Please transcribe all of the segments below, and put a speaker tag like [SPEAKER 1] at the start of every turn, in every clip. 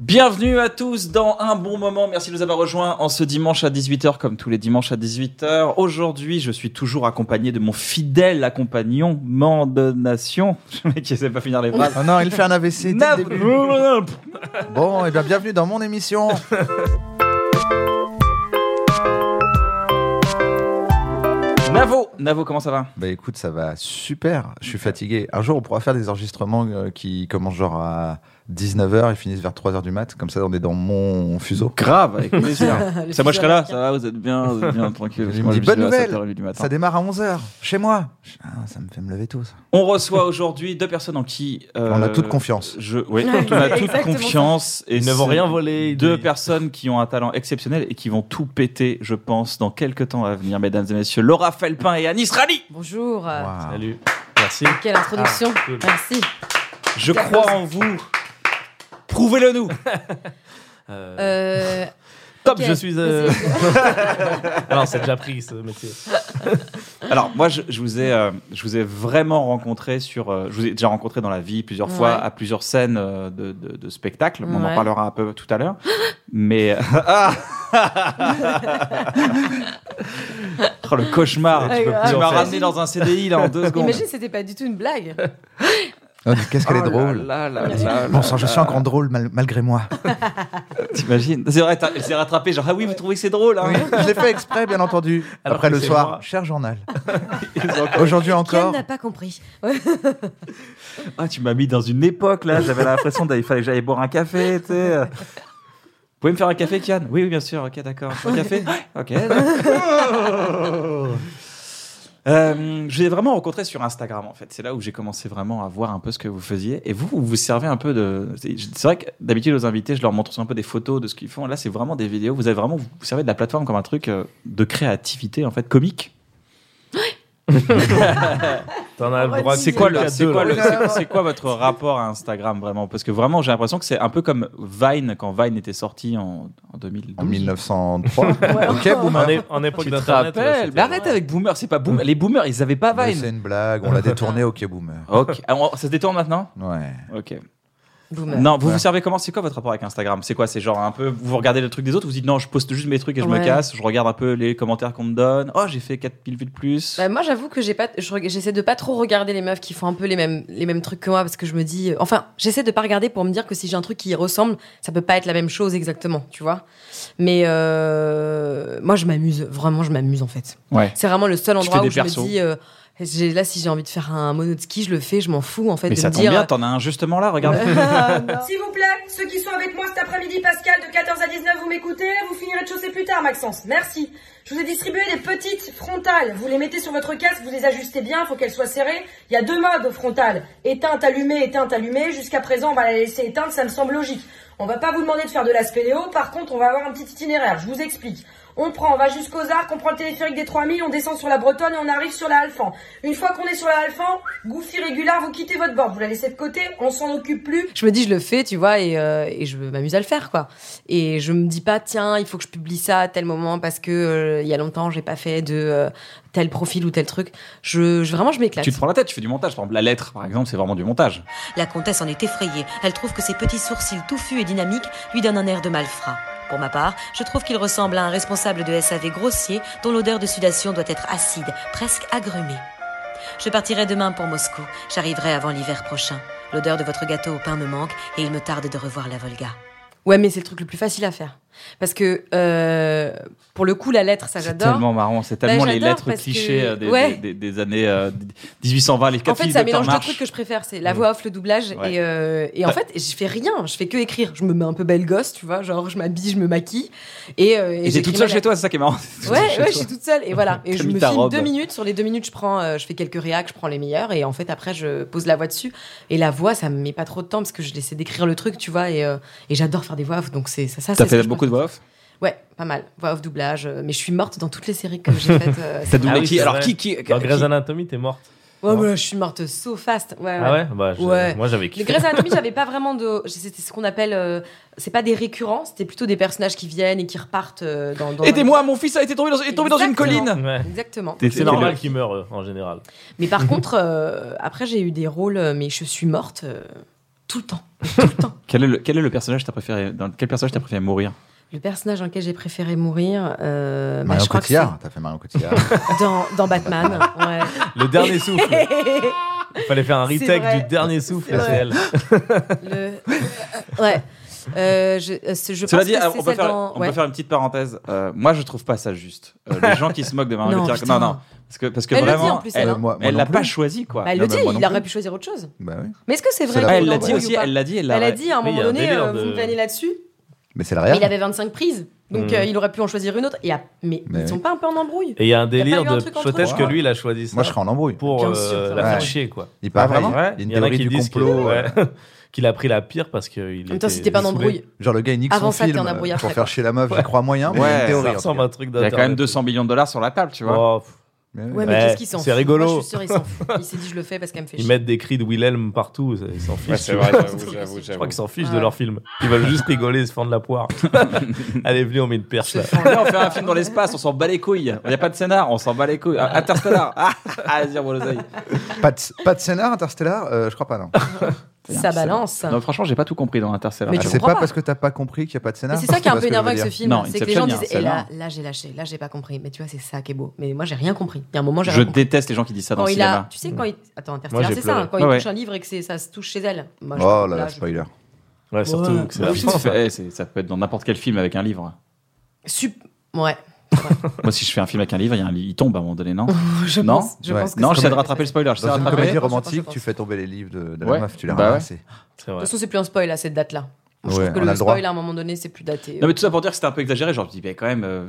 [SPEAKER 1] Bienvenue à tous dans un bon moment. Merci de nous avoir rejoints en ce dimanche à 18h, comme tous les dimanches à 18h. Aujourd'hui, je suis toujours accompagné de mon fidèle accompagnon, Mandonation. Le mec qui sait pas finir les phrases.
[SPEAKER 2] Oh non, il fait un AVC dès le
[SPEAKER 1] Nav-
[SPEAKER 2] début. Bon, et bien bienvenue dans mon émission.
[SPEAKER 1] Navo, Navo, comment ça va
[SPEAKER 2] Bah écoute, ça va super. Je suis fatigué. Un jour, on pourra faire des enregistrements euh, qui commencent genre à 19h et finissent vers 3h du mat. Comme ça, on est dans mon fuseau.
[SPEAKER 1] Grave, avec plaisir.
[SPEAKER 3] Le
[SPEAKER 1] ça, moi je serai là.
[SPEAKER 3] fusil
[SPEAKER 1] Ça va, vous êtes bien, vous êtes bien tranquille.
[SPEAKER 2] Il me
[SPEAKER 1] Moi,
[SPEAKER 2] dit,
[SPEAKER 1] je
[SPEAKER 2] bonne
[SPEAKER 1] suis là à
[SPEAKER 2] nouvelle.
[SPEAKER 1] 7h30 du matin.
[SPEAKER 2] Ça démarre à 11h, chez moi. Ah, ça me fait me lever tout ça.
[SPEAKER 1] On reçoit aujourd'hui deux personnes en qui euh,
[SPEAKER 2] On a toute confiance.
[SPEAKER 1] Je, oui,
[SPEAKER 3] Ouais,
[SPEAKER 1] on a
[SPEAKER 3] c'est
[SPEAKER 1] toute
[SPEAKER 3] exactement
[SPEAKER 1] confiance. Et
[SPEAKER 4] Ils ne vont
[SPEAKER 1] c'est
[SPEAKER 4] rien voler.
[SPEAKER 1] Deux
[SPEAKER 4] Ils-
[SPEAKER 1] personnes qui ont un talent exceptionnel et qui vont tout péter, je pense, dans quelques temps à venir, mesdames et messieurs. Laura Felpin et Anis Rally.
[SPEAKER 3] Bonjour. euh,
[SPEAKER 2] Waouh.
[SPEAKER 4] Salut. Merci.
[SPEAKER 3] Quelle introduction.
[SPEAKER 4] Ah, cool.
[SPEAKER 3] Merci.
[SPEAKER 1] Je crois en vous. Prouvez-le nous.
[SPEAKER 4] Euh,
[SPEAKER 3] Euh,
[SPEAKER 4] top,
[SPEAKER 3] ok.
[SPEAKER 4] je suis. euh,
[SPEAKER 3] Vas-y.
[SPEAKER 4] Alors, c'est déjà pris ce métier.
[SPEAKER 1] Alors moi, je, je vous ai, euh, je vous ai vraiment rencontré sur, euh, je vous ai déjà rencontré dans la vie plusieurs fois
[SPEAKER 3] Ouais.
[SPEAKER 1] à plusieurs scènes euh, de, de, de spectacles. On en
[SPEAKER 3] Ouais.
[SPEAKER 1] parlera un peu tout à l'heure. Mais Ah Oh, le cauchemar
[SPEAKER 3] Ouais,
[SPEAKER 1] Tu
[SPEAKER 3] grave.
[SPEAKER 1] m'as
[SPEAKER 4] en faire.
[SPEAKER 1] ramené dans un CDI là en deux secondes.
[SPEAKER 3] Imagine, c'était pas du tout une blague.
[SPEAKER 2] Oh, mais Qu'est-ce qu'elle
[SPEAKER 1] Oh là
[SPEAKER 2] est drôle.
[SPEAKER 1] là là là
[SPEAKER 2] Bon
[SPEAKER 1] là
[SPEAKER 2] sang, je
[SPEAKER 1] là.
[SPEAKER 2] suis encore drôle mal- malgré moi.
[SPEAKER 1] T'imagines C'est vrai, t'as- elle s'est rattrapée. Genre ah oui, vous trouvez que c'est drôle hein
[SPEAKER 2] Oui, je l'ai fait exprès, bien entendu.
[SPEAKER 4] Alors
[SPEAKER 2] Après
[SPEAKER 4] que
[SPEAKER 2] le
[SPEAKER 4] c'est
[SPEAKER 2] soir,
[SPEAKER 4] moi.
[SPEAKER 2] cher journal. Aujourd'hui
[SPEAKER 3] Ken
[SPEAKER 2] encore.
[SPEAKER 3] n'a pas compris.
[SPEAKER 1] Ah, tu m'as mis dans une époque là, j'avais l'impression qu'il fallait que j'aille boire un café, tu sais. Vous pouvez me faire un café, Kian Oui, oui, bien sûr, ok, d'accord. Un café Ouais, Ok. Euh, je l'ai vraiment rencontré sur Instagram en fait. C'est là où j'ai commencé vraiment à voir un peu ce que vous faisiez. Et vous, vous vous servez un peu de. C'est c'est vrai que d'habitude aux invités, je leur montre un peu des photos de ce qu'ils font. Là, c'est vraiment des vidéos. Vous avez vraiment vous vous servez de la plateforme comme un truc euh, de créativité en fait, comique.
[SPEAKER 4] T'en as le droit.
[SPEAKER 3] dis-
[SPEAKER 1] C'est quoi, le-
[SPEAKER 4] qu'à
[SPEAKER 1] c'est
[SPEAKER 4] deux,
[SPEAKER 1] quoi
[SPEAKER 4] là.
[SPEAKER 1] le- c'est- c'est quoi votre rapport à Instagram vraiment Parce que vraiment, j'ai l'impression que c'est un peu comme Vine quand Vine était sorti en, en 2012.
[SPEAKER 2] En 1903. ok,
[SPEAKER 3] Ouais.
[SPEAKER 2] boomer.
[SPEAKER 4] En, é- en époque
[SPEAKER 1] Tu te
[SPEAKER 4] d'internet. ouais,
[SPEAKER 1] rappelles Mm.
[SPEAKER 4] c'était-
[SPEAKER 1] Mais arrête avec Boomer, c'est pas Boomer. Les Boomers, ils avaient pas
[SPEAKER 2] Mais
[SPEAKER 1] Vine.
[SPEAKER 2] C'est une blague, on l'a détourné, ok boomer.
[SPEAKER 1] Ok. Ah, on- ça se détourne maintenant
[SPEAKER 2] Ouais.
[SPEAKER 1] Ok.
[SPEAKER 3] Boomer.
[SPEAKER 1] Non, vous
[SPEAKER 2] Voilà.
[SPEAKER 1] vous servez comment C'est quoi votre rapport avec Instagram C'est quoi C'est genre un peu, vous regardez le truc des autres, vous dites non, je poste juste mes trucs et je me
[SPEAKER 3] Ouais.
[SPEAKER 1] casse, je regarde un peu les commentaires qu'on me donne. Oh, j'ai fait 4000 vues de plus.
[SPEAKER 3] Bah, moi, j'avoue que j'ai pas, je reg- j'essaie de pas trop regarder les meufs qui font un peu les mêmes, les mêmes trucs que moi parce que je me dis, euh, enfin, j'essaie de pas regarder pour me dire que si j'ai un truc qui y ressemble, ça peut pas être la même chose exactement, tu vois. Mais euh, moi, je m'amuse, vraiment, je m'amuse en fait.
[SPEAKER 1] Ouais.
[SPEAKER 3] C'est vraiment le seul
[SPEAKER 1] Tu
[SPEAKER 3] endroit
[SPEAKER 1] fais
[SPEAKER 3] où
[SPEAKER 1] des
[SPEAKER 3] je
[SPEAKER 1] persos.
[SPEAKER 3] me dis, euh, j'ai- là, si j'ai envie de faire un mono de ski, je le fais, je m'en fous en fait
[SPEAKER 1] Mais
[SPEAKER 3] de
[SPEAKER 1] ça
[SPEAKER 3] me
[SPEAKER 1] tombe
[SPEAKER 3] dire. euh,
[SPEAKER 1] bien, t'en as un justement là, regarde.
[SPEAKER 3] Ah, non.
[SPEAKER 5] S'il vous plaît, ceux qui sont avec moi cet après-midi, Pascal, de 14 à 19, vous m'écoutez, vous finirez de chausser plus tard, Maxence. Merci. Je vous ai distribué des petites frontales. Vous les mettez sur votre casque, vous les ajustez bien, faut qu'elles soient serrées. Il y a deux modes aux frontales. Éteinte, allumée, éteinte, allumée. Jusqu'à présent, on va la laisser éteinte, ça me semble logique. On va pas vous demander de faire de la spéléo, par contre, on va avoir un petit itinéraire, je vous explique. On prend, on va jusqu'aux arcs, on prend le téléphérique des 3000, on descend sur la Bretonne et on arrive sur la Alphand. Une fois qu'on est sur la Alphand, gouffi régular, vous quittez votre bord, vous la laissez de côté, on s'en occupe plus,
[SPEAKER 3] je me dis je le fais tu vois et, euh, et je m'amuse à le faire quoi et je me dis pas tiens il faut que je publie ça à tel moment parce que euh, il y a longtemps j'ai pas fait de euh, tel profil ou tel truc je, je- vraiment je m'éclate
[SPEAKER 1] Tu te prends la tête, tu fais du montage. Par exemple, la lettre, par exemple, c'est vraiment du montage.
[SPEAKER 6] La comtesse en est effrayée. Elle trouve que ses petits sourcils touffus et dynamiques lui donnent un air de malfrat. Pour ma part, je trouve qu'il ressemble à un responsable de SAV grossier dont l'odeur de sudation doit être acide, presque agrumée. Je partirai demain pour Moscou. J'arriverai avant l'hiver prochain. L'odeur de votre gâteau au pain me manque et il me tarde de revoir la Volga.
[SPEAKER 3] ouais mais c'est le truc le plus facile à faire Parce que, euh, pour le coup, la lettre, ça
[SPEAKER 1] C'est
[SPEAKER 3] Ah, j'adore. Bah,
[SPEAKER 1] tellement marrant, c'est tellement les
[SPEAKER 3] j'adore
[SPEAKER 1] lettres
[SPEAKER 3] parce que-
[SPEAKER 1] clichés euh, des,
[SPEAKER 3] ouais.
[SPEAKER 1] des- des- des années euh, 1820, les
[SPEAKER 3] En
[SPEAKER 1] quatre
[SPEAKER 3] fait,
[SPEAKER 1] filles
[SPEAKER 3] ça
[SPEAKER 1] de Dr.
[SPEAKER 3] mélange deux
[SPEAKER 1] March.
[SPEAKER 3] trucs que je préfère, c'est la voix off, le doublage,
[SPEAKER 1] Mmh. Ouais.
[SPEAKER 3] et, euh, et en fait, je fais rien, je fais que écrire. Je me mets un peu belle gosse, tu vois, genre je m'habille, je me maquille, et, euh,
[SPEAKER 1] Et t'es
[SPEAKER 3] j'écris
[SPEAKER 1] toute seule
[SPEAKER 3] ma
[SPEAKER 1] chez toi, c'est ça qui est marrant. T'es toute
[SPEAKER 3] Ouais,
[SPEAKER 1] seule chez
[SPEAKER 3] ouais,
[SPEAKER 1] toi.
[SPEAKER 3] je suis toute seule et voilà. Et
[SPEAKER 1] T'as
[SPEAKER 3] je
[SPEAKER 1] mis
[SPEAKER 3] me
[SPEAKER 1] ta
[SPEAKER 3] filme
[SPEAKER 1] robe.
[SPEAKER 3] deux minutes. Sur les deux minutes, je prends, euh, je fais quelques réacs, je prends les meilleurs et en fait après je pose la voix dessus. Et la voix, ça me met pas trop de temps parce que je laissais décrire le truc, tu vois. Et, euh, et j'adore faire des voix off, donc c'est ça.
[SPEAKER 1] T'as
[SPEAKER 3] ça c'est ce que
[SPEAKER 1] fait
[SPEAKER 3] je
[SPEAKER 1] beaucoup de voix off
[SPEAKER 3] préfère. Ouais, pas mal. Voix off, doublage. euh, mais je suis morte dans toutes les séries que j'ai faites. euh,
[SPEAKER 1] T'as
[SPEAKER 3] c'est vrai.
[SPEAKER 1] doublé
[SPEAKER 4] oui,
[SPEAKER 1] qui
[SPEAKER 4] c'est
[SPEAKER 1] Alors,
[SPEAKER 4] vrai.
[SPEAKER 1] qui qui-
[SPEAKER 4] Dans Grey's
[SPEAKER 1] qui-
[SPEAKER 4] Anatomy, t'es morte.
[SPEAKER 3] Ouais, mais là, je suis morte so fast. Ouais, ouais.
[SPEAKER 4] Ah ouais Bah, je-
[SPEAKER 3] Ouais.
[SPEAKER 4] Moi, j'avais
[SPEAKER 3] Le
[SPEAKER 4] kiffé.
[SPEAKER 3] Grey's Anatomy, j'avais pas vraiment de. C'était ce qu'on appelle. euh, c'est pas des récurrents, c'était plutôt des personnages qui viennent et qui repartent euh, dans. dans
[SPEAKER 1] Aidez-moi, mon fils a été tombé dans, est tombé dans une
[SPEAKER 3] Exactement.
[SPEAKER 1] colline
[SPEAKER 4] Ouais.
[SPEAKER 3] Exactement.
[SPEAKER 1] T'es-
[SPEAKER 4] C'est normal qu'ils meurent, eux, en général.
[SPEAKER 3] Mais par contre, euh, après, j'ai eu des rôles, euh, mais je suis morte euh, tout le temps. Tout le temps.
[SPEAKER 1] Quel est le, quel est le personnage que t'as préféré Dans quel personnage t'as préféré mourir
[SPEAKER 3] Le personnage dans lequel j'ai préféré mourir, euh, bah,
[SPEAKER 2] Marion
[SPEAKER 3] je crois que
[SPEAKER 2] Cotillard, t'as fait Marion Cotillard.
[SPEAKER 3] c'est dans, dans Batman. ouais.
[SPEAKER 4] Le dernier souffle. Il fallait faire un
[SPEAKER 3] C'est
[SPEAKER 4] retake
[SPEAKER 3] vrai.
[SPEAKER 4] du dernier souffle.
[SPEAKER 3] C'est
[SPEAKER 4] C'est
[SPEAKER 3] vrai.
[SPEAKER 4] elle.
[SPEAKER 3] Le- ouais. Euh, je euh, ce- je
[SPEAKER 1] Cela
[SPEAKER 3] pense
[SPEAKER 1] dit,
[SPEAKER 3] que
[SPEAKER 1] alors,
[SPEAKER 3] c'est
[SPEAKER 1] on peut,
[SPEAKER 3] celle
[SPEAKER 1] faire,
[SPEAKER 3] dans-
[SPEAKER 1] on
[SPEAKER 3] ouais.
[SPEAKER 1] peut faire une petite parenthèse. Euh, moi, je trouve pas ça juste. Euh, les gens qui se moquent de Marion
[SPEAKER 3] Non,
[SPEAKER 1] Cotillard.
[SPEAKER 3] putain.
[SPEAKER 1] Non, non. Parce que, parce que
[SPEAKER 3] Elle le dit,
[SPEAKER 1] vraiment,
[SPEAKER 3] en plus,
[SPEAKER 1] elle
[SPEAKER 3] elle,
[SPEAKER 2] Euh,
[SPEAKER 3] hein.
[SPEAKER 2] moi- moi
[SPEAKER 1] elle
[SPEAKER 2] non
[SPEAKER 1] l'a
[SPEAKER 2] plus.
[SPEAKER 1] pas choisi, quoi.
[SPEAKER 3] Bah, elle
[SPEAKER 2] Non,
[SPEAKER 3] le
[SPEAKER 2] mais
[SPEAKER 3] dit,
[SPEAKER 2] moi non
[SPEAKER 3] il
[SPEAKER 2] plus.
[SPEAKER 3] aurait pu choisir autre chose.
[SPEAKER 2] Bah oui.
[SPEAKER 3] Mais est-ce que c'est
[SPEAKER 2] C'est
[SPEAKER 3] vrai
[SPEAKER 2] la
[SPEAKER 1] Ah,
[SPEAKER 3] qu'il
[SPEAKER 1] elle l'a
[SPEAKER 3] l'embrouille
[SPEAKER 1] dit
[SPEAKER 3] ou
[SPEAKER 1] aussi,
[SPEAKER 3] pas
[SPEAKER 1] elle l'a dit. Elle l'a-
[SPEAKER 3] Elle a dit à un
[SPEAKER 4] Oui, il y a
[SPEAKER 3] moment
[SPEAKER 4] un
[SPEAKER 3] donné,
[SPEAKER 4] délire
[SPEAKER 3] euh,
[SPEAKER 4] de-
[SPEAKER 3] vous me pannez là-dessus.
[SPEAKER 2] Mais c'est la
[SPEAKER 3] Mais il
[SPEAKER 2] réelle.
[SPEAKER 3] avait 25 prises, donc
[SPEAKER 4] Mhm.
[SPEAKER 3] euh, il aurait pu en choisir une autre. Et à- Mais,
[SPEAKER 2] Mais
[SPEAKER 3] ils
[SPEAKER 2] oui.
[SPEAKER 3] sont pas un peu en embrouille
[SPEAKER 4] Et il y a un
[SPEAKER 3] pas eu un
[SPEAKER 4] délire de
[SPEAKER 3] truc entre
[SPEAKER 4] chautage
[SPEAKER 2] eux
[SPEAKER 4] que lui, il a choisi ça.
[SPEAKER 2] Moi, je serais en embrouille.
[SPEAKER 4] Pour
[SPEAKER 3] Bien
[SPEAKER 4] euh,
[SPEAKER 3] sûr, ça
[SPEAKER 4] la
[SPEAKER 2] va.
[SPEAKER 4] faire
[SPEAKER 2] Ouais.
[SPEAKER 4] chier, quoi.
[SPEAKER 2] Il parle
[SPEAKER 4] Ouais,
[SPEAKER 2] vraiment.
[SPEAKER 4] ouais.
[SPEAKER 2] Il y a une
[SPEAKER 4] en
[SPEAKER 2] théorie du
[SPEAKER 4] disent
[SPEAKER 2] complot. euh,
[SPEAKER 4] que- ouais, qu'il a pris la pire parce qu'il
[SPEAKER 3] En même temps, si
[SPEAKER 4] était
[SPEAKER 3] t'es pas en
[SPEAKER 4] saoulé.
[SPEAKER 3] embrouille.
[SPEAKER 2] Genre le gars il nique
[SPEAKER 3] Avant
[SPEAKER 2] son
[SPEAKER 3] ça, t'es
[SPEAKER 2] film
[SPEAKER 3] en embrouille
[SPEAKER 2] euh, pour
[SPEAKER 3] après,
[SPEAKER 2] faire
[SPEAKER 3] quoi.
[SPEAKER 2] chier la meuf,
[SPEAKER 4] Ouais.
[SPEAKER 2] j'y crois moyen, mais il y a
[SPEAKER 1] Ouais,
[SPEAKER 2] une
[SPEAKER 4] Ça
[SPEAKER 2] théorie. en
[SPEAKER 4] ressemble à
[SPEAKER 2] tout cas.
[SPEAKER 4] un truc
[SPEAKER 1] Il y a
[SPEAKER 4] d'internet.
[SPEAKER 1] quand même 200 millions de dollars sur la table, tu vois.
[SPEAKER 4] Oh, pff,
[SPEAKER 2] Mais oui.
[SPEAKER 3] Ouais, mais
[SPEAKER 4] Ouais,
[SPEAKER 3] qu'est-ce qu'il s'en
[SPEAKER 4] c'est
[SPEAKER 3] fout Moi,
[SPEAKER 4] rigolo.
[SPEAKER 3] je suis sûre, il s'en fout. Il s'est dit, je le fais parce qu'elle me fait
[SPEAKER 4] Ils
[SPEAKER 3] chier.
[SPEAKER 4] mettent des cris de Wilhelm partout, ça- ils s'en fichent. tu vois. je crois qu'ils s'en fichent de
[SPEAKER 3] Ouais.
[SPEAKER 4] leur film. Ils veulent juste rigoler et se fendre la poire. Allez, venez, on met une perche
[SPEAKER 3] Se
[SPEAKER 4] là.
[SPEAKER 3] fend.
[SPEAKER 1] Là, on fait un film dans l'espace, on s'en bat les couilles. Il n'y a pas de scénar, on s'en bat les couilles. Ah, Interstellar. Ah, ah, vas-y, on l'oseille.
[SPEAKER 2] Pas de, pas de scénar Interstellar Euh, Je crois pas, non.
[SPEAKER 3] Ça balance.
[SPEAKER 1] Non, franchement, j'ai pas tout compris dans Interstellar. Ah,
[SPEAKER 3] Mais tu
[SPEAKER 2] C'est
[SPEAKER 3] comprends
[SPEAKER 2] pas
[SPEAKER 3] pas.
[SPEAKER 2] parce que t'as pas compris qu'il y a pas de
[SPEAKER 3] Mais
[SPEAKER 2] scénar
[SPEAKER 3] c'est ça qui est un peu énervant avec ce
[SPEAKER 2] film.
[SPEAKER 3] film,
[SPEAKER 1] Non,
[SPEAKER 3] c'est que les gens
[SPEAKER 1] Inception,
[SPEAKER 3] disent
[SPEAKER 1] il y a un
[SPEAKER 3] et là,
[SPEAKER 1] scénar.
[SPEAKER 3] là j'ai lâché, là j'ai pas compris. Mais tu vois, c'est ça qui est beau. Mais moi j'ai rien compris. Il y a un moment j'ai
[SPEAKER 1] Je
[SPEAKER 3] rien compris.
[SPEAKER 1] déteste les gens qui disent ça dans
[SPEAKER 3] Quand
[SPEAKER 1] le
[SPEAKER 3] il a,
[SPEAKER 1] cinéma.
[SPEAKER 3] tu sais quand il attends
[SPEAKER 4] Moi,
[SPEAKER 3] Interstellar,
[SPEAKER 4] j'ai
[SPEAKER 3] c'est ça,
[SPEAKER 4] pleuré.
[SPEAKER 3] hein, quand il
[SPEAKER 1] Ah ouais.
[SPEAKER 3] touche un livre et que c'est ça se touche chez elle. Moi, je-
[SPEAKER 2] Oh là là,
[SPEAKER 3] je-
[SPEAKER 2] spoiler.
[SPEAKER 4] Ouais, surtout
[SPEAKER 3] Ouais.
[SPEAKER 4] que c'est la
[SPEAKER 1] Tu
[SPEAKER 3] hein.
[SPEAKER 4] France.
[SPEAKER 1] fais- eh, c'est- ça peut être dans n'importe quel film avec un livre.
[SPEAKER 3] Sup- Ouais.
[SPEAKER 1] Moi, si je fais un film avec un livre, il, y a un li- il tombe à un moment donné, non
[SPEAKER 3] Je
[SPEAKER 1] Non.
[SPEAKER 3] pense, je
[SPEAKER 2] Ouais.
[SPEAKER 3] pense que
[SPEAKER 1] Non,
[SPEAKER 3] c'est-
[SPEAKER 1] j'essaie de rattraper le spoiler. J'essaie de
[SPEAKER 2] Dans une
[SPEAKER 3] rattrapé.
[SPEAKER 2] comédie
[SPEAKER 1] rattraper.
[SPEAKER 3] Je pense, je
[SPEAKER 2] romantique,
[SPEAKER 3] pense.
[SPEAKER 2] tu fais tomber les livres de, de
[SPEAKER 1] Ouais.
[SPEAKER 2] la meuf, tu les
[SPEAKER 1] Bah ouais.
[SPEAKER 2] ramasses.
[SPEAKER 4] C'est
[SPEAKER 3] De
[SPEAKER 4] vrai.
[SPEAKER 3] toute façon, c'est plus un spoil à cette date-là. Moi, Je
[SPEAKER 2] Ouais,
[SPEAKER 3] trouve que
[SPEAKER 2] on a
[SPEAKER 3] le
[SPEAKER 2] le droit.
[SPEAKER 3] spoil à un moment donné, c'est plus daté.
[SPEAKER 1] Non, mais tout ça pour dire que c'était un peu exagéré. Genre, je dis, mais quand même, euh,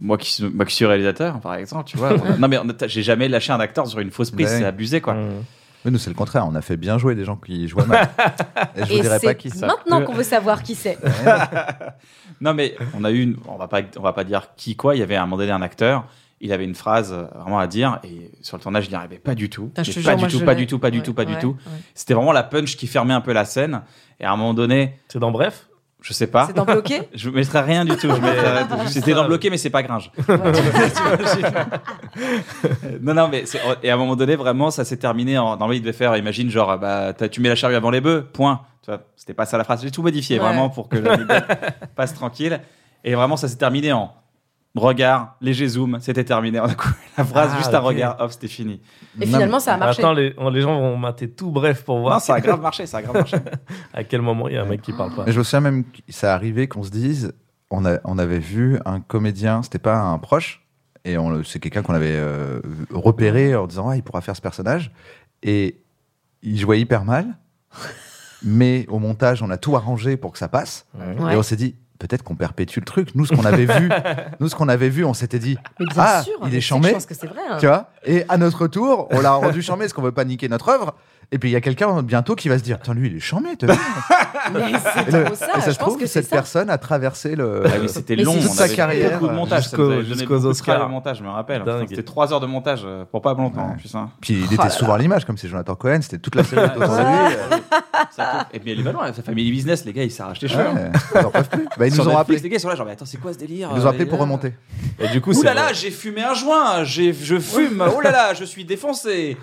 [SPEAKER 1] moi, qui, suis- moi qui suis réalisateur, par exemple, tu vois. on- non, mais on a- j'ai jamais lâché un acteur sur une fausse prise.
[SPEAKER 2] Ouais.
[SPEAKER 1] C'est abusé, quoi.
[SPEAKER 4] Mmh.
[SPEAKER 2] Mais nous, c'est le contraire, on a fait bien jouer des gens qui jouaient mal. Et je vous
[SPEAKER 3] Et
[SPEAKER 2] dirais pas
[SPEAKER 3] c'est
[SPEAKER 2] qui ça.
[SPEAKER 3] maintenant qu'on veut savoir qui c'est.
[SPEAKER 1] Non, mais on a eu une. On va pas, on va pas dire qui, quoi. Il y avait à un moment donné un acteur. Il avait une phrase euh, vraiment à dire. Et sur le tournage, il n'y arrivait pas du tout.
[SPEAKER 3] Putain, je
[SPEAKER 1] Mais
[SPEAKER 3] te
[SPEAKER 1] pas
[SPEAKER 3] jure, moi,
[SPEAKER 1] du tout,
[SPEAKER 3] je
[SPEAKER 1] pas
[SPEAKER 3] l'ai.
[SPEAKER 1] du tout, pas du
[SPEAKER 3] Ouais,
[SPEAKER 1] tout, pas du
[SPEAKER 3] ouais,
[SPEAKER 1] tout.
[SPEAKER 3] ouais.
[SPEAKER 1] C'était vraiment la punch qui fermait un peu la scène. Et à un moment donné,
[SPEAKER 4] C'est dans Bref
[SPEAKER 1] je sais pas.
[SPEAKER 3] C'est d'en bloquer
[SPEAKER 1] Je mettrais rien du tout. Je mettrais- C'était dans bloqué, mais c'est pas gringe. non, non, mais c'est- oh, et à un moment donné, vraiment, ça s'est terminé. En... Normalement, il devait faire, imagine, genre, bah, t'as- tu mets la charrue avant les bœufs, point. Tu vois, c'était pas ça la phrase. J'ai tout modifié,
[SPEAKER 3] Ouais.
[SPEAKER 1] vraiment, pour que l'anecdote passe tranquille. Et vraiment, ça s'est terminé en regard, léger zoom, c'était terminé. On a coupé la phrase,
[SPEAKER 4] Ah,
[SPEAKER 1] juste un
[SPEAKER 4] ok.
[SPEAKER 1] regard, off, c'était fini.
[SPEAKER 3] Et finalement, ça a marché.
[SPEAKER 4] Maintenant, Bah, les, les gens vont mater tout Bref pour
[SPEAKER 1] Non,
[SPEAKER 4] voir
[SPEAKER 1] ça a grave marché, ça a grave marché.
[SPEAKER 4] à quel moment il y a un mec qui parle pas.
[SPEAKER 2] Mais je me souviens même, que ça arrivait qu'on se dise, on, a- on avait vu un comédien, c'était pas un proche, et on le- c'est quelqu'un qu'on avait euh, repéré en disant, ah, il pourra faire ce personnage, et il jouait hyper mal, mais au montage, on a tout arrangé pour que ça passe,
[SPEAKER 3] Ouais.
[SPEAKER 2] et on s'est dit, peut-être qu'on perpétue le truc, nous, ce qu'on avait vu, nous, ce qu'on avait vu, on s'était dit,
[SPEAKER 3] Mais bien
[SPEAKER 2] ah,
[SPEAKER 3] sûr.
[SPEAKER 2] il
[SPEAKER 3] mais
[SPEAKER 2] est
[SPEAKER 3] c'est-
[SPEAKER 2] chambé,
[SPEAKER 3] Je pense que c'est vrai. hein.
[SPEAKER 2] tu vois, et à notre tour, on l'a rendu chambé, parce qu'on veut pas niquer notre œuvre, et puis il y a quelqu'un bientôt qui va se dire, attends, lui, il est chambé, t'as vu
[SPEAKER 3] Mais
[SPEAKER 2] et,
[SPEAKER 3] c'est
[SPEAKER 2] le-
[SPEAKER 3] trop
[SPEAKER 2] et
[SPEAKER 3] ça.
[SPEAKER 2] ça
[SPEAKER 3] Je
[SPEAKER 2] se
[SPEAKER 3] pense
[SPEAKER 2] trouve
[SPEAKER 3] que
[SPEAKER 2] que
[SPEAKER 3] c'est
[SPEAKER 2] cette
[SPEAKER 3] ça.
[SPEAKER 2] personne a traversé le.
[SPEAKER 1] Ah oui, c'était
[SPEAKER 3] Mais
[SPEAKER 1] long.
[SPEAKER 3] c'est
[SPEAKER 1] on
[SPEAKER 3] toute sa
[SPEAKER 1] avait
[SPEAKER 2] carrière,
[SPEAKER 1] Beaucoup de
[SPEAKER 2] euh,
[SPEAKER 1] montage.
[SPEAKER 4] jusqu'au- jusqu'aux
[SPEAKER 1] Jusqu'aux
[SPEAKER 4] Oscars.
[SPEAKER 1] Oscars. montage, je me rappelle.
[SPEAKER 4] Dingue.
[SPEAKER 1] Putain, C'était trois heures de montage euh, pour pas longtemps.
[SPEAKER 2] Ouais.
[SPEAKER 1] putain.
[SPEAKER 2] Puis il
[SPEAKER 3] Oh
[SPEAKER 2] était
[SPEAKER 3] là
[SPEAKER 2] souvent à l'image, comme c'est Jonathan Cohen, c'était toute la série autour de lui.
[SPEAKER 1] Ça fait- Et puis elle est pas loin, sa famille business,
[SPEAKER 3] Ah,
[SPEAKER 1] les gars, ils s'arrachent les cheveux. hein.
[SPEAKER 2] Ouais, ils en peuvent plus. Bah, ils
[SPEAKER 1] Sur
[SPEAKER 2] nous
[SPEAKER 1] Netflix,
[SPEAKER 2] ont rappelé.
[SPEAKER 1] Les gars, ils sont là, genre, mais attends, c'est quoi ce délire
[SPEAKER 2] Ils nous ont
[SPEAKER 1] euh,
[SPEAKER 2] appelé
[SPEAKER 1] les
[SPEAKER 2] pour
[SPEAKER 1] gars
[SPEAKER 2] remonter.
[SPEAKER 7] Et du coup,
[SPEAKER 1] Ouh
[SPEAKER 7] c'est.
[SPEAKER 1] là là, j'ai fumé un joint, j'ai- je fume, oh là là, je suis défoncé.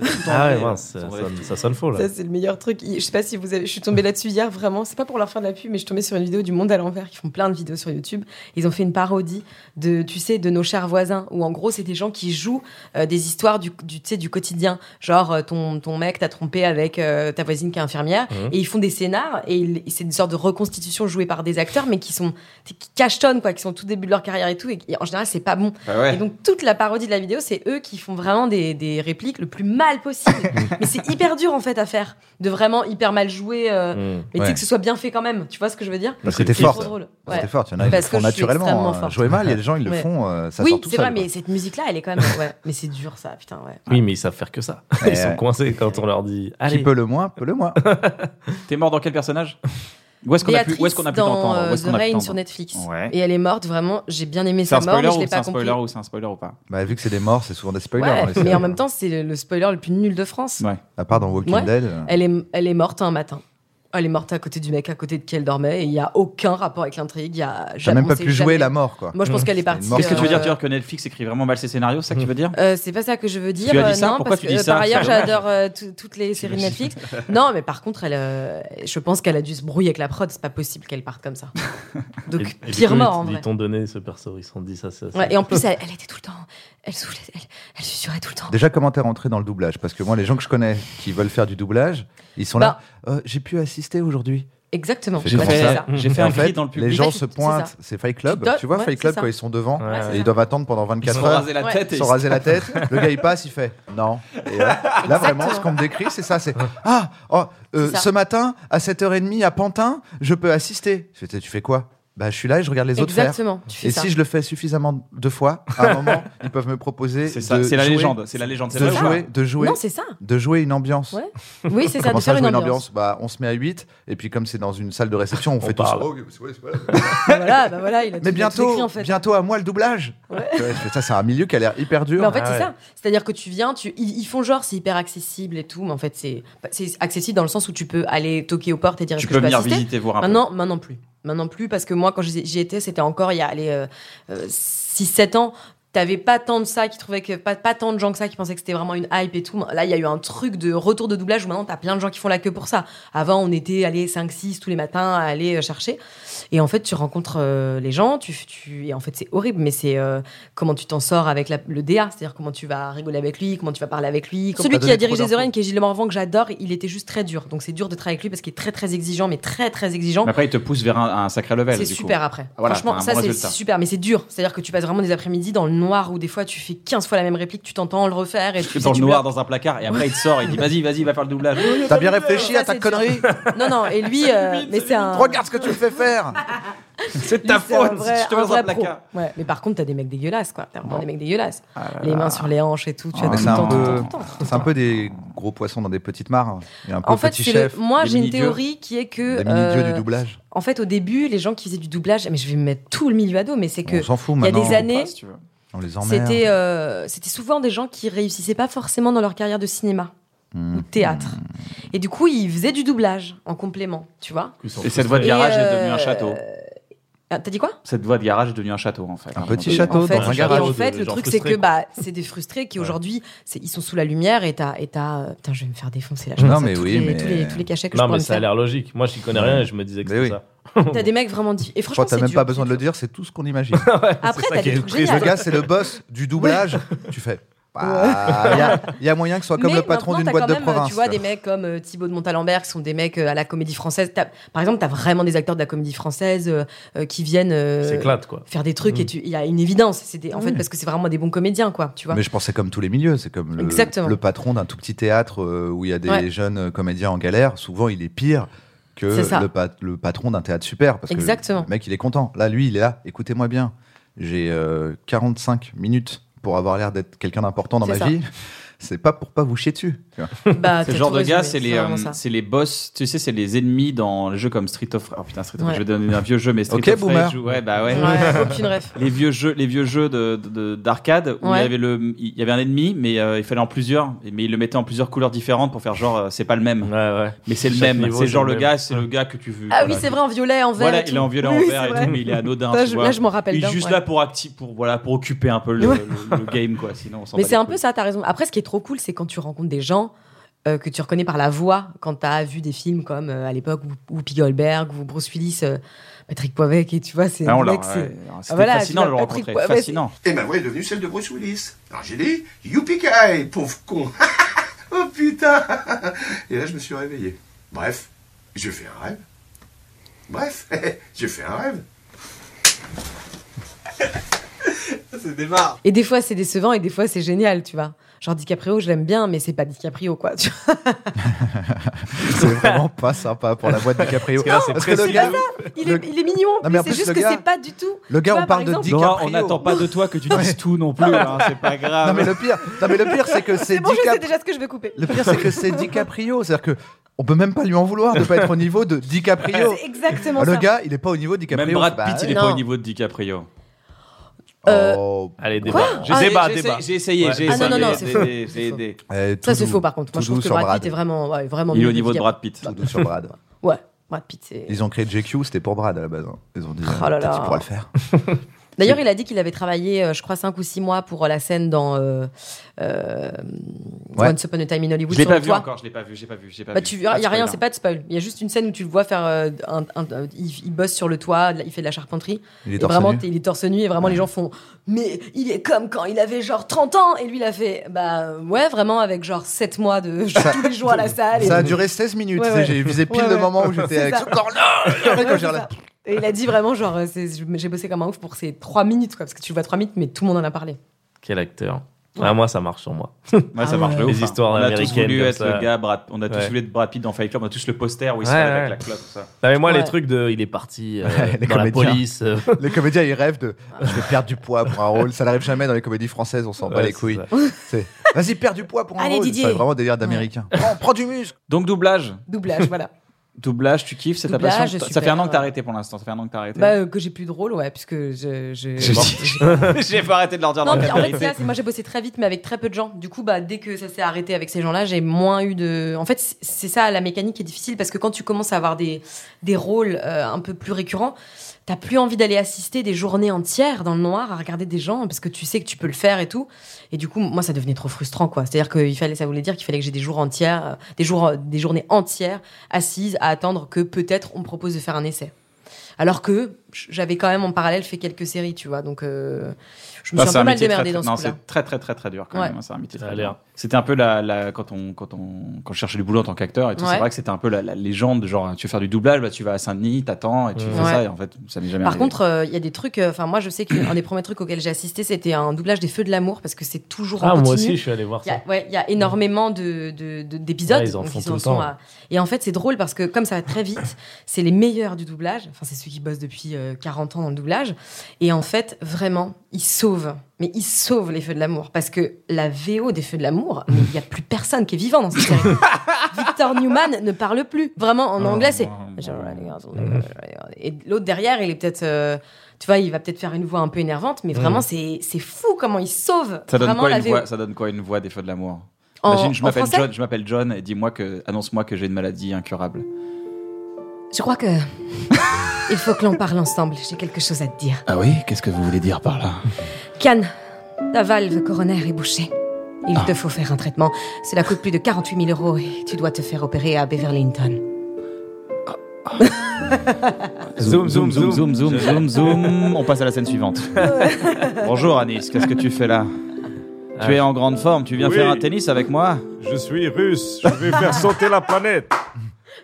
[SPEAKER 1] Tout en
[SPEAKER 7] Ah ouais,
[SPEAKER 1] vrai.
[SPEAKER 7] mince, ça,
[SPEAKER 1] Ouais.
[SPEAKER 7] sonne- ça sonne faux là.
[SPEAKER 3] Ça, c'est le meilleur truc. Je sais pas si vous avez. Je suis tombée là-dessus hier, vraiment. C'est pas pour leur faire de la pub, mais je suis tombée sur une vidéo du Monde à l'envers qui font plein de vidéos sur YouTube. Ils ont fait une parodie de, tu sais, de nos chers voisins, où en gros, c'est des gens qui jouent euh, des histoires du, du, tu sais, du quotidien. Genre, euh, ton, ton mec t'a trompé avec euh, ta voisine qui est
[SPEAKER 2] Mmh.
[SPEAKER 3] infirmière.
[SPEAKER 7] Mhm.
[SPEAKER 3] Et ils font des scénars. Et ils- c'est une sorte de reconstitution jouée par des acteurs, mais qui sont. qui cachetonnent, quoi, qui sont au tout début de leur carrière et tout. Et, et en général, c'est pas bon.
[SPEAKER 1] Ah ouais.
[SPEAKER 3] Et donc toute la parodie de la vidéo, c'est eux qui font vraiment des, des répliques le plus mal possible.
[SPEAKER 2] Mm.
[SPEAKER 3] mais c'est hyper dur en fait à faire, de vraiment hyper mal jouer. euh,
[SPEAKER 7] Hmm.
[SPEAKER 3] Mais tu
[SPEAKER 2] Mm. Ouais.
[SPEAKER 3] sais que ce soit bien fait quand même. Tu vois ce que je veux dire
[SPEAKER 2] Parce que t'es
[SPEAKER 3] C'est trop
[SPEAKER 2] forte.
[SPEAKER 3] drôle.
[SPEAKER 2] Parce que
[SPEAKER 3] Ouais.
[SPEAKER 2] t'es forte, il y en a qui le
[SPEAKER 3] Parce que
[SPEAKER 2] font
[SPEAKER 3] je suis
[SPEAKER 2] naturellement.
[SPEAKER 3] extrêmement
[SPEAKER 2] hein.
[SPEAKER 3] forte.
[SPEAKER 2] Jouer mal, il y a des gens, ils le
[SPEAKER 3] Ouais.
[SPEAKER 2] font, euh, ça
[SPEAKER 3] oui,
[SPEAKER 2] sort tout
[SPEAKER 3] c'est vrai,
[SPEAKER 2] seul.
[SPEAKER 3] mais cette musique-là, elle est quand même. Ouais. mais c'est dur ça, putain. Ouais.
[SPEAKER 7] Oui, mais ils savent faire que ça.
[SPEAKER 2] Ouais,
[SPEAKER 7] Ils sont
[SPEAKER 2] ouais.
[SPEAKER 7] coincés quand on leur dit. Allez.
[SPEAKER 2] Qui peut le moins, peut le moins.
[SPEAKER 1] T'es mort dans quel personnage Où est-ce qu'on a pu
[SPEAKER 3] Béatrice
[SPEAKER 1] où est-ce qu'on a pu
[SPEAKER 3] dans
[SPEAKER 1] t'entendre Où
[SPEAKER 3] euh,
[SPEAKER 1] est-ce
[SPEAKER 3] The
[SPEAKER 1] qu'on a pu
[SPEAKER 3] Rain
[SPEAKER 1] t'entendre
[SPEAKER 3] sur Netflix.
[SPEAKER 1] Ouais.
[SPEAKER 3] Et elle est morte, vraiment. J'ai bien aimé
[SPEAKER 1] C'est un
[SPEAKER 3] sa mort,
[SPEAKER 1] spoiler
[SPEAKER 3] mais je
[SPEAKER 1] ou
[SPEAKER 3] l'ai
[SPEAKER 1] c'est
[SPEAKER 3] pas
[SPEAKER 1] un
[SPEAKER 3] compris.
[SPEAKER 1] spoiler ou c'est un spoiler ou pas
[SPEAKER 2] Bah, vu que c'est des morts, c'est souvent des spoilers. dans les
[SPEAKER 3] Ouais, mais
[SPEAKER 2] séries.
[SPEAKER 3] en même temps, c'est le, le spoiler le plus nul de France.
[SPEAKER 1] Ouais.
[SPEAKER 2] À part dans Walking
[SPEAKER 3] Ouais.
[SPEAKER 2] Dead. euh,
[SPEAKER 3] Elle est, elle est morte un matin. Elle est morte à côté du mec à côté de qui elle dormait et il n'y a aucun rapport avec l'intrigue. Il y a
[SPEAKER 2] T'as
[SPEAKER 3] jamais-
[SPEAKER 2] même pas
[SPEAKER 3] on sait
[SPEAKER 2] pu jouer
[SPEAKER 3] jamais.
[SPEAKER 2] la mort, quoi.
[SPEAKER 3] Moi, je pense qu'elle est partie.
[SPEAKER 2] mort.
[SPEAKER 1] Qu'est-ce que tu veux dire
[SPEAKER 3] euh,
[SPEAKER 1] Tu veux dire que Netflix écrit vraiment mal ses scénarios C'est ça que tu veux dire
[SPEAKER 3] euh, c'est pas ça que je veux dire.
[SPEAKER 1] Tu as dit
[SPEAKER 3] euh,
[SPEAKER 1] ça
[SPEAKER 3] non,
[SPEAKER 1] Pourquoi
[SPEAKER 3] parce
[SPEAKER 1] tu
[SPEAKER 3] que
[SPEAKER 1] dis
[SPEAKER 3] euh,
[SPEAKER 1] ça
[SPEAKER 3] par ailleurs,
[SPEAKER 1] C'est dommage.
[SPEAKER 3] j'adore euh, tout- toutes les séries Netflix. Non, mais par contre, elle, euh, je pense qu'elle a dû se brouiller avec la prod. C'est pas possible qu'elle parte comme ça.
[SPEAKER 7] Et-
[SPEAKER 3] Donc,
[SPEAKER 7] et du
[SPEAKER 3] pire
[SPEAKER 7] coup,
[SPEAKER 3] mort
[SPEAKER 7] ils-
[SPEAKER 3] en vrai.
[SPEAKER 7] Ils t'ont donné ce perso, ils se sont dit ça, ça. ça.
[SPEAKER 3] Ouais, et en plus, elle, elle était tout le temps. Elle soufflait, elle, elle susurrait tout le temps.
[SPEAKER 2] Déjà, comment t'es rentré dans le doublage Parce que moi, les gens que je connais qui veulent faire du doublage, ils sont
[SPEAKER 3] Bah
[SPEAKER 2] là. Euh, J'ai pu assister aujourd'hui.
[SPEAKER 3] Exactement.
[SPEAKER 2] J'ai
[SPEAKER 3] Bah,
[SPEAKER 2] fait
[SPEAKER 3] c'est
[SPEAKER 2] ça.
[SPEAKER 3] ça.
[SPEAKER 1] J'ai fait
[SPEAKER 2] Et en
[SPEAKER 1] un
[SPEAKER 2] fait,
[SPEAKER 1] cri dans le
[SPEAKER 2] les
[SPEAKER 1] public.
[SPEAKER 2] gens
[SPEAKER 3] tu-
[SPEAKER 2] se
[SPEAKER 3] c'est
[SPEAKER 2] pointent.
[SPEAKER 3] ça.
[SPEAKER 2] C'est Fight Club.
[SPEAKER 3] Tu dois-
[SPEAKER 2] Tu vois,
[SPEAKER 3] ouais,
[SPEAKER 2] Fight
[SPEAKER 3] c'est
[SPEAKER 2] Club,
[SPEAKER 3] ça.
[SPEAKER 2] quand ils sont devant,
[SPEAKER 7] Ouais,
[SPEAKER 3] c'est
[SPEAKER 2] et ils
[SPEAKER 3] ça.
[SPEAKER 2] doivent attendre pendant
[SPEAKER 1] Ils se
[SPEAKER 2] 24
[SPEAKER 1] sont
[SPEAKER 2] heures.
[SPEAKER 1] rasés la
[SPEAKER 3] Ouais.
[SPEAKER 1] tête et
[SPEAKER 2] Ils sont rasés la tête, le gars il passe, il fait non. Et, euh, là vraiment, ce qu'on me décrit, c'est ça c'est Ah, oh, euh,
[SPEAKER 3] C'est ça.
[SPEAKER 2] ce matin, à 7h30 à Pantin, je peux assister. Je fais, tu fais quoi Bah, je suis là et je regarde les autres faire.
[SPEAKER 3] Exactement. Tu fais
[SPEAKER 2] Et
[SPEAKER 3] ça.
[SPEAKER 2] si je le fais suffisamment de fois, à un moment, ils peuvent me proposer.
[SPEAKER 1] C'est ça,
[SPEAKER 2] de
[SPEAKER 1] c'est la
[SPEAKER 2] jouer-
[SPEAKER 1] légende. C'est la légende. C'est
[SPEAKER 2] De
[SPEAKER 1] vrai ou pas
[SPEAKER 2] jouer, de jouer,
[SPEAKER 3] Non, c'est ça.
[SPEAKER 2] de jouer une ambiance.
[SPEAKER 3] Ouais. Oui, c'est ça.
[SPEAKER 2] Comment
[SPEAKER 3] De
[SPEAKER 2] ça,
[SPEAKER 3] faire
[SPEAKER 2] jouer
[SPEAKER 3] une ambiance.
[SPEAKER 2] Bah, on se met à 8 et puis comme c'est dans une salle de réception, on, fait
[SPEAKER 7] parle.
[SPEAKER 2] tout. ça. Oh, c'est vrai, c'est vrai.
[SPEAKER 3] Bah voilà, bah voilà, il a tout- il
[SPEAKER 2] Mais
[SPEAKER 3] a tout
[SPEAKER 2] bientôt,
[SPEAKER 3] écrit, en fait.
[SPEAKER 2] bientôt à moi le doublage.
[SPEAKER 3] Ouais.
[SPEAKER 2] Tu vois, je fais, ça, c'est un milieu qui a l'air hyper dur.
[SPEAKER 3] Mais en fait,
[SPEAKER 7] Ah
[SPEAKER 3] c'est
[SPEAKER 7] ouais.
[SPEAKER 3] ça. C'est-à-dire que tu viens, tu, ils, ils font genre c'est hyper accessible et tout, mais en fait, c'est c'est accessible dans le sens où tu peux aller toquer aux portes et dire
[SPEAKER 1] Tu
[SPEAKER 3] est-ce que
[SPEAKER 1] peux
[SPEAKER 3] je peux
[SPEAKER 1] venir
[SPEAKER 3] assister
[SPEAKER 1] visiter voir un peu.
[SPEAKER 3] Maintenant, maintenant plus. Maintenant plus, parce que moi, quand j'y j'y étais, c'était encore il y a euh, 6-7 ans. T'avais pas tant de ça qui trouvaient que pas, pas tant de gens que ça qui pensaient que c'était vraiment une hype et tout. Là, il y a eu un truc de retour de doublage où maintenant t'as plein de gens qui font la queue pour ça. Avant, on était allés 5-6 tous les matins à aller euh, chercher. Et en fait, tu rencontres euh, les gens, tu, tu, et en fait, c'est horrible, mais c'est euh, comment tu t'en sors avec la- le DA, c'est-à-dire comment tu vas rigoler avec lui, comment tu vas parler avec lui.
[SPEAKER 2] T'as
[SPEAKER 3] Celui qui
[SPEAKER 2] donné
[SPEAKER 3] a
[SPEAKER 2] trop
[SPEAKER 3] dirigé The
[SPEAKER 2] d'infos.
[SPEAKER 3] Rain, qui est Gilles Morvan, que j'adore, il était juste très dur. Donc c'est dur de travailler avec lui parce qu'il est très très exigeant, mais très très exigeant.
[SPEAKER 1] Mais Après, il te pousse vers un un sacré level.
[SPEAKER 3] C'est
[SPEAKER 1] Bah, du coup. Ah,
[SPEAKER 3] super après.
[SPEAKER 1] Voilà, t'as
[SPEAKER 3] Franchement,
[SPEAKER 1] un
[SPEAKER 3] ça
[SPEAKER 1] bon
[SPEAKER 3] c'est
[SPEAKER 1] résultat.
[SPEAKER 3] super, mais c'est dur. C'est-à-dire que tu passes vraiment des après-midi dans le noir où des fois tu fais 15 fois la même réplique, tu t'entends le refaire et tu
[SPEAKER 1] Dans
[SPEAKER 3] tu
[SPEAKER 1] le noir,
[SPEAKER 3] bloques.
[SPEAKER 1] dans un placard, et après il te sort, il dit vas-y, vas-y, va faire le doublage.
[SPEAKER 2] T'as bien réfléchi
[SPEAKER 3] Ça,
[SPEAKER 2] à ta
[SPEAKER 3] c'est dur.
[SPEAKER 2] connerie
[SPEAKER 3] Non, non, et lui, euh, mais c'est un.
[SPEAKER 2] Regarde ce que tu me fais faire
[SPEAKER 1] C'est
[SPEAKER 3] lui,
[SPEAKER 1] ta
[SPEAKER 3] c'est un
[SPEAKER 1] faute
[SPEAKER 3] vrai-
[SPEAKER 1] si je te
[SPEAKER 3] un
[SPEAKER 1] mets dans
[SPEAKER 3] vrai
[SPEAKER 1] un
[SPEAKER 3] pro.
[SPEAKER 1] placard. Ah.
[SPEAKER 3] Ouais, mais par contre, t'as des mecs dégueulasses, quoi. T'as vraiment
[SPEAKER 1] Bon.
[SPEAKER 3] des mecs dégueulasses. Les mains sur les hanches et tout, tu
[SPEAKER 1] Ah,
[SPEAKER 3] as
[SPEAKER 2] Mais
[SPEAKER 3] tout
[SPEAKER 2] c'est
[SPEAKER 3] le temps,
[SPEAKER 2] un,
[SPEAKER 3] tout le temps,
[SPEAKER 2] peu,
[SPEAKER 3] tout le temps.
[SPEAKER 2] c'est un peu des gros poissons dans des petites mares. Il y a un peu
[SPEAKER 3] En fait,
[SPEAKER 2] petit
[SPEAKER 3] c'est le-
[SPEAKER 2] chef,
[SPEAKER 3] moi
[SPEAKER 1] des
[SPEAKER 3] j'ai une
[SPEAKER 1] mini-dieux,
[SPEAKER 3] théorie qui est que
[SPEAKER 2] des mini-dieux
[SPEAKER 3] euh,
[SPEAKER 2] du doublage.
[SPEAKER 3] en fait au début les gens qui faisaient du doublage, mais je vais me mettre tout le milieu à dos, mais c'est que
[SPEAKER 2] on s'en fout
[SPEAKER 3] il y a
[SPEAKER 2] maintenant.
[SPEAKER 3] des années
[SPEAKER 1] si tu veux.
[SPEAKER 2] On les emmerde.
[SPEAKER 3] c'était euh, c'était souvent des gens qui réussissaient pas forcément dans leur carrière de cinéma
[SPEAKER 2] Hmm.
[SPEAKER 3] ou de théâtre, et du coup ils faisaient du doublage en complément, tu vois.
[SPEAKER 7] Du coup, ils sont
[SPEAKER 1] Et cette
[SPEAKER 7] frustrés.
[SPEAKER 1] voie de
[SPEAKER 3] Et,
[SPEAKER 1] garage est devenue
[SPEAKER 3] euh,
[SPEAKER 1] un château.
[SPEAKER 3] Ah, T'as dit quoi
[SPEAKER 1] Cette voie de garage est devenue un château en fait.
[SPEAKER 2] Un petit
[SPEAKER 1] moment
[SPEAKER 2] château
[SPEAKER 3] en fait,
[SPEAKER 2] dans un
[SPEAKER 3] et
[SPEAKER 2] garage.
[SPEAKER 3] en fait,
[SPEAKER 7] de
[SPEAKER 3] le
[SPEAKER 7] gens
[SPEAKER 3] truc,
[SPEAKER 7] frustrés,
[SPEAKER 3] c'est que
[SPEAKER 7] quoi.
[SPEAKER 3] bah, c'est des frustrés qui
[SPEAKER 7] Ouais.
[SPEAKER 3] aujourd'hui, c'est- ils sont sous la lumière et t'as, et t'as, euh, putain, je vais me faire défoncer là. Je
[SPEAKER 2] Non,
[SPEAKER 3] pense à
[SPEAKER 2] mais
[SPEAKER 3] tous
[SPEAKER 2] oui,
[SPEAKER 3] les-
[SPEAKER 2] mais-
[SPEAKER 3] tous les, tous les cachets que je
[SPEAKER 7] Non,
[SPEAKER 3] pourrais
[SPEAKER 7] mais
[SPEAKER 3] me
[SPEAKER 7] ça a
[SPEAKER 3] faire.
[SPEAKER 7] l'air logique. Moi, j'y connais rien et je me disais que
[SPEAKER 2] Mais
[SPEAKER 7] c'était
[SPEAKER 2] oui.
[SPEAKER 7] ça.
[SPEAKER 3] T'as des mecs vraiment dit. Et franchement,
[SPEAKER 2] Toi, t'as
[SPEAKER 3] c'est
[SPEAKER 2] même
[SPEAKER 3] dur,
[SPEAKER 2] pas
[SPEAKER 3] c'est
[SPEAKER 2] besoin de
[SPEAKER 3] dur.
[SPEAKER 2] le dire, c'est tout ce qu'on imagine.
[SPEAKER 3] Après,
[SPEAKER 7] ça
[SPEAKER 3] t'as
[SPEAKER 7] qui est
[SPEAKER 3] des trucs
[SPEAKER 7] triste.
[SPEAKER 3] géniaux.
[SPEAKER 7] Attends.
[SPEAKER 2] le gars, c'est le boss du doublage. Tu fais. bah, Il y a- il y, a moyen que ce soit comme
[SPEAKER 3] Mais
[SPEAKER 2] le patron
[SPEAKER 3] maintenant,
[SPEAKER 2] d'une
[SPEAKER 3] t'as
[SPEAKER 2] boîte
[SPEAKER 3] quand
[SPEAKER 2] de
[SPEAKER 3] même, euh,
[SPEAKER 2] province.
[SPEAKER 3] Tu vois, des mecs comme euh, Thibaut de Montalembert, qui sont des mecs euh, à la comédie française. T'as- par exemple, t'as vraiment des acteurs de la comédie française euh, euh, qui viennent euh,
[SPEAKER 7] S'éclate, quoi.
[SPEAKER 3] faire des trucs
[SPEAKER 7] Mm.
[SPEAKER 3] et tu- il y a une évidence. C'est des- en fait, parce que c'est vraiment des bons comédiens, quoi. Tu vois.
[SPEAKER 2] Mais je pensais comme tous les milieux, c'est comme le,
[SPEAKER 3] Exactement.
[SPEAKER 2] le patron d'un tout petit théâtre euh, où il y a des
[SPEAKER 3] Ouais.
[SPEAKER 2] jeunes comédiens en galère. Souvent, il est pire que
[SPEAKER 3] C'est ça.
[SPEAKER 2] le, pat- le patron d'un théâtre super. Parce
[SPEAKER 3] Exactement.
[SPEAKER 2] Que le mec, il est content. Là, lui, il est là. Écoutez-moi bien. J'ai euh, 45 minutes pour avoir l'air d'être quelqu'un d'important dans
[SPEAKER 3] C'est
[SPEAKER 2] ma
[SPEAKER 3] ça.
[SPEAKER 2] vie. c'est pas pour pas vous chier dessus. tu vois.
[SPEAKER 3] Bah,
[SPEAKER 1] Ce
[SPEAKER 3] t'as
[SPEAKER 1] genre
[SPEAKER 3] tout
[SPEAKER 1] de gars,
[SPEAKER 3] résumé,
[SPEAKER 1] c'est les,
[SPEAKER 3] vraiment
[SPEAKER 1] euh,
[SPEAKER 3] ça.
[SPEAKER 1] c'est les boss, tu sais, c'est les ennemis dans les jeux comme Street of Oh putain, Street of
[SPEAKER 3] Ouais.
[SPEAKER 1] je vais donner un vieux jeu, mais Street
[SPEAKER 2] Ok,
[SPEAKER 1] of Rage
[SPEAKER 2] boomer.
[SPEAKER 1] ou- Ouais, bah ouais.
[SPEAKER 3] Ouais, aucune ref.
[SPEAKER 1] Les vieux jeux, les vieux jeux de- de- d'arcade où il, y
[SPEAKER 3] Ouais.
[SPEAKER 1] avait le, il y avait un ennemi, mais euh, il fallait en plusieurs, et- mais il le mettait en plusieurs couleurs différentes pour faire genre euh, c'est pas le même,
[SPEAKER 7] ouais.
[SPEAKER 1] mais c'est le
[SPEAKER 7] Chaque
[SPEAKER 1] même.
[SPEAKER 7] niveau,
[SPEAKER 1] C'est
[SPEAKER 7] c'est
[SPEAKER 1] genre
[SPEAKER 7] le
[SPEAKER 1] le
[SPEAKER 7] même.
[SPEAKER 1] gars, c'est le gars que tu veux.
[SPEAKER 3] Ah oui,
[SPEAKER 1] voilà.
[SPEAKER 3] c'est vrai, en violet, en vert.
[SPEAKER 1] Voilà,
[SPEAKER 3] et
[SPEAKER 1] il
[SPEAKER 3] tout.
[SPEAKER 1] est en violet
[SPEAKER 3] Oui,
[SPEAKER 1] en
[SPEAKER 3] oui,
[SPEAKER 1] vert
[SPEAKER 3] c'est
[SPEAKER 1] et
[SPEAKER 3] vrai.
[SPEAKER 1] tout, mais il est anodin.
[SPEAKER 3] Ça,
[SPEAKER 1] tu
[SPEAKER 3] je-
[SPEAKER 1] vois.
[SPEAKER 3] là, je m'en rappelle
[SPEAKER 1] il est
[SPEAKER 3] d'un,
[SPEAKER 1] juste
[SPEAKER 3] ouais.
[SPEAKER 1] là pour, acti- pour, voilà, pour occuper un peu le,
[SPEAKER 3] Ouais.
[SPEAKER 1] le- le game, quoi. Sinon, on s'en
[SPEAKER 3] Mais
[SPEAKER 1] bat
[SPEAKER 3] c'est
[SPEAKER 1] les
[SPEAKER 3] un
[SPEAKER 1] couilles.
[SPEAKER 3] peu ça, t'as raison. Après, ce qui est trop cool, c'est quand tu rencontres des gens euh, que tu reconnais par la voix, quand t'as vu des films comme euh, à l'époque ou, ou Piggy Goldberg ou Bruce Willis, euh, Patrick Poivec, et tu vois, c'est.
[SPEAKER 1] Ah, on
[SPEAKER 3] des
[SPEAKER 1] l'a-
[SPEAKER 3] mecs, c'est-
[SPEAKER 1] ouais. C'était
[SPEAKER 3] voilà,
[SPEAKER 1] fascinant
[SPEAKER 3] tu
[SPEAKER 1] de le
[SPEAKER 3] vois, Patrick
[SPEAKER 1] rencontrer.
[SPEAKER 3] Poivet,
[SPEAKER 1] fascinant.
[SPEAKER 8] Et ma voix est devenue celle de Bruce Willis. Alors j'ai dit, youpi kai, pauvre con. oh putain. Et là, je me suis réveillé. Bref, je fais un rêve. Bref, je fais un rêve.
[SPEAKER 3] Et des fois, c'est décevant et des fois, c'est génial, tu vois. Genre DiCaprio, je l'aime bien, mais c'est pas DiCaprio, quoi. tu vois.
[SPEAKER 2] C'est vraiment pas sympa pour la voix de DiCaprio.
[SPEAKER 7] Parce que là, c'est
[SPEAKER 2] le
[SPEAKER 7] précis
[SPEAKER 2] gars,
[SPEAKER 7] de
[SPEAKER 3] Il est, il est mignon,
[SPEAKER 2] mais
[SPEAKER 3] mais
[SPEAKER 2] en
[SPEAKER 3] c'est
[SPEAKER 2] plus,
[SPEAKER 3] juste
[SPEAKER 2] le
[SPEAKER 3] que
[SPEAKER 2] gars-
[SPEAKER 3] c'est pas du tout.
[SPEAKER 2] le
[SPEAKER 3] Tu
[SPEAKER 2] gars,
[SPEAKER 3] vois,
[SPEAKER 2] on parle
[SPEAKER 3] par
[SPEAKER 2] de
[SPEAKER 3] exemple-
[SPEAKER 1] Nora,
[SPEAKER 2] DiCaprio.
[SPEAKER 1] on n'attend pas de toi que tu dises tout non plus, hein, c'est pas grave.
[SPEAKER 2] Non mais le pire, non mais le pire c'est que c'est
[SPEAKER 3] C'est bon, je sais
[SPEAKER 2] DiCaprio.
[SPEAKER 3] déjà ce que je vais couper.
[SPEAKER 2] Le pire c'est que c'est DiCaprio, c'est-à-dire que on peut même pas lui en vouloir de pas être au niveau de DiCaprio.
[SPEAKER 3] C'est exactement
[SPEAKER 2] Ah, le
[SPEAKER 3] ça.
[SPEAKER 2] gars, il est pas au niveau de DiCaprio.
[SPEAKER 1] Même Brad
[SPEAKER 2] Bah,
[SPEAKER 1] Pitt, il est
[SPEAKER 2] ouais.
[SPEAKER 1] pas
[SPEAKER 3] non. Ah,
[SPEAKER 1] au niveau de DiCaprio.
[SPEAKER 3] Euh,
[SPEAKER 2] Oh,
[SPEAKER 7] Allez,
[SPEAKER 3] Quoi
[SPEAKER 7] débat. J'ai
[SPEAKER 3] Ah,
[SPEAKER 7] débat,
[SPEAKER 1] j'ai-
[SPEAKER 7] débat.
[SPEAKER 1] J'ai essayé,
[SPEAKER 7] Ouais.
[SPEAKER 1] j'ai essayé.
[SPEAKER 3] Ah, non, non, non, c'est
[SPEAKER 1] J'ai-
[SPEAKER 3] faux.
[SPEAKER 1] j'ai-
[SPEAKER 3] C'est
[SPEAKER 1] j'ai
[SPEAKER 3] faux.
[SPEAKER 1] aidé.
[SPEAKER 2] eh, tout
[SPEAKER 3] ça, c'est
[SPEAKER 2] doux.
[SPEAKER 3] faux, par contre. Moi,
[SPEAKER 2] Tout
[SPEAKER 3] je trouve
[SPEAKER 2] doux
[SPEAKER 3] que
[SPEAKER 2] sur
[SPEAKER 3] Brad
[SPEAKER 2] Brad.
[SPEAKER 3] Pitt est vraiment. ouais, vraiment
[SPEAKER 1] Il est
[SPEAKER 3] mieux
[SPEAKER 1] au
[SPEAKER 3] que
[SPEAKER 1] niveau de
[SPEAKER 3] DiCaprio.
[SPEAKER 1] Brad Pitt.
[SPEAKER 2] Tout doux sur Brad.
[SPEAKER 3] Ouais, Brad Pitt, c'est.
[SPEAKER 2] Ils ont créé JQ, c'était pour Brad à la base. hein. Ils ont dit,
[SPEAKER 3] Oh
[SPEAKER 2] euh,
[SPEAKER 3] là
[SPEAKER 2] peut-être
[SPEAKER 3] là.
[SPEAKER 2] il pourra le faire.
[SPEAKER 3] D'ailleurs, il a dit qu'il avait travaillé, euh, je crois, 5 ou 6 mois pour euh, la scène dans euh, euh,
[SPEAKER 2] Ouais.
[SPEAKER 3] Once Upon a Time in Hollywood.
[SPEAKER 1] Je l'ai
[SPEAKER 3] sur
[SPEAKER 1] pas
[SPEAKER 3] le
[SPEAKER 1] vu
[SPEAKER 3] toit.
[SPEAKER 1] encore, je l'ai pas vu, j'ai pas vu, j'ai pas
[SPEAKER 3] Bah,
[SPEAKER 1] vu.
[SPEAKER 3] tu verras, il y a
[SPEAKER 1] Ah,
[SPEAKER 3] rien,
[SPEAKER 1] spoiler.
[SPEAKER 3] c'est pas de spoil. Il y a juste une scène où tu le vois faire. euh, un, un- un- il, il bosse sur le toit, de la- il fait de la charpenterie.
[SPEAKER 2] Il est
[SPEAKER 3] Et
[SPEAKER 2] torse
[SPEAKER 3] vraiment,
[SPEAKER 2] nu.
[SPEAKER 3] t'es- il est torse nu et vraiment, les gens font Mais il est comme quand il avait genre 30 ans. Et lui, il a fait Bah ouais, vraiment, avec genre 7 mois de.
[SPEAKER 2] Ça-
[SPEAKER 3] tous les jours à la salle. et-
[SPEAKER 2] Ça a duré 16 minutes.
[SPEAKER 3] Ouais,
[SPEAKER 2] tu sais,
[SPEAKER 3] ouais.
[SPEAKER 2] J'ai visé pile
[SPEAKER 3] Ouais,
[SPEAKER 2] le
[SPEAKER 3] ouais.
[SPEAKER 2] moment où j'étais
[SPEAKER 3] C'est
[SPEAKER 2] avec
[SPEAKER 3] ça.
[SPEAKER 2] ce corps-là.
[SPEAKER 3] Ouais,
[SPEAKER 2] Quand
[SPEAKER 3] c'est
[SPEAKER 2] j'ai
[SPEAKER 3] ça. Et il a dit vraiment genre euh, c'est- j'ai bossé comme un ouf pour ces trois minutes quoi parce que tu le vois trois minutes mais tout le monde en a parlé.
[SPEAKER 7] Quel acteur. Ah, moi, ça marche sur moi.
[SPEAKER 1] Ouais, ça
[SPEAKER 3] Ah
[SPEAKER 1] marche de
[SPEAKER 7] ouais.
[SPEAKER 1] ouf,
[SPEAKER 7] Les
[SPEAKER 1] hein.
[SPEAKER 7] histoires
[SPEAKER 1] On a tous
[SPEAKER 7] américaines
[SPEAKER 1] voulu
[SPEAKER 7] comme
[SPEAKER 1] être
[SPEAKER 7] ça.
[SPEAKER 1] le gars Brad, on a tous
[SPEAKER 7] Ouais.
[SPEAKER 1] voulu être Brad Pitt dans Fight Club, on a tous le poster où il se
[SPEAKER 7] Ouais,
[SPEAKER 1] relève
[SPEAKER 7] ouais.
[SPEAKER 1] avec la clope, tout ça.
[SPEAKER 7] Non, mais moi,
[SPEAKER 3] Ouais.
[SPEAKER 7] les trucs de. Il est parti euh,
[SPEAKER 2] Ouais, les
[SPEAKER 7] dans la
[SPEAKER 2] comédiens.
[SPEAKER 7] police. euh,
[SPEAKER 2] Les comédiens, ils rêvent de je vais perdre du poids pour un rôle. Ça n'arrive jamais dans les comédies françaises, on s'en bat
[SPEAKER 7] ouais,
[SPEAKER 2] les couilles.
[SPEAKER 7] c'est ça.
[SPEAKER 2] C'est, Vas-y, perds du poids pour un
[SPEAKER 3] Allez,
[SPEAKER 2] rôle.
[SPEAKER 3] Didier.
[SPEAKER 2] C'est vraiment délire d'américain. Prends, prends du muscle.
[SPEAKER 1] Donc doublage,
[SPEAKER 3] Doublage voilà.
[SPEAKER 1] doublage, tu kiffes, c'est ta
[SPEAKER 3] Doublage,
[SPEAKER 1] passion.
[SPEAKER 3] super,
[SPEAKER 1] Ça fait un an que
[SPEAKER 3] ouais.
[SPEAKER 1] t'as arrêté pour l'instant, ça fait un an que t'as arrêté.
[SPEAKER 3] Bah euh, que j'ai plus de rôle ouais puisque je, je-
[SPEAKER 1] J'ai-
[SPEAKER 3] Bon.
[SPEAKER 1] J'ai pas arrêté de leur dire
[SPEAKER 3] Non,
[SPEAKER 1] la
[SPEAKER 3] mais en fait,
[SPEAKER 1] vérité.
[SPEAKER 3] c'est ça, c'est moi j'ai bossé très vite, mais avec très peu de gens. Du coup, bah, dès que ça s'est arrêté avec ces gens-là, j'ai moins eu de. En fait, c'est- c'est ça la mécanique qui est difficile parce que quand tu commences à avoir des, des rôles euh, un peu plus récurrents, t'as plus envie d'aller assister des journées entières dans le noir à regarder des gens parce que tu sais que tu peux le faire et tout. Et du coup, moi, ça devenait trop frustrant, quoi. C'est-à-dire que il fallait, ça voulait dire qu'il fallait que j'ai des jours entières, euh, des jours, euh, des journées entières assises à attendre que peut-être on me propose de faire un essai. Alors que j'avais quand même en parallèle fait quelques séries, tu vois. Donc, euh, je me
[SPEAKER 1] Ah,
[SPEAKER 3] suis
[SPEAKER 1] c'est
[SPEAKER 3] un peu
[SPEAKER 1] un
[SPEAKER 3] mal
[SPEAKER 1] métier
[SPEAKER 3] démerdée
[SPEAKER 1] très,
[SPEAKER 3] dans
[SPEAKER 1] très-
[SPEAKER 3] ce
[SPEAKER 1] non,
[SPEAKER 3] coup-là.
[SPEAKER 1] c'est très très très très dur quand
[SPEAKER 3] Ouais.
[SPEAKER 1] même. hein, C'est un métier
[SPEAKER 7] Ça a
[SPEAKER 1] très
[SPEAKER 7] l'air.
[SPEAKER 1] dur. C'était un peu la, la- quand on quand on quand je cherchais du boulot en tant qu'acteur et tout. C'est
[SPEAKER 3] Ouais.
[SPEAKER 1] vrai que c'était un peu la, la légende genre tu veux faire du doublage, bah tu vas à Saint-Denis, t'attends et tu
[SPEAKER 7] Ouais.
[SPEAKER 1] fais ça et en fait ça n'est jamais.
[SPEAKER 3] Par
[SPEAKER 1] arrivé.
[SPEAKER 3] contre, euh, il y a des trucs. euh, Enfin, moi, je sais qu'un des premiers trucs auxquels j'ai assisté, c'était un doublage des Feux de l'amour parce que c'est toujours en
[SPEAKER 7] Ah, moi
[SPEAKER 3] continu.
[SPEAKER 7] aussi, je suis allé voir
[SPEAKER 3] Il y
[SPEAKER 7] ça.
[SPEAKER 3] a, ouais, il y a énormément de, de- de- d'épisodes.
[SPEAKER 7] Ouais, ils en
[SPEAKER 3] donc
[SPEAKER 7] font tout
[SPEAKER 3] en
[SPEAKER 7] le
[SPEAKER 3] sont
[SPEAKER 7] temps.
[SPEAKER 3] à- Et en fait, c'est drôle parce que comme ça va très vite, c'est les meilleurs du doublage. Enfin, c'est ceux qui bossent depuis euh, 40 ans dans le doublage. Et en fait, vraiment, ils sauvent. Mais ils sauvent les Feux de l'amour parce que la VO des Feux de l'amour, mais il n'y a plus personne qui est vivant dans cette série. Victor Newman ne parle plus. Vraiment, en anglais, c'est. Et l'autre derrière, il est peut-être. euh, Tu vois, il va peut-être faire une voix un peu énervante, mais vraiment,
[SPEAKER 7] Mm.
[SPEAKER 3] c'est c'est fou comment il sauve
[SPEAKER 1] ça donne
[SPEAKER 3] vraiment
[SPEAKER 1] quoi
[SPEAKER 3] la
[SPEAKER 1] une
[SPEAKER 3] VO.
[SPEAKER 1] voix Ça donne quoi une voix des feux de l'amour
[SPEAKER 3] En-
[SPEAKER 1] Imagine, je
[SPEAKER 3] en
[SPEAKER 1] m'appelle
[SPEAKER 3] français
[SPEAKER 1] John, je m'appelle John et dis-moi que annonce-moi que j'ai une maladie incurable.
[SPEAKER 3] Je crois que. Il faut que l'on parle ensemble. J'ai quelque chose à te dire.
[SPEAKER 1] Ah oui, qu'est-ce que vous voulez dire par là
[SPEAKER 3] Cannes, ta valve coronaire est bouchée.
[SPEAKER 1] Ah.
[SPEAKER 3] Il te faut faire un traitement. Cela coûte plus de 48 000 euros et tu dois te faire opérer à Beverly Hilton.
[SPEAKER 7] Zoom, zoom, zoom,
[SPEAKER 1] zoom, zoom, zoom, zoom. On passe à la scène suivante. Bonjour Anis, qu'est-ce que tu fais là Tu
[SPEAKER 7] Ah.
[SPEAKER 1] es en grande forme, tu viens
[SPEAKER 7] Oui.
[SPEAKER 1] faire un tennis avec moi
[SPEAKER 7] Je suis russe, je vais faire sauter la planète.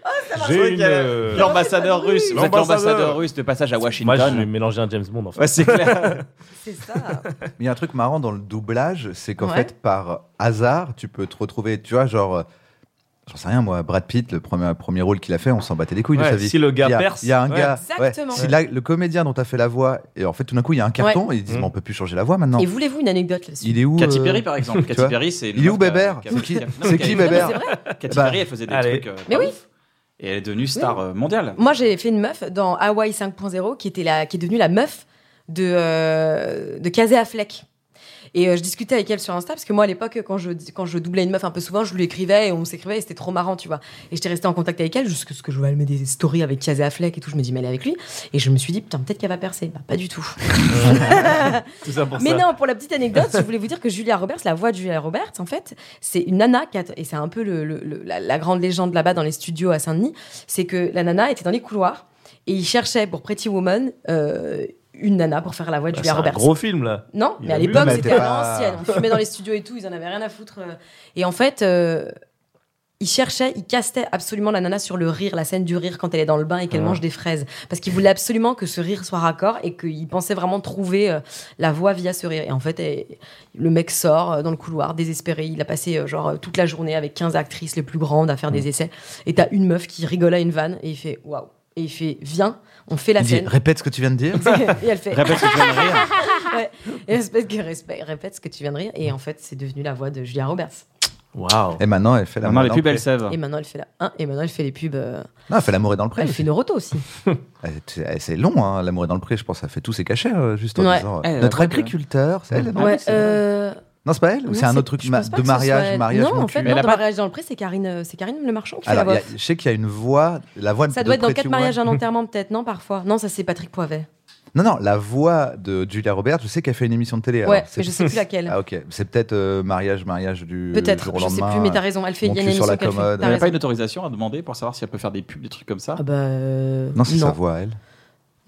[SPEAKER 3] Oh,
[SPEAKER 7] J'ai une. euh,
[SPEAKER 1] L'ambassadeur russe, vous êtes
[SPEAKER 7] L'ambassadeur.
[SPEAKER 1] l'ambassadeur russe de passage à
[SPEAKER 7] Moi, je vais
[SPEAKER 1] Washington.
[SPEAKER 7] mélanger un James Bond en fait.
[SPEAKER 1] Ouais, c'est clair.
[SPEAKER 3] C'est ça.
[SPEAKER 2] Mais il y a un truc marrant dans le doublage, c'est qu'en
[SPEAKER 3] Ouais.
[SPEAKER 2] fait, par hasard, tu peux te retrouver, tu vois, genre, euh, J'en sais rien, moi, Brad Pitt, le premier, premier rôle qu'il a fait, on s'en battait les couilles de
[SPEAKER 1] Ouais,
[SPEAKER 2] sa vie.
[SPEAKER 1] si le gars
[SPEAKER 2] Il y a-
[SPEAKER 1] perce,
[SPEAKER 2] Il y a un
[SPEAKER 1] ouais.
[SPEAKER 2] gars.
[SPEAKER 3] Exactement.
[SPEAKER 2] Si la- le comédien dont t'as fait la voix, et en fait, tout d'un coup, il y a un carton, et ils
[SPEAKER 1] Mmh.
[SPEAKER 2] disent,
[SPEAKER 7] Mm.
[SPEAKER 2] mais on peut plus changer la voix maintenant.
[SPEAKER 3] Et voulez-vous une anecdote là-dessus
[SPEAKER 2] Il est où
[SPEAKER 1] Katy
[SPEAKER 2] euh,
[SPEAKER 1] Perry, par exemple.
[SPEAKER 2] tu
[SPEAKER 1] Katy
[SPEAKER 2] vois
[SPEAKER 1] Perry, c'est. une
[SPEAKER 2] Il est où
[SPEAKER 1] meuf qui a- qui a-
[SPEAKER 2] Bébert
[SPEAKER 1] qui a- non, mais
[SPEAKER 2] C'est
[SPEAKER 1] qui
[SPEAKER 2] qui
[SPEAKER 1] a-
[SPEAKER 2] Bébert
[SPEAKER 1] Katy
[SPEAKER 2] Bah,
[SPEAKER 1] Perry, elle faisait des
[SPEAKER 7] allez.
[SPEAKER 1] trucs. euh,
[SPEAKER 3] Mais
[SPEAKER 1] pas
[SPEAKER 3] oui.
[SPEAKER 1] ouf. Et elle est devenue star euh, mondiale.
[SPEAKER 3] Moi, j'ai fait une meuf dans Hawaii 5.0 qui était la, qui est devenue la meuf de euh, de Casey Affleck. Et euh, je discutais avec elle sur Insta parce que moi à l'époque quand je quand je doublais une meuf un peu souvent, je lui écrivais et on s'écrivait et c'était trop marrant, tu vois. Et j'étais restée en contact avec elle jusqu'à ce que je vois elle met des stories avec Casey Affleck et tout, je me dis mais elle est avec lui et je me suis dit putain peut-être qu'elle va percer. Bah, pas du tout.
[SPEAKER 1] Tout ça pour
[SPEAKER 3] Mais non, pour la petite anecdote, je voulais vous dire que Julia Roberts, la voix de Julia Roberts, en fait, c'est une nana, qui a- et c'est un peu le- le- le- la, la grande légende là-bas dans les studios à Saint-Denis, c'est que la nana était dans les couloirs et il cherchait pour Pretty Woman euh, une nana pour faire la voix de
[SPEAKER 7] Bah, C'est
[SPEAKER 3] Julia
[SPEAKER 7] un
[SPEAKER 3] Roberts.
[SPEAKER 7] gros film, là.
[SPEAKER 3] Non,
[SPEAKER 7] Il
[SPEAKER 3] mais à
[SPEAKER 7] a vu,
[SPEAKER 3] l'époque,
[SPEAKER 2] mais elle
[SPEAKER 3] c'était
[SPEAKER 2] était
[SPEAKER 3] à
[SPEAKER 2] pas-
[SPEAKER 3] l'ancienne. On fumait dans les studios et tout, ils en avaient rien à foutre. euh. Et en fait, euh, ils cherchaient, ils castaient absolument la nana sur le rire, la scène du rire quand elle est dans le bain et qu'elle
[SPEAKER 2] Ah.
[SPEAKER 7] Ouais.
[SPEAKER 3] mange des fraises. Parce qu'ils voulaient absolument que ce rire soit raccord et qu'ils pensaient vraiment trouver euh, la voix via ce rire. Et en fait, elle- le mec sort euh, dans le couloir, désespéré. Il a passé euh, genre euh, toute la journée avec 15 actrices les plus grandes à faire
[SPEAKER 2] Mm.
[SPEAKER 3] des essais. Et t'as une meuf qui rigole à une vanne et il fait waouh. Et il fait viens, on fait la
[SPEAKER 2] Il dit,
[SPEAKER 3] scène.
[SPEAKER 2] répète ce que tu viens de dire.
[SPEAKER 3] et elle fait
[SPEAKER 2] répète ce que tu viens de dire.
[SPEAKER 3] Ouais. Et respecte, que respect- répète ce que tu viens de rire. Et en fait, c'est devenu la voix de Julia Roberts.
[SPEAKER 7] Waouh.
[SPEAKER 2] Et maintenant, elle fait la
[SPEAKER 1] Maintenant, les
[SPEAKER 2] dans
[SPEAKER 1] plus
[SPEAKER 2] le
[SPEAKER 1] belles
[SPEAKER 2] pré.
[SPEAKER 1] sèves.
[SPEAKER 3] Et maintenant, elle fait la 1. Et maintenant, elle fait les pubs. euh,
[SPEAKER 2] Non, elle fait l'amour est dans le pré.
[SPEAKER 3] Elle fait le roto aussi.
[SPEAKER 2] Elle- c'est- C'est long, hein, l'amour est dans le pré. Je pense, ça fait tous ses cachets, euh, juste en
[SPEAKER 3] Ouais.
[SPEAKER 2] disant. euh,
[SPEAKER 1] Elle,
[SPEAKER 2] Notre
[SPEAKER 1] la voix de-
[SPEAKER 2] agriculteur, Ah bah c'est elle. non
[SPEAKER 3] ouais,
[SPEAKER 1] c'est
[SPEAKER 3] euh,
[SPEAKER 2] Non, c'est pas elle. Ou
[SPEAKER 3] non,
[SPEAKER 2] c'est un autre truc
[SPEAKER 3] je
[SPEAKER 2] ma-
[SPEAKER 3] pense pas
[SPEAKER 2] de
[SPEAKER 3] que ce
[SPEAKER 2] mariage,
[SPEAKER 3] soit-
[SPEAKER 2] mariage.
[SPEAKER 3] Non,
[SPEAKER 2] mon
[SPEAKER 3] en
[SPEAKER 2] cul.
[SPEAKER 3] fait,
[SPEAKER 1] Mais
[SPEAKER 3] non,
[SPEAKER 1] elle a
[SPEAKER 3] dans
[SPEAKER 1] pas-
[SPEAKER 3] mariage dans le pré, c'est Karine, euh, c'est Karine Le Marchand qui fait
[SPEAKER 2] Alors,
[SPEAKER 3] la
[SPEAKER 2] il y
[SPEAKER 3] voix.
[SPEAKER 2] a- je sais qu'il y a une voix, la voix.
[SPEAKER 3] Ça
[SPEAKER 2] de
[SPEAKER 3] doit être dans
[SPEAKER 2] Pretty
[SPEAKER 3] 4
[SPEAKER 2] Woman.
[SPEAKER 3] mariages à l'enterrement, peut-être, non Parfois. Non, ça, c'est Patrick Poivet.
[SPEAKER 2] Non, non, la voix de Julia Roberts. Je sais qu'elle fait une émission de télé.
[SPEAKER 3] ouais,
[SPEAKER 2] alors, c'est-
[SPEAKER 3] mais je sais plus laquelle.
[SPEAKER 2] Ah ok, c'est peut-être euh, mariage, mariage du
[SPEAKER 3] peut-être,
[SPEAKER 2] jour au
[SPEAKER 3] je sais
[SPEAKER 2] lendemain.
[SPEAKER 3] plus, mais t'as raison. Elle fait Ah
[SPEAKER 2] Mon
[SPEAKER 3] il y a une
[SPEAKER 2] cul sur la
[SPEAKER 3] émission qu'elle fait.
[SPEAKER 2] commode.
[SPEAKER 3] T'as
[SPEAKER 1] Elle n'a pas
[SPEAKER 3] raison.
[SPEAKER 1] une autorisation à demander pour savoir si elle peut faire des pubs, des trucs comme ça.
[SPEAKER 3] Ah bah, euh,
[SPEAKER 2] Non, c'est sa voix, elle.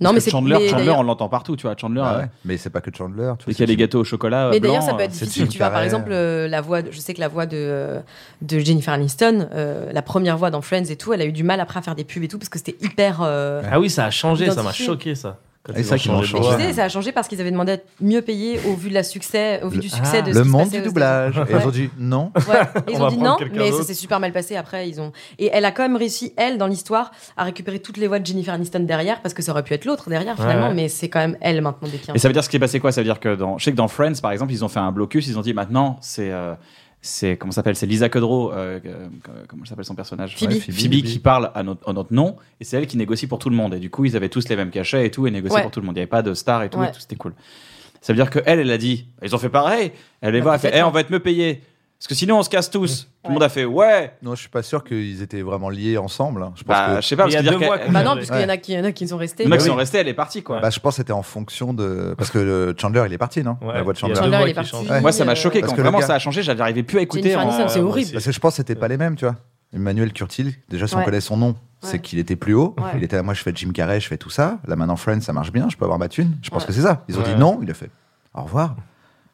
[SPEAKER 3] Non, mais c'est
[SPEAKER 1] Chandler,
[SPEAKER 3] mais
[SPEAKER 1] Chandler
[SPEAKER 3] d'ailleurs-
[SPEAKER 1] on l'entend partout, tu vois. Chandler,
[SPEAKER 2] Ah
[SPEAKER 1] euh,
[SPEAKER 2] ouais. Mais c'est pas que Chandler. Tu
[SPEAKER 1] dès
[SPEAKER 2] vois,
[SPEAKER 1] qu'il y a
[SPEAKER 2] c'est-
[SPEAKER 1] des gâteaux au chocolat. euh,
[SPEAKER 3] Mais d'ailleurs,
[SPEAKER 1] blanc,
[SPEAKER 3] ça peut être
[SPEAKER 2] c'est
[SPEAKER 3] difficile.
[SPEAKER 2] Jim
[SPEAKER 3] Tu vois, par
[SPEAKER 2] Carrey.
[SPEAKER 3] exemple, euh, la voix, de- je sais que la voix de, euh, de Jennifer Aniston, euh, la première voix dans Friends et tout, elle a eu du mal après à faire des pubs et tout parce que c'était hyper. euh,
[SPEAKER 7] Ah oui, ça a changé, ça m'a
[SPEAKER 3] Identifié.
[SPEAKER 7] choqué, ça. Quand
[SPEAKER 2] Ah,
[SPEAKER 7] ils
[SPEAKER 2] c'est
[SPEAKER 7] ont
[SPEAKER 2] vrai qu'ils
[SPEAKER 7] changé
[SPEAKER 2] l'ont
[SPEAKER 7] de-
[SPEAKER 3] Tu
[SPEAKER 2] changé.
[SPEAKER 3] sais, ça a changé parce qu'ils avaient demandé à être mieux payés au vu de la succès, au vu
[SPEAKER 2] Le- Ah,
[SPEAKER 3] du succès de ce
[SPEAKER 2] Le
[SPEAKER 3] qui se
[SPEAKER 2] monde
[SPEAKER 3] passait
[SPEAKER 2] du
[SPEAKER 3] aux
[SPEAKER 2] doublage.
[SPEAKER 3] États-Unis.
[SPEAKER 2] Et ils ont dit non.
[SPEAKER 3] Ouais. Et Ils
[SPEAKER 7] On
[SPEAKER 3] ont
[SPEAKER 7] va
[SPEAKER 3] dit
[SPEAKER 7] prendre
[SPEAKER 3] non,
[SPEAKER 7] quelqu'un
[SPEAKER 3] mais ça
[SPEAKER 7] d'autre.
[SPEAKER 3] s'est super mal passé après. Ils ont... Et elle a quand même réussi, elle, dans l'histoire, à récupérer toutes les voix de Jennifer Aniston derrière, parce que ça aurait pu être l'autre derrière finalement,
[SPEAKER 7] Ouais.
[SPEAKER 3] mais c'est quand même elle maintenant des 15.
[SPEAKER 1] euh. Et ça veut dire ce qui est passé quoi Ça veut dire que dans, je sais que dans Friends, par exemple, ils ont fait un blocus. Ils ont dit maintenant, c'est euh, c'est comment ça s'appelle C'est Lisa Kudrow. euh, euh, comment s'appelle son personnage
[SPEAKER 3] Phoebe.
[SPEAKER 1] Ouais,
[SPEAKER 2] Phoebe.
[SPEAKER 1] qui parle à notre, à notre nom et c'est elle qui négocie pour tout le monde. Et du coup, ils avaient tous les mêmes cachets et tout et négociaient
[SPEAKER 3] Ouais.
[SPEAKER 1] pour tout le monde. Il n'y avait pas de star et tout.
[SPEAKER 3] Ouais.
[SPEAKER 1] et tout, C'était cool. Ça veut dire que elle, elle a dit. Ils ont fait pareil. Elle les
[SPEAKER 3] Bah,
[SPEAKER 1] voit. Elle fait. Eh,
[SPEAKER 3] complètement.
[SPEAKER 1] on va être mieux payé. Parce que sinon, on se casse tous. Tout le
[SPEAKER 3] Ouais.
[SPEAKER 1] monde a fait ouais.
[SPEAKER 2] Non, je suis pas sûr qu'ils étaient vraiment liés ensemble. hein. Je pense
[SPEAKER 1] Bah,
[SPEAKER 2] que.
[SPEAKER 1] je sais pas. parce
[SPEAKER 7] Mais il y a
[SPEAKER 1] que dire
[SPEAKER 7] deux voix
[SPEAKER 1] qu'elle-
[SPEAKER 7] qu'on
[SPEAKER 3] Bah
[SPEAKER 7] Ouais.
[SPEAKER 3] non, parce qu'il y en a qui, il y en a qui sont restés.
[SPEAKER 1] Il y en a qui
[SPEAKER 7] Oui.
[SPEAKER 1] sont restés, elle est partie quoi.
[SPEAKER 2] Bah, je pense que c'était en fonction de. Parce que euh, Chandler, il est parti, non
[SPEAKER 7] Ouais,
[SPEAKER 2] La voix de
[SPEAKER 7] puis il y
[SPEAKER 2] Chandler.
[SPEAKER 7] a deux
[SPEAKER 3] Chandler,
[SPEAKER 7] voix
[SPEAKER 3] il est
[SPEAKER 7] qui
[SPEAKER 3] parti.
[SPEAKER 7] changent.
[SPEAKER 2] Ouais.
[SPEAKER 1] Moi, ça m'a
[SPEAKER 3] euh,
[SPEAKER 1] choqué
[SPEAKER 2] Parce
[SPEAKER 1] quand
[SPEAKER 2] que le
[SPEAKER 1] vraiment
[SPEAKER 2] gars-
[SPEAKER 1] ça a changé. J'arrivais plus à écouter. hein.
[SPEAKER 3] Jennifer
[SPEAKER 1] en-
[SPEAKER 3] Aniston, c'est
[SPEAKER 7] moi
[SPEAKER 3] horrible.
[SPEAKER 7] aussi.
[SPEAKER 2] Parce que je pense que c'était pas les mêmes, tu vois. Emmanuel Curtil, déjà, si
[SPEAKER 3] Ouais.
[SPEAKER 2] on connaît son nom,
[SPEAKER 3] Ouais.
[SPEAKER 2] c'est qu'il était plus haut.
[SPEAKER 3] Ouais.
[SPEAKER 2] Il était là, moi, je fais Jim Carrey, je fais tout ça. Là, maintenant, Friends, ça marche bien, je peux avoir ma thune. Je pense
[SPEAKER 3] Ouais.
[SPEAKER 2] que c'est ça. Ils ont
[SPEAKER 7] Ouais.
[SPEAKER 2] dit non, il a fait au revoir.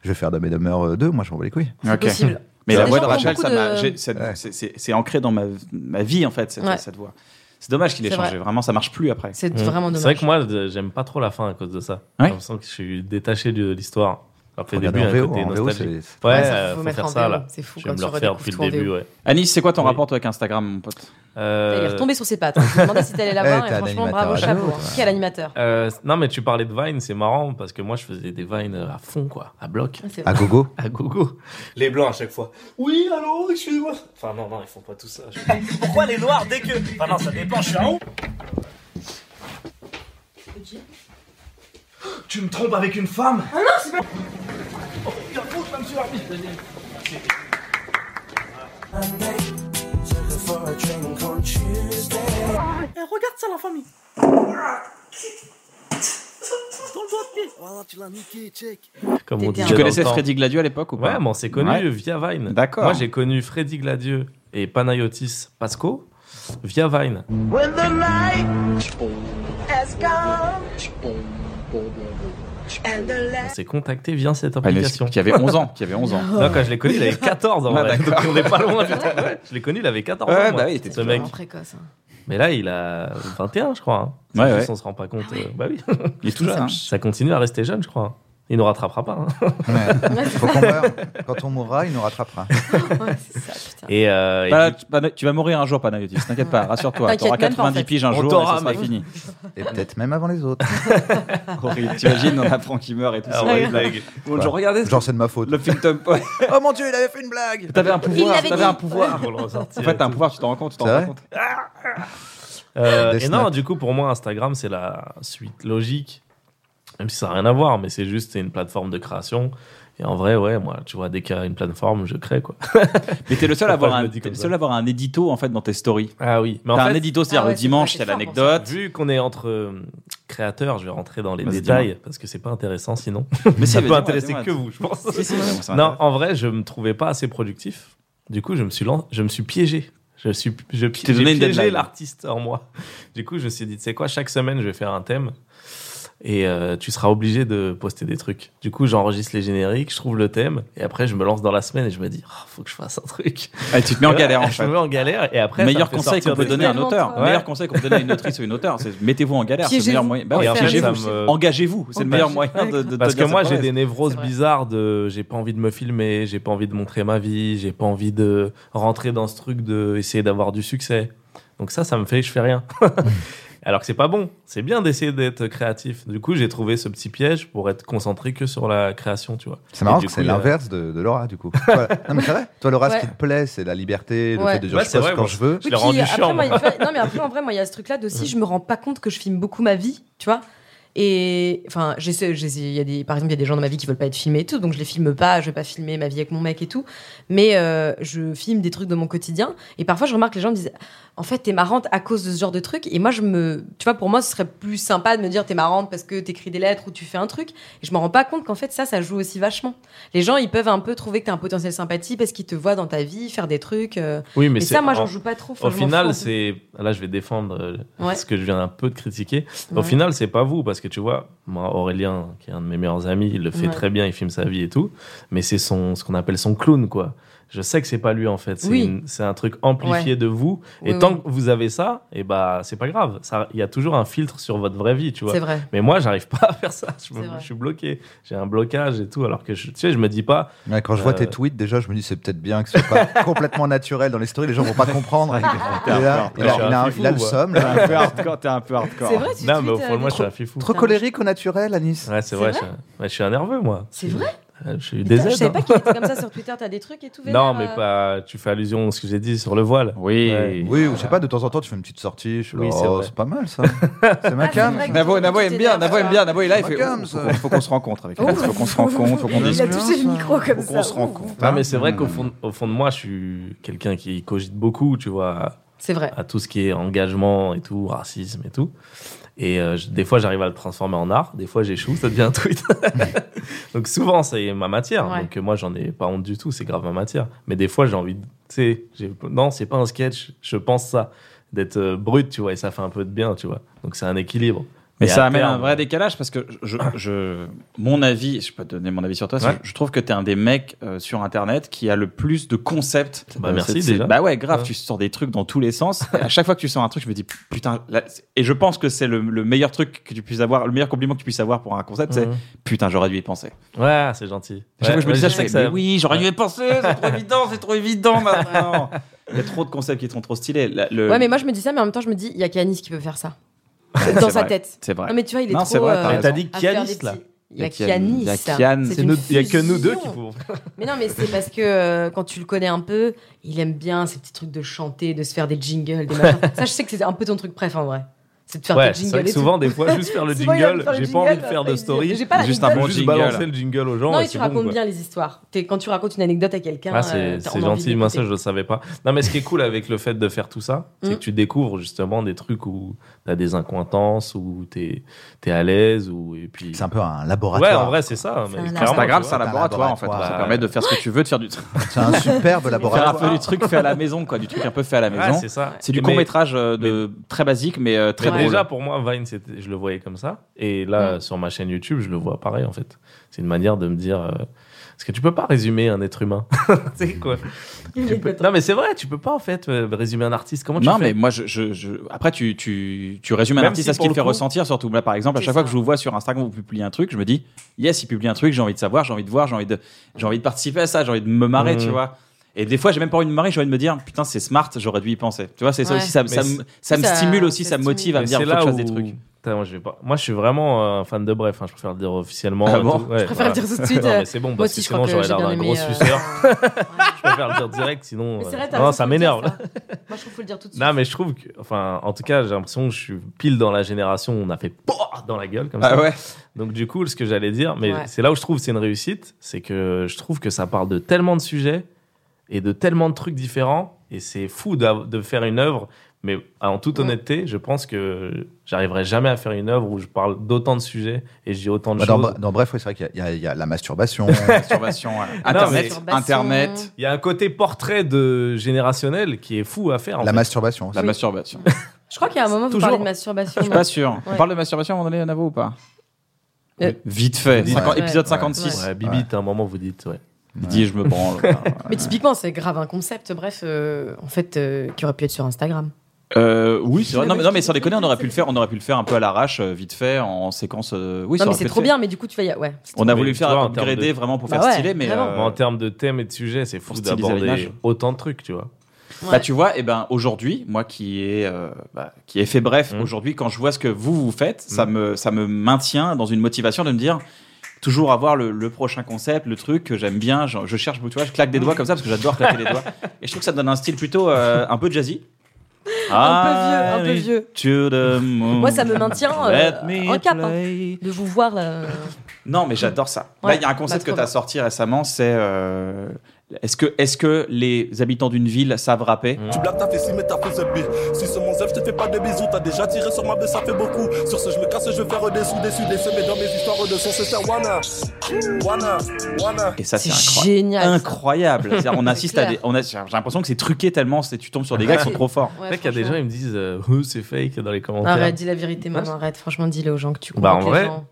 [SPEAKER 2] Je vais faire Dumb et Dumber euh, 2, moi, je m'en bats les couilles.
[SPEAKER 3] C'est
[SPEAKER 1] Ok.
[SPEAKER 3] possible.
[SPEAKER 1] Mais
[SPEAKER 3] C'est
[SPEAKER 1] la
[SPEAKER 3] des
[SPEAKER 1] voix de
[SPEAKER 3] gens qui ont
[SPEAKER 1] Rachel,
[SPEAKER 3] beaucoup
[SPEAKER 1] ça m'a-
[SPEAKER 3] de-
[SPEAKER 1] j'ai- cette-
[SPEAKER 2] Ouais.
[SPEAKER 1] c'est- c'est c'est ancré dans ma, ma vie, en fait, cette,
[SPEAKER 3] Ouais.
[SPEAKER 1] cette voix. C'est dommage qu'il ait
[SPEAKER 3] C'est
[SPEAKER 1] changé.
[SPEAKER 3] vrai.
[SPEAKER 1] Vraiment, ça marche plus après.
[SPEAKER 3] C'est
[SPEAKER 7] Mm.
[SPEAKER 3] vraiment
[SPEAKER 7] C'est vrai
[SPEAKER 3] dommage.
[SPEAKER 7] que moi, de- j'aime pas trop la fin à cause de ça.
[SPEAKER 1] Ouais.
[SPEAKER 7] J'ai l'impression que je suis détaché de l'histoire. Après, au
[SPEAKER 2] Regarde
[SPEAKER 7] début, il y a un
[SPEAKER 2] en VO,
[SPEAKER 7] côté
[SPEAKER 2] en VO,
[SPEAKER 7] nostalgique.
[SPEAKER 2] c'est.
[SPEAKER 7] Ouais,
[SPEAKER 3] Ouais, ça,
[SPEAKER 7] euh,
[SPEAKER 3] faut
[SPEAKER 7] faut
[SPEAKER 3] mettre
[SPEAKER 7] faire
[SPEAKER 3] en
[SPEAKER 7] ça
[SPEAKER 3] VO,
[SPEAKER 7] là.
[SPEAKER 3] c'est fou
[SPEAKER 7] Je
[SPEAKER 3] quand
[SPEAKER 7] vais me
[SPEAKER 3] tu
[SPEAKER 7] le refaire
[SPEAKER 3] redécouvres
[SPEAKER 7] depuis
[SPEAKER 3] tout en
[SPEAKER 7] le début,
[SPEAKER 3] VO.
[SPEAKER 7] ouais.
[SPEAKER 1] Anis, c'est quoi ton
[SPEAKER 7] Oui.
[SPEAKER 1] rapport, toi, avec Instagram, mon pote
[SPEAKER 7] Euh,
[SPEAKER 3] Elle est retombée sur ses pattes. Je me demandais si t'allais la
[SPEAKER 2] Ouais,
[SPEAKER 3] voir.
[SPEAKER 2] t'es
[SPEAKER 3] Et
[SPEAKER 2] un
[SPEAKER 3] franchement,
[SPEAKER 2] animateur
[SPEAKER 7] Ah,
[SPEAKER 3] bravo,
[SPEAKER 2] à
[SPEAKER 3] chapeau. hein.
[SPEAKER 2] jour, quoi.
[SPEAKER 3] Quel animateur.
[SPEAKER 7] euh, non, mais tu parlais de Vine, c'est marrant parce que moi, je faisais des Vines à fond, quoi, à bloc,
[SPEAKER 3] C'est
[SPEAKER 2] À gogo.
[SPEAKER 7] à gogo. Les blancs à chaque fois. Oui, allô, excusez-moi. Enfin, non, non, ils font pas tout ça. Pourquoi les noirs dès que. Enfin, non, ça dépend, je suis un haut. Tu me trompes avec une femme Ah non, c'est pas. Oh, putain, je me suis remis. Comme on
[SPEAKER 3] T'étais
[SPEAKER 7] disait
[SPEAKER 3] un-
[SPEAKER 1] Tu
[SPEAKER 3] Il y
[SPEAKER 1] connaissais
[SPEAKER 3] a
[SPEAKER 7] dans le temps.
[SPEAKER 1] Freddy Gladieux à l'époque ou pas
[SPEAKER 7] Ouais, mais on s'est connus
[SPEAKER 1] Ouais.
[SPEAKER 7] via Vine.
[SPEAKER 1] D'accord.
[SPEAKER 7] Moi, j'ai connu Freddy Gladieux et Panayotis Pasco via Vine. On s'est contactés via cette
[SPEAKER 1] Ouais, mais
[SPEAKER 7] application.
[SPEAKER 1] Qui avait 11 ans. Qui avait 11 ans.
[SPEAKER 7] Non, quand je l'ai connu, il avait 14 ans.
[SPEAKER 1] Ah, d'accord.
[SPEAKER 7] on est pas loin. du truc. Ouais, je l'ai connu, il avait 14 ans.
[SPEAKER 1] Ouais,
[SPEAKER 7] moi,
[SPEAKER 1] bah oui, il était
[SPEAKER 7] ce
[SPEAKER 1] tout
[SPEAKER 7] mec.
[SPEAKER 3] vraiment précoce. hein.
[SPEAKER 7] Mais là, il a 21, je crois. hein. C'est
[SPEAKER 1] Ouais,
[SPEAKER 7] juste,
[SPEAKER 1] ouais.
[SPEAKER 7] On se rend pas compte. euh, bah oui.
[SPEAKER 1] Il est tout jeune. hein.
[SPEAKER 7] Ça continue à rester jeune, je crois. Il nous rattrapera pas. hein.
[SPEAKER 2] Ouais. Faut qu'on meure. Quand on mourra, il nous rattrapera.
[SPEAKER 3] Ouais, c'est ça, putain.
[SPEAKER 7] Et, euh, et
[SPEAKER 1] Pana-
[SPEAKER 7] puis-
[SPEAKER 1] Pana- Bah, tu vas mourir un jour, Panayotis, t'inquiète pas, rassure-toi.
[SPEAKER 3] T'inquiète
[SPEAKER 1] T'auras
[SPEAKER 3] même pas, en
[SPEAKER 1] 90
[SPEAKER 3] fait.
[SPEAKER 1] piges un
[SPEAKER 7] On
[SPEAKER 1] jour et
[SPEAKER 7] t'aura,
[SPEAKER 1] ça sera
[SPEAKER 7] mec.
[SPEAKER 1] fini.
[SPEAKER 2] Et peut-être même avant les autres.
[SPEAKER 1] Horrible. T'imagines, on apprend qu'il meurt et tout
[SPEAKER 7] Ah
[SPEAKER 1] ça.
[SPEAKER 7] ouais,
[SPEAKER 1] Horrible.
[SPEAKER 7] blague.
[SPEAKER 1] Bon, je regardais
[SPEAKER 2] Genre, c'est de ma faute.
[SPEAKER 1] le film Tom Poy.
[SPEAKER 2] Oh mon dieu, il avait fait une blague
[SPEAKER 1] T'avais un pouvoir,
[SPEAKER 3] l'avait
[SPEAKER 1] t'avais
[SPEAKER 3] dit.
[SPEAKER 1] un pouvoir.
[SPEAKER 7] Faut le ressortir
[SPEAKER 1] En fait,
[SPEAKER 7] et
[SPEAKER 1] t'as un
[SPEAKER 7] tout.
[SPEAKER 1] pouvoir, tu t'en rends compte, tu t'en
[SPEAKER 2] C'est
[SPEAKER 1] rends
[SPEAKER 2] vrai
[SPEAKER 1] compte.
[SPEAKER 7] Euh,
[SPEAKER 2] Des
[SPEAKER 7] et non,
[SPEAKER 2] snaps.
[SPEAKER 7] du coup, pour moi, Instagram, c'est la suite logique. Même si ça n'a rien à voir, mais c'est juste c'est une plateforme de création. Et en vrai, ouais, moi, tu vois, dès qu'il y a une plateforme, je crée, quoi.
[SPEAKER 1] Mais t'es le seul à
[SPEAKER 7] Pourquoi
[SPEAKER 1] avoir
[SPEAKER 7] je
[SPEAKER 1] un,
[SPEAKER 7] le dis
[SPEAKER 1] t'es
[SPEAKER 7] comme
[SPEAKER 1] le
[SPEAKER 7] ça
[SPEAKER 1] seul à avoir un édito en fait dans tes stories.
[SPEAKER 7] Ah oui. Mais en
[SPEAKER 1] T'as un
[SPEAKER 7] fait,
[SPEAKER 1] édito, c'est-à-dire
[SPEAKER 3] Ah ouais,
[SPEAKER 1] le
[SPEAKER 3] c'est
[SPEAKER 1] dimanche, t'as
[SPEAKER 3] vrai, c'est fort pour
[SPEAKER 1] l'anecdote.
[SPEAKER 7] vu qu'on est entre euh, créateurs, je vais rentrer dans les
[SPEAKER 1] Vas-y,
[SPEAKER 7] détails, parce que c'est pas intéressant sinon.
[SPEAKER 1] Mais
[SPEAKER 7] ça
[SPEAKER 1] vas-y,
[SPEAKER 7] peut
[SPEAKER 1] moi,
[SPEAKER 7] intéresser
[SPEAKER 1] dis-moi.
[SPEAKER 7] que vous, je pense.
[SPEAKER 1] Si, si, vraiment, ça
[SPEAKER 7] Non, en vrai, je me trouvais pas assez productif. Du coup, je me suis, lan- je me suis piégé. Je suis, je pi-
[SPEAKER 1] t'es
[SPEAKER 7] j'ai
[SPEAKER 1] donné une
[SPEAKER 7] piégé
[SPEAKER 1] deadline.
[SPEAKER 7] l'artiste en moi. Du coup, je me suis dit, tu sais quoi, chaque semaine, je vais faire un thème et euh, tu seras obligé de poster des trucs. Du coup, j'enregistre les génériques, je trouve le thème et après, je me lance dans la semaine et je me dis, oh, faut que je fasse un truc.
[SPEAKER 1] m'intéresse. Ah, tu te mets en galère en
[SPEAKER 7] Je
[SPEAKER 1] fait.
[SPEAKER 7] me mets en galère et après, ça
[SPEAKER 1] meilleur
[SPEAKER 7] me fait
[SPEAKER 1] conseil
[SPEAKER 7] sortir
[SPEAKER 1] qu'on peut
[SPEAKER 7] des
[SPEAKER 1] donner à un
[SPEAKER 7] trucs.
[SPEAKER 1] auteur,
[SPEAKER 7] Ouais.
[SPEAKER 1] meilleur conseil qu'on peut donner à une autrice ou une auteur, c'est mettez-vous en galère, c'est le
[SPEAKER 3] Piégez-vous.
[SPEAKER 1] meilleur moyen. Bah ouais,
[SPEAKER 7] Et en fait,
[SPEAKER 1] piégez-vous.
[SPEAKER 7] ça
[SPEAKER 3] euh,
[SPEAKER 7] me-
[SPEAKER 1] Engagez-vous, c'est le meilleur moyen de, de
[SPEAKER 7] Parce que
[SPEAKER 1] tenir
[SPEAKER 7] moi,
[SPEAKER 1] sa
[SPEAKER 7] j'ai
[SPEAKER 1] promesse.
[SPEAKER 7] des névroses
[SPEAKER 3] C'est vrai.
[SPEAKER 7] bizarres de j'ai pas envie de me filmer, j'ai pas envie de montrer ma vie, j'ai pas envie de rentrer dans ce truc de essayer d'avoir du succès. Donc ça, ça me fait, je fais rien. Alors que c'est pas bon. C'est bien d'essayer d'être créatif. Du coup, j'ai trouvé ce petit piège pour être concentré que sur la création, tu vois.
[SPEAKER 2] C'est marrant
[SPEAKER 7] Et du
[SPEAKER 2] que c'est
[SPEAKER 7] coup, il y a-
[SPEAKER 2] l'inverse de, de Laura, du coup. Toi, non, mais c'est vrai. Toi, Laura,
[SPEAKER 3] Ouais.
[SPEAKER 2] ce qui te plaît, c'est la liberté, le
[SPEAKER 3] Ouais.
[SPEAKER 2] fait de dire
[SPEAKER 7] Ouais,
[SPEAKER 2] je
[SPEAKER 7] c'est
[SPEAKER 2] poste
[SPEAKER 7] vrai,
[SPEAKER 2] quand
[SPEAKER 7] moi.
[SPEAKER 2] je veux.
[SPEAKER 7] Je l'ai
[SPEAKER 3] Oui,
[SPEAKER 7] rendu
[SPEAKER 3] puis, après,
[SPEAKER 7] chiant,
[SPEAKER 3] moi,
[SPEAKER 7] moi.
[SPEAKER 3] il fait- Non, mais après, en vrai, moi, il y a ce truc-là de si je me rends pas compte que je filme beaucoup ma vie, tu vois. Et enfin, j'essaie- j'essaie- il y a des, par exemple, il y a des gens dans ma vie qui veulent pas être filmés et tout, donc je les filme pas, je vais pas filmer ma vie avec mon mec et tout. Mais euh, je filme des trucs de mon quotidien. Et parfois, je remarque que les gens me disent, en fait, t'es marrante à cause de ce genre de truc. Et moi, je me, tu vois, pour moi, ce serait plus sympa de me dire t'es marrante parce que t'écris des lettres ou tu fais un truc. Et je me rends pas compte qu'en fait, ça, ça joue aussi vachement. Les gens, ils peuvent un peu trouver que t'as un potentiel sympathie parce qu'ils te voient dans ta vie faire des trucs. euh,
[SPEAKER 7] Oui,
[SPEAKER 3] mais ça, moi,
[SPEAKER 7] en-
[SPEAKER 3] j'en joue pas trop. Enfin,
[SPEAKER 7] Au
[SPEAKER 3] je m'en fous,
[SPEAKER 7] final,
[SPEAKER 3] en fait.
[SPEAKER 7] c'est là, je vais défendre euh,
[SPEAKER 3] Ouais.
[SPEAKER 7] ce que je viens un peu de critiquer. Au
[SPEAKER 3] Ouais.
[SPEAKER 7] final, c'est pas vous parce que tu vois, moi, Aurélien, qui est un de mes meilleurs amis, il le fait
[SPEAKER 3] Ouais.
[SPEAKER 7] très bien, il filme sa vie et tout, mais c'est son ce qu'on appelle son clown quoi. Je sais que c'est pas lui en fait, c'est
[SPEAKER 3] Oui.
[SPEAKER 7] une- c'est un truc amplifié de vous. et
[SPEAKER 3] Oui,
[SPEAKER 7] tant
[SPEAKER 3] oui.
[SPEAKER 7] que vous avez ça, et bah c'est pas grave. Ça, il y a toujours un filtre sur votre vraie vie, tu vois.
[SPEAKER 3] C'est vrai.
[SPEAKER 7] Mais moi, j'arrive pas à faire ça. Je, me-
[SPEAKER 3] C'est vrai.
[SPEAKER 7] je suis bloqué. J'ai un blocage et tout. Alors que je, tu sais, je me dis pas.
[SPEAKER 2] Ouais, quand je vois
[SPEAKER 7] Euh,
[SPEAKER 2] tes tweets, déjà, je me dis c'est peut-être bien que ce soit pas complètement naturel dans les stories. Les gens vont pas comprendre. Et là, il a-
[SPEAKER 7] Je suis
[SPEAKER 2] il a-
[SPEAKER 7] un
[SPEAKER 2] il a le
[SPEAKER 7] fifou,
[SPEAKER 2] somme.
[SPEAKER 1] T'es
[SPEAKER 2] là.
[SPEAKER 1] un peu hardcore, t'es un peu hardcore.
[SPEAKER 3] C'est vrai, tu
[SPEAKER 7] Non, mais au
[SPEAKER 3] tweets,
[SPEAKER 7] fond de
[SPEAKER 3] euh,
[SPEAKER 7] moi,
[SPEAKER 3] des
[SPEAKER 7] je suis
[SPEAKER 3] trucs-
[SPEAKER 7] un fifou.
[SPEAKER 2] Trop colérique au naturel, Anis.
[SPEAKER 7] Ouais, c'est vrai.
[SPEAKER 3] vrai
[SPEAKER 7] je, ouais, je suis un nerveux moi.
[SPEAKER 3] C'est vrai
[SPEAKER 7] Euh, Je suis
[SPEAKER 3] Putain,
[SPEAKER 7] des
[SPEAKER 3] Je savais
[SPEAKER 7] aides.
[SPEAKER 3] pas qu'il était comme ça sur Twitter, t'as des trucs et tout. vénère,
[SPEAKER 7] Non, mais
[SPEAKER 3] euh.
[SPEAKER 7] pas. Tu fais allusion à ce que j'ai dit sur le voile.
[SPEAKER 1] Oui.
[SPEAKER 7] Ouais.
[SPEAKER 2] Oui, ou je sais pas, de temps en temps, tu fais une petite sortie. Je suis là,
[SPEAKER 7] Oui, c'est
[SPEAKER 2] oh,
[SPEAKER 7] vrai.
[SPEAKER 2] c'est pas mal ça. C'est ma
[SPEAKER 3] Ah,
[SPEAKER 2] cam.
[SPEAKER 3] c'est vrai que
[SPEAKER 1] Navo,
[SPEAKER 3] tu-
[SPEAKER 1] Navo
[SPEAKER 3] tu
[SPEAKER 1] aime bien,
[SPEAKER 3] t'énerves,
[SPEAKER 1] Navo aime
[SPEAKER 3] ça.
[SPEAKER 1] bien, Navo est là, il
[SPEAKER 2] Ma
[SPEAKER 1] fait
[SPEAKER 2] cam,
[SPEAKER 1] oh, faut
[SPEAKER 2] ça.
[SPEAKER 1] qu'on- faut qu'on se rencontre avec
[SPEAKER 3] Oh.
[SPEAKER 1] Nat, faut qu'on se rencontre, faut qu'on
[SPEAKER 3] Il
[SPEAKER 1] dise.
[SPEAKER 3] a touché le micro comme
[SPEAKER 1] Faut
[SPEAKER 3] ça.
[SPEAKER 1] qu'on se rencontre.
[SPEAKER 7] Non,
[SPEAKER 2] Ah.
[SPEAKER 7] mais c'est vrai qu'au fond, au fond de moi, je suis quelqu'un qui cogite beaucoup, tu vois,
[SPEAKER 3] C'est vrai.
[SPEAKER 7] à tout ce qui est engagement et tout, racisme et tout. Et euh, je- des fois, j'arrive à le transformer en art, des fois, j'échoue, ça devient un tweet. donc souvent, c'est ma matière.
[SPEAKER 3] Ouais.
[SPEAKER 7] Donc euh, moi, j'en ai pas honte du tout, c'est grave ma matière. Mais des fois, j'ai envie de. Tu sais, j'ai- non, c'est pas un sketch, je pense ça. D'être euh, brut, tu vois, et ça fait un peu de bien, tu vois. Donc c'est un équilibre.
[SPEAKER 1] Mais
[SPEAKER 7] Et
[SPEAKER 1] ça
[SPEAKER 7] à
[SPEAKER 1] amène
[SPEAKER 7] terme, euh,
[SPEAKER 1] un vrai décalage parce que je, je- mon avis, je peux te donner mon avis sur toi, parce que je trouve que tu es un des mecs euh, sur Internet qui a le plus de concepts.
[SPEAKER 7] Bah,
[SPEAKER 1] Euh,
[SPEAKER 7] merci,
[SPEAKER 1] c'est- c'est-
[SPEAKER 7] déjà.
[SPEAKER 1] Bah ouais, grave,
[SPEAKER 7] Ouais.
[SPEAKER 1] tu sors des trucs dans tous les sens. Et à chaque fois que tu sors un truc, je me dis putain, là, c'est- et je pense que c'est le, le meilleur truc que tu puisses avoir, le meilleur compliment que tu puisses avoir pour un concept, c'est
[SPEAKER 7] Mhm.
[SPEAKER 1] putain, j'aurais dû y penser.
[SPEAKER 7] Ouais, c'est gentil.
[SPEAKER 1] À chaque fois que je me
[SPEAKER 7] Ouais,
[SPEAKER 1] dis ça, je
[SPEAKER 7] sais
[SPEAKER 1] fais
[SPEAKER 7] que ça-
[SPEAKER 1] mais oui, j'aurais dû y penser, c'est trop évident, c'est trop évident maintenant. Il y a trop de concepts qui sont trop stylés. La- le-
[SPEAKER 7] Euh,
[SPEAKER 3] Ouais, mais moi, je me dis ça, mais en même temps, je me dis, il y a Kianis qui peut faire ça.
[SPEAKER 1] C'est
[SPEAKER 3] Dans
[SPEAKER 1] vrai,
[SPEAKER 3] sa tête.
[SPEAKER 1] C'est vrai.
[SPEAKER 3] Non, mais tu vois, il est
[SPEAKER 1] Non,
[SPEAKER 3] trop.
[SPEAKER 1] c'est vrai,
[SPEAKER 3] euh,
[SPEAKER 1] t'as
[SPEAKER 7] Mais
[SPEAKER 1] raison.
[SPEAKER 7] t'as dit
[SPEAKER 3] à faire
[SPEAKER 7] Kianis,
[SPEAKER 3] des
[SPEAKER 7] là.
[SPEAKER 3] petits- Il y a
[SPEAKER 1] Kianis,
[SPEAKER 3] Kianis.
[SPEAKER 1] il y a
[SPEAKER 3] ça.
[SPEAKER 1] Kian.
[SPEAKER 3] C'est
[SPEAKER 1] C'est
[SPEAKER 3] une
[SPEAKER 7] nous- Il y a que nous deux qui
[SPEAKER 3] fusion.
[SPEAKER 7] pouvons.
[SPEAKER 3] Mais non, mais c'est parce que euh, quand tu le connais un peu, il aime bien ces petits trucs de chanter, de se faire des jingles, des machins. Ça, je sais que c'est un peu ton truc préf en vrai. C'est de faire
[SPEAKER 7] Ouais,
[SPEAKER 3] des
[SPEAKER 7] c'est vrai
[SPEAKER 3] jingles
[SPEAKER 7] que
[SPEAKER 3] et tout.
[SPEAKER 7] souvent, des fois, juste faire le
[SPEAKER 3] Souvent, il aime
[SPEAKER 7] jingle,
[SPEAKER 3] faire le
[SPEAKER 7] j'ai pas
[SPEAKER 3] jingle,
[SPEAKER 7] envie de faire de
[SPEAKER 3] après, il dit,
[SPEAKER 7] story.
[SPEAKER 3] J'ai pas la
[SPEAKER 1] Juste
[SPEAKER 3] rigole.
[SPEAKER 1] un bon
[SPEAKER 7] juste
[SPEAKER 1] jingle.
[SPEAKER 7] balancer le jingle aux gens.
[SPEAKER 3] Non,
[SPEAKER 7] et
[SPEAKER 3] mais tu
[SPEAKER 7] c'est bon,
[SPEAKER 3] racontes
[SPEAKER 7] quoi.
[SPEAKER 3] bien les histoires. T'es- quand tu racontes une anecdote à quelqu'un,
[SPEAKER 7] Ah,
[SPEAKER 3] euh,
[SPEAKER 7] c'est
[SPEAKER 3] t'as
[SPEAKER 7] c'est
[SPEAKER 3] envie
[SPEAKER 7] gentil, moi ça
[SPEAKER 3] d'écouter.
[SPEAKER 7] je le savais pas. Non mais ce qui est cool avec le fait de faire tout ça, c'est
[SPEAKER 3] Mm.
[SPEAKER 7] que tu découvres justement des trucs où t'as des incointances, où t'es es à l'aise, ou et puis.
[SPEAKER 2] C'est un peu un
[SPEAKER 7] Ouais,
[SPEAKER 2] laboratoire.
[SPEAKER 7] en vrai c'est ça. hein,
[SPEAKER 3] C'est
[SPEAKER 7] Ah, mais
[SPEAKER 3] un
[SPEAKER 7] clairement,
[SPEAKER 1] Instagram,
[SPEAKER 7] tu
[SPEAKER 1] c'est un
[SPEAKER 7] vois.
[SPEAKER 2] t'as un
[SPEAKER 1] laboratoire en fait.
[SPEAKER 2] laboratoire.
[SPEAKER 1] Ça permet de faire ce que tu veux, de faire du
[SPEAKER 2] C'est un superbe
[SPEAKER 1] faire un peu
[SPEAKER 2] laboratoire.
[SPEAKER 1] du truc fait à la maison, quoi, du truc un peu fait à la
[SPEAKER 7] Ouais,
[SPEAKER 1] maison.
[SPEAKER 7] c'est ça.
[SPEAKER 1] c'est du
[SPEAKER 7] Mais-
[SPEAKER 1] court métrage de très basique, mais euh, très
[SPEAKER 7] mais
[SPEAKER 1] drôle.
[SPEAKER 7] déjà pour moi Vine, c'était- je le
[SPEAKER 3] Mm.
[SPEAKER 7] voyais comme ça, et là sur ma chaîne YouTube, je le vois pareil en fait. C'est une manière de me dire. euh, Parce que tu peux pas résumer un être humain. tu sais quoi Tu peux- Non, mais c'est vrai, tu peux pas en fait euh, résumer un artiste. Comment tu
[SPEAKER 1] non, mais
[SPEAKER 7] fais
[SPEAKER 1] moi, je, je- je- après, tu, tu, tu résumes un
[SPEAKER 7] Même
[SPEAKER 1] artiste
[SPEAKER 7] si
[SPEAKER 1] à ce
[SPEAKER 7] pour
[SPEAKER 1] qu'il
[SPEAKER 7] le
[SPEAKER 1] fait
[SPEAKER 7] coup-
[SPEAKER 1] ressentir, surtout. Là, par exemple, à
[SPEAKER 3] C'est
[SPEAKER 1] chaque fois
[SPEAKER 3] ça.
[SPEAKER 1] que je vous vois sur Instagram, vous publiez un truc, je me dis, yes, il publie un truc, j'ai envie de savoir, j'ai envie de voir, j'ai envie de, j'ai envie de participer à ça, j'ai envie de me marrer,
[SPEAKER 7] Mm.
[SPEAKER 1] tu vois. Et des fois, j'ai même pas envie de me marrer, j'ai envie de me dire, putain, c'est smart, j'aurais dû y penser. Tu vois, c'est ça
[SPEAKER 3] Ouais.
[SPEAKER 1] aussi, ça, me-
[SPEAKER 7] Mais
[SPEAKER 1] ça
[SPEAKER 7] c'est-
[SPEAKER 1] me, ça me
[SPEAKER 3] ça-
[SPEAKER 1] stimule aussi,
[SPEAKER 3] ça
[SPEAKER 1] ça me
[SPEAKER 3] stimule.
[SPEAKER 1] motive à me
[SPEAKER 7] Mais
[SPEAKER 1] dire,
[SPEAKER 7] c'est
[SPEAKER 1] faut que
[SPEAKER 7] là
[SPEAKER 1] je fasse des
[SPEAKER 7] où-
[SPEAKER 1] trucs.
[SPEAKER 7] Putain, moi, je vais pas- moi, je suis vraiment euh, un fan de Bref, hein, je préfère le dire officiellement.
[SPEAKER 1] Ah
[SPEAKER 7] et
[SPEAKER 1] bon
[SPEAKER 7] tout. Ouais,
[SPEAKER 3] Je préfère le
[SPEAKER 7] voilà.
[SPEAKER 3] dire tout de suite.
[SPEAKER 7] Non,
[SPEAKER 3] euh,
[SPEAKER 7] mais c'est bon,
[SPEAKER 3] Moi
[SPEAKER 7] parce
[SPEAKER 3] aussi,
[SPEAKER 7] que
[SPEAKER 3] je crois
[SPEAKER 7] sinon
[SPEAKER 3] que
[SPEAKER 7] j'aurais
[SPEAKER 3] j'ai
[SPEAKER 7] l'air
[SPEAKER 3] bien
[SPEAKER 7] d'un
[SPEAKER 3] aimé.
[SPEAKER 7] gros
[SPEAKER 3] euh,
[SPEAKER 7] suceur.
[SPEAKER 3] ouais.
[SPEAKER 7] Je préfère le dire direct, sinon.
[SPEAKER 3] Mais c'est
[SPEAKER 7] euh,
[SPEAKER 3] vrai, t'as
[SPEAKER 7] non,
[SPEAKER 3] raison
[SPEAKER 7] ça
[SPEAKER 3] de le dire,
[SPEAKER 7] m'énerve. là.
[SPEAKER 3] ça. Moi, je trouve qu'il faut le dire tout de suite.
[SPEAKER 7] Non, mais je trouve que. Enfin, en tout cas, j'ai l'impression que je suis pile dans la génération où on a fait POUH dans la gueule, comme ça.
[SPEAKER 1] Ah ouais.
[SPEAKER 7] Donc du coup, ce que j'allais dire, mais
[SPEAKER 3] Ouais.
[SPEAKER 7] c'est là où je trouve que c'est une réussite, c'est que je trouve que ça parle de tellement de sujets et de tellement de trucs différents, et c'est fou d'a- de faire une œuvre. Mais en toute
[SPEAKER 3] Ouais.
[SPEAKER 7] honnêteté, je pense que j'arriverai jamais à faire une œuvre où je parle d'autant de sujets et je dis autant de
[SPEAKER 2] Bah, dans,
[SPEAKER 7] choses.
[SPEAKER 2] dans bref, ouais, c'est vrai qu'il y a- il y, a- il y a la masturbation.
[SPEAKER 1] Masturbation, ouais. Internet,
[SPEAKER 3] Masturbation.
[SPEAKER 1] Internet,
[SPEAKER 7] Il y a un côté portrait de générationnel qui est fou à faire. en
[SPEAKER 2] la
[SPEAKER 7] fait.
[SPEAKER 2] masturbation.
[SPEAKER 1] la masturbation.
[SPEAKER 3] Je crois qu'il y a un moment, vous
[SPEAKER 7] Toujours.
[SPEAKER 3] parlez de masturbation.
[SPEAKER 1] Je suis pas sûr. On
[SPEAKER 3] Ouais.
[SPEAKER 1] parle de masturbation à un moment donné, Navo, ou pas?
[SPEAKER 3] Euh,
[SPEAKER 1] Vite fait.
[SPEAKER 7] vite
[SPEAKER 1] Cinquante-
[SPEAKER 3] fait.
[SPEAKER 1] Épisode
[SPEAKER 2] Ouais.
[SPEAKER 1] 56.
[SPEAKER 7] Ouais, Bibi, à un moment vous dites. ouais.
[SPEAKER 1] Il dit, je me branle.
[SPEAKER 3] Mais typiquement, c'est grave un concept, bref, euh, en fait, euh, qui aurait pu être sur Instagram.
[SPEAKER 1] Euh, oui, c'est vrai.
[SPEAKER 3] Mais
[SPEAKER 1] Non,
[SPEAKER 3] moi,
[SPEAKER 1] mais,
[SPEAKER 3] je
[SPEAKER 1] non, mais
[SPEAKER 3] sais
[SPEAKER 1] sans
[SPEAKER 3] pas
[SPEAKER 1] déconner, on
[SPEAKER 3] comment
[SPEAKER 1] aurait
[SPEAKER 3] ça
[SPEAKER 1] pu le
[SPEAKER 3] s'est
[SPEAKER 1] faire, on aurait pu le faire un peu à l'arrache, euh, vite fait, en séquence. euh, Oui, ça
[SPEAKER 3] non, mais
[SPEAKER 1] aurait
[SPEAKER 3] c'est
[SPEAKER 1] pu
[SPEAKER 3] trop
[SPEAKER 1] être
[SPEAKER 3] bien, mais du coup, tu vas y. Ouais.
[SPEAKER 1] fait. On a
[SPEAKER 7] Mais
[SPEAKER 1] voulu le
[SPEAKER 7] tu
[SPEAKER 1] faire
[SPEAKER 7] vois, en termes
[SPEAKER 1] upgradé
[SPEAKER 7] de-
[SPEAKER 1] vraiment pour
[SPEAKER 3] Bah
[SPEAKER 1] faire
[SPEAKER 3] ouais,
[SPEAKER 1] stylé, mais
[SPEAKER 3] vraiment.
[SPEAKER 1] euh,
[SPEAKER 7] Mais En termes de thèmes et de sujets, c'est fou
[SPEAKER 1] Pour styliser
[SPEAKER 7] d'aborder
[SPEAKER 1] l'image.
[SPEAKER 7] autant de trucs, tu vois.
[SPEAKER 3] Ouais.
[SPEAKER 1] bah tu vois, et ben aujourd'hui, moi qui ai euh, bah, qui ai fait bref,
[SPEAKER 7] Mm.
[SPEAKER 1] aujourd'hui quand je vois ce que vous vous faites, ça
[SPEAKER 7] Mm.
[SPEAKER 1] me ça me maintient dans une motivation de me dire toujours avoir le, le prochain concept, le truc que j'aime bien. Je, je cherche, tu vois, je
[SPEAKER 3] Ah.
[SPEAKER 1] claque des doigts comme ça parce que j'adore claquer les doigts. Et je trouve que ça donne un style plutôt euh, un peu jazzy. Ah,
[SPEAKER 3] Un peu vieux, un peu vieux. Moi,
[SPEAKER 1] Moi,
[SPEAKER 3] ça me maintient, euh, en cap, hein. De vous voir là.
[SPEAKER 1] Non, mais j'adore ça.
[SPEAKER 3] Ouais,
[SPEAKER 1] Là, il y a un concept
[SPEAKER 3] bah,
[SPEAKER 1] que
[SPEAKER 3] trop
[SPEAKER 1] tu as
[SPEAKER 3] bien.
[SPEAKER 1] sorti récemment, c'est euh, est-ce que, est que les habitants d'une ville savent rapper
[SPEAKER 7] Mm.
[SPEAKER 8] Tu blagues ta fessée mais ta fausse bille Si sur mon zèbre je te fais pas de bisous T'as déjà tiré sur ma baie ça fait beaucoup Sur ce je me casse je vais faire des sous déçus Des semés dans mes histoires de son c'est ça Wana Wana Wana
[SPEAKER 1] Et ça, c'est
[SPEAKER 3] C'est
[SPEAKER 1] incroyable.
[SPEAKER 3] génial.
[SPEAKER 1] Incroyable. C'est-à-dire, On
[SPEAKER 3] C'est
[SPEAKER 1] assiste à
[SPEAKER 3] clair.
[SPEAKER 1] des. On a, j'ai l'impression que c'est truqué tellement, c'est tu tombes sur des gars qui sont trop forts.
[SPEAKER 3] Ouais,
[SPEAKER 7] C'est vrai qu'il y a des gens,
[SPEAKER 3] franchement.
[SPEAKER 7] ils me disent euh, Oh, c'est fake dans les commentaires.
[SPEAKER 3] Arrête, dis la vérité, maman, arrête. Franchement, dis-le aux gens que tu
[SPEAKER 7] Bah, en
[SPEAKER 3] convoques les
[SPEAKER 7] vrai,
[SPEAKER 3] gens.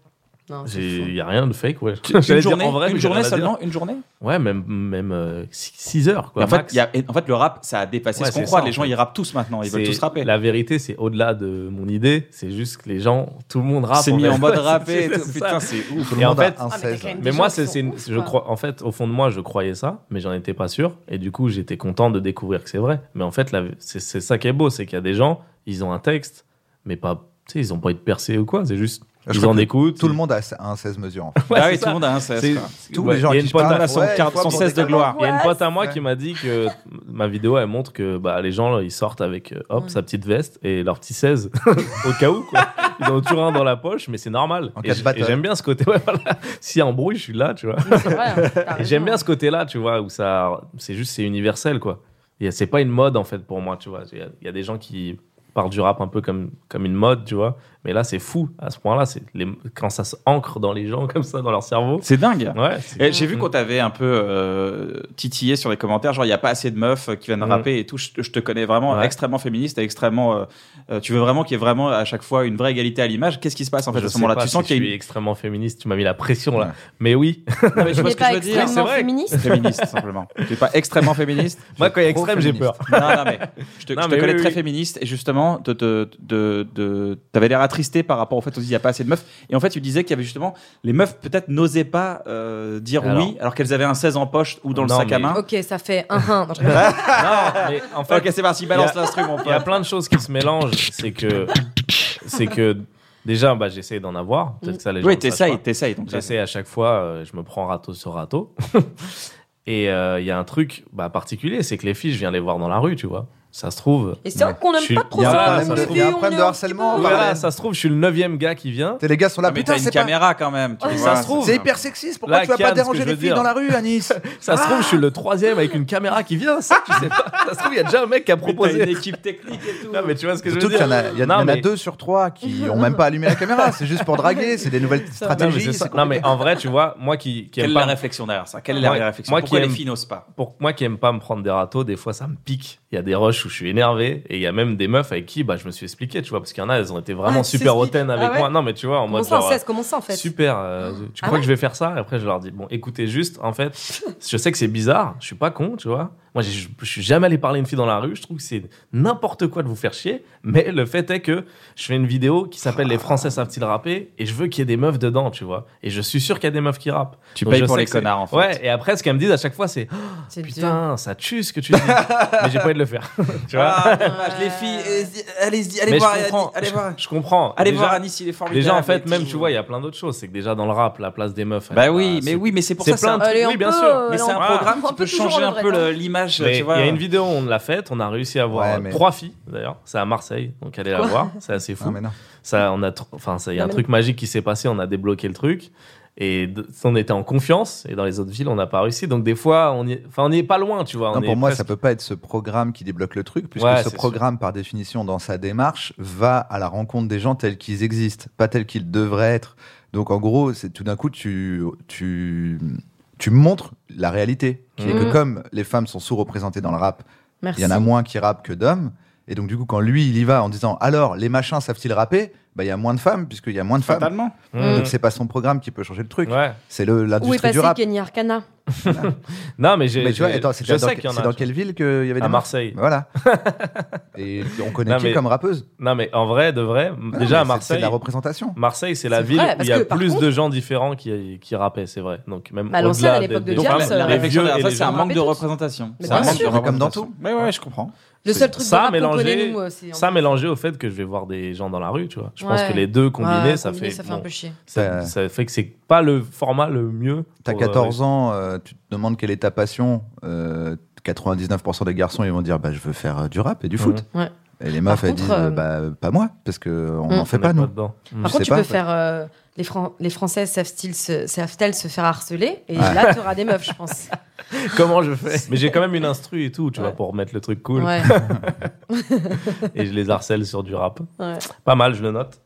[SPEAKER 3] Non, c'est
[SPEAKER 7] Il
[SPEAKER 3] fou.
[SPEAKER 7] n'y a rien de fake, ouais.
[SPEAKER 1] Une
[SPEAKER 7] J'allais dire
[SPEAKER 1] journée,
[SPEAKER 7] en vrai,
[SPEAKER 1] une
[SPEAKER 7] mais j'ai
[SPEAKER 1] journée
[SPEAKER 7] rien à dire.
[SPEAKER 1] seulement, une journée.
[SPEAKER 7] Ouais, même, même 6 heures, quoi.
[SPEAKER 1] en, fait,
[SPEAKER 7] max.
[SPEAKER 1] il y a- et en fait, le rap, ça a dépassé
[SPEAKER 7] Ouais,
[SPEAKER 1] ce qu'on
[SPEAKER 7] c'est
[SPEAKER 1] croit.
[SPEAKER 7] ça,
[SPEAKER 1] les
[SPEAKER 7] en
[SPEAKER 1] gens,
[SPEAKER 7] fait.
[SPEAKER 1] ils rappent tous maintenant. Ils veulent
[SPEAKER 7] C'est-
[SPEAKER 1] tous rapper.
[SPEAKER 7] La vérité, c'est au-delà de mon idée. C'est juste que les gens, tout le monde rappe.
[SPEAKER 1] C'est mis
[SPEAKER 7] fait.
[SPEAKER 1] en mode
[SPEAKER 7] Ouais,
[SPEAKER 1] rapper. et
[SPEAKER 7] c'est-
[SPEAKER 1] tout.
[SPEAKER 7] c'est
[SPEAKER 1] Putain,
[SPEAKER 7] ça.
[SPEAKER 1] c'est ouf.
[SPEAKER 7] Et en fait,
[SPEAKER 2] un
[SPEAKER 3] Ah, mais
[SPEAKER 2] 16.
[SPEAKER 3] t'as quand même des
[SPEAKER 7] Mais
[SPEAKER 3] gens
[SPEAKER 7] moi,
[SPEAKER 3] qui
[SPEAKER 7] c'est
[SPEAKER 3] sont
[SPEAKER 7] c'est une-
[SPEAKER 3] ouf,
[SPEAKER 7] je
[SPEAKER 3] quoi.
[SPEAKER 7] crois, en fait, au fond de moi, je croyais ça, mais j'en étais pas sûr. Et du coup, j'étais content de découvrir que c'est vrai. Mais en fait, la- c'est c'est ça qui est beau, c'est qu'il y a des gens, ils ont un texte, mais pas, tu sais, ils ont pas été percés ou quoi. C'est juste,
[SPEAKER 2] Je
[SPEAKER 7] ils
[SPEAKER 2] crois
[SPEAKER 7] en
[SPEAKER 2] que
[SPEAKER 7] écoutent.
[SPEAKER 2] Tout le monde a un 16 mesures. en fait.
[SPEAKER 7] Ouais,
[SPEAKER 1] Ah
[SPEAKER 7] c'est
[SPEAKER 1] oui, tout
[SPEAKER 7] ça.
[SPEAKER 1] le monde a un
[SPEAKER 7] C'est-
[SPEAKER 1] CS. quoi.
[SPEAKER 2] Tous
[SPEAKER 7] ouais.
[SPEAKER 2] les gens
[SPEAKER 7] Il y a
[SPEAKER 2] qui
[SPEAKER 7] une pointe à-
[SPEAKER 2] parlent,
[SPEAKER 1] son
[SPEAKER 2] ouais,
[SPEAKER 1] carte-
[SPEAKER 2] il faut
[SPEAKER 1] son
[SPEAKER 2] apporter
[SPEAKER 1] 16 de
[SPEAKER 2] ta-
[SPEAKER 1] gloire.
[SPEAKER 7] Il y a une pote à moi
[SPEAKER 2] Ouais.
[SPEAKER 7] qui m'a dit que ma vidéo, elle montre que bah, les gens, là, ils sortent avec euh, hop,
[SPEAKER 3] Ouais.
[SPEAKER 7] sa petite veste et leur petit 16 au cas où. Quoi. Ils en ont toujours un dans la poche, mais c'est normal.
[SPEAKER 2] En
[SPEAKER 7] et
[SPEAKER 2] cas de
[SPEAKER 7] j-
[SPEAKER 2] battle.
[SPEAKER 7] et j'aime bien ce côté. Ouais, voilà. S'il y a un bruit, je suis là, tu vois.
[SPEAKER 3] Mais c'est vrai, hein, t'as
[SPEAKER 7] Et j'aime
[SPEAKER 3] raison.
[SPEAKER 7] bien ce côté-là, tu vois, où ça, c'est juste, c'est universel, quoi. Et C'est pas une mode, en fait, pour moi, tu vois. Il y a- il y, a des gens qui parlent du rap un peu comme, comme une mode, tu vois. Mais là, c'est fou, à ce point-là, c'est les- quand ça s'ancre dans les gens, comme ça, dans leur cerveau.
[SPEAKER 1] C'est dingue.
[SPEAKER 7] Ouais, c'est-
[SPEAKER 1] Et Eh, J'ai vu qu'on t'avait un peu euh, titillé sur les commentaires, genre il n'y a pas assez de meufs euh, qui viennent
[SPEAKER 7] Mm.
[SPEAKER 1] rapper et tout. Je, je te connais vraiment
[SPEAKER 7] Ouais.
[SPEAKER 1] extrêmement féministe et extrêmement. euh, euh, tu veux vraiment qu'il y ait vraiment à chaque fois une vraie égalité à l'image. Qu'est-ce qui se passe en fait
[SPEAKER 7] Je
[SPEAKER 1] à ce
[SPEAKER 7] sais
[SPEAKER 1] moment-là
[SPEAKER 7] pas
[SPEAKER 1] Tu
[SPEAKER 7] si
[SPEAKER 1] sens qu'il
[SPEAKER 7] je
[SPEAKER 1] y
[SPEAKER 7] suis
[SPEAKER 1] a
[SPEAKER 7] extrêmement féministe, tu m'as mis la pression là.
[SPEAKER 2] Ouais.
[SPEAKER 7] Mais oui,
[SPEAKER 1] une. Non, mais tu vois
[SPEAKER 3] Il
[SPEAKER 1] ce
[SPEAKER 3] est
[SPEAKER 1] que je
[SPEAKER 3] pas
[SPEAKER 1] veux dire
[SPEAKER 7] C'est
[SPEAKER 3] extrêmement
[SPEAKER 7] vrai.
[SPEAKER 3] féministe.
[SPEAKER 1] Féministe simplement. Tu n'es pas extrêmement féministe
[SPEAKER 7] moi quand il y a
[SPEAKER 2] Trop
[SPEAKER 7] extrême, j'ai peur.
[SPEAKER 1] Non, non, mais je te,
[SPEAKER 7] Non,
[SPEAKER 1] je te
[SPEAKER 7] mais
[SPEAKER 1] connais
[SPEAKER 7] oui,
[SPEAKER 1] très
[SPEAKER 7] oui.
[SPEAKER 1] féministe et justement, te, te- de- de- t'avais l'air attristé par rapport au fait qu'on dit il n'y a pas assez de meufs. Et en fait, tu disais qu'il y avait justement les meufs peut-être n'osaient pas euh, dire
[SPEAKER 7] Alors.
[SPEAKER 1] oui alors qu'elles avaient un 16 en poche ou dans le
[SPEAKER 7] Non,
[SPEAKER 1] sac à
[SPEAKER 7] mais-
[SPEAKER 1] main.
[SPEAKER 3] Ok, ça fait un un. Non, je-
[SPEAKER 7] non, mais en fait,
[SPEAKER 1] Ok, c'est parti, balance
[SPEAKER 7] Il y
[SPEAKER 1] l'instrument.
[SPEAKER 7] il y a
[SPEAKER 1] pote.
[SPEAKER 7] plein de choses qui se mélangent. C'est que, c'est que déjà, bah, j'essaie d'en avoir. Peut-être que ça les gens
[SPEAKER 1] Oui,
[SPEAKER 7] le savent pas.
[SPEAKER 1] t'essayes, t'essayes. Donc ça, c'est-
[SPEAKER 7] J'essaie à chaque fois, euh, je me prends râteau sur râteau. Et euh, il y a un truc bah, particulier, c'est que les filles, je viens les voir dans la rue, tu vois. Ça se trouve.
[SPEAKER 3] Et c'est vrai qu'on
[SPEAKER 7] Je
[SPEAKER 3] n'aime
[SPEAKER 7] suis- Ah,
[SPEAKER 3] pas trop
[SPEAKER 7] il y a un
[SPEAKER 3] ça.
[SPEAKER 7] problème
[SPEAKER 3] on
[SPEAKER 7] de-
[SPEAKER 3] est
[SPEAKER 7] il
[SPEAKER 2] y a un
[SPEAKER 3] vu, on
[SPEAKER 2] problème
[SPEAKER 3] est
[SPEAKER 2] de
[SPEAKER 3] un
[SPEAKER 2] harcèlement,
[SPEAKER 3] petit peu-
[SPEAKER 7] Voilà,
[SPEAKER 2] Marlène.
[SPEAKER 7] ça se trouve, je suis le neuvième gars qui vient.
[SPEAKER 2] T'es- Les gars sont là,
[SPEAKER 1] Ah, mais t'as
[SPEAKER 2] putain,
[SPEAKER 1] une
[SPEAKER 2] c'est pas.
[SPEAKER 1] caméra quand même. Tu
[SPEAKER 7] Ouais,
[SPEAKER 1] vois,
[SPEAKER 7] ça se trouve.
[SPEAKER 2] C'est hyper sexiste, pourquoi
[SPEAKER 7] Là,
[SPEAKER 2] tu vas
[SPEAKER 7] Cannes,
[SPEAKER 2] pas
[SPEAKER 7] ce que
[SPEAKER 2] déranger
[SPEAKER 7] je veux
[SPEAKER 2] les filles
[SPEAKER 7] dire.
[SPEAKER 2] dans la rue, Anis
[SPEAKER 7] Ça se trouve, je suis le troisième avec une caméra qui vient. Ça, tu sais pas. Ça se trouve, il y a déjà un mec qui a
[SPEAKER 1] Mais t'as une
[SPEAKER 7] proposé.
[SPEAKER 1] équipe technique et tout.
[SPEAKER 7] Non, mais tu vois ce que je veux
[SPEAKER 2] Surtout
[SPEAKER 7] dire.
[SPEAKER 2] qu'il y en a, il y en a-
[SPEAKER 7] Non,
[SPEAKER 2] il y en a
[SPEAKER 7] mais-
[SPEAKER 2] deux sur trois qui ont même pas allumé la caméra, c'est juste pour draguer, c'est des nouvelles
[SPEAKER 7] Non, mais
[SPEAKER 2] stratégies.
[SPEAKER 7] c'est ça.
[SPEAKER 2] c'est
[SPEAKER 7] Non, mais en vrai, tu vois, moi qui, qui
[SPEAKER 1] Quelle
[SPEAKER 7] aime
[SPEAKER 1] est la
[SPEAKER 7] pas,
[SPEAKER 1] réflexion derrière ça Quelle est la
[SPEAKER 7] Moi-
[SPEAKER 1] réflexion
[SPEAKER 7] moi qui
[SPEAKER 1] Pourquoi les
[SPEAKER 7] aime-
[SPEAKER 1] filles n'osent pas
[SPEAKER 7] pour moi qui aime pas me prendre des râteaux, des fois ça me pique Il y a des rushs où je suis énervé et il y a même des meufs avec qui bah, je me suis expliqué, tu vois, parce qu'il y en a, elles ont été vraiment
[SPEAKER 9] Ah, tu
[SPEAKER 7] super
[SPEAKER 9] t'expliques.
[SPEAKER 7] hautaines avec
[SPEAKER 9] Ah ouais
[SPEAKER 7] moi. Non, mais tu vois, en
[SPEAKER 9] Comment
[SPEAKER 7] mode
[SPEAKER 9] ça,
[SPEAKER 7] genre,
[SPEAKER 9] on sait, comment ça en fait
[SPEAKER 7] Super, euh, tu
[SPEAKER 9] Ah
[SPEAKER 7] crois
[SPEAKER 9] ouais
[SPEAKER 7] que je vais faire ça Et après, je leur dis, bon, écoutez juste, en fait, je sais que c'est bizarre, je suis pas con, tu vois. Moi, j'ai- je, je suis jamais allé parler à une fille dans la rue, je trouve que c'est n'importe quoi de vous faire chier, mais le fait est que je fais une vidéo qui s'appelle Les Français savent-ils rapper et je veux qu'il y ait des meufs dedans, tu vois. Et je suis sûr qu'il y a des meufs qui rappent.
[SPEAKER 1] Tu
[SPEAKER 7] Donc,
[SPEAKER 1] payes
[SPEAKER 7] je
[SPEAKER 1] pour
[SPEAKER 7] sais
[SPEAKER 1] les
[SPEAKER 7] que c'est-
[SPEAKER 1] connards, en fait.
[SPEAKER 7] Ouais, et après, ce qu'elles me disent à chaque fois, c'est
[SPEAKER 9] C'est dur.
[SPEAKER 7] putain, ça tue ce que tu dis. mais j'ai pas envie de le faire, tu vois.
[SPEAKER 1] dommage, les filles, euh, allez-y, allez
[SPEAKER 7] Mais
[SPEAKER 1] voir,
[SPEAKER 7] je comprends,
[SPEAKER 1] allez
[SPEAKER 7] je-
[SPEAKER 1] voir.
[SPEAKER 7] Je comprends.
[SPEAKER 1] Allez
[SPEAKER 7] Déjà-
[SPEAKER 1] voir Anis, il est formidable.
[SPEAKER 7] Déjà, en fait,
[SPEAKER 1] et
[SPEAKER 7] même,
[SPEAKER 1] tout.
[SPEAKER 7] tu vois, il y a plein d'autres choses. C'est que déjà, dans le rap, la place des meufs. elle est
[SPEAKER 1] Bah
[SPEAKER 7] pas
[SPEAKER 1] oui, mais
[SPEAKER 7] super-
[SPEAKER 1] oui, mais c'est pour
[SPEAKER 7] C'est
[SPEAKER 1] ça.
[SPEAKER 7] plein
[SPEAKER 1] un-
[SPEAKER 7] de trucs,
[SPEAKER 9] Allez, on
[SPEAKER 7] oui, bien
[SPEAKER 9] peut,
[SPEAKER 7] sûr.
[SPEAKER 9] euh,
[SPEAKER 1] Mais c'est un
[SPEAKER 9] on peut-
[SPEAKER 1] programme
[SPEAKER 9] on
[SPEAKER 1] qui
[SPEAKER 9] peut
[SPEAKER 1] peut
[SPEAKER 9] toujours
[SPEAKER 1] changer un
[SPEAKER 9] enlever
[SPEAKER 1] peu
[SPEAKER 9] la
[SPEAKER 1] le- l'image,
[SPEAKER 7] Mais
[SPEAKER 1] tu
[SPEAKER 7] il y
[SPEAKER 1] vois.
[SPEAKER 7] a une vidéo, on l'a faite, on a réussi à voir
[SPEAKER 2] Ouais,
[SPEAKER 7] euh,
[SPEAKER 2] mais-
[SPEAKER 7] trois filles d'ailleurs. C'est à Marseille, donc allez la voir, c'est assez fou.
[SPEAKER 2] Non, mais non.
[SPEAKER 7] Ça, on a, tr- enfin, ça, il y a
[SPEAKER 9] Non,
[SPEAKER 7] un
[SPEAKER 9] mais
[SPEAKER 7] truc magique qui s'est passé, on a débloqué le truc. Et de- on était en confiance, et dans les autres villes, on n'a pas réussi. Donc des fois, on y est, enfin, on y est pas loin, tu vois.
[SPEAKER 2] Non,
[SPEAKER 7] on
[SPEAKER 2] pour
[SPEAKER 7] est
[SPEAKER 2] moi,
[SPEAKER 7] presque-
[SPEAKER 2] ça peut pas être ce programme qui débloque le truc, puisque
[SPEAKER 7] Ouais,
[SPEAKER 2] ce
[SPEAKER 7] c'est
[SPEAKER 2] programme, par définition, dans sa démarche, va à la rencontre des gens tels qu'ils existent, pas tels qu'ils devraient être. Donc, en gros, c'est tout d'un coup, tu, tu, tu montres la réalité, qui est
[SPEAKER 7] Mmh.
[SPEAKER 2] que
[SPEAKER 9] Mhm.
[SPEAKER 2] comme les femmes sont sous-représentées dans le rap,
[SPEAKER 9] Merci.
[SPEAKER 2] il y en a moins qui rappent que d'hommes. Et donc, du coup, quand lui, il y va en disant alors, les machins savent-ils rapper Bah, il y a moins de femmes, puisqu'il y a moins de femmes.
[SPEAKER 1] Fatalement.
[SPEAKER 7] Mmh.
[SPEAKER 2] Donc, c'est pas son programme qui peut changer le truc.
[SPEAKER 7] Ouais.
[SPEAKER 2] C'est le-
[SPEAKER 9] Où est
[SPEAKER 2] l'industrie du
[SPEAKER 9] passé
[SPEAKER 2] rap.
[SPEAKER 9] Kenny Arcana
[SPEAKER 7] Non, mais j'ai.
[SPEAKER 2] Mais tu vois,
[SPEAKER 7] j'ai-
[SPEAKER 2] attends, c'est
[SPEAKER 7] je
[SPEAKER 2] dans,
[SPEAKER 7] sais qu'il y en
[SPEAKER 2] c'est
[SPEAKER 7] a.
[SPEAKER 2] dans quelle ville qu'il y avait des
[SPEAKER 7] À
[SPEAKER 2] meufs
[SPEAKER 7] Marseille.
[SPEAKER 2] Voilà. Et on connaît
[SPEAKER 7] Non,
[SPEAKER 2] qui
[SPEAKER 7] mais-
[SPEAKER 2] comme rappeuse
[SPEAKER 7] Non, mais en vrai, de vrai,
[SPEAKER 2] Ah, mais
[SPEAKER 7] déjà à
[SPEAKER 2] c'est- C'est de
[SPEAKER 7] Marseille.
[SPEAKER 2] la représentation.
[SPEAKER 7] Marseille, c'est la
[SPEAKER 9] C'est
[SPEAKER 7] ville
[SPEAKER 9] vrai,
[SPEAKER 7] où il
[SPEAKER 9] parce
[SPEAKER 7] y a
[SPEAKER 9] que, par
[SPEAKER 7] plus
[SPEAKER 9] contre-
[SPEAKER 7] de gens différents qui, qui rappaient, c'est vrai. Donc même
[SPEAKER 9] Bah, à l'ancienne,
[SPEAKER 7] au-delà
[SPEAKER 9] à
[SPEAKER 7] des-
[SPEAKER 9] l'époque de
[SPEAKER 7] des
[SPEAKER 1] Donc
[SPEAKER 9] James,
[SPEAKER 7] femmes,
[SPEAKER 1] la,
[SPEAKER 9] euh,
[SPEAKER 1] la
[SPEAKER 7] les
[SPEAKER 1] réflexion
[SPEAKER 7] vieux
[SPEAKER 1] derrière
[SPEAKER 7] et
[SPEAKER 1] ça,
[SPEAKER 7] les
[SPEAKER 1] c'est un
[SPEAKER 7] jeunes.
[SPEAKER 1] manque de
[SPEAKER 9] Rappelez tous.
[SPEAKER 1] représentation.
[SPEAKER 9] Mais
[SPEAKER 1] C'est un
[SPEAKER 9] bien
[SPEAKER 1] manque de
[SPEAKER 9] sûr.
[SPEAKER 1] représentation. Ouais, ouais, je comprends.
[SPEAKER 9] Le
[SPEAKER 7] C'est-
[SPEAKER 9] seul truc de
[SPEAKER 7] ça
[SPEAKER 9] rap qu'on
[SPEAKER 7] mélangé-
[SPEAKER 9] connaît, nous, euh, c'est.
[SPEAKER 7] Ça mélangé au fait que je vais voir des gens dans la rue, tu vois. Je pense
[SPEAKER 9] Ouais.
[SPEAKER 7] que les deux combinés,
[SPEAKER 9] Ouais,
[SPEAKER 7] ça,
[SPEAKER 9] combiné,
[SPEAKER 7] fait,
[SPEAKER 9] ça fait
[SPEAKER 7] bon,
[SPEAKER 9] un peu chier.
[SPEAKER 7] ça,
[SPEAKER 2] Ouais.
[SPEAKER 7] ça fait que c'est pas le format le mieux.
[SPEAKER 2] T'as
[SPEAKER 7] pour, euh,
[SPEAKER 2] 14 ans, euh, tu te demandes quelle est ta passion. euh, 99% des garçons, ils vont dire bah, Je veux faire euh, du rap
[SPEAKER 7] Mhm.
[SPEAKER 2] et du foot.
[SPEAKER 9] Ouais.
[SPEAKER 2] Et les meufs,
[SPEAKER 9] Par
[SPEAKER 2] elles
[SPEAKER 9] contre,
[SPEAKER 2] disent euh,
[SPEAKER 9] euh,
[SPEAKER 2] bah, Pas moi, parce qu'on
[SPEAKER 9] Mm.
[SPEAKER 2] n'en
[SPEAKER 7] Mhm. on
[SPEAKER 2] fait
[SPEAKER 7] est
[SPEAKER 2] pas, nous.
[SPEAKER 7] dedans. Mm.
[SPEAKER 9] Par
[SPEAKER 2] Je sais
[SPEAKER 9] contre, tu
[SPEAKER 2] pas,
[SPEAKER 9] peux
[SPEAKER 2] en fait.
[SPEAKER 9] faire. euh, les, Fran- les Françaises savent-ils se- savent-elles se faire harceler Et
[SPEAKER 2] Ouais.
[SPEAKER 9] là, tu auras des meufs, je pense.
[SPEAKER 7] Comment je fais Mais j'ai quand même une instru et tout, tu vois,
[SPEAKER 9] Ouais.
[SPEAKER 7] pour mettre le truc cool.
[SPEAKER 9] Ouais.
[SPEAKER 7] Et je les harcèle sur du rap.
[SPEAKER 9] ouais.
[SPEAKER 7] Pas mal, je le note.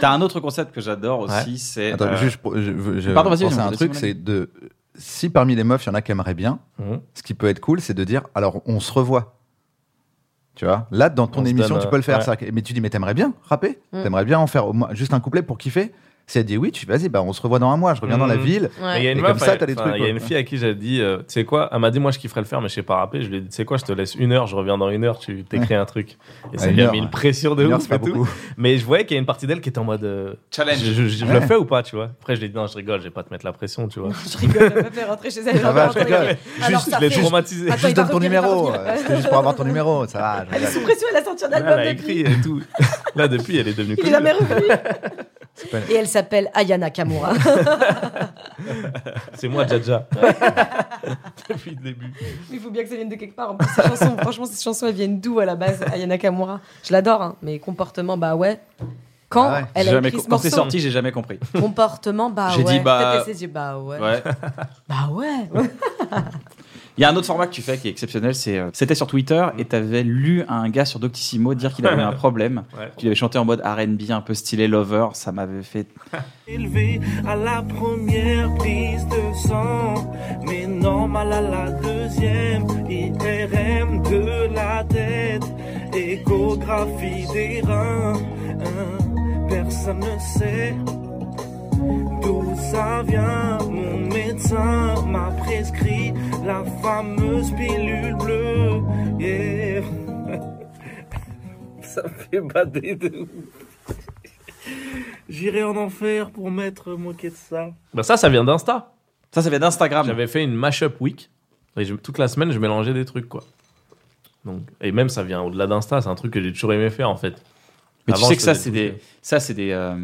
[SPEAKER 1] T'as un autre concept que j'adore aussi, c'est.
[SPEAKER 2] Attends,
[SPEAKER 1] euh,
[SPEAKER 2] juste, pour- je, je- je
[SPEAKER 1] Pardon, vas-y,
[SPEAKER 2] pense à
[SPEAKER 1] vas-y,
[SPEAKER 2] un
[SPEAKER 1] vas-y,
[SPEAKER 2] truc
[SPEAKER 1] vas-y.
[SPEAKER 2] c'est de. Si parmi les meufs, il y en a qui aimeraient bien,
[SPEAKER 7] Mm.
[SPEAKER 2] ce qui peut être cool, c'est de dire alors, on se revoit. Tu vois Là, dans ton
[SPEAKER 7] On se
[SPEAKER 2] émission,
[SPEAKER 7] donne,
[SPEAKER 2] tu peux le faire.
[SPEAKER 7] ouais.
[SPEAKER 2] c'est-à-dire que- Mais tu dis Mais t'aimerais bien rapper
[SPEAKER 1] Mhm.
[SPEAKER 9] Mm.
[SPEAKER 2] T'aimerais bien en faire au moins juste un couplet pour kiffer Si elle dit Oui, tu vas-y, bah, on se revoit dans un mois, je reviens dans la
[SPEAKER 7] Mm.
[SPEAKER 2] ville.
[SPEAKER 7] Mais il y a
[SPEAKER 9] Ouais.
[SPEAKER 7] une
[SPEAKER 2] Et
[SPEAKER 7] meuf,
[SPEAKER 2] comme ça,
[SPEAKER 7] elle-
[SPEAKER 2] t'as des
[SPEAKER 7] enfin,
[SPEAKER 2] trucs,
[SPEAKER 7] Il y a
[SPEAKER 2] quoi.
[SPEAKER 7] une fille à qui j'ai dit, euh, tu sais quoi Elle m'a dit, moi, je kifferais le faire, mais je sais pas rapper. Je lui ai dit, tu sais quoi, je te laisse une heure, je reviens dans une heure, tu t'écris un truc. Et ça
[SPEAKER 2] une
[SPEAKER 7] lui a
[SPEAKER 2] heure,
[SPEAKER 7] mis une
[SPEAKER 2] ouais.
[SPEAKER 7] pression de
[SPEAKER 2] Une heure,
[SPEAKER 7] ouf
[SPEAKER 2] c'est pas
[SPEAKER 7] et tout.
[SPEAKER 2] beaucoup.
[SPEAKER 7] Mais je voyais qu'il y a une partie d'elle qui était en mode. euh,
[SPEAKER 1] Challenge.
[SPEAKER 7] Je, je- je le
[SPEAKER 2] Ouais.
[SPEAKER 7] fais ou pas, tu vois Après, je lui ai dit, non, je rigole, je vais pas te mettre la pression, tu vois.
[SPEAKER 9] Je rigole, elle m'a fait rentrer chez elle.
[SPEAKER 2] Ça va,
[SPEAKER 9] j'entends
[SPEAKER 2] je rigole.
[SPEAKER 9] rentrer. Alors,
[SPEAKER 7] Juste,
[SPEAKER 9] ça
[SPEAKER 7] je l'ai
[SPEAKER 9] fait-
[SPEAKER 7] traumatisé.
[SPEAKER 9] Attends,
[SPEAKER 2] Juste
[SPEAKER 9] il va
[SPEAKER 2] donne ton
[SPEAKER 9] revenir, il va
[SPEAKER 2] numéro.
[SPEAKER 9] revenir.
[SPEAKER 2] euh, C'était juste pour avoir ton numéro. Ça va. je
[SPEAKER 9] Elle est
[SPEAKER 2] rigole.
[SPEAKER 9] sous pression, elle a sorti un
[SPEAKER 7] Elle
[SPEAKER 9] album
[SPEAKER 7] a écrit
[SPEAKER 9] depuis.
[SPEAKER 7] et tout. Là, depuis, elle est
[SPEAKER 9] Il
[SPEAKER 7] devenue
[SPEAKER 9] est
[SPEAKER 7] connue.
[SPEAKER 9] jamais revenu.
[SPEAKER 2] pas-
[SPEAKER 9] Et elle s'appelle Ayana Kamura.
[SPEAKER 7] C'est moi, Jaja. depuis le début.
[SPEAKER 9] Il faut bien que ça vienne de quelque part. En plus, ces chansons, franchement, ces chansons, elles viennent d'où à la base Ayana Kamura. Je l'adore, hein, mais comportement, bah ouais. Quand
[SPEAKER 2] Ah ouais.
[SPEAKER 9] elle
[SPEAKER 1] j'ai
[SPEAKER 9] a
[SPEAKER 1] jamais
[SPEAKER 9] écrit
[SPEAKER 1] co-
[SPEAKER 9] ce
[SPEAKER 1] Quand c'est
[SPEAKER 9] morceau,
[SPEAKER 1] sorti, j'ai jamais compris.
[SPEAKER 9] comportement, bah
[SPEAKER 1] J'ai
[SPEAKER 9] ouais.
[SPEAKER 1] dit, bah-
[SPEAKER 9] Peut-être qu'elle s'est dit, bah ouais.
[SPEAKER 1] Ouais.
[SPEAKER 9] Bah ouais.
[SPEAKER 1] Il y a un autre format que tu fais qui est exceptionnel, c'est euh, c'était sur Twitter
[SPEAKER 7] Mm.
[SPEAKER 1] et t'avais lu à un gars sur Doctissimo dire qu'il avait un problème,
[SPEAKER 7] Ouais.
[SPEAKER 1] qu'il avait chanté en mode R&B un peu stylé lover, ça m'avait fait
[SPEAKER 8] Élevé à la première prise de sang, mais normal à la deuxième, IRM de la tête, échographie des reins, hein, personne ne sait d'où ça vient, mon médecin m'a prescrit la fameuse pilule bleue, yeah. ça me fait bader de ouf. J'irai en enfer pour m'être moqué de ça.
[SPEAKER 7] Bah, ça, ça vient d'Insta.
[SPEAKER 1] ça ça vient d'Instagram.
[SPEAKER 7] J'avais fait une mashup week. Et je- toute la semaine, je mélangeais des trucs, quoi. Donc, et même, ça vient au-delà d'Insta. C'est un truc que j'ai toujours aimé faire, en fait.
[SPEAKER 1] Mais tu
[SPEAKER 7] Avant,
[SPEAKER 1] sais
[SPEAKER 7] je
[SPEAKER 1] que ça
[SPEAKER 7] faisais
[SPEAKER 1] c'est
[SPEAKER 7] des
[SPEAKER 1] des ça c'est des euh,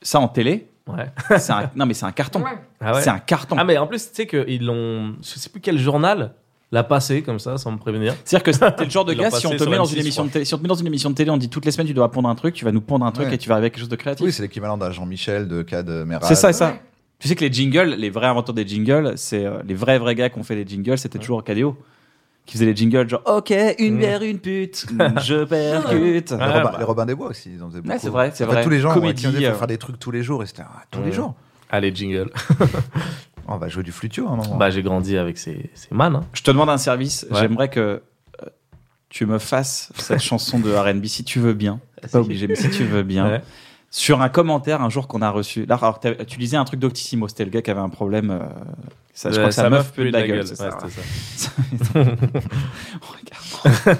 [SPEAKER 1] ça en télé,
[SPEAKER 7] Ouais.
[SPEAKER 1] c'est un non mais c'est un carton.
[SPEAKER 7] Ah, ouais.
[SPEAKER 1] C'est un carton.
[SPEAKER 7] Ah, mais en plus, tu sais qu'ils l'ont. Je sais plus quel journal l'a passé, comme ça, sans me prévenir.
[SPEAKER 1] C'est-à-dire que c'est- t'es le genre de
[SPEAKER 7] Ils l'ont
[SPEAKER 1] gars si on
[SPEAKER 7] passé
[SPEAKER 1] te
[SPEAKER 7] sur
[SPEAKER 1] met dans
[SPEAKER 7] M6,
[SPEAKER 1] une émission
[SPEAKER 7] je
[SPEAKER 1] de télé, si on te met dans une émission de télé, on dit toutes les semaines tu dois pondre un truc, tu vas nous pondre un truc
[SPEAKER 2] Ouais.
[SPEAKER 1] et tu vas arriver avec quelque chose de créatif.
[SPEAKER 2] Oui, c'est l'équivalent d'un Jean-Michel, de Cad euh, Merad.
[SPEAKER 1] C'est ça, c'est ça. Tu sais que les jingles, les vrais inventeurs des jingles, c'est euh, les vrais vrais gars qui ont fait les jingles, c'était toujours KDO qui faisait les jingles genre OK, une
[SPEAKER 7] Mm.
[SPEAKER 1] bière, une pute, je percute.
[SPEAKER 2] Les,
[SPEAKER 7] Ouais,
[SPEAKER 2] Robins,
[SPEAKER 7] bah.
[SPEAKER 2] les Robins des Bois aussi, ils en faisaient beaucoup.
[SPEAKER 1] c'est vrai, c'est
[SPEAKER 2] En fait,
[SPEAKER 1] vrai.
[SPEAKER 2] Tous les gens
[SPEAKER 1] Ah, Comédie,
[SPEAKER 2] qui disaient,
[SPEAKER 1] euh.
[SPEAKER 2] faut faire des trucs tous les jours. Et c'était ah, tous
[SPEAKER 7] Mm.
[SPEAKER 2] les jours.
[SPEAKER 7] Allez, jingle.
[SPEAKER 2] On va jouer Ah, bah, du flutio à un moment.
[SPEAKER 7] Bah, j'ai grandi avec ces, ces man. hein.
[SPEAKER 1] Je te demande un service.
[SPEAKER 7] Ouais.
[SPEAKER 1] J'aimerais que euh, tu me fasses cette chanson de RB si tu veux bien. T'es Pas obligé, Hein. mais si tu veux bien.
[SPEAKER 7] Ouais.
[SPEAKER 1] Sur un commentaire un jour qu'on a reçu. Là, alors, t'as- tu lisais un truc d'Octissimo, c'était le gars qui avait un problème. euh, ça, je
[SPEAKER 7] Euh,
[SPEAKER 1] crois que sa meuf peut
[SPEAKER 7] pue
[SPEAKER 1] de la gueule. c'est
[SPEAKER 7] Ouais,
[SPEAKER 1] ça.
[SPEAKER 7] c'était ça.
[SPEAKER 1] Regarde.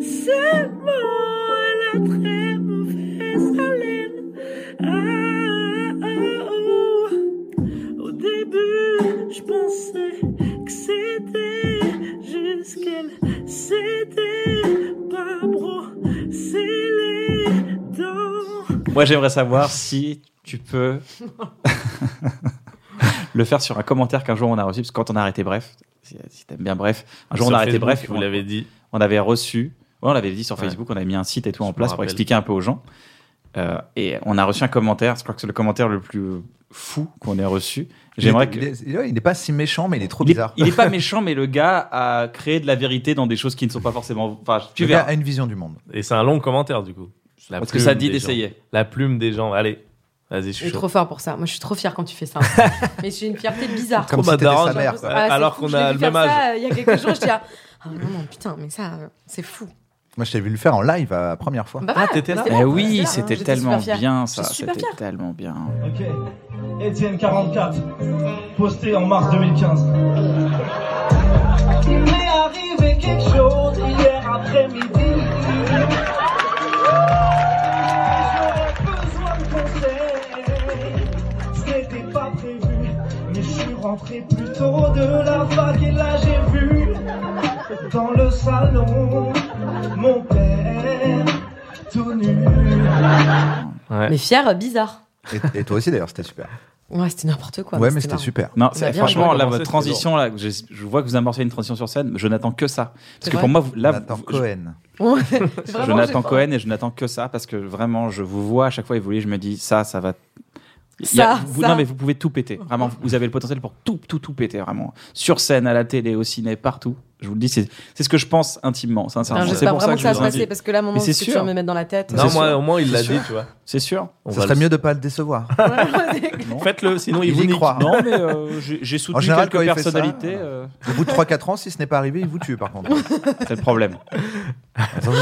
[SPEAKER 10] C'est moi la très mauvaise haleine. Ah, ah, oh. Au début, je pensais que c'était juste qu'elle s'était pas brossée les dents.
[SPEAKER 1] Moi, j'aimerais savoir si tu peux le faire sur un commentaire qu'un jour on a reçu, parce que quand on a arrêté Bref, si, si t'aimes bien Bref, un jour
[SPEAKER 7] Sur
[SPEAKER 1] on a arrêté
[SPEAKER 7] Facebook,
[SPEAKER 1] Bref,
[SPEAKER 7] Vous
[SPEAKER 1] on,
[SPEAKER 7] l'avez dit.
[SPEAKER 1] on avait reçu, ouais, on l'avait dit sur
[SPEAKER 7] Ouais.
[SPEAKER 1] Facebook, on avait mis un site et tout
[SPEAKER 7] Je
[SPEAKER 1] en
[SPEAKER 7] me
[SPEAKER 1] place pour
[SPEAKER 7] rappelle.
[SPEAKER 1] expliquer un peu aux gens. Euh, et on a reçu un commentaire, je crois que c'est le commentaire le plus fou qu'on ait reçu. J'aimerais
[SPEAKER 2] il,
[SPEAKER 1] que.
[SPEAKER 2] est- il est- ouais, il n'est pas si méchant, mais il est trop
[SPEAKER 1] Il est,
[SPEAKER 2] bizarre.
[SPEAKER 1] il est pas méchant, mais le gars a créé de la vérité dans des choses qui ne sont pas forcément. Enfin, tu
[SPEAKER 2] Le gars
[SPEAKER 1] verras.
[SPEAKER 2] a une vision du monde.
[SPEAKER 7] Et c'est un long commentaire, du coup. La
[SPEAKER 1] Parce que
[SPEAKER 7] plume
[SPEAKER 1] ça dit
[SPEAKER 7] des gens.
[SPEAKER 1] d'essayer.
[SPEAKER 7] La plume des gens. Allez, vas-y, je
[SPEAKER 3] Je
[SPEAKER 7] suis
[SPEAKER 3] suis
[SPEAKER 7] chaud.
[SPEAKER 3] trop fort pour ça. Moi, je suis trop fière quand tu fais ça. Mais j'ai une fierté bizarre.
[SPEAKER 2] Comme
[SPEAKER 7] Trop
[SPEAKER 2] si t'étais
[SPEAKER 7] badarant,
[SPEAKER 2] sa mère. quoi.
[SPEAKER 3] Ah,
[SPEAKER 7] Ouais. alors qu'on a le même âge.
[SPEAKER 3] Il y a quelques jours, je dis ah, ah non, non, putain, mais ça, euh, c'est fou.
[SPEAKER 2] Moi, je t'ai vu le faire en live euh, la première fois.
[SPEAKER 3] Bah,
[SPEAKER 7] Ah,
[SPEAKER 3] ouais,
[SPEAKER 7] t'étais là
[SPEAKER 3] mais c'est
[SPEAKER 1] Eh
[SPEAKER 3] bon, c'est
[SPEAKER 1] oui,
[SPEAKER 3] bien,
[SPEAKER 1] c'était
[SPEAKER 3] j'étais
[SPEAKER 1] tellement
[SPEAKER 3] super fière.
[SPEAKER 1] bien ça.
[SPEAKER 3] J'étais super
[SPEAKER 1] C'était
[SPEAKER 3] fière.
[SPEAKER 1] tellement bien.
[SPEAKER 8] Ok. Etienne 44, posté en mars 2015. Il m'est arrivé quelque chose hier après-midi. J'aurais besoin de conseils. Ce n'était pas prévu, mais je suis rentré plus tôt de la vague et là j'ai vu dans le salon mon père tout nu.
[SPEAKER 7] Ouais.
[SPEAKER 3] Mais fière, euh, bizarre.
[SPEAKER 2] Et, et toi aussi, d'ailleurs, c'était super.
[SPEAKER 3] Ouais, c'était n'importe quoi.
[SPEAKER 2] ouais, mais c'était
[SPEAKER 3] marrant.
[SPEAKER 2] super.
[SPEAKER 1] Non,
[SPEAKER 3] On
[SPEAKER 1] c'est-
[SPEAKER 3] a bien
[SPEAKER 1] franchement,
[SPEAKER 7] rigolé.
[SPEAKER 1] là,
[SPEAKER 7] Comment
[SPEAKER 1] votre
[SPEAKER 7] ça,
[SPEAKER 1] transition, là, je, je vois que vous amorcez une transition sur scène, mais je n'attends que ça. Parce
[SPEAKER 3] C'est
[SPEAKER 1] que
[SPEAKER 3] vrai
[SPEAKER 1] pour moi, vous- là,
[SPEAKER 2] Nathan
[SPEAKER 1] vous- je-
[SPEAKER 2] Cohen.
[SPEAKER 3] Ouais,
[SPEAKER 1] je
[SPEAKER 3] vraiment,
[SPEAKER 1] n'attends
[SPEAKER 3] j'ai-
[SPEAKER 1] Cohen et je n'attends que ça parce que vraiment, je vous vois à chaque fois évoluer, je me dis, ça, ça va. Il y a-
[SPEAKER 3] Ça,
[SPEAKER 1] vous-
[SPEAKER 3] ça.
[SPEAKER 1] Non, mais vous pouvez tout péter. Vraiment, vous avez le potentiel pour tout, tout, tout péter, vraiment. Sur scène, à la télé, au ciné, partout. Je vous le dis, c'est c'est ce que je pense intimement, sincèrement.
[SPEAKER 3] Alors,
[SPEAKER 1] C'est
[SPEAKER 3] J'espère
[SPEAKER 1] pour ça
[SPEAKER 3] vraiment
[SPEAKER 1] que,
[SPEAKER 3] que
[SPEAKER 1] je
[SPEAKER 3] ça va se
[SPEAKER 1] vous
[SPEAKER 3] passer
[SPEAKER 1] invite.
[SPEAKER 3] parce que là, mon
[SPEAKER 1] Mais
[SPEAKER 3] moment,
[SPEAKER 1] c'est
[SPEAKER 3] c'est
[SPEAKER 1] sûr.
[SPEAKER 3] sûr me mettre dans la tête.
[SPEAKER 7] Non,
[SPEAKER 1] C'est
[SPEAKER 7] moi,
[SPEAKER 1] sûr.
[SPEAKER 7] au moins, il
[SPEAKER 2] C'est
[SPEAKER 7] l'a
[SPEAKER 2] sûr.
[SPEAKER 7] dit, tu vois.
[SPEAKER 1] C'est sûr.
[SPEAKER 7] On
[SPEAKER 2] Ça
[SPEAKER 7] va
[SPEAKER 2] serait
[SPEAKER 7] le-
[SPEAKER 2] mieux de pas le décevoir.
[SPEAKER 7] Faites-le, sinon il
[SPEAKER 2] Il
[SPEAKER 7] vous
[SPEAKER 2] y
[SPEAKER 7] nique.
[SPEAKER 2] croit.
[SPEAKER 1] Non, mais euh, j'ai j'ai soutenu
[SPEAKER 2] général,
[SPEAKER 1] quelques
[SPEAKER 2] quand il fait ça,
[SPEAKER 1] personnalités.
[SPEAKER 2] voilà.
[SPEAKER 1] euh,
[SPEAKER 2] Au bout de 3-4 ans, si ce n'est pas arrivé, il vous tue, par contre.
[SPEAKER 1] c'est le problème.
[SPEAKER 2] Attends, je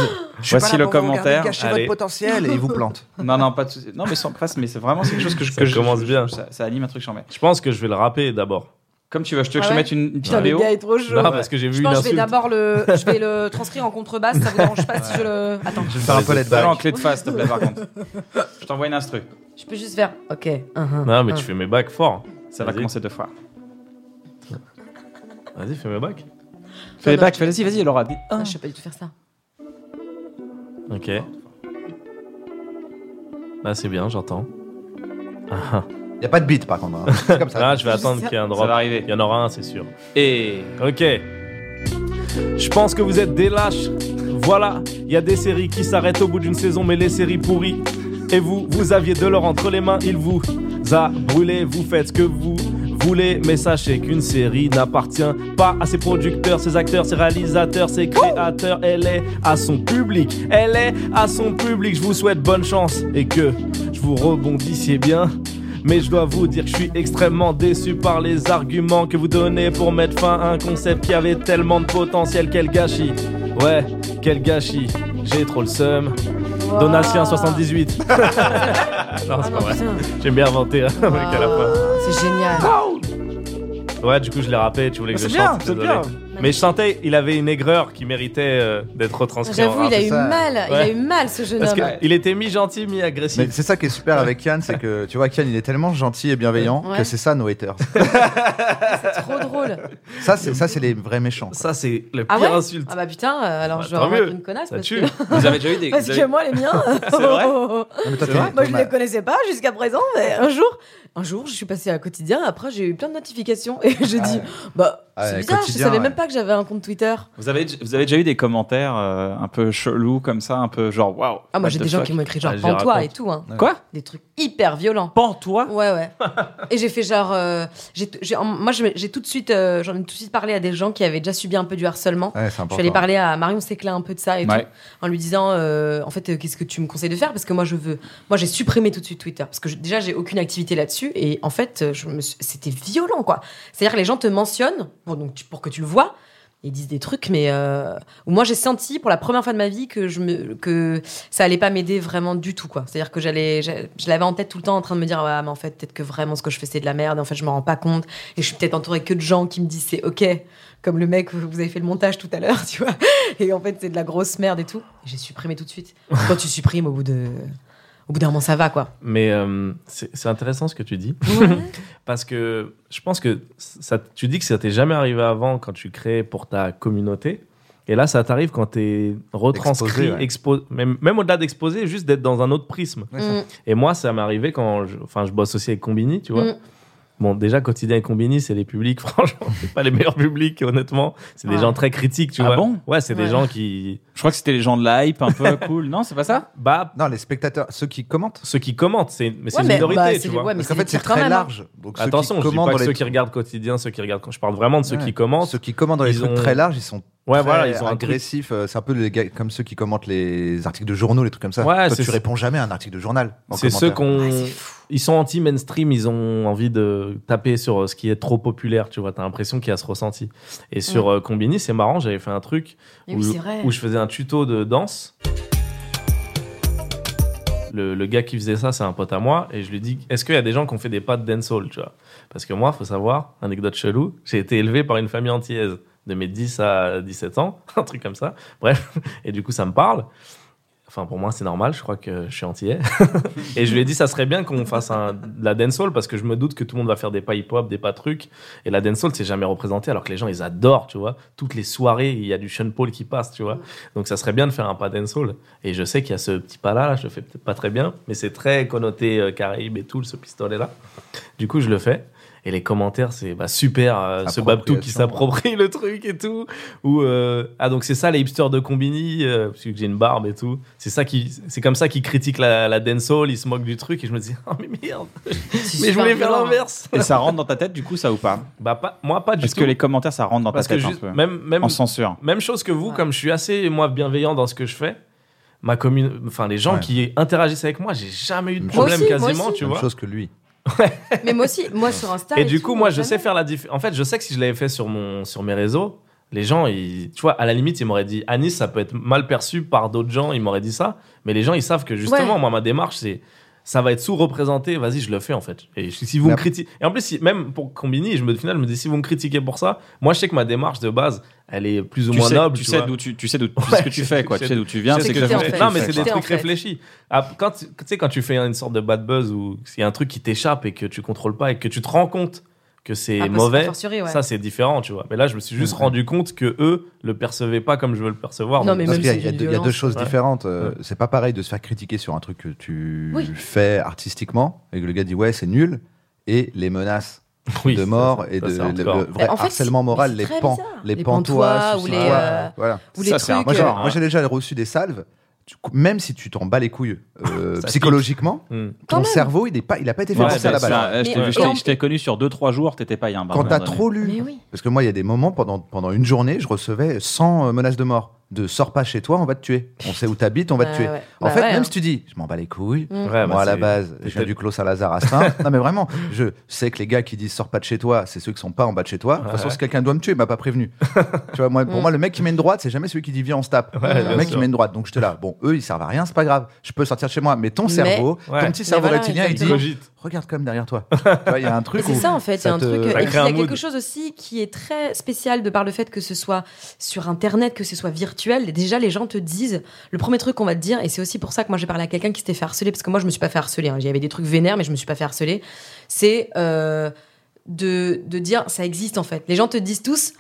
[SPEAKER 2] suis
[SPEAKER 1] Voici
[SPEAKER 2] pas
[SPEAKER 1] le
[SPEAKER 2] là pour vous regarder
[SPEAKER 1] commentaire.
[SPEAKER 2] cacher
[SPEAKER 7] Allez.
[SPEAKER 2] votre potentiel et il vous plante.
[SPEAKER 1] Non, non, pas de souci. Non, mais sans presse, mais c'est vraiment c'est quelque chose que je.
[SPEAKER 7] Ça
[SPEAKER 1] que je-
[SPEAKER 7] commence bien.
[SPEAKER 1] Ça, ça anime un truc charmé.
[SPEAKER 7] Je pense que je vais le rapper d'abord.
[SPEAKER 1] Comme tu veux, je te, veux que
[SPEAKER 3] Ah
[SPEAKER 1] je te
[SPEAKER 3] ouais
[SPEAKER 1] mette une, une petite
[SPEAKER 3] Putain, le
[SPEAKER 1] vidéo.
[SPEAKER 3] gars est trop chaud.
[SPEAKER 7] Non, parce que j'ai
[SPEAKER 3] Je
[SPEAKER 7] vu une
[SPEAKER 3] pense que je vais
[SPEAKER 7] insulte.
[SPEAKER 3] d'abord le, je vais le transcrire en contrebasse. Ça vous dérange pas si je le. Attends,
[SPEAKER 2] Je vais faire un peu l'aide
[SPEAKER 1] Fais-le en clé de face, s'il te plaît, par contre. Je t'envoie une instru.
[SPEAKER 3] je peux juste faire. Ok.
[SPEAKER 7] Non, mais tu fais mes bacs fort.
[SPEAKER 1] Ça va
[SPEAKER 7] Vas-y.
[SPEAKER 1] commencer deux fois.
[SPEAKER 7] Vas-y, fais mes bacs.
[SPEAKER 1] Fais les
[SPEAKER 3] non,
[SPEAKER 1] bacs, fais vas-y, vas-y, Laura. dis-
[SPEAKER 3] Ah, je sais pas du tout faire ça.
[SPEAKER 7] Ok. Là, c'est bien, j'entends. Ah,
[SPEAKER 2] Il n'y a pas de beat, par contre. hein. C'est comme
[SPEAKER 7] ah.
[SPEAKER 2] ça.
[SPEAKER 7] Là, je vais attendre qu'il y ait un
[SPEAKER 1] Ça va
[SPEAKER 7] drop.
[SPEAKER 1] arriver. Eh,
[SPEAKER 7] Il y en aura un, c'est sûr.
[SPEAKER 1] Et.
[SPEAKER 7] Ok. Je pense que vous êtes des lâches. Voilà, il y a des séries qui s'arrêtent au bout d'une saison, mais les séries pourries. Et vous, vous aviez de l'or entre les mains, il vous a brûlé. Vous faites ce que vous voulez, mais sachez qu'une série n'appartient pas à ses producteurs, ses acteurs, ses réalisateurs, ses créateurs. Elle est à son public. Elle est à son public. Je vous souhaite bonne chance et que je vous rebondissiez bien. Mais je dois vous dire que je suis extrêmement déçu par les arguments que vous donnez pour mettre fin à un concept qui avait tellement de potentiel. Quel gâchis Ouais, quel gâchis J'ai trop le seum. Donatien 78. non,
[SPEAKER 3] Ah
[SPEAKER 7] c'est
[SPEAKER 3] non,
[SPEAKER 7] pas vrai.
[SPEAKER 3] putain.
[SPEAKER 7] J'aime bien inventer hein, avec à la fois.
[SPEAKER 3] C'est génial. Ah.
[SPEAKER 7] Ouais, du coup, je l'ai rappelé. Tu voulais que je
[SPEAKER 1] C'est bien,
[SPEAKER 7] chante
[SPEAKER 1] c'est
[SPEAKER 7] désolé.
[SPEAKER 1] bien.
[SPEAKER 7] Mais je sentais, il avait une aigreur qui méritait euh, d'être retranscrit.
[SPEAKER 3] J'avoue,
[SPEAKER 7] en
[SPEAKER 3] il a
[SPEAKER 7] rap.
[SPEAKER 3] eu
[SPEAKER 2] ça.
[SPEAKER 3] mal. Il a
[SPEAKER 7] ah, Ouais.
[SPEAKER 3] eu mal ce jeune
[SPEAKER 7] Parce
[SPEAKER 3] homme.
[SPEAKER 7] qu'il était mi-gentil,
[SPEAKER 2] Mais
[SPEAKER 7] mi-agressif.
[SPEAKER 2] c'est ça qui est super avec Kian, c'est que tu vois, Kian, il est tellement gentil et bienveillant
[SPEAKER 3] Ouais.
[SPEAKER 2] que c'est ça nos haters.
[SPEAKER 3] C'est trop drôle.
[SPEAKER 2] Ça, c'est ça, c'est les vrais méchants. quoi.
[SPEAKER 7] Ça, c'est le pire
[SPEAKER 3] Ah ouais
[SPEAKER 7] insulte.
[SPEAKER 3] Ah bah putain. euh, Alors
[SPEAKER 7] Bah,
[SPEAKER 3] je vais
[SPEAKER 7] tant
[SPEAKER 3] avoir
[SPEAKER 7] mieux.
[SPEAKER 3] une connasse
[SPEAKER 7] Ça
[SPEAKER 3] parce
[SPEAKER 7] tue.
[SPEAKER 3] que.
[SPEAKER 1] Vous avez déjà eu des.
[SPEAKER 3] Parce
[SPEAKER 1] vous avez-
[SPEAKER 3] que moi, les miens. oh,
[SPEAKER 1] C'est vrai
[SPEAKER 2] Non, mais toi,
[SPEAKER 1] C'est
[SPEAKER 2] t'es-
[SPEAKER 1] vrai
[SPEAKER 3] Moi, je ne
[SPEAKER 2] Thomas-
[SPEAKER 3] les connaissais pas jusqu'à présent, mais un jour, un jour, je suis passée à quotidien. Après, j'ai eu plein de notifications et j'ai dit, bah,
[SPEAKER 2] Ah
[SPEAKER 3] c'est
[SPEAKER 2] ouais,
[SPEAKER 3] bizarre, je
[SPEAKER 2] Quotidien,
[SPEAKER 3] savais
[SPEAKER 2] ouais.
[SPEAKER 3] même pas que j'avais un compte Twitter.
[SPEAKER 1] Vous avez, vous avez déjà eu des commentaires euh, un peu chelous comme ça, un peu genre waouh.
[SPEAKER 3] Ah, moi,
[SPEAKER 1] what
[SPEAKER 3] j'ai
[SPEAKER 1] the
[SPEAKER 3] des gens
[SPEAKER 1] fuck.
[SPEAKER 3] qui m'ont écrit genre
[SPEAKER 7] Ah, j'y
[SPEAKER 3] pends-toi et
[SPEAKER 7] raconte.
[SPEAKER 3] tout, hein.
[SPEAKER 1] Quoi
[SPEAKER 3] Des trucs hyper violents.
[SPEAKER 1] Pends-toi
[SPEAKER 3] Ouais, ouais. et j'ai fait genre, euh, j'ai, j'ai- en- moi, je me- j'ai tout de suite, euh, j'en ai tout de suite parlé à des gens qui avaient déjà subi un peu du harcèlement.
[SPEAKER 2] Ouais, c'est
[SPEAKER 3] Je
[SPEAKER 2] important.
[SPEAKER 3] suis allée parler à Marion Séclin un peu de ça et
[SPEAKER 1] Ouais.
[SPEAKER 3] tout, en lui disant euh, en fait euh, qu'est-ce que tu me conseilles de faire parce que moi je veux, moi j'ai supprimé tout de suite Twitter parce que je- déjà j'ai aucune activité là-dessus et en fait euh, je me suis- c'était violent quoi. C'est-à-dire que les gens te mentionnent bon, donc tu- pour que tu le vois, ils disent des trucs, mais euh, où moi j'ai senti pour la première fois de ma vie que je me que ça allait pas m'aider vraiment du tout quoi. C'est-à-dire que j'allais, je, je l'avais en tête tout le temps en train de me dire ouais mais en fait peut-être que vraiment ce que je fais c'est de la merde. En fait je me rends pas compte et je suis peut-être entourée que de gens qui me disent c'est ok comme le mec où vous avez fait le montage tout à l'heure tu vois. Et en fait c'est de la grosse merde et tout. J'ai supprimé tout de suite. Quand tu supprimes au bout de au bout d'un moment ça va quoi.
[SPEAKER 7] Mais euh, c'est c'est intéressant ce que tu dis. Parce que je pense que ça, tu dis que ça t'est jamais arrivé avant quand tu crées pour ta communauté. Et là, ça t'arrive quand t'es retranscrit,
[SPEAKER 2] Exposé, ouais.
[SPEAKER 7] expo- même, même au-delà d'exposé, juste d'être dans un autre prisme.
[SPEAKER 3] Mm.
[SPEAKER 7] Et moi, ça m'est arrivé quand je, enfin, je bosse aussi avec Combini, tu vois.
[SPEAKER 3] Mm.
[SPEAKER 7] Bon, déjà, quotidien et Combini, c'est les publics, franchement, c'est pas les meilleurs publics, honnêtement. C'est des
[SPEAKER 3] Ouais.
[SPEAKER 7] gens très critiques, tu
[SPEAKER 1] Ah
[SPEAKER 7] vois.
[SPEAKER 1] bon
[SPEAKER 7] Ouais, c'est des
[SPEAKER 3] Ouais.
[SPEAKER 7] gens qui.
[SPEAKER 1] Je crois que c'était les gens de la hype un peu cool. Non, c'est pas ça
[SPEAKER 7] Bah,
[SPEAKER 2] Non, les spectateurs, ceux qui commentent.
[SPEAKER 7] ceux qui commentent, c'est, mais c'est
[SPEAKER 3] Ouais,
[SPEAKER 7] une
[SPEAKER 3] mais-
[SPEAKER 7] minorité,
[SPEAKER 3] bah,
[SPEAKER 7] tu
[SPEAKER 3] c'est-
[SPEAKER 7] vois.
[SPEAKER 3] ouais, mais
[SPEAKER 2] Parce qu'en
[SPEAKER 3] c'est
[SPEAKER 2] fait, c'est
[SPEAKER 3] pire quand
[SPEAKER 2] très
[SPEAKER 3] même, hein.
[SPEAKER 2] large. Donc,
[SPEAKER 7] Attention, je dis pas
[SPEAKER 2] dans
[SPEAKER 7] que
[SPEAKER 2] les
[SPEAKER 7] ceux qui
[SPEAKER 2] trucs-
[SPEAKER 7] regardent quotidien, ceux qui regardent. Je parle vraiment de ceux
[SPEAKER 2] Ouais.
[SPEAKER 7] qui commentent.
[SPEAKER 2] Ceux qui commentent dans les
[SPEAKER 7] ils
[SPEAKER 2] trucs
[SPEAKER 7] ont-
[SPEAKER 2] très larges, ils sont
[SPEAKER 7] Ouais,
[SPEAKER 2] très
[SPEAKER 7] voilà, ils ont un truc.
[SPEAKER 2] agressifs. euh, C'est un peu les gars comme ceux qui commentent les articles de journaux, les trucs comme ça.
[SPEAKER 7] Ouais,
[SPEAKER 2] Toi,
[SPEAKER 7] c'est-
[SPEAKER 2] tu réponds jamais à un article de journal. en
[SPEAKER 7] C'est ceux
[SPEAKER 2] commentaire.
[SPEAKER 3] Ouais,
[SPEAKER 7] qu'on.
[SPEAKER 3] Ah, c'est fou.
[SPEAKER 7] ils sont anti-mainstream, ils ont envie de taper sur euh, ce qui est trop populaire, tu vois. T'as l'impression qu'il y a ce ressenti. Et sur
[SPEAKER 3] Mm.
[SPEAKER 7] euh, Combini, c'est marrant, j'avais fait un truc
[SPEAKER 3] Et
[SPEAKER 7] où,
[SPEAKER 3] oui, c'est vrai.
[SPEAKER 7] où je faisais un tuto de danse. Le, le gars qui faisait ça, c'est un pote à moi, et je lui dis Est-ce qu'il y a des gens qui ont fait des pas de dancehall tu vois Parce que moi, faut savoir, anecdote chelou, j'ai été élevé par une famille antillaise de mes 10 à 17 ans, un truc comme ça. Bref, et du coup, ça me parle. Enfin, pour moi, c'est normal, je crois que je suis antillais. et je lui ai dit, ça serait bien qu'on fasse un, de la dancehall parce que je me doute que tout le monde va faire des pas hip-hop, des pas trucs. Et la dancehall, c'est jamais représenté alors que les gens, ils adorent, tu vois. Toutes les soirées, il y a du Sean Paul qui passe, tu vois. Donc, ça serait bien de faire un pas dancehall. Et je sais qu'il y a ce petit pas-là, là, je le fais peut-être pas très bien, mais c'est très connoté euh, Caraïbes et tout, ce pistolet-là. Du coup, je le fais. Et les commentaires, c'est bah, super, euh, ce Babtou qui
[SPEAKER 2] Appropriation.
[SPEAKER 7] s'approprie le truc et tout. Ou euh, ah donc c'est ça les hipsters de Combini, euh, parce que j'ai une barbe et tout. C'est ça qui, c'est comme ça qu'ils critiquent la, la dancehall, ils se moquent du truc et je me dis ah mais merde,
[SPEAKER 3] C'est
[SPEAKER 7] mais je
[SPEAKER 3] super
[SPEAKER 7] voulais faire
[SPEAKER 3] violent.
[SPEAKER 7] l'inverse.
[SPEAKER 1] Et ça rentre dans ta tête du coup, ça ou pas
[SPEAKER 7] Bah pas, moi pas du
[SPEAKER 1] Est-ce
[SPEAKER 7] tout.
[SPEAKER 1] que les commentaires, ça rentre dans
[SPEAKER 7] parce
[SPEAKER 1] ta
[SPEAKER 7] que
[SPEAKER 1] tête
[SPEAKER 7] juste-
[SPEAKER 1] un peu
[SPEAKER 7] même même
[SPEAKER 1] En censure.
[SPEAKER 7] même chose que vous,
[SPEAKER 3] Ouais.
[SPEAKER 7] comme je suis assez moi bienveillant dans ce que je fais. Ma commune, enfin les gens
[SPEAKER 2] Ouais.
[SPEAKER 7] qui interagissent avec moi, j'ai jamais eu de
[SPEAKER 2] Moi
[SPEAKER 7] problème
[SPEAKER 3] aussi, moi
[SPEAKER 7] quasiment,
[SPEAKER 3] aussi.
[SPEAKER 7] tu
[SPEAKER 2] Même
[SPEAKER 7] vois.
[SPEAKER 2] chose que lui.
[SPEAKER 3] Mais moi aussi, moi sur Insta.
[SPEAKER 7] Et, du
[SPEAKER 3] tout,
[SPEAKER 7] coup, moi, je
[SPEAKER 3] jamais.
[SPEAKER 7] sais faire la différence. En fait, je sais que si je l'avais fait sur, mon, sur mes réseaux, les gens, ils, tu vois, à la limite, ils m'auraient dit Anis, ça peut être mal perçu par d'autres gens, ils m'auraient dit ça. Mais les gens, ils savent que justement,
[SPEAKER 3] Ouais.
[SPEAKER 7] moi, ma démarche, c'est ça va être sous-représenté, vas-y, je le fais en fait. Et si vous
[SPEAKER 2] Mais
[SPEAKER 7] me critiquez. Et en plus, si- même pour combiner, je me, au final, je me dis si vous me critiquez pour ça, moi, je sais que ma démarche de base, elle est plus ou
[SPEAKER 1] Tu
[SPEAKER 7] moins
[SPEAKER 1] sais,
[SPEAKER 7] noble.
[SPEAKER 1] tu
[SPEAKER 7] tu
[SPEAKER 1] sais
[SPEAKER 7] vois.
[SPEAKER 1] d'où tu, tu sais d'où tu sais ce que tu fais quoi.
[SPEAKER 7] Je
[SPEAKER 1] Tu
[SPEAKER 7] sais
[SPEAKER 1] sais d'où tu viens.
[SPEAKER 7] Je sais
[SPEAKER 1] c'est
[SPEAKER 7] que
[SPEAKER 3] tu
[SPEAKER 1] exactement ce
[SPEAKER 3] es, en
[SPEAKER 1] que
[SPEAKER 3] fait.
[SPEAKER 1] tu
[SPEAKER 7] Non, mais
[SPEAKER 1] fais,
[SPEAKER 7] c'est des
[SPEAKER 1] quoi.
[SPEAKER 3] T'es en
[SPEAKER 7] trucs
[SPEAKER 3] fait.
[SPEAKER 7] réfléchis. Ah, Quand tu tu sais, quand tu fais une sorte de bad buzz ou s'il y a un truc qui t'échappe et que tu contrôles pas et que tu te rends compte que c'est
[SPEAKER 3] Ah, parce- a
[SPEAKER 7] mauvais,
[SPEAKER 3] fortiori, ouais.
[SPEAKER 7] ça c'est différent, tu vois. Mais là, je me suis juste rendu compte que eux le percevaient pas comme je veux le percevoir.
[SPEAKER 3] Non,
[SPEAKER 7] Donc,
[SPEAKER 3] mais
[SPEAKER 2] Parce
[SPEAKER 3] même
[SPEAKER 2] qu'il y a-
[SPEAKER 3] si
[SPEAKER 2] il y, a
[SPEAKER 3] c'est
[SPEAKER 2] deux-
[SPEAKER 3] une
[SPEAKER 2] il y a deux
[SPEAKER 3] violence,
[SPEAKER 2] choses
[SPEAKER 7] ouais.
[SPEAKER 2] différentes. euh, C'est pas pareil de se faire critiquer sur un truc que tu
[SPEAKER 3] Oui.
[SPEAKER 2] fais artistiquement et que le gars dit ouais, c'est nul. Et les menaces
[SPEAKER 7] oui,
[SPEAKER 2] de
[SPEAKER 7] ça,
[SPEAKER 2] mort
[SPEAKER 7] ça,
[SPEAKER 2] et
[SPEAKER 7] ça,
[SPEAKER 2] de
[SPEAKER 7] c'est
[SPEAKER 2] le,
[SPEAKER 7] hardcore.
[SPEAKER 2] le vrai
[SPEAKER 3] En fait,
[SPEAKER 2] harcèlement
[SPEAKER 3] c'est-
[SPEAKER 2] moral,
[SPEAKER 3] c'est
[SPEAKER 2] les
[SPEAKER 3] très
[SPEAKER 2] pans,
[SPEAKER 3] bizarre.
[SPEAKER 2] les,
[SPEAKER 3] Les
[SPEAKER 2] pantois,
[SPEAKER 3] pantois ou les, euh,
[SPEAKER 2] voilà.
[SPEAKER 3] Ou les
[SPEAKER 1] Ça, c'est un
[SPEAKER 3] trucs.
[SPEAKER 2] Moi, j'ai-
[SPEAKER 3] euh,
[SPEAKER 2] moi, j'ai déjà reçu des salves. Tu- Même si tu t'en bats les couilles euh,
[SPEAKER 7] Ça
[SPEAKER 2] psychologiquement,
[SPEAKER 7] Hmm.
[SPEAKER 2] ton
[SPEAKER 3] Quand même.
[SPEAKER 2] cerveau, il n'a pas, il a pas été fait
[SPEAKER 1] Ouais,
[SPEAKER 2] pour ça à la
[SPEAKER 1] c'est
[SPEAKER 2] base.
[SPEAKER 1] ça. Eh, Je t'ai-
[SPEAKER 7] Mais-
[SPEAKER 1] je t'ai-
[SPEAKER 3] et en-
[SPEAKER 1] je t'ai connu sur 2-3 jours, t'étais pas un
[SPEAKER 2] Quand t'as trop lu,
[SPEAKER 3] Mais oui.
[SPEAKER 2] parce que moi, il y a des moments, pendant, pendant une journée, je recevais 100 euh, menaces de mort. De sors pas chez toi, on va te tuer. On sait où t'habites, on va te
[SPEAKER 3] Bah
[SPEAKER 2] tuer.
[SPEAKER 3] ouais.
[SPEAKER 2] En
[SPEAKER 3] Bah
[SPEAKER 2] fait,
[SPEAKER 3] ouais,
[SPEAKER 2] même
[SPEAKER 3] hein.
[SPEAKER 2] si tu dis, je m'en bats les couilles,
[SPEAKER 7] Ouais, bah,
[SPEAKER 2] moi à la
[SPEAKER 7] c'est-
[SPEAKER 2] bas base, je viens
[SPEAKER 7] peut-être-
[SPEAKER 2] du Clos Saint-Lazare à Saint. non, mais vraiment, je sais que les gars qui disent sors pas de chez toi, c'est ceux qui sont pas en bas de chez toi. De toute façon,
[SPEAKER 7] Ouais.
[SPEAKER 2] si quelqu'un doit me tuer, il m'a pas prévenu. tu vois, moi,
[SPEAKER 3] Mm.
[SPEAKER 2] pour moi, le mec qui met une droite, c'est jamais celui qui dit viens, on se tape.
[SPEAKER 7] Ouais, bien
[SPEAKER 2] le mec
[SPEAKER 7] sûr.
[SPEAKER 2] qui met une droite, donc je te là. Bon, eux, ils servent à rien, c'est pas grave. Je peux sortir de chez moi, mais ton
[SPEAKER 3] Mais-
[SPEAKER 2] cerveau,
[SPEAKER 7] Ouais.
[SPEAKER 2] ton petit cerveau
[SPEAKER 3] voilà,
[SPEAKER 2] reptilien, il
[SPEAKER 7] Ils
[SPEAKER 2] dit
[SPEAKER 3] exactement.
[SPEAKER 7] cogitent.
[SPEAKER 2] regarde quand même derrière toi. Tu vois, il y a un
[SPEAKER 3] Mais
[SPEAKER 2] truc
[SPEAKER 3] c'est
[SPEAKER 2] où
[SPEAKER 3] ça en fait, il y a un
[SPEAKER 2] te-
[SPEAKER 3] truc. et
[SPEAKER 7] Ça
[SPEAKER 3] puis,
[SPEAKER 7] crée
[SPEAKER 3] il y
[SPEAKER 7] un
[SPEAKER 3] a
[SPEAKER 7] mood.
[SPEAKER 3] quelque chose aussi qui est très spécial de par le fait que ce soit sur internet, que ce soit virtuel. Et déjà, les gens te disent le premier truc qu'on va te dire, et c'est aussi pour ça que moi j'ai parlé à quelqu'un qui s'était fait harceler, parce que moi je me suis pas fait harceler. hein. J'avais des trucs vénères, mais je me suis pas fait harceler. C'est euh, de, de dire ça existe en fait. Les gens te disent tous.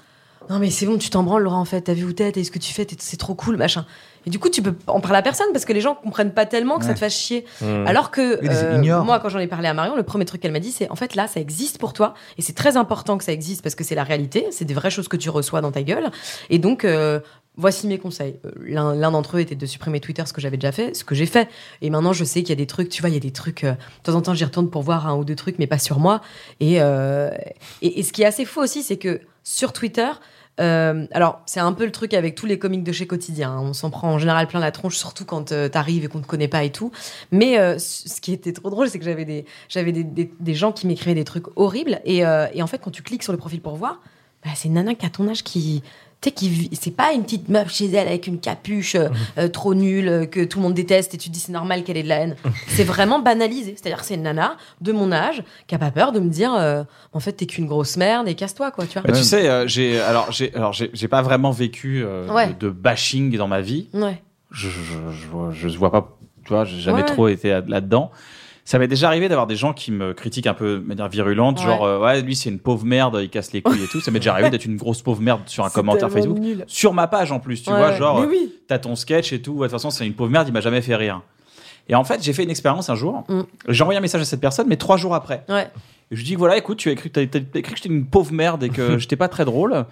[SPEAKER 3] Non mais c'est bon, tu t'en branles Laura en fait, t'as vu où t'es, t'as vu ce que tu fais, t'es- c'est trop cool, machin. Et du coup, tu peux en parler à personne parce que les gens comprennent pas tellement que ça
[SPEAKER 2] Ouais.
[SPEAKER 3] te fasse chier.
[SPEAKER 7] Hmm.
[SPEAKER 3] Alors que
[SPEAKER 2] ils les
[SPEAKER 3] euh,
[SPEAKER 2] ignorent.
[SPEAKER 3] moi, quand j'en ai parlé à Marion, le premier truc qu'elle m'a dit, c'est en fait là, ça existe pour toi, et c'est très important que ça existe parce que c'est la réalité, c'est des vraies choses que tu reçois dans ta gueule, et donc. euh, Voici mes conseils. Euh, L'un l'un d'entre eux était de supprimer Twitter, ce que j'avais déjà fait, ce que j'ai fait. Et maintenant, je sais qu'il y a des trucs, tu vois, il y a des trucs. euh, de temps en temps, j'y retourne pour voir un ou deux trucs, mais pas sur moi. Et, euh, et, et ce qui est assez fou aussi, c'est que sur Twitter, euh, alors, c'est un peu le truc avec tous les comiques de chez Quotidien. hein. On s'en prend en général plein la tronche, surtout quand euh, t'arrives et qu'on te connaît pas et tout. Mais euh, ce ce qui était trop drôle, c'est que j'avais des, j'avais des, des- des gens qui m'écrivaient des trucs horribles. Et, euh, et en fait, quand tu cliques sur le profil pour voir, bah, c'est une nana qui a ton âge qui Tu sais, qui vit- c'est pas une petite meuf chez elle avec une capuche
[SPEAKER 1] Mmh.
[SPEAKER 3] euh, euh, trop nulle euh, que tout le monde déteste et tu te dis c'est normal qu'elle ait de la haine.
[SPEAKER 1] Mmh.
[SPEAKER 3] c'est vraiment banalisé. C'est-à-dire que c'est une nana de mon âge qui a pas peur de me dire euh, en fait t'es qu'une grosse merde et casse-toi quoi, tu vois.
[SPEAKER 1] Bah, tu sais, euh, j'ai alors j'ai alors j'ai j'ai pas vraiment vécu euh,
[SPEAKER 3] Ouais.
[SPEAKER 1] de, de bashing dans ma vie.
[SPEAKER 3] Ouais.
[SPEAKER 1] Je je, je- je vois, je vois pas, tu vois, j'ai jamais
[SPEAKER 3] Ouais.
[SPEAKER 1] trop été à- là-dedans. Ça m'est déjà arrivé d'avoir des gens qui me critiquent un peu de manière virulente,
[SPEAKER 3] Ouais.
[SPEAKER 1] genre euh, ouais lui c'est une pauvre merde, il casse les couilles et tout. Ça m'est déjà arrivé d'être une grosse pauvre merde sur un commentaire Facebook, sur ma page en plus, tu vois, genre
[SPEAKER 3] Mais oui.
[SPEAKER 1] t'as ton sketch et tout. Ouais, De toute façon, c'est une pauvre merde, il m'a jamais fait rire. Et en fait, j'ai fait une expérience un jour.
[SPEAKER 3] Mm.
[SPEAKER 1] J'ai envoyé un message à cette personne, mais trois jours après.
[SPEAKER 3] Ouais.
[SPEAKER 1] Et je lui dis voilà, écoute, tu as écrit, t'as- t'as écrit que j'étais une pauvre merde et que j'étais pas très drôle.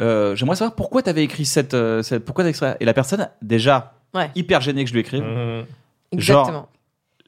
[SPEAKER 1] Euh, J'aimerais savoir pourquoi t'avais écrit cette, euh, cette- pourquoi t'as écrit ça. Et la personne déjà
[SPEAKER 3] Ouais.
[SPEAKER 1] hyper gênée que je lui écrive.
[SPEAKER 7] Mmh.
[SPEAKER 1] Genre,
[SPEAKER 3] Exactement.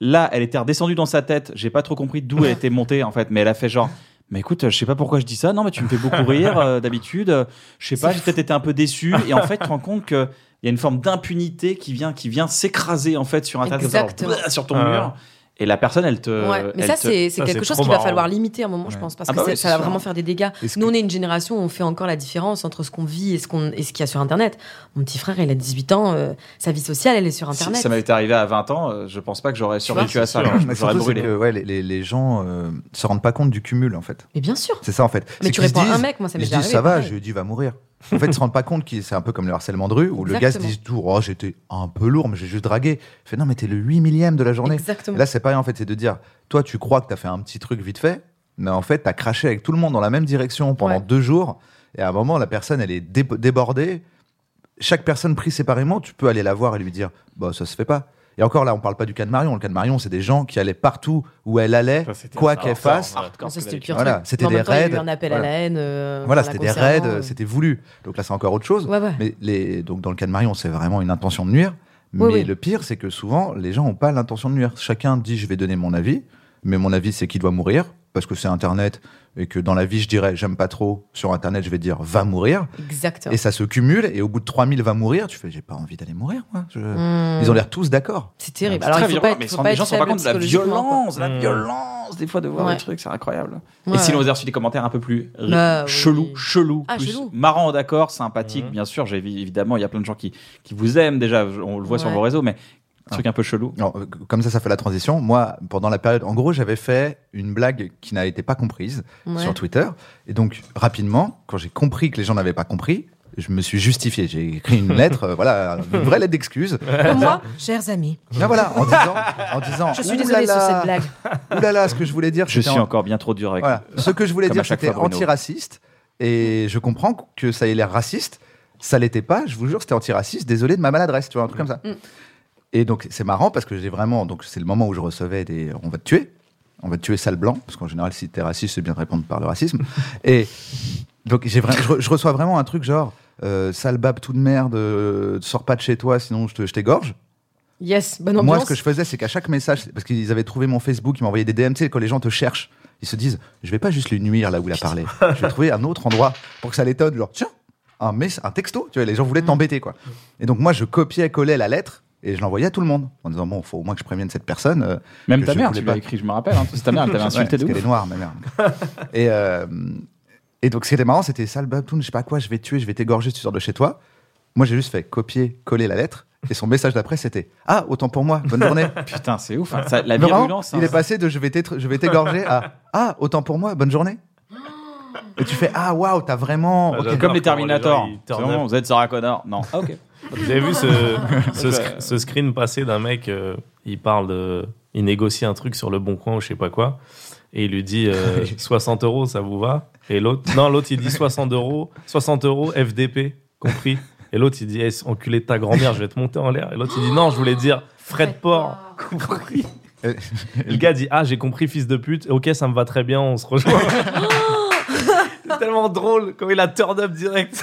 [SPEAKER 1] Là, elle était redescendue dans sa tête. J'ai pas trop compris d'où elle était montée en fait, mais elle a fait genre. Mais écoute, euh, je sais pas pourquoi je dis ça. Non, mais tu me fais beaucoup rire euh, d'habitude. Euh, Je sais pas, j'ai peut-être été un peu déçu. Et en fait, tu te rends compte que il y a une forme d'impunité qui vient, qui vient s'écraser en fait sur internet, comme ça, genre,
[SPEAKER 3] Exactement.
[SPEAKER 1] blah, sur ton
[SPEAKER 7] Ah.
[SPEAKER 1] mur. Et la personne, elle te.
[SPEAKER 2] Euh,
[SPEAKER 3] Ouais, mais
[SPEAKER 1] elle
[SPEAKER 3] ça,
[SPEAKER 1] te-
[SPEAKER 3] c'est c'est
[SPEAKER 7] ça,
[SPEAKER 3] quelque
[SPEAKER 7] c'est
[SPEAKER 3] chose
[SPEAKER 7] trop
[SPEAKER 3] qu'il va
[SPEAKER 7] marrant.
[SPEAKER 3] falloir limiter à un moment, je
[SPEAKER 2] Ouais.
[SPEAKER 3] pense, parce
[SPEAKER 1] Ah bah
[SPEAKER 3] que
[SPEAKER 1] oui,
[SPEAKER 3] c'est- ça
[SPEAKER 1] c'est
[SPEAKER 3] va
[SPEAKER 1] sûr.
[SPEAKER 3] vraiment faire des dégâts.
[SPEAKER 2] Est-ce
[SPEAKER 3] Nous,
[SPEAKER 2] que-
[SPEAKER 3] on est une génération où on fait encore la différence entre ce qu'on vit et ce qu'on- et ce qu'il y a sur Internet. Mon petit frère, il a 18 ans, euh, sa vie sociale, elle est sur
[SPEAKER 1] Si
[SPEAKER 3] Internet.
[SPEAKER 1] ça m'avait été arrivé à 20 ans, euh, je pense pas que j'aurais survécu
[SPEAKER 7] vois,
[SPEAKER 1] à
[SPEAKER 7] c'est
[SPEAKER 1] ça.
[SPEAKER 7] sûr.
[SPEAKER 1] Je me
[SPEAKER 2] Mais
[SPEAKER 1] serais
[SPEAKER 2] surtout, c'est
[SPEAKER 1] brûlé.
[SPEAKER 2] que ouais, les, les- les gens euh, se rendent pas compte du cumul, en fait.
[SPEAKER 3] Mais bien sûr.
[SPEAKER 2] C'est ça, en fait.
[SPEAKER 3] Mais
[SPEAKER 2] C'est
[SPEAKER 3] tu
[SPEAKER 2] qu'ils se
[SPEAKER 3] réponds à un
[SPEAKER 2] disent-
[SPEAKER 3] mec, moi, ça
[SPEAKER 2] Ils
[SPEAKER 3] m'est
[SPEAKER 2] se
[SPEAKER 3] déjà
[SPEAKER 2] disent,
[SPEAKER 3] arrivé.
[SPEAKER 2] ça va,
[SPEAKER 3] pareil.
[SPEAKER 2] je lui dis, va mourir. En fait, ils se rendent pas compte que c'est un peu comme le harcèlement de rue, où le gars se
[SPEAKER 3] Exactement.
[SPEAKER 2] dit toujours, oh, j'étais un peu lourd, mais j'ai juste dragué. Il fait, non, mais t'es le 8 millième de la journée. Et
[SPEAKER 3] Exactement.
[SPEAKER 2] Là, c'est pareil, en fait, c'est de dire, toi, tu crois que t'as fait un petit truc vite fait, mais en fait, t'as craché avec tout le monde dans la même direction pendant
[SPEAKER 3] Ouais.
[SPEAKER 2] deux jours, et à un moment, la personne, elle est dé- débordée. Chaque personne prise séparément, tu peux aller la voir et lui dire, bah, ça se fait pas. Et encore là, on parle pas du cas de Marion. Le cas de Marion, c'est des gens qui allaient partout où elle allait,
[SPEAKER 7] Ça, c'était
[SPEAKER 2] quoi
[SPEAKER 7] un
[SPEAKER 2] qu'elle
[SPEAKER 7] hardcore,
[SPEAKER 2] fasse.
[SPEAKER 7] ouais.
[SPEAKER 3] Non, ça, c'était le pire
[SPEAKER 2] Voilà,
[SPEAKER 3] truc.
[SPEAKER 2] c'était
[SPEAKER 3] Mais en
[SPEAKER 2] des
[SPEAKER 3] même temps, il y a eu
[SPEAKER 2] raids.
[SPEAKER 3] un appel
[SPEAKER 2] Voilà.
[SPEAKER 3] à la haine. euh,
[SPEAKER 2] Voilà,
[SPEAKER 3] la
[SPEAKER 2] c'était des
[SPEAKER 3] concernant,
[SPEAKER 2] raids,
[SPEAKER 3] euh.
[SPEAKER 2] c'était voulu. Donc là, c'est encore autre chose.
[SPEAKER 3] Ouais, ouais.
[SPEAKER 2] Mais les, donc dans le cas de Marion, c'est vraiment une intention de nuire. Mais
[SPEAKER 3] Oui, oui.
[SPEAKER 2] le pire, c'est que souvent, les gens n'ont pas l'intention de nuire. Chacun dit je vais donner mon avis, mais mon avis, c'est qu'il doit mourir, parce que c'est Internet, et que dans la vie, je dirais j'aime pas trop. Sur Internet, je vais dire va mourir.
[SPEAKER 3] Exactement.
[SPEAKER 2] Et ça se cumule, et au bout de 3000 va mourir, tu fais j'ai pas envie d'aller mourir, moi. Je-
[SPEAKER 3] Hmm.
[SPEAKER 2] euh, Ils ont l'air Ah, tous d'accord.
[SPEAKER 3] C'est
[SPEAKER 1] C'est
[SPEAKER 3] terrible.
[SPEAKER 1] très
[SPEAKER 3] Alors, il faut
[SPEAKER 1] virulent,
[SPEAKER 3] pas être-
[SPEAKER 1] mais
[SPEAKER 3] faut
[SPEAKER 1] sans-
[SPEAKER 3] pas
[SPEAKER 1] les
[SPEAKER 3] être
[SPEAKER 1] gens se rendent pas
[SPEAKER 3] faible
[SPEAKER 1] compte de la
[SPEAKER 3] psychologiquement, quoi.
[SPEAKER 1] violence, la
[SPEAKER 7] Mm.
[SPEAKER 1] violence des fois de voir
[SPEAKER 3] Ouais.
[SPEAKER 1] des trucs, c'est incroyable.
[SPEAKER 3] Ouais,
[SPEAKER 1] Et sinon,
[SPEAKER 3] ouais.
[SPEAKER 1] vous avez reçu des commentaires un peu plus ri-
[SPEAKER 3] Bah, oui.
[SPEAKER 1] chelou, chelou,
[SPEAKER 3] Ah,
[SPEAKER 1] plus
[SPEAKER 3] chelou.
[SPEAKER 1] marrant, d'accord, sympathique,
[SPEAKER 7] Mhm.
[SPEAKER 1] bien sûr. J'ai vu- évidemment, il y a plein de gens qui, qui vous aiment déjà. On le voit sur
[SPEAKER 3] Ouais.
[SPEAKER 1] vos réseaux, mais
[SPEAKER 2] Ah.
[SPEAKER 1] un truc un peu chelou.
[SPEAKER 2] Non, euh, comme ça, ça fait la transition. Moi, pendant la période, en gros, j'avais fait une blague qui n'a été pas comprise.
[SPEAKER 3] Ouais.
[SPEAKER 2] sur Twitter. Et donc, rapidement, quand j'ai compris que les gens n'avaient pas compris, je me suis justifié. J'ai écrit une lettre, euh, voilà, une vraie lettre d'excuse.
[SPEAKER 3] Comme moi, chers amis,
[SPEAKER 2] Là, voilà, en disant, en disant
[SPEAKER 3] je
[SPEAKER 2] Ouh
[SPEAKER 3] suis désolée
[SPEAKER 2] Oh là
[SPEAKER 3] sur
[SPEAKER 2] là,
[SPEAKER 3] cette blague.
[SPEAKER 2] ouh là là, ce que je voulais dire,
[SPEAKER 1] Je
[SPEAKER 2] c'était
[SPEAKER 1] suis
[SPEAKER 2] en-
[SPEAKER 1] encore bien trop dur avec.
[SPEAKER 2] voilà, ce que je voulais
[SPEAKER 1] Comme à
[SPEAKER 2] dire,
[SPEAKER 1] chaque
[SPEAKER 2] c'était
[SPEAKER 1] fois, Bruno.
[SPEAKER 2] antiraciste. Et je comprends que ça ait l'air raciste. Ça l'était pas, je vous jure, c'était antiraciste. Désolé de ma maladresse, tu vois, un truc comme ça.
[SPEAKER 3] Mm.
[SPEAKER 2] Et donc, c'est marrant parce que j'ai vraiment. Donc, c'est le moment où je recevais des. On va te tuer. On va te tuer, sale blanc. Parce qu'en général, si t'es raciste, c'est bien de répondre par le racisme. Et donc, j'ai vra- je, re- je reçois vraiment un truc genre. euh, sale bab, tout de merde, euh, sors pas de chez toi, sinon je te- je t'égorge.
[SPEAKER 3] Yes, bah bonne
[SPEAKER 2] Moi,
[SPEAKER 3] ambiance.
[SPEAKER 2] ce que je faisais, c'est qu'à chaque message, parce qu'ils avaient trouvé mon Facebook, ils m'envoyaient des DM, tu sais, quand les gens te cherchent, ils se disent, je vais pas juste lui nuire là où il a parlé, je vais trouver un autre endroit pour que ça l'étonne, genre, tiens, un, mess- un texto, tu vois, les gens voulaient t'embêter, quoi. Et donc, moi, je copiais, collais la lettre, et je l'envoyais à tout le monde, en disant, bon, faut au moins que je prévienne cette personne. euh,
[SPEAKER 1] Même
[SPEAKER 2] que
[SPEAKER 1] ta
[SPEAKER 2] je
[SPEAKER 1] mère,
[SPEAKER 2] voulais
[SPEAKER 1] tu l'as
[SPEAKER 2] pas.
[SPEAKER 1] écrit, je me rappelle. hein, parce que ta mère, elle t'avait insulté
[SPEAKER 2] Ouais,
[SPEAKER 1] de ouf.
[SPEAKER 2] parce qu'elle est noire, ma mère. et, euh, et donc, ce qui était marrant, c'était sale babtoun, je sais pas quoi, je vais te tuer, je vais t'égorger si tu sors de chez toi. Moi, j'ai juste fait copier, coller la lettre. Et son message d'après, c'était Ah, autant pour moi, bonne journée.
[SPEAKER 1] Putain, c'est ouf. hein. Ça- la
[SPEAKER 2] Mais vraiment,
[SPEAKER 1] virulence. hein,
[SPEAKER 2] il est
[SPEAKER 1] ça-
[SPEAKER 2] passé de je vais t'être- je vais t'égorger à ah autant pour moi, bonne journée. Et tu fais ah waouh, t'as vraiment.
[SPEAKER 7] Ah,
[SPEAKER 2] ok.
[SPEAKER 7] j'adore.
[SPEAKER 1] Comme les
[SPEAKER 7] Comment les gens,
[SPEAKER 1] Terminators.
[SPEAKER 7] ils
[SPEAKER 1] C'est
[SPEAKER 7] turn
[SPEAKER 1] vraiment,
[SPEAKER 7] up.
[SPEAKER 1] vous êtes Sarah Connor. Non. Ah, ok.
[SPEAKER 7] Vous avez vu ce, ce, sc- ce screen passé d'un mec, euh, il parle de. Il négocie un truc sur le bon coin ou je sais pas quoi. Et il lui dit euh, 60 euros, ça vous va Et l'autre, non, l'autre il dit 60 euros, 60 euros FDP, compris. Et l'autre il dit, Eh, enculé de ta grand-mère, je vais te monter en l'air. Et l'autre il dit, non, je voulais dire frais de port, compris.
[SPEAKER 2] Et-
[SPEAKER 7] Et le gars dit, ah, j'ai compris, fils de pute, ok, ça me va très bien, on se rejoint. C'est tellement drôle, comme il a turn up direct.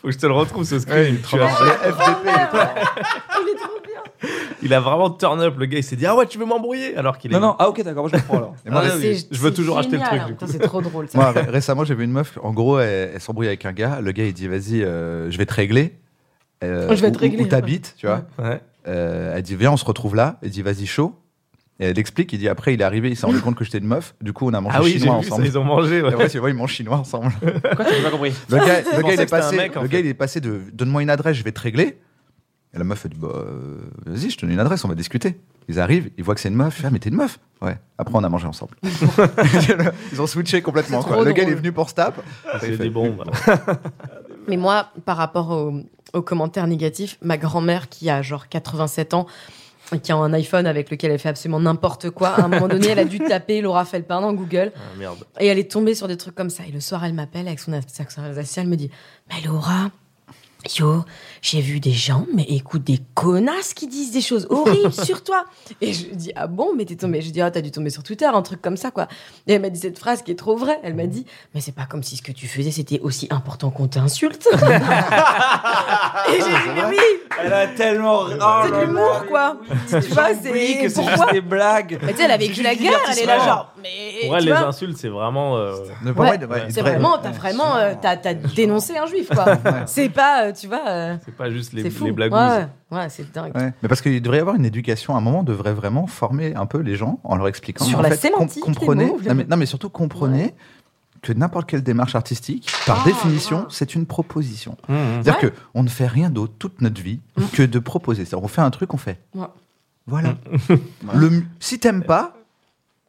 [SPEAKER 7] Faut que je te le retrouve ce script.
[SPEAKER 2] Ouais, il est
[SPEAKER 7] Tu
[SPEAKER 2] trop
[SPEAKER 7] as-
[SPEAKER 2] marrant. Les FDP,
[SPEAKER 7] Il a vraiment turn up le gars. Il s'est dit ah ouais tu veux m'embrouiller alors qu'il est.
[SPEAKER 1] Non, non, ah ok, d'accord, moi je comprends alors.
[SPEAKER 7] Ah,
[SPEAKER 3] Mais
[SPEAKER 7] non,
[SPEAKER 3] bah c'est-
[SPEAKER 7] je- je veux
[SPEAKER 3] c'est
[SPEAKER 7] toujours acheter le
[SPEAKER 3] génial. hein.
[SPEAKER 7] truc. du coup.
[SPEAKER 3] Putain, C'est trop drôle. Ça.
[SPEAKER 2] Moi, ré- récemment, j'ai vu une meuf, en gros, elle, elle s'embrouille avec un gars. Le gars, il dit Vas-y, euh, je vais te régler. euh,
[SPEAKER 3] Oh, Je vais te
[SPEAKER 2] où-
[SPEAKER 3] régler, hein.
[SPEAKER 2] Où t'habites, tu vois.
[SPEAKER 7] Ouais.
[SPEAKER 2] Euh, elle dit Viens, on se retrouve là. Elle dit Vas-y, chaud. Et elle explique Il dit Après, il est arrivé, il s'est rendu compte que j'étais une meuf. Du coup, on a mangé
[SPEAKER 7] Ah oui j'ai
[SPEAKER 2] chinois
[SPEAKER 7] vu ça,
[SPEAKER 2] ensemble.
[SPEAKER 7] ils ont mangé. ouais.
[SPEAKER 2] Et ouais, tu vois, ils mangent chinois ensemble.
[SPEAKER 1] Quoi, t'as pas compris
[SPEAKER 2] Le gars, le gars, il,
[SPEAKER 7] pensais que
[SPEAKER 2] est
[SPEAKER 7] c'était un
[SPEAKER 2] passé,
[SPEAKER 7] mec, en
[SPEAKER 2] le gars,
[SPEAKER 7] fait.
[SPEAKER 2] il est passé de Donne-moi une adresse, je vais te régler. Et la meuf, elle dit Bah, euh, Vas-y, je te donne une adresse, on va discuter. Ils arrivent, ils voient que c'est une meuf. Ils font, Ah, mais t'es une meuf Ouais. Après, on a mangé ensemble. ils ont switché complètement.
[SPEAKER 3] C'est
[SPEAKER 2] quoi.
[SPEAKER 3] trop
[SPEAKER 2] Le gars, il est
[SPEAKER 3] drôle.
[SPEAKER 2] venu pour stop.
[SPEAKER 7] J'ai dit bon. bah.
[SPEAKER 3] Mais moi, par rapport au- aux commentaires négatifs, ma grand-mère qui a genre 87 ans et qui a un iPhone avec lequel elle fait absolument n'importe quoi, à un moment donné, elle a dû taper Laura Felpin dans Google
[SPEAKER 7] Ah, merde.
[SPEAKER 3] et elle est tombée sur des trucs comme ça. Et le soir, elle m'appelle avec son accent alsacien, elle me dit « Mais Laura, yo, j'ai vu des gens, mais écoute, des connasses qui disent des choses horribles sur toi !» Et je lui dis « Ah bon, mais t'es tombée ?» Je lui dis « Ah, t'as dû tomber sur Twitter, un truc comme ça, quoi. » Et elle m'a dit cette phrase qui est trop vraie. Elle m'a dit « Mais c'est pas comme si ce que tu faisais, c'était aussi important qu'on t'insulte !» Et j'ai dit « Mais oui,
[SPEAKER 1] Elle a tellement. Ah, Oh
[SPEAKER 3] c'est de
[SPEAKER 1] là là.
[SPEAKER 3] l'humour, quoi !» Tu vois,
[SPEAKER 1] Oublie
[SPEAKER 3] c'est...
[SPEAKER 1] que c'est
[SPEAKER 3] Pourquoi
[SPEAKER 1] juste des blagues.
[SPEAKER 3] Mais tu sais, elle a vécu la guerre, elle est là genre... Mais,
[SPEAKER 7] Pour elle
[SPEAKER 3] tu
[SPEAKER 7] les
[SPEAKER 3] vois,
[SPEAKER 7] insultes c'est vraiment. euh,
[SPEAKER 2] Ne pas-
[SPEAKER 3] Ouais,
[SPEAKER 2] ouais, ouais,
[SPEAKER 3] C'est
[SPEAKER 2] vrai.
[SPEAKER 3] vraiment, t'as vraiment, euh, t'as, t'as dénoncé un juif, quoi. C'est pas, euh, tu vois, euh,
[SPEAKER 7] C'est pas juste les,
[SPEAKER 3] c'est fou.
[SPEAKER 7] les blagues.
[SPEAKER 3] ouais, ouais, ouais, c'est dingue.
[SPEAKER 2] Ouais. Mais parce qu'il devrait y avoir une éducation, à un moment, on devrait vraiment former un peu les gens en leur expliquant.
[SPEAKER 3] Sur
[SPEAKER 2] en
[SPEAKER 3] la
[SPEAKER 2] fait,
[SPEAKER 3] sémantique des
[SPEAKER 2] comprenez,
[SPEAKER 3] mots,
[SPEAKER 2] non, mais, non, mais surtout comprenez que n'importe quelle démarche artistique, par
[SPEAKER 3] Ah.
[SPEAKER 2] définition, c'est une proposition. C'est-à-dire que on ne fait rien d'autre toute notre vie que de proposer. C'est-à-dire on fait un truc, on fait.
[SPEAKER 3] Mm. Ouais.
[SPEAKER 2] Voilà.
[SPEAKER 1] Mm.
[SPEAKER 2] Le, m- si t'aimes pas,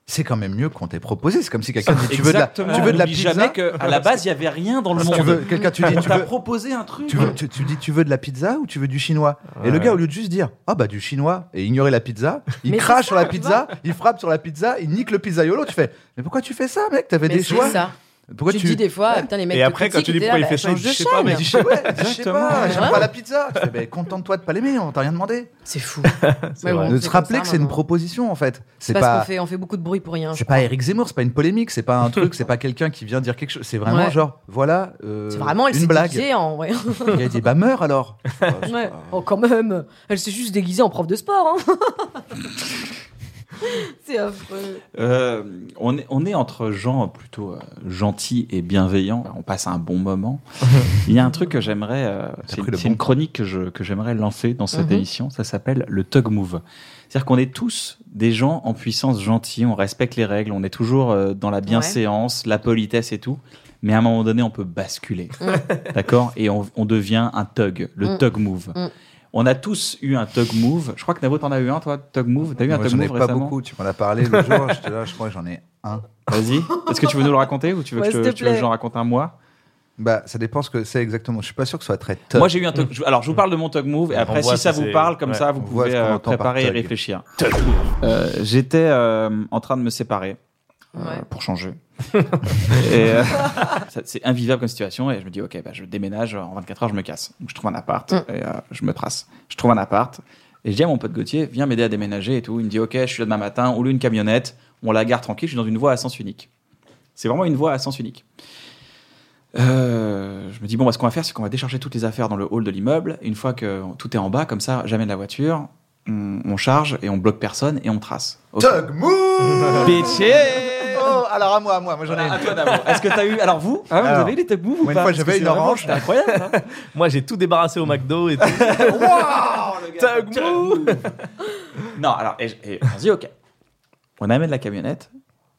[SPEAKER 2] c'est quand même mieux qu'on t'ait proposé. C'est comme si quelqu'un dit tu veux de la, tu
[SPEAKER 1] Exactement,
[SPEAKER 2] veux de la
[SPEAKER 1] n'oublie
[SPEAKER 2] pizza.
[SPEAKER 1] jamais qu'à la base, il y avait rien dans le
[SPEAKER 2] Tu veux-
[SPEAKER 1] monde.
[SPEAKER 2] Quelqu'un tu dis
[SPEAKER 1] On
[SPEAKER 2] tu
[SPEAKER 1] t'a
[SPEAKER 2] veux,
[SPEAKER 1] proposé un truc.
[SPEAKER 2] tu, veux- tu- tu dis tu veux de la pizza ou tu veux du chinois Et le gars au lieu de juste dire ah bah du chinois et ignorer la pizza, il
[SPEAKER 3] Mais
[SPEAKER 2] crache
[SPEAKER 3] c'est
[SPEAKER 2] sur la pizza, il frappe sur la pizza, il nique le pizzaiolo. Tu fais mais pourquoi tu fais ça mec T'avais
[SPEAKER 3] Mais
[SPEAKER 2] des
[SPEAKER 3] c'est
[SPEAKER 2] choix.
[SPEAKER 3] ça.
[SPEAKER 2] Pourquoi
[SPEAKER 3] tu, dis des fois, putain, les mecs.
[SPEAKER 7] Et
[SPEAKER 3] te
[SPEAKER 7] après, quand
[SPEAKER 3] critiquent,
[SPEAKER 7] tu dis
[SPEAKER 3] t'es
[SPEAKER 7] pourquoi
[SPEAKER 3] là, bah,
[SPEAKER 7] il fait ça,
[SPEAKER 3] change
[SPEAKER 7] il dit,
[SPEAKER 3] de
[SPEAKER 7] je sais pas,
[SPEAKER 3] chaîne.
[SPEAKER 7] mais
[SPEAKER 2] Je dis, Ouais, je sais
[SPEAKER 1] Exactement.
[SPEAKER 2] pas, j'aime
[SPEAKER 3] Ouais.
[SPEAKER 2] pas la pizza. Tu fais, ben, contente-toi de pas l'aimer, on t'a rien demandé.
[SPEAKER 3] C'est fou.
[SPEAKER 7] C'est vrai.
[SPEAKER 3] bon,
[SPEAKER 2] De se
[SPEAKER 3] c'est comme
[SPEAKER 2] rappeler
[SPEAKER 3] ça,
[SPEAKER 2] que c'est une
[SPEAKER 3] maintenant.
[SPEAKER 2] proposition en fait. C'est
[SPEAKER 3] C'est parce qu'on
[SPEAKER 2] pas,
[SPEAKER 3] fait, hein, on fait beaucoup de bruit pour rien.
[SPEAKER 2] c'est pas Eric Zemmour, c'est pas une polémique, c'est pas un truc, c'est pas quelqu'un qui vient dire quelque chose. C'est vraiment
[SPEAKER 3] Ouais.
[SPEAKER 2] genre, voilà, euh,
[SPEAKER 3] C'est vraiment, elle s'est
[SPEAKER 2] une blague.
[SPEAKER 3] déguisée en. Ouais.
[SPEAKER 2] Il a dit, bah meurs alors. Ah, je sais
[SPEAKER 3] Ouais.
[SPEAKER 2] pas.
[SPEAKER 3] Oh, quand même. Elle s'est juste déguisée en prof de sport. Hein. c'est affreux.
[SPEAKER 1] Euh, on, est, on est entre gens plutôt euh, gentils et bienveillants. On passe un bon moment. Il y a un truc que j'aimerais. euh, c'est
[SPEAKER 2] pris le
[SPEAKER 1] c'est
[SPEAKER 2] bon.
[SPEAKER 1] une chronique que je- que j'aimerais lancer dans cette
[SPEAKER 3] Mhm.
[SPEAKER 1] émission. Ça s'appelle le Tug Move. C'est-à-dire qu'on est tous des gens en puissance gentils. On respecte les règles. On est toujours euh, dans la bienséance, la politesse et tout. Mais à un moment donné, on peut basculer. D'accord Et on, on devient un Tug, le
[SPEAKER 3] Mm.
[SPEAKER 1] Tug Move.
[SPEAKER 3] Mm.
[SPEAKER 1] On a tous eu un Tug Move. Je crois que Navo, t'en as eu un, toi, Tug Move T'as eu un
[SPEAKER 2] Moi,
[SPEAKER 1] Tug
[SPEAKER 2] J'en ai
[SPEAKER 1] Move
[SPEAKER 2] pas
[SPEAKER 1] récemment
[SPEAKER 2] beaucoup, tu m'en as parlé le jour, j'étais là, je crois que j'en ai un.
[SPEAKER 1] Vas-y. Est-ce que tu veux nous le raconter ou tu veux
[SPEAKER 3] Ouais,
[SPEAKER 1] que
[SPEAKER 3] s'il
[SPEAKER 1] je,
[SPEAKER 3] te
[SPEAKER 1] tu veux que
[SPEAKER 3] plaît.
[SPEAKER 1] j'en raconte un mois
[SPEAKER 2] Bah, ça dépend ce que c'est exactement. Je suis pas sûr que ce soit très top.
[SPEAKER 1] Moi, j'ai eu un tug. je- Alors, je vous parle de mon tug move et
[SPEAKER 7] On
[SPEAKER 1] après,
[SPEAKER 7] voit
[SPEAKER 1] si ça
[SPEAKER 7] si
[SPEAKER 1] vous
[SPEAKER 7] c'est-
[SPEAKER 1] parle, comme
[SPEAKER 7] ouais,
[SPEAKER 1] ça, vous
[SPEAKER 2] on voit
[SPEAKER 1] pouvez
[SPEAKER 2] ce qu'on
[SPEAKER 1] euh,
[SPEAKER 2] entend par
[SPEAKER 1] préparer et
[SPEAKER 2] tug.
[SPEAKER 1] réfléchir. Euh, J'étais euh, en train de me séparer. euh,
[SPEAKER 3] Ouais.
[SPEAKER 1] Pour changer. Et, euh, ça- c'est invivable comme situation et je me dis ok bah, je déménage en 24 heures je me casse donc je trouve un appart
[SPEAKER 3] Mm.
[SPEAKER 1] et euh, je me trace je trouve un appart et je dis à mon pote Gauthier viens m'aider à déménager et tout il me dit ok je suis là demain matin on loue une camionnette on la garde tranquille je suis dans une voie à sens unique c'est vraiment une voie à sens unique Euh, je me dis, bon, bah, ce qu'on va faire, c'est qu'on va décharger toutes les affaires dans le hall de l'immeuble. Et Une fois que tout est en bas, comme ça, j'amène la voiture, on, on charge et on bloque personne et on trace. Ok.
[SPEAKER 2] Tug Move
[SPEAKER 1] Bitches
[SPEAKER 2] Oh, alors à moi, à moi, moi j'en ai
[SPEAKER 1] Voilà, à
[SPEAKER 2] une.
[SPEAKER 1] toi d'abord. Est-ce que t'as eu. Alors vous, hein,
[SPEAKER 2] Alors,
[SPEAKER 1] vous avez les tug moves ou
[SPEAKER 2] moi,
[SPEAKER 1] pas
[SPEAKER 2] une fois,
[SPEAKER 1] Parce
[SPEAKER 2] j'avais
[SPEAKER 1] que
[SPEAKER 2] une
[SPEAKER 1] c'est vraiment-
[SPEAKER 2] orange.
[SPEAKER 1] C'était incroyable. hein. ça.
[SPEAKER 7] Moi j'ai tout débarrassé au McDo et tout. Tug move.
[SPEAKER 1] non, alors, et, et on se dit, ok. On amène la camionnette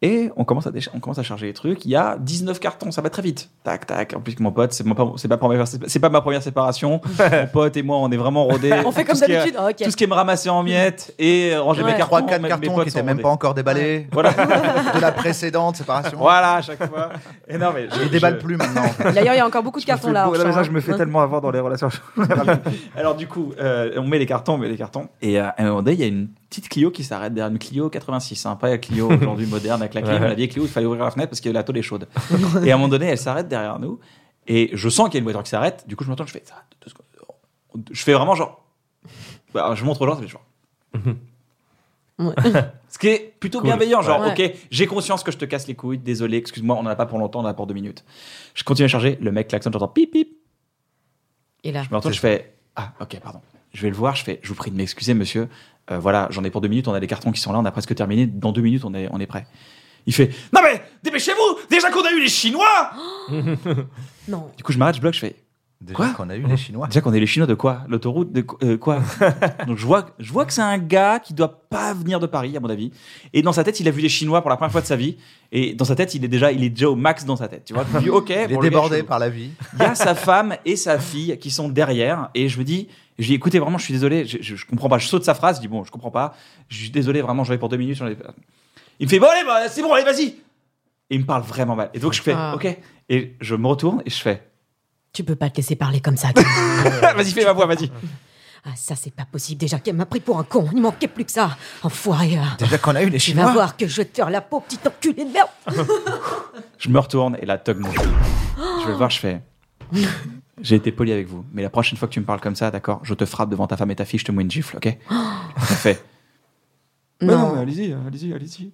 [SPEAKER 1] et on commence, à décha- on commence à charger les trucs. Il y a 19 cartons, ça va très vite. Tac, tac. En plus, que mon pote, c'est mon- c'est pas, première- c'est pas ma première séparation. mon pote et moi, on est vraiment rodés.
[SPEAKER 3] On fait
[SPEAKER 1] Tout
[SPEAKER 3] comme
[SPEAKER 1] ce qui est-
[SPEAKER 3] d'habitude. Ah, ok.
[SPEAKER 1] Tout ce qui est me ramasser en miettes et euh, ranger
[SPEAKER 2] Ah,
[SPEAKER 3] Ouais.
[SPEAKER 1] mes cartons.
[SPEAKER 2] Trois, quatre
[SPEAKER 1] mes- mes
[SPEAKER 2] cartons
[SPEAKER 1] potes
[SPEAKER 2] qui
[SPEAKER 1] sont
[SPEAKER 2] étaient même
[SPEAKER 1] rodés.
[SPEAKER 2] pas encore déballés
[SPEAKER 1] Voilà,
[SPEAKER 2] de la précédente séparation.
[SPEAKER 1] voilà, à chaque fois. Et non, mais je-
[SPEAKER 2] Ils déballent
[SPEAKER 1] je-
[SPEAKER 2] plus maintenant.
[SPEAKER 3] D'ailleurs, il y a encore beaucoup de cartons là.
[SPEAKER 1] Voilà,
[SPEAKER 3] Archambault,
[SPEAKER 1] ça, je me fais
[SPEAKER 3] hein.
[SPEAKER 1] tellement avoir dans les relations. Alors du coup, euh, on met les cartons, on met les cartons. Et euh, à un moment donné, il y a une petite Clio qui s'arrête derrière une Clio 86, hein, pas la Clio aujourd'hui moderne avec la clim,
[SPEAKER 7] Ouais.
[SPEAKER 1] la vieille Clio, il fallait ouvrir la fenêtre parce que la tôle est chaude. et à un moment donné, elle s'arrête derrière nous. Et je sens qu'il y a une voiture qui s'arrête. Du coup, je m'entends, je fais ça. deux secondes. Je fais vraiment genre. Bah, je montre aux gens, c'est genre.
[SPEAKER 3] Ouais.
[SPEAKER 1] Ce qui est plutôt bienveillant, genre,
[SPEAKER 3] Ouais.
[SPEAKER 1] ok, j'ai conscience que je te casse les couilles, désolé, excuse-moi, on n'en a pas pour longtemps, on en a pour deux minutes. Je continue à charger, le mec klaxonne, j'entends pip pip.
[SPEAKER 3] Et là,
[SPEAKER 1] Je me retourne, je fais Ah, ok, pardon. Je vais le voir, je fais Je vous prie de m'excuser, monsieur. Euh, voilà, j'en ai pour deux minutes, on a les cartons qui sont là, on a presque terminé. Dans deux minutes, on est, on est prêt. Il fait Non, mais dépêchez-vous Déjà qu'on a eu les Chinois
[SPEAKER 3] non.
[SPEAKER 1] Du coup, je m'arrête, je bloque, je fais
[SPEAKER 2] Déjà
[SPEAKER 1] Quoi
[SPEAKER 2] qu'on a eu les Chinois.
[SPEAKER 1] Déjà qu'on est les Chinois de quoi L'autoroute de qu- euh, quoi Donc je vois, je vois que c'est un gars qui doit pas venir de Paris, à mon avis. Et dans sa tête, il a vu les Chinois pour la première fois de sa vie. Et dans sa tête, il est déjà, il est déjà au max dans sa tête. Tu vois Je me dis, ok,
[SPEAKER 2] Il est
[SPEAKER 1] bon, le gars,
[SPEAKER 2] débordé
[SPEAKER 1] chelou.
[SPEAKER 2] par la vie.
[SPEAKER 1] Il y a sa femme et sa fille qui sont derrière. Et je me dis, je dis, écoutez, vraiment, je suis désolé, je, je, je comprends pas. Je saute sa phrase, je dis, bon, je comprends pas. Je suis désolé, vraiment, j'en ai pour deux minutes. j'en ai- Il me fait, bon, allez, bah, c'est bon, allez, vas-y. Et il me parle vraiment mal. Et donc, je fais,
[SPEAKER 3] Ah.
[SPEAKER 1] ok. Et je me retourne et je fais,
[SPEAKER 3] Tu peux pas te laisser parler comme ça. Guillaume.
[SPEAKER 1] vas-y, fais ma voix, vas-y.
[SPEAKER 3] ah, ça, c'est pas possible. Déjà qu'elle m'a pris pour un con. Il manquait plus que ça. Enfoiré. ah.
[SPEAKER 2] Déjà qu'on a eu les
[SPEAKER 3] Tu vas
[SPEAKER 2] Chinois.
[SPEAKER 3] voir que je vais te faire la peau, petit enculé de merde.
[SPEAKER 1] Je me retourne et la tug mon cul. Je vais le voir, je fais. J'ai été poli avec vous, mais la prochaine fois que tu me parles comme ça, d'accord, je te frappe devant ta femme et ta fille, je te mets une gifle, ok Ça fait. Ouais,
[SPEAKER 3] Non.
[SPEAKER 1] mais allez-y, allez-y, allez-y.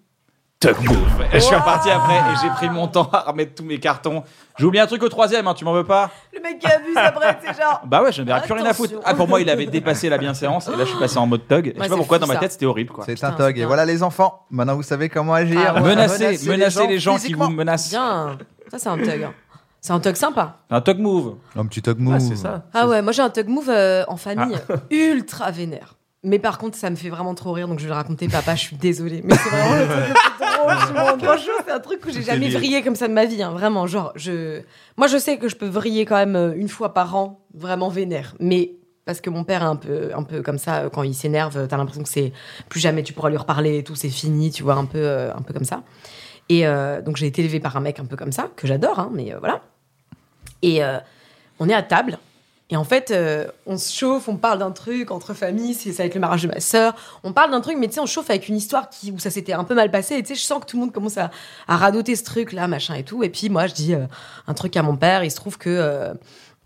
[SPEAKER 1] Tug move. Je suis reparti après et j'ai pris mon temps à remettre tous mes cartons. J'ai oublié un truc au troisième, hein, tu m'en veux pas
[SPEAKER 3] Le mec qui abuse après, c'est genre.
[SPEAKER 1] Bah ouais, je n'avais plus rien à foutre.
[SPEAKER 3] Attention.
[SPEAKER 1] Ah, pour moi, il avait dépassé la bienséance et là, je suis passé en mode tug. Et je sais
[SPEAKER 3] c'est
[SPEAKER 1] pas pourquoi,
[SPEAKER 3] fou,
[SPEAKER 1] dans ma
[SPEAKER 3] ça.
[SPEAKER 1] tête, c'était horrible quoi.
[SPEAKER 2] C'est
[SPEAKER 3] Putain,
[SPEAKER 2] un tog.
[SPEAKER 3] c'est
[SPEAKER 2] Et
[SPEAKER 3] dingue.
[SPEAKER 2] voilà les enfants. Maintenant vous savez comment agir.
[SPEAKER 3] Ah,
[SPEAKER 1] Menacez, menacez les gens, qui
[SPEAKER 2] physiquement.
[SPEAKER 1] vous menacent.
[SPEAKER 3] Bien. Ça, c'est un thug. hein. C'est un thug sympa.
[SPEAKER 1] Un tug move.
[SPEAKER 2] Un petit tog mou.
[SPEAKER 7] Ah, c'est ça.
[SPEAKER 3] Ah ouais, moi j'ai un thug move euh, en famille ultra vénère. Mais par contre, ça me fait vraiment trop rire, donc je vais le raconter, papa, je suis désolée. Mais c'est vraiment le truc le plus drôle. je m'en- Franchement, c'est un truc où j'ai jamais
[SPEAKER 1] lié.
[SPEAKER 3] vrillé comme ça de ma vie, hein, vraiment. Genre, je... moi je sais que je peux vriller quand même euh, une fois par an, vraiment vénère. Mais parce que mon père est un peu, un peu comme ça, euh, quand il s'énerve, euh, t'as l'impression que c'est plus jamais tu pourras lui reparler et tout, c'est fini, tu vois, un peu, euh, un peu comme ça. Et euh, donc j'ai été élevée par un mec un peu comme ça, que j'adore, hein, mais euh, voilà. Et euh, on est à table. Et en fait, euh, on se chauffe, on parle d'un truc entre familles, c'est ça avec le mariage de ma sœur. On parle d'un truc, mais tu sais, on se chauffe avec une histoire qui, où ça s'était un peu mal passé. Et tu sais, je sens que tout le monde commence à, à radoter ce truc là, machin et tout. Et puis moi, je dis euh, un truc à mon père. Il se trouve que euh,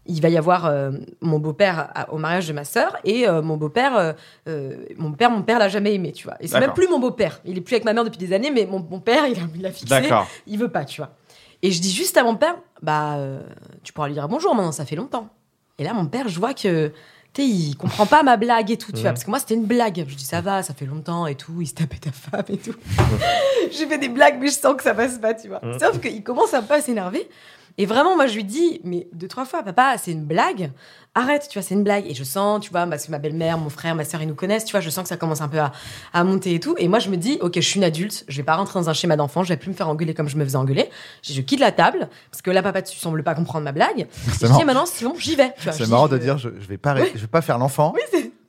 [SPEAKER 3] il va y avoir euh, mon beau-père à- au mariage de ma sœur et euh, mon beau-père, euh, euh, mon père, mon père l'a jamais aimé, tu vois. Et c'est
[SPEAKER 1] D'accord.
[SPEAKER 3] même plus mon beau-père. Il est plus avec ma mère depuis des années, mais mon, mon père, il a- il l'a fixé
[SPEAKER 1] D'accord.
[SPEAKER 3] il veut pas, tu vois. Et je dis juste à mon père, bah, euh, tu pourras lui dire bonjour maintenant, ça fait longtemps. Et là, mon père, je vois que, tu sais, il comprend pas ma blague et tout, tu vois, parce que moi, c'était une blague. Je dis, ça va, ça fait longtemps et tout, il se tapait ta femme et tout. J'ai fait des blagues, mais je sens que ça passe pas, tu vois. Sauf qu'il commence à pas s'énerver. Et vraiment, moi, je lui dis, mais deux, trois fois, papa, c'est une blague. Arrête, tu vois, c'est une blague. Et je sens, tu vois, parce que ma belle-mère, mon frère, ma sœur, ils nous connaissent, tu vois, je sens que ça commence un peu à, à monter et tout. Et moi, je me dis, ok, je suis une adulte, je vais pas rentrer dans un schéma d'enfant, je vais plus me faire engueuler comme je me faisais engueuler. Je, je quitte la table, parce que là, papa, tu sembles pas comprendre ma blague. Je
[SPEAKER 2] marrant.
[SPEAKER 3] dis, maintenant, sinon, j'y vais. tu vois. Bah, Je
[SPEAKER 2] C'est
[SPEAKER 3] dis, euh,
[SPEAKER 2] marrant
[SPEAKER 3] je-
[SPEAKER 2] de dire je, je vais pas ré- je vais pas faire l'enfant.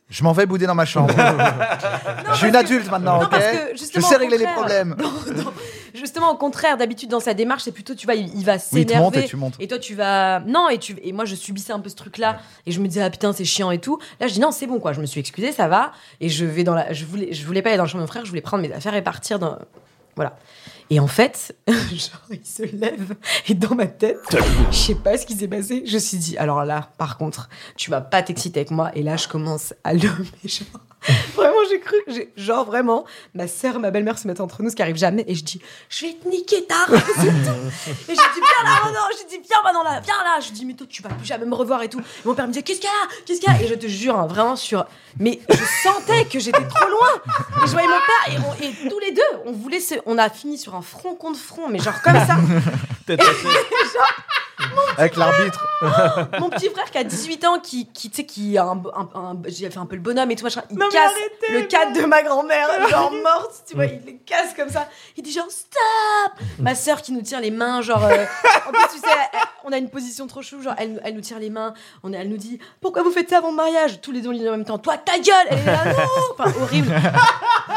[SPEAKER 2] je m'en vais bouder dans ma chambre. je suis une
[SPEAKER 3] parce que-
[SPEAKER 2] adulte maintenant,
[SPEAKER 3] Non,
[SPEAKER 2] ok
[SPEAKER 3] parce que
[SPEAKER 2] Je
[SPEAKER 3] justement,
[SPEAKER 2] sais
[SPEAKER 3] au
[SPEAKER 2] régler les
[SPEAKER 3] contraire-
[SPEAKER 2] problèmes.
[SPEAKER 3] Non, non. Justement, au contraire, d'habitude, dans sa démarche, c'est plutôt, tu vois, il, il va
[SPEAKER 2] Oui, tu montes et
[SPEAKER 3] s'énerver.
[SPEAKER 2] tu montes.
[SPEAKER 3] Et toi, tu vas. Non, et, tu... et moi, je subissais un peu ce truc-là. Et je me disais, ah putain, c'est chiant et tout. Là, je dis, non, c'est bon, quoi. Je me suis excusée, ça va. Et je vais dans la. Je voulais, je voulais pas aller dans la chambre de mon frère, je voulais prendre mes affaires et partir dans. Voilà. Et en fait, genre, il se lève. Et dans ma tête, je sais pas ce qui s'est passé. Je me suis dit, alors là, par contre, tu vas pas t'exciter avec moi. Et là, je commence à l'homme. Genre, vraiment, j'ai cru que j'ai. Genre, vraiment, ma sœur et ma belle-mère se mettent entre nous, ce qui arrive jamais. Et je dis, je vais te niquer ta race et tout. Et je dis, viens là, maintenant. Je dis, viens maintenant là, viens là. Je dis, mais toi, tu vas plus jamais me revoir et tout. Et mon père me dit, qu'est-ce qu'il y a Qu'est-ce qu'il y a Et je te jure, hein, vraiment, sur. Mais je sentais que j'étais trop loin. Et je voyais mon père et, on- et tous les deux, on voulait se. On a fini sur un front contre front, mais genre comme ça.
[SPEAKER 7] Tête à tête.
[SPEAKER 2] Avec l'arbitre.
[SPEAKER 3] Mon petit frère qui a 18 ans, qui, qui tu sais, qui a un, un, un- j'ai fait un peu le bonhomme et tout machin, il
[SPEAKER 5] Non, mais
[SPEAKER 3] casse
[SPEAKER 5] arrêtez,
[SPEAKER 3] le cadre de ma grand-mère, genre morte, tu vois, il les casse comme ça. Il dit genre stop Ma sœur qui nous tient les mains, genre. euh, en plus, tu sais, elle- elle- on a une position trop chou, genre elle, elle nous tire les mains, on, elle nous dit pourquoi vous faites ça avant le mariage Tous les deux on lui dit en même temps, toi ta gueule Elle est là, non Enfin, horrible.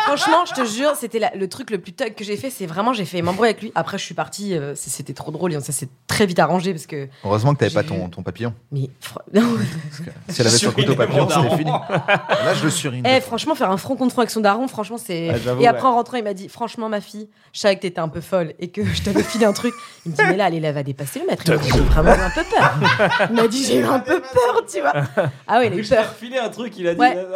[SPEAKER 3] Franchement, je te jure, c'était la- le truc le plus tug que j'ai fait, c'est vraiment, j'ai fait m'embrouiller avec lui. Après, je suis partie, euh, c- c'était trop drôle, et ça s'est très vite arrangé parce que.
[SPEAKER 2] Heureusement que t'avais pas
[SPEAKER 3] J'ai
[SPEAKER 2] ton,
[SPEAKER 3] vu.
[SPEAKER 2] ton papillon.
[SPEAKER 3] Mais. fr- non.
[SPEAKER 2] Si elle avait son couteau papillon,
[SPEAKER 1] Surine,
[SPEAKER 2] c'était fini. Là, je le surine.
[SPEAKER 3] Eh, franchement, faire un front contre front avec son daron, franchement, c'est.
[SPEAKER 1] Ah, j'avoue,
[SPEAKER 3] et après,
[SPEAKER 1] ouais.
[SPEAKER 3] en rentrant, il m'a dit Franchement, ma fille, je savais que t'étais un peu folle et que je t'avais filé un truc. Il me dit Mais là, elle va dépasser le maître. Il m'a dit, J'ai vraiment eu un peu peur. Il m'a dit J'ai eu un peu peur, tu vois. Ah ouais, il a eu peur.
[SPEAKER 1] filé un truc, il a
[SPEAKER 3] Ouais.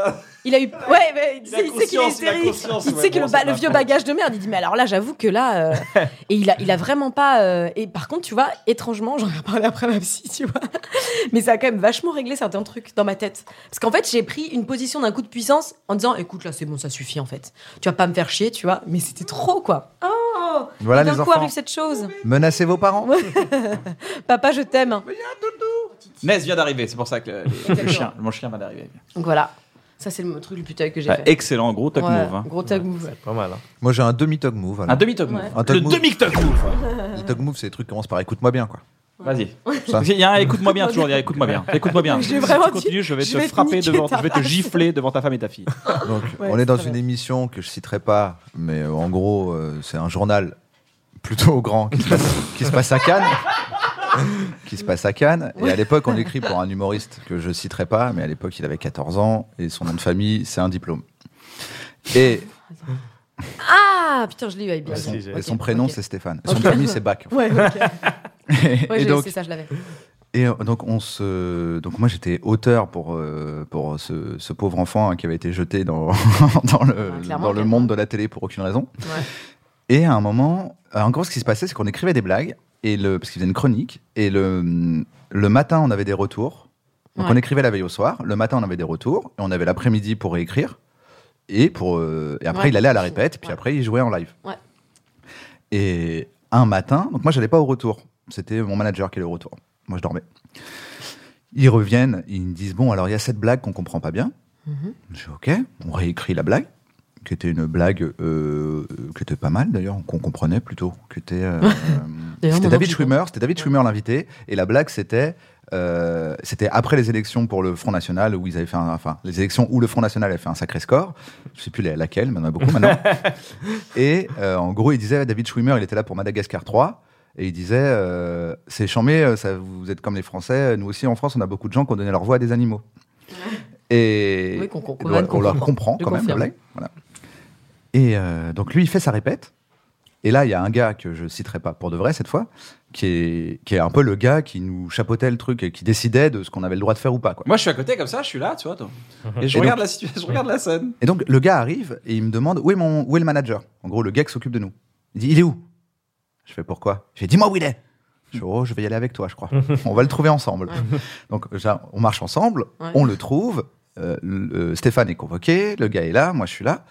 [SPEAKER 3] Il a eu. Ouais, mais il,
[SPEAKER 1] Il a
[SPEAKER 3] sait- il sait qu'il est
[SPEAKER 1] conscience, il a
[SPEAKER 3] hystérique.
[SPEAKER 1] conscience,
[SPEAKER 3] Il
[SPEAKER 1] ouais,
[SPEAKER 3] sait que
[SPEAKER 1] bon,
[SPEAKER 3] le,
[SPEAKER 1] ça
[SPEAKER 3] ba- le
[SPEAKER 1] va.
[SPEAKER 3] vieux bagage de merde. Il dit, mais alors là, j'avoue que là. euh, Et il a, il a vraiment pas. euh, Et par contre, tu vois, étrangement, j'en ai parlé après ma psy, tu vois. Mais ça a quand même vachement réglé certains trucs dans ma tête. Parce qu'en fait, j'ai pris une position d'un coup de puissance en disant, écoute, là, c'est bon, ça suffit en fait. Tu vas pas me faire chier, tu vois. Mais c'était trop, quoi. Oh
[SPEAKER 2] Voilà,
[SPEAKER 3] D'un
[SPEAKER 2] les
[SPEAKER 3] coup
[SPEAKER 2] enfants.
[SPEAKER 3] arrive cette chose.
[SPEAKER 2] Menacez vos parents.
[SPEAKER 3] Papa, je t'aime.
[SPEAKER 1] Ness vient d'arriver, c'est pour ça que le, le
[SPEAKER 3] Exactement.
[SPEAKER 1] chien, mon chien vient d'arriver.
[SPEAKER 3] Donc voilà. Ça, c'est le truc le plus tag que j'ai
[SPEAKER 1] Bah,
[SPEAKER 3] fait.
[SPEAKER 1] excellent, gros tuck
[SPEAKER 3] Ouais,
[SPEAKER 1] move. hein.
[SPEAKER 3] Gros tag move.
[SPEAKER 7] C'est pas mal. hein.
[SPEAKER 2] Moi, j'ai un demi-tog move. alors.
[SPEAKER 1] Un demi-tuck
[SPEAKER 3] Ouais.
[SPEAKER 1] move.
[SPEAKER 2] Un tuck
[SPEAKER 1] le
[SPEAKER 2] move.
[SPEAKER 1] demi-tuck move.
[SPEAKER 2] Le tog move, c'est les trucs qui commencent par écoute-moi bien, quoi.
[SPEAKER 1] Vas-y.
[SPEAKER 2] Ça.
[SPEAKER 1] Il y a un écoute-moi bien, toujours dire écoute-moi bien. Écoute-moi bien.
[SPEAKER 3] J'ai
[SPEAKER 1] Si
[SPEAKER 3] vraiment
[SPEAKER 1] tu continues, je vais
[SPEAKER 3] dit,
[SPEAKER 1] te
[SPEAKER 3] je vais te
[SPEAKER 1] frapper
[SPEAKER 3] niquer
[SPEAKER 1] devant,
[SPEAKER 3] ta
[SPEAKER 1] je vais te
[SPEAKER 3] race.
[SPEAKER 1] gifler devant ta femme et ta fille.
[SPEAKER 2] Donc,
[SPEAKER 3] Ouais,
[SPEAKER 2] on est dans
[SPEAKER 3] très
[SPEAKER 2] une
[SPEAKER 3] bien.
[SPEAKER 2] émission que je citerai pas, mais euh, en gros, euh, c'est un journal plutôt grand qui se passe, qui se passe à Cannes. qui se passe à Cannes. Et à l'époque, on écrit pour un humoriste que je citerai pas, mais à l'époque, il avait 14 ans et son nom de famille, c'est un diplôme. Et,
[SPEAKER 3] Ah putain, je l'ai eu avec bien.
[SPEAKER 7] Vas-y,
[SPEAKER 2] son,
[SPEAKER 7] j'ai-
[SPEAKER 2] et son prénom,
[SPEAKER 3] ok.
[SPEAKER 2] c'est Stéphane. Et Son famille, c'est Bach.
[SPEAKER 3] Ouais, ok. Ouais,
[SPEAKER 2] et
[SPEAKER 3] j'ai-
[SPEAKER 2] donc,
[SPEAKER 3] c'est ça, je l'avais.
[SPEAKER 2] Et euh, donc, on se... donc moi, j'étais auteur pour, euh, pour ce, ce pauvre enfant hein, qui avait été jeté dans, dans, le,
[SPEAKER 3] Ouais, Ah, clairement,
[SPEAKER 2] dans le
[SPEAKER 3] clairement.
[SPEAKER 2] monde de la télé pour aucune raison.
[SPEAKER 3] Ouais.
[SPEAKER 2] Et à un moment, euh, en gros, ce qui se passait, c'est qu'on écrivait des blagues, et le... parce qu'il faisait une chronique, et le, le matin, on avait des retours. Donc,
[SPEAKER 3] Ouais.
[SPEAKER 2] on écrivait la veille au soir, le matin, on avait des retours, et on avait l'après-midi pour réécrire, et, pour, euh, et après,
[SPEAKER 3] Ouais.
[SPEAKER 2] il allait à la répète, puis
[SPEAKER 3] Ouais.
[SPEAKER 2] après, il jouait en live.
[SPEAKER 3] Ouais.
[SPEAKER 2] Et un matin, donc moi, j'allais pas au retour, c'était mon manager qui allait au retour. Moi, je dormais. Ils reviennent, ils me disent Bon, alors il y a cette blague qu'on comprend pas bien. Je dis Ok, on réécrit la blague, qui était une blague euh, qui était pas mal d'ailleurs, qu'on comprenait plutôt. qui était, euh,
[SPEAKER 3] D'ailleurs,
[SPEAKER 2] c'était
[SPEAKER 3] maintenant
[SPEAKER 2] David
[SPEAKER 3] que je
[SPEAKER 2] Schwimmer, c'était David Schwimmer l'invité, et la blague c'était. euh, c'était après les élections pour le Front National où ils avaient fait un, enfin les élections où le Front National avait fait un sacré score je sais plus la- laquelle mais il y en a beaucoup maintenant et euh, en gros il disait David Schwimmer il était là pour Madagascar 3 et il disait euh, c'est chambé euh, ça vous êtes comme les Français nous aussi en France on a beaucoup de gens qui ont donné leur voix à des animaux et
[SPEAKER 3] Oui, qu'on- qu'on- qu'on
[SPEAKER 2] on, leur-
[SPEAKER 3] comprend.
[SPEAKER 2] on leur comprend
[SPEAKER 3] Je
[SPEAKER 2] quand même la
[SPEAKER 3] confirme.
[SPEAKER 2] blague voilà. et euh, donc lui il fait sa répète et là il y a un gars que je citerai pas pour de vrai cette fois qui est, qui est un peu le gars qui nous chapeautait le truc et qui décidait de ce qu'on avait le droit de faire ou pas quoi.
[SPEAKER 1] Moi, je suis à côté comme ça, je suis là, tu vois, toi. Et je
[SPEAKER 2] Et
[SPEAKER 1] regarde la situation, je regarde la scène.
[SPEAKER 2] Et donc, le gars arrive et il me demande où est, mon, où est le manager En gros, le gars qui s'occupe de nous. Il dit Il est où Je fais Pourquoi Je fais Dis-moi où il est Je fais Oh, je vais y aller avec toi, je crois. on va le trouver ensemble. Donc, ça, on marche ensemble,
[SPEAKER 3] Ouais.
[SPEAKER 2] on le trouve. euh, le- Stéphane est convoqué, le gars est là, moi je suis là.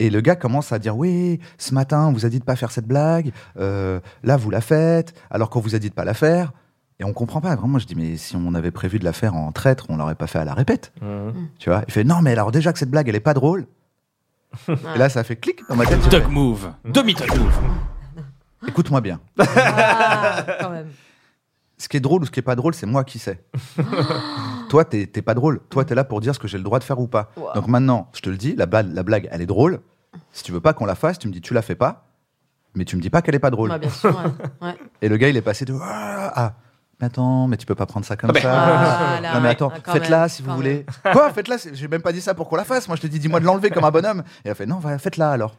[SPEAKER 2] Et le gars commence à dire Oui, ce matin, on vous a dit de pas faire cette blague. euh, là, vous la faites, alors qu'on vous a dit de pas la faire. Et on comprend pas. Vraiment, je dis Mais si on avait prévu de la faire en traître, on l'aurait pas fait à la répète.
[SPEAKER 7] Mhm.
[SPEAKER 2] Tu vois, il fait non, mais alors déjà que cette blague, elle est pas drôle. Et là, ça fait clic dans ma tête. je fais,
[SPEAKER 1] Tuck move. Demi-tuck move.
[SPEAKER 2] Écoute-moi bien.
[SPEAKER 3] Ah, quand même.
[SPEAKER 2] Ce qui est drôle ou ce qui est pas drôle, c'est moi qui sais. Toi, t'es t'es pas drôle. Toi, t'es là pour dire ce que j'ai le droit de faire ou pas.
[SPEAKER 3] Wow.
[SPEAKER 2] Donc maintenant, je te le dis, la blague, la blague, elle est drôle. Si tu veux pas qu'on la fasse, tu me dis tu la fais pas, mais tu me dis pas qu'elle est pas drôle.
[SPEAKER 3] Ouais, bien sûr. ouais. Ouais.
[SPEAKER 2] Et le gars, il est passé de ah, ah, mais attends, mais tu peux pas prendre ça comme
[SPEAKER 1] Ah ben.
[SPEAKER 2] ça.
[SPEAKER 3] Voilà,
[SPEAKER 2] non mais attends,
[SPEAKER 3] ah, quand
[SPEAKER 2] faites-la
[SPEAKER 3] même,
[SPEAKER 2] si vous
[SPEAKER 3] quand
[SPEAKER 2] voulez. Quoi, faites-la si- J'ai même pas dit ça pour qu'on la fasse. Moi, je t'ai dit, dis-moi de l'enlever comme un bonhomme. Et elle a fait non, voilà, faites-la alors.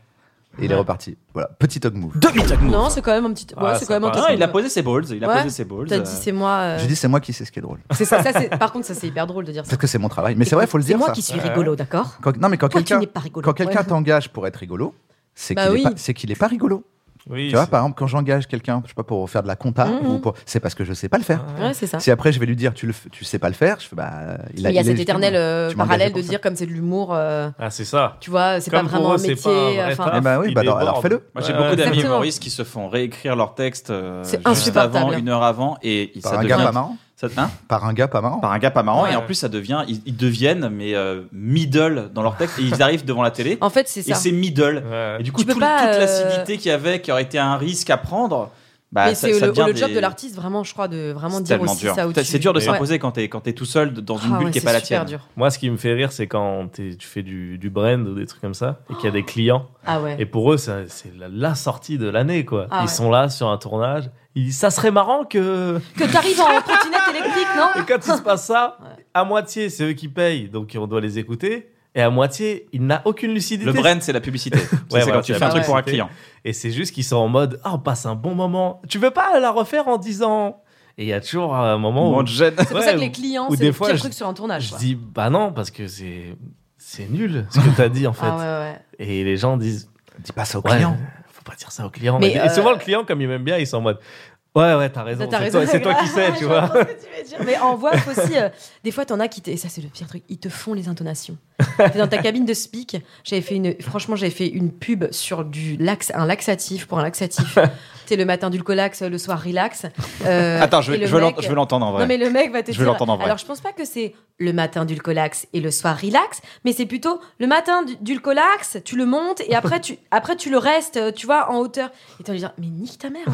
[SPEAKER 2] Et il est reparti. Voilà, petit dog move.
[SPEAKER 1] Demi-tuck
[SPEAKER 3] même.
[SPEAKER 1] move.
[SPEAKER 3] Non, c'est quand même un petit. Ouais,
[SPEAKER 7] Ah,
[SPEAKER 3] c'est quand même
[SPEAKER 7] sympa.
[SPEAKER 3] un
[SPEAKER 1] Non,
[SPEAKER 3] petit-
[SPEAKER 1] il a posé ses balls. Il a
[SPEAKER 3] Ouais.
[SPEAKER 1] posé ses balls.
[SPEAKER 3] T'as
[SPEAKER 1] euh,
[SPEAKER 3] dit c'est moi. euh,
[SPEAKER 2] J'ai dit, c'est moi qui sais ce qui est drôle.
[SPEAKER 3] C'est ça, ça, c'est- Par contre, ça c'est hyper drôle de dire ça.
[SPEAKER 2] Peut-être que c'est mon travail. Mais c'est vrai, faut le dire.
[SPEAKER 11] C'est moi
[SPEAKER 2] ça.
[SPEAKER 11] qui suis rigolo, d'accord
[SPEAKER 2] Quand- non, mais quand
[SPEAKER 11] Toi, tu
[SPEAKER 2] quelqu'un
[SPEAKER 11] n'es pas rigolo.
[SPEAKER 2] quand quelqu'un
[SPEAKER 11] Ouais.
[SPEAKER 2] t'engage pour être rigolo, c'est
[SPEAKER 3] Bah
[SPEAKER 2] qu'il
[SPEAKER 3] oui.
[SPEAKER 2] est pas- c'est qu'il est pas rigolo.
[SPEAKER 7] Oui,
[SPEAKER 2] Tu vois,
[SPEAKER 7] c'est-
[SPEAKER 2] par exemple, quand j'engage quelqu'un, je sais pas pour faire de la compta
[SPEAKER 3] Mhm.
[SPEAKER 2] ou pour- c'est parce que je sais pas le faire.
[SPEAKER 3] Ouais, c'est ça.
[SPEAKER 2] Si après je vais lui dire tu le f- tu sais pas le faire, je fais bah il
[SPEAKER 3] Mais il y a
[SPEAKER 2] il
[SPEAKER 3] cet
[SPEAKER 2] est-
[SPEAKER 3] éternel euh,
[SPEAKER 2] Tu m'engages
[SPEAKER 3] parallèle de
[SPEAKER 2] pour ça.
[SPEAKER 3] dire comme c'est de l'humour. euh,
[SPEAKER 7] Ah, c'est ça.
[SPEAKER 3] Tu vois, c'est pas
[SPEAKER 7] Comme pour
[SPEAKER 3] vraiment
[SPEAKER 7] eux,
[SPEAKER 3] un
[SPEAKER 7] c'est
[SPEAKER 3] métier.
[SPEAKER 7] pas un vrai
[SPEAKER 3] enfin,
[SPEAKER 7] taf.
[SPEAKER 2] Eh ben oui,
[SPEAKER 7] Ils
[SPEAKER 2] bah alors- alors
[SPEAKER 7] débordent.
[SPEAKER 2] fais-le.
[SPEAKER 1] Moi, j'ai
[SPEAKER 7] Ouais,
[SPEAKER 1] beaucoup d'amis
[SPEAKER 3] Exactement.
[SPEAKER 1] humoristes qui se font réécrire leur texte euh,
[SPEAKER 3] C'est
[SPEAKER 1] juste
[SPEAKER 3] insupportable.
[SPEAKER 1] avant, une heure avant, et
[SPEAKER 2] par
[SPEAKER 1] ça
[SPEAKER 2] un
[SPEAKER 1] devient.
[SPEAKER 2] gars pas marrant.
[SPEAKER 1] ça- hein
[SPEAKER 2] Par un gars pas marrant.
[SPEAKER 1] par un gars pas marrant,
[SPEAKER 7] Ouais.
[SPEAKER 1] et en plus, ça devient. Ils, ils deviennent, mais euh, middle dans leur texte, et ils arrivent devant la télé,
[SPEAKER 3] En fait, Oh, c'est
[SPEAKER 1] et
[SPEAKER 3] ça.
[SPEAKER 1] c'est middle.
[SPEAKER 7] Ouais.
[SPEAKER 1] Et du coup,
[SPEAKER 3] Tu peux
[SPEAKER 1] tout-
[SPEAKER 3] pas,
[SPEAKER 1] toute
[SPEAKER 3] euh,
[SPEAKER 1] l'acidité qu'il y avait, qui aurait été un risque à prendre, bah,
[SPEAKER 3] Mais
[SPEAKER 1] ça,
[SPEAKER 3] c'est
[SPEAKER 1] ça
[SPEAKER 3] le,
[SPEAKER 1] devient
[SPEAKER 3] le job
[SPEAKER 1] des-
[SPEAKER 3] de l'artiste, vraiment, je crois, de vraiment
[SPEAKER 1] C'est
[SPEAKER 3] dire
[SPEAKER 1] tellement
[SPEAKER 3] aussi
[SPEAKER 1] dur.
[SPEAKER 3] ça au-dessus.
[SPEAKER 1] C'est dur de
[SPEAKER 3] Ouais.
[SPEAKER 1] s'imposer quand t'es quand t'es tout seul dans une
[SPEAKER 3] Ah
[SPEAKER 1] bulle
[SPEAKER 3] ouais,
[SPEAKER 1] qui est
[SPEAKER 3] c'est
[SPEAKER 1] pas la
[SPEAKER 3] super
[SPEAKER 1] tienne.
[SPEAKER 3] dur.
[SPEAKER 7] Moi, ce qui me fait rire, c'est quand t'es- tu fais du, du brand ou des trucs comme ça et qu'il y a des clients.
[SPEAKER 3] Ah ouais.
[SPEAKER 7] Et pour eux, ça- c'est la, la sortie de l'année, quoi.
[SPEAKER 3] Ah
[SPEAKER 7] ils
[SPEAKER 3] ouais.
[SPEAKER 7] sont là sur un tournage. Ils disent, ça serait marrant que.
[SPEAKER 3] Que t'arrives en trottinette électrique, non
[SPEAKER 7] Et quand il se passe ça, à moitié, c'est eux qui payent, donc on doit les écouter. Et à moitié, il n'a aucune lucidité.
[SPEAKER 1] Le brand, c'est la publicité. Ça, c'est
[SPEAKER 7] voilà,
[SPEAKER 1] quand tu
[SPEAKER 7] c'est
[SPEAKER 1] fais un
[SPEAKER 7] la
[SPEAKER 1] truc pour un
[SPEAKER 7] publicité.
[SPEAKER 1] client.
[SPEAKER 7] Et c'est juste qu'ils sont en mode, ah, on passe un bon moment. Tu veux pas la refaire en 10 ans Et il y a toujours un moment où.
[SPEAKER 1] Mon Jen.
[SPEAKER 3] C'est pour
[SPEAKER 7] Ouais,
[SPEAKER 3] ça que les
[SPEAKER 7] où-
[SPEAKER 3] clients,
[SPEAKER 7] ou
[SPEAKER 3] c'est
[SPEAKER 7] des
[SPEAKER 3] le
[SPEAKER 7] fois,
[SPEAKER 3] pire
[SPEAKER 7] je-
[SPEAKER 3] truc sur un tournage.
[SPEAKER 7] Je
[SPEAKER 3] quoi.
[SPEAKER 7] dis, bah non, parce que c'est. c'est nul ce que t'as dit en fait.
[SPEAKER 3] Ah ouais, ouais.
[SPEAKER 7] Et les gens disent
[SPEAKER 2] Dis pas ça au
[SPEAKER 7] Ouais,
[SPEAKER 2] client.
[SPEAKER 7] Faut pas dire ça au client.
[SPEAKER 3] Mais,
[SPEAKER 7] Et
[SPEAKER 3] euh,
[SPEAKER 7] souvent le client, comme il m'aime bien, ils sont en mode Ouais, ouais, t'as raison.
[SPEAKER 3] T'as
[SPEAKER 7] C'est
[SPEAKER 3] raison,
[SPEAKER 7] toi, c'est toi qui sais,
[SPEAKER 3] grave,
[SPEAKER 7] tu
[SPEAKER 3] je
[SPEAKER 7] vois.
[SPEAKER 3] comprends ce que tu veux dire. Mais en voix off aussi, euh, des fois, t'en as qui, te- et ça c'est le pire truc, ils te font les intonations. T'es dans ta cabine de speak, j'avais fait une, franchement, j'avais fait une pub sur du lax, un laxatif pour un laxatif. T'es le matin du colax, le soir relax. Euh,
[SPEAKER 1] Attends, je,
[SPEAKER 3] et
[SPEAKER 1] vais-
[SPEAKER 3] le
[SPEAKER 1] je veux l'en-
[SPEAKER 3] mec-
[SPEAKER 1] je veux l'entendre en vrai.
[SPEAKER 3] Non mais le mec va te
[SPEAKER 1] Je veux
[SPEAKER 3] dire.
[SPEAKER 1] l'entendre en vrai.
[SPEAKER 3] Alors je pense pas que c'est le matin du colax et le soir relax, mais c'est plutôt le matin du, du colax, tu le montes et après tu après tu le restes, euh, tu vois, en hauteur. Et t'as envie de dire mais nique ta mère.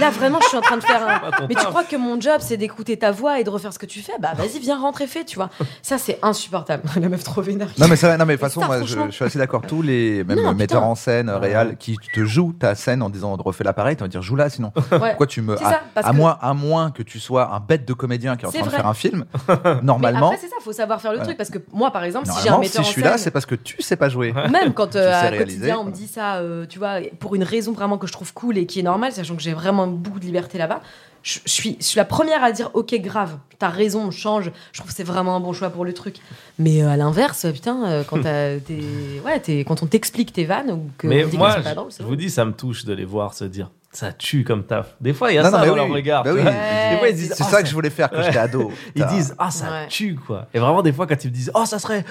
[SPEAKER 3] Là vraiment je suis en train de faire un.
[SPEAKER 7] Pas ton
[SPEAKER 3] Mais tu
[SPEAKER 7] taf.
[SPEAKER 3] crois que mon job c'est d'écouter ta voix et de refaire ce que tu fais Bah vas-y viens rentrer fais tu vois. Ça c'est insupportable. La meuf trop vénère.
[SPEAKER 2] Non mais c'est vrai, non mais de toute
[SPEAKER 3] Mais
[SPEAKER 2] façon
[SPEAKER 3] ça,
[SPEAKER 2] moi je,
[SPEAKER 3] franchement-
[SPEAKER 2] je suis assez d'accord tous les même
[SPEAKER 3] Non, putain.
[SPEAKER 2] metteurs en scène réal qui te jouent ta scène en disant refais l'appareil t'as envie de dire joue là sinon
[SPEAKER 3] Ouais.
[SPEAKER 2] pourquoi tu me
[SPEAKER 3] C'est
[SPEAKER 2] euh, à,
[SPEAKER 3] ça, parce
[SPEAKER 2] à
[SPEAKER 3] que-
[SPEAKER 2] moins à moins que tu sois un bête de comédien qui est en
[SPEAKER 3] C'est
[SPEAKER 2] train de
[SPEAKER 3] vrai.
[SPEAKER 2] faire un film
[SPEAKER 3] Mais
[SPEAKER 2] normalement
[SPEAKER 3] après c'est ça faut savoir faire le
[SPEAKER 2] Ouais.
[SPEAKER 3] truc parce que moi par exemple si j'ai un
[SPEAKER 2] normalement si
[SPEAKER 3] metteur
[SPEAKER 2] je
[SPEAKER 3] en
[SPEAKER 2] suis
[SPEAKER 3] scène.
[SPEAKER 2] là c'est parce que tu sais pas jouer
[SPEAKER 3] Même quand euh,
[SPEAKER 2] sais
[SPEAKER 3] à
[SPEAKER 2] réaliser,
[SPEAKER 3] quotidien on me
[SPEAKER 2] voilà.
[SPEAKER 3] dit ça, euh, tu vois, pour une raison vraiment que je trouve cool et qui est normale, sachant que j'ai vraiment beaucoup de liberté là-bas, je, je suis, je suis la première à dire ok grave, t'as raison, on change. Je trouve que c'est vraiment un bon choix pour le truc. Mais euh, à l'inverse, putain, euh, quand, t'as- t'es- ouais, t'es- quand on t'explique tes vannes ou que
[SPEAKER 7] Mais
[SPEAKER 3] on dit que
[SPEAKER 7] moi,
[SPEAKER 3] c'est pas
[SPEAKER 7] je-
[SPEAKER 3] drôle, c'est
[SPEAKER 7] je vous
[SPEAKER 3] drôle.
[SPEAKER 7] dis, ça me touche de les voir se dire Ça tue comme taf. Des fois, il y a
[SPEAKER 2] Non,
[SPEAKER 7] ça
[SPEAKER 2] non, mais
[SPEAKER 7] dans
[SPEAKER 2] oui,
[SPEAKER 7] leur regard.
[SPEAKER 2] bah
[SPEAKER 7] tu
[SPEAKER 2] oui.
[SPEAKER 7] vois.
[SPEAKER 3] Ouais.
[SPEAKER 7] Des fois, ils disent
[SPEAKER 2] c'est
[SPEAKER 7] Oh,
[SPEAKER 2] ça que je voulais faire quand
[SPEAKER 7] Ouais.
[SPEAKER 2] j'étais ado
[SPEAKER 7] Ils
[SPEAKER 2] Putain.
[SPEAKER 7] disent ah ça
[SPEAKER 3] Ouais.
[SPEAKER 7] tue quoi et vraiment des fois quand ils me disent oh ça serait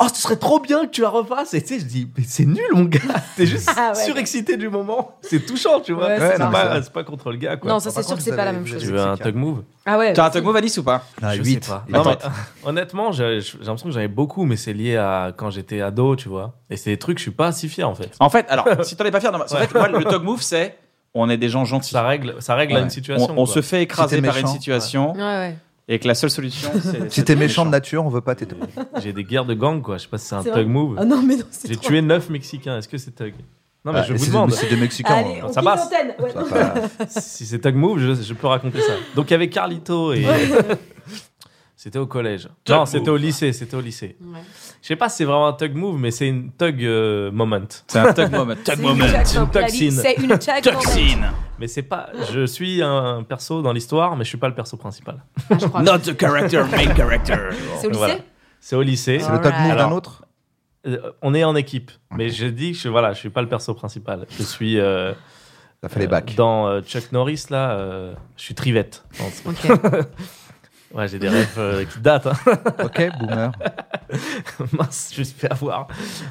[SPEAKER 7] oh ce serait trop bien que tu la refasses et tu sais je dis mais c'est nul mon gars t'es juste
[SPEAKER 3] Ah ouais.
[SPEAKER 7] surexcité du moment c'est touchant tu vois
[SPEAKER 3] Ouais,
[SPEAKER 2] c'est
[SPEAKER 7] c'est
[SPEAKER 2] ça.
[SPEAKER 7] pas c'est pas contre le gars quoi
[SPEAKER 3] Non, ça
[SPEAKER 2] Par
[SPEAKER 3] c'est sûr
[SPEAKER 2] contre,
[SPEAKER 3] que c'est
[SPEAKER 2] vous
[SPEAKER 3] pas la
[SPEAKER 2] avez-
[SPEAKER 3] même
[SPEAKER 2] vous
[SPEAKER 3] chose.
[SPEAKER 7] tu veux un tug move
[SPEAKER 3] Ah ouais.
[SPEAKER 1] T'as un Togmo Alice ou pas
[SPEAKER 2] Ah,
[SPEAKER 7] je
[SPEAKER 2] huit.
[SPEAKER 7] sais pas
[SPEAKER 2] Il
[SPEAKER 7] non,
[SPEAKER 2] était-
[SPEAKER 7] mais, honnêtement je- je- j'ai l'impression que j'en ai beaucoup mais c'est lié à quand j'étais ado tu vois et c'est des trucs je suis pas si fier en fait
[SPEAKER 1] En fait, alors, si t'en es pas fier, non, en fait, moi, le Togmove, c'est on est des gens gentils.
[SPEAKER 7] ça règle ça règle à
[SPEAKER 2] Ouais.
[SPEAKER 7] une
[SPEAKER 1] On,
[SPEAKER 7] situation
[SPEAKER 1] on
[SPEAKER 7] quoi.
[SPEAKER 1] se fait écraser
[SPEAKER 2] Si t'es
[SPEAKER 1] par une
[SPEAKER 2] méchant,
[SPEAKER 1] situation
[SPEAKER 3] Ouais, ouais.
[SPEAKER 1] et que la seule solution, c'est.
[SPEAKER 2] si
[SPEAKER 1] c'est
[SPEAKER 2] t'es
[SPEAKER 1] d'être
[SPEAKER 2] méchant de nature on veut pas t'étonner
[SPEAKER 7] j'ai des guerres de gang quoi je sais pas si c'est un
[SPEAKER 3] C'est vrai.
[SPEAKER 7] tug move
[SPEAKER 3] Ah non, mais non, c'est
[SPEAKER 7] j'ai
[SPEAKER 3] trop-
[SPEAKER 7] tué neuf mexicains est-ce que c'est tug non mais
[SPEAKER 2] Ah,
[SPEAKER 7] je
[SPEAKER 2] et
[SPEAKER 7] vous
[SPEAKER 2] c'est-
[SPEAKER 7] demande
[SPEAKER 2] mais c'est des mexicains
[SPEAKER 3] Allez,
[SPEAKER 2] hein.
[SPEAKER 3] on
[SPEAKER 7] Ça
[SPEAKER 3] quitte
[SPEAKER 7] passe.
[SPEAKER 3] l'antenne. Ouais,
[SPEAKER 2] Ça
[SPEAKER 3] non.
[SPEAKER 2] va pas-
[SPEAKER 7] si c'est Tug Move, je, je peux raconter ça. Donc il y avait Carlito et. C'était au collège.
[SPEAKER 1] Tug
[SPEAKER 7] non, c'était au
[SPEAKER 1] Move.
[SPEAKER 7] lycée. C'était au lycée.
[SPEAKER 3] Ouais.
[SPEAKER 7] Je sais pas si c'est vraiment un Tug Move, mais c'est une Tug euh, moment.
[SPEAKER 1] C'est un Togmo. mec.
[SPEAKER 3] C'est une jackpot, la vie,
[SPEAKER 7] Toxine.
[SPEAKER 3] C'est une jackpot.
[SPEAKER 7] Mais c'est pas. Je suis un perso dans l'histoire, mais je suis pas le perso principal.
[SPEAKER 3] Ah, je crois.
[SPEAKER 1] Not the character, main character.
[SPEAKER 3] C'est au lycée
[SPEAKER 7] Voilà. C'est au lycée.
[SPEAKER 2] c'est le top move d'un
[SPEAKER 7] Alors-
[SPEAKER 2] autre
[SPEAKER 7] Euh, on est en équipe, mais je dis que je, voilà, je suis pas le perso principal. Je suis. euh,
[SPEAKER 2] ça fait les
[SPEAKER 7] euh,
[SPEAKER 2] bacs
[SPEAKER 7] Dans euh, Chuck Norris, là, euh, je suis Trivette. Non,
[SPEAKER 3] Ok.
[SPEAKER 7] c'est- Ouais, j'ai des rêves euh, qui datent. hein.
[SPEAKER 2] ok boomer
[SPEAKER 7] Mince, je me suis fait avoir.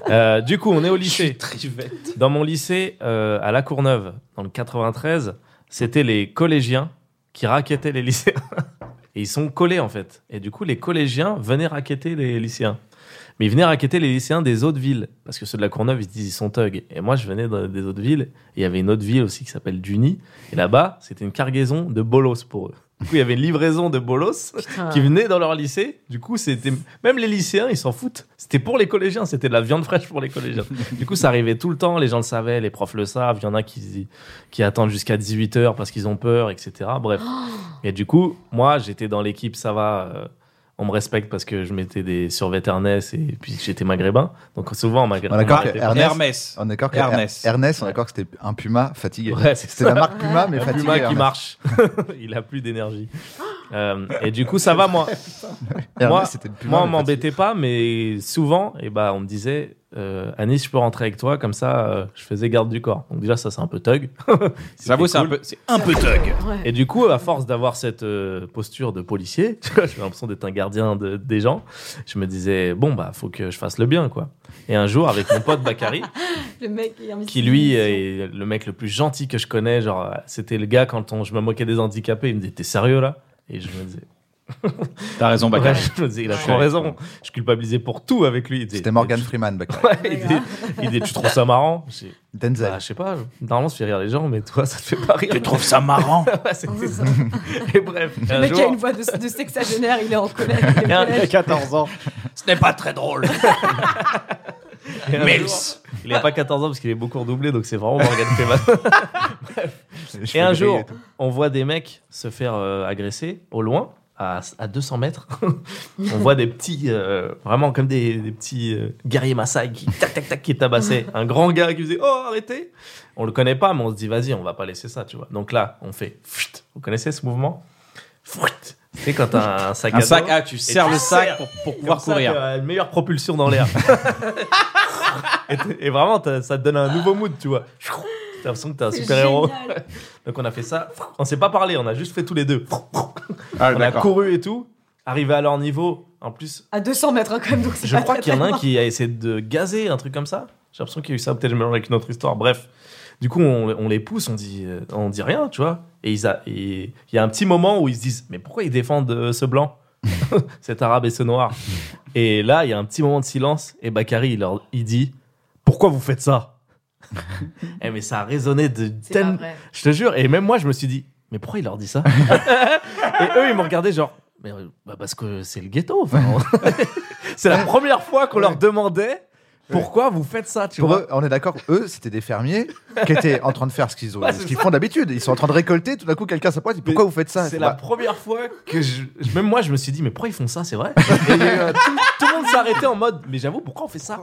[SPEAKER 7] Euh, du coup, on est au lycée. Dans mon lycée, euh, à La Courneuve, dans le 93, c'était les collégiens qui raquettaient les lycéens. Et ils sont collés, en fait. Et du coup, les collégiens venaient raqueter les lycéens. Mais ils venaient raqueter les lycéens des autres villes. Parce que ceux de La Courneuve, ils se disent, ils sont thugs. Et moi, je venais de- des autres villes. Et il y avait une autre ville aussi qui s'appelle Duny. Et là-bas, c'était une cargaison de bolos pour eux. Du coup, il y avait une livraison de bolos
[SPEAKER 3] Putain.
[SPEAKER 2] Ah.
[SPEAKER 7] qui venaient dans leur lycée. Du coup, c'était même les lycéens, ils s'en foutent. C'était pour les collégiens, c'était de la viande fraîche pour les collégiens. du coup, ça arrivait tout le temps, les gens le savaient, les profs le savent, il y en a qui, qui attendent jusqu'à 18h parce qu'ils ont peur, etc. Bref. Et du coup, moi, j'étais dans l'équipe, ça va, euh, on me respecte parce que je mettais des survêtements Ernest et puis j'étais maghrébin. Donc souvent, on m'a-
[SPEAKER 2] On est Ah, d'accord
[SPEAKER 7] on m'arrêtait
[SPEAKER 2] que
[SPEAKER 7] pas.
[SPEAKER 2] Ernest-
[SPEAKER 1] Hermès.
[SPEAKER 2] on est d'accord que
[SPEAKER 1] Ernest.
[SPEAKER 2] Ernest, Ernest on est d'accord que c'était un puma fatigué
[SPEAKER 7] Ouais, c'est
[SPEAKER 2] c'était
[SPEAKER 7] ça.
[SPEAKER 2] la marque puma mais
[SPEAKER 7] Un
[SPEAKER 2] fatigué
[SPEAKER 7] Puma qui
[SPEAKER 2] Ernest.
[SPEAKER 7] marche. il a plus d'énergie. Euh, et du coup, ça va, moi. moi,
[SPEAKER 2] Ernest, c'était le puma,
[SPEAKER 7] moi, on
[SPEAKER 2] mais fatigué.
[SPEAKER 7] m'embêtait pas, mais souvent, et bah, on me disait, euh, Anis, je peux rentrer avec toi, comme ça, euh, je faisais garde du corps. Donc déjà, ça, c'est un peu thug.
[SPEAKER 1] J'avoue, c'est un
[SPEAKER 7] cool.
[SPEAKER 1] peu. C'est un peu thug.
[SPEAKER 3] Ouais.
[SPEAKER 7] Et du coup, à force d'avoir cette euh, posture de policier, tu vois, j'avais l'impression d'être un gardien de- des gens, je me disais, bon, bah, faut que je fasse le bien, quoi. Et un jour, avec mon pote Bakary,
[SPEAKER 3] Le mec il a mis-
[SPEAKER 7] qui lui est le mec le plus gentil que je connais. Genre, c'était le gars quand on, je me moquais des handicapés, il me disait T'es sérieux là Et je me disais,
[SPEAKER 1] T'as raison, Bakary.
[SPEAKER 7] Ouais, Bah, je me disais, Il a
[SPEAKER 1] Ouais.
[SPEAKER 7] trop raison. Je culpabilisais pour tout avec lui. Il disait,
[SPEAKER 2] c'était Morgan
[SPEAKER 7] Tu-
[SPEAKER 2] Freeman Bakary.
[SPEAKER 7] Ouais, il, disait, il disait, Tu trouves ça marrant Je dis,
[SPEAKER 2] Denzel
[SPEAKER 7] Bah, Je sais pas, normalement ça fait rire les gens, mais toi ça te fait pas rire.
[SPEAKER 1] Tu trouves ça marrant
[SPEAKER 7] Ouais, c'était ça. Et bref,
[SPEAKER 3] Le
[SPEAKER 7] un
[SPEAKER 3] mec a
[SPEAKER 7] jour.
[SPEAKER 3] une voix de, de sexagénaire, il est en colère. il est au collège.
[SPEAKER 1] 14 ans. Ce n'est pas très drôle.
[SPEAKER 7] et un
[SPEAKER 1] Mills.
[SPEAKER 7] jour- Il avait pas 14 ans parce qu'il est beaucoup redoublé, donc c'est vraiment Morgan Freeman. Et un jour, on voit des mecs se faire euh, agresser au loin, à, à 200 mètres. on voit des petits, euh, vraiment comme des, des petits euh, guerriers Maasai qui tac tac tac qui tabassaient. Un grand gars qui faisait oh arrêtez. On le connaît pas, mais on se dit vas-y, on va pas laisser ça, tu vois. Donc là, on fait. Fuit. Vous connaissez ce mouvement Fuit. Tu sais, quand t'as un sac à
[SPEAKER 1] Un
[SPEAKER 7] dos.
[SPEAKER 1] sac, ah, tu serres
[SPEAKER 7] tu
[SPEAKER 1] le sac
[SPEAKER 7] serres
[SPEAKER 1] pour, pour
[SPEAKER 7] comme
[SPEAKER 1] pouvoir
[SPEAKER 7] ça,
[SPEAKER 1] courir.
[SPEAKER 7] t'as une meilleure propulsion dans l'air. et, t- et vraiment, t'as- ça te donne un nouveau mood, tu vois. T'as l'impression que t'es un super héros. Donc on a fait ça. On s'est pas parlé, on a juste fait tous les deux.
[SPEAKER 1] Ah,
[SPEAKER 7] On a couru et tout. Arrivé à leur niveau, en plus,
[SPEAKER 9] À 200 mètres, hein, quand même, donc c'est
[SPEAKER 7] je
[SPEAKER 9] pas
[SPEAKER 7] crois
[SPEAKER 9] très,
[SPEAKER 7] qu'il y en a
[SPEAKER 9] très
[SPEAKER 7] un
[SPEAKER 9] loin.
[SPEAKER 7] qui a essayé de gazer, un truc comme ça. J'ai l'impression qu'il y a eu ça, peut-être je mélange avec une autre histoire. Bref, du coup, on, on les pousse, on dit, euh, on dit rien, tu vois. Et ils a- et il y a un petit moment où ils se disent, mais pourquoi ils défendent euh, ce blanc, cet arabe et ce noir Et là, il y a un petit moment de silence, et Bakary, il, leur, il dit, pourquoi vous faites ça Eh, mais ça a résonné de
[SPEAKER 9] C'est pas
[SPEAKER 7] tel-
[SPEAKER 9] vrai.
[SPEAKER 7] je te jure, et même moi, je me suis dit, mais pourquoi il leur dit ça Et eux, ils m'ont regardé genre, mais euh, bah, parce que c'est le ghetto. enfin, c'est la première fois qu'on leur demandait pourquoi vous faites ça, tu
[SPEAKER 2] Pour
[SPEAKER 7] vois.
[SPEAKER 2] eux, on est d'accord, eux, c'était des fermiers qui étaient en train de faire ce qu'ils ont,
[SPEAKER 7] Ouais,
[SPEAKER 2] ce
[SPEAKER 7] c'est
[SPEAKER 2] qu'ils
[SPEAKER 7] ça.
[SPEAKER 2] font d'habitude. Ils sont en train de récolter, tout d'un coup, quelqu'un s'approche, dit pourquoi vous faites ça
[SPEAKER 7] C'est
[SPEAKER 2] Bah,
[SPEAKER 7] la première fois que je. je- Même moi, je me suis dit, mais pourquoi ils font ça, c'est vrai Et il y a eu un- tout, tout le monde s'est arrêté en mode, mais j'avoue, pourquoi on fait ça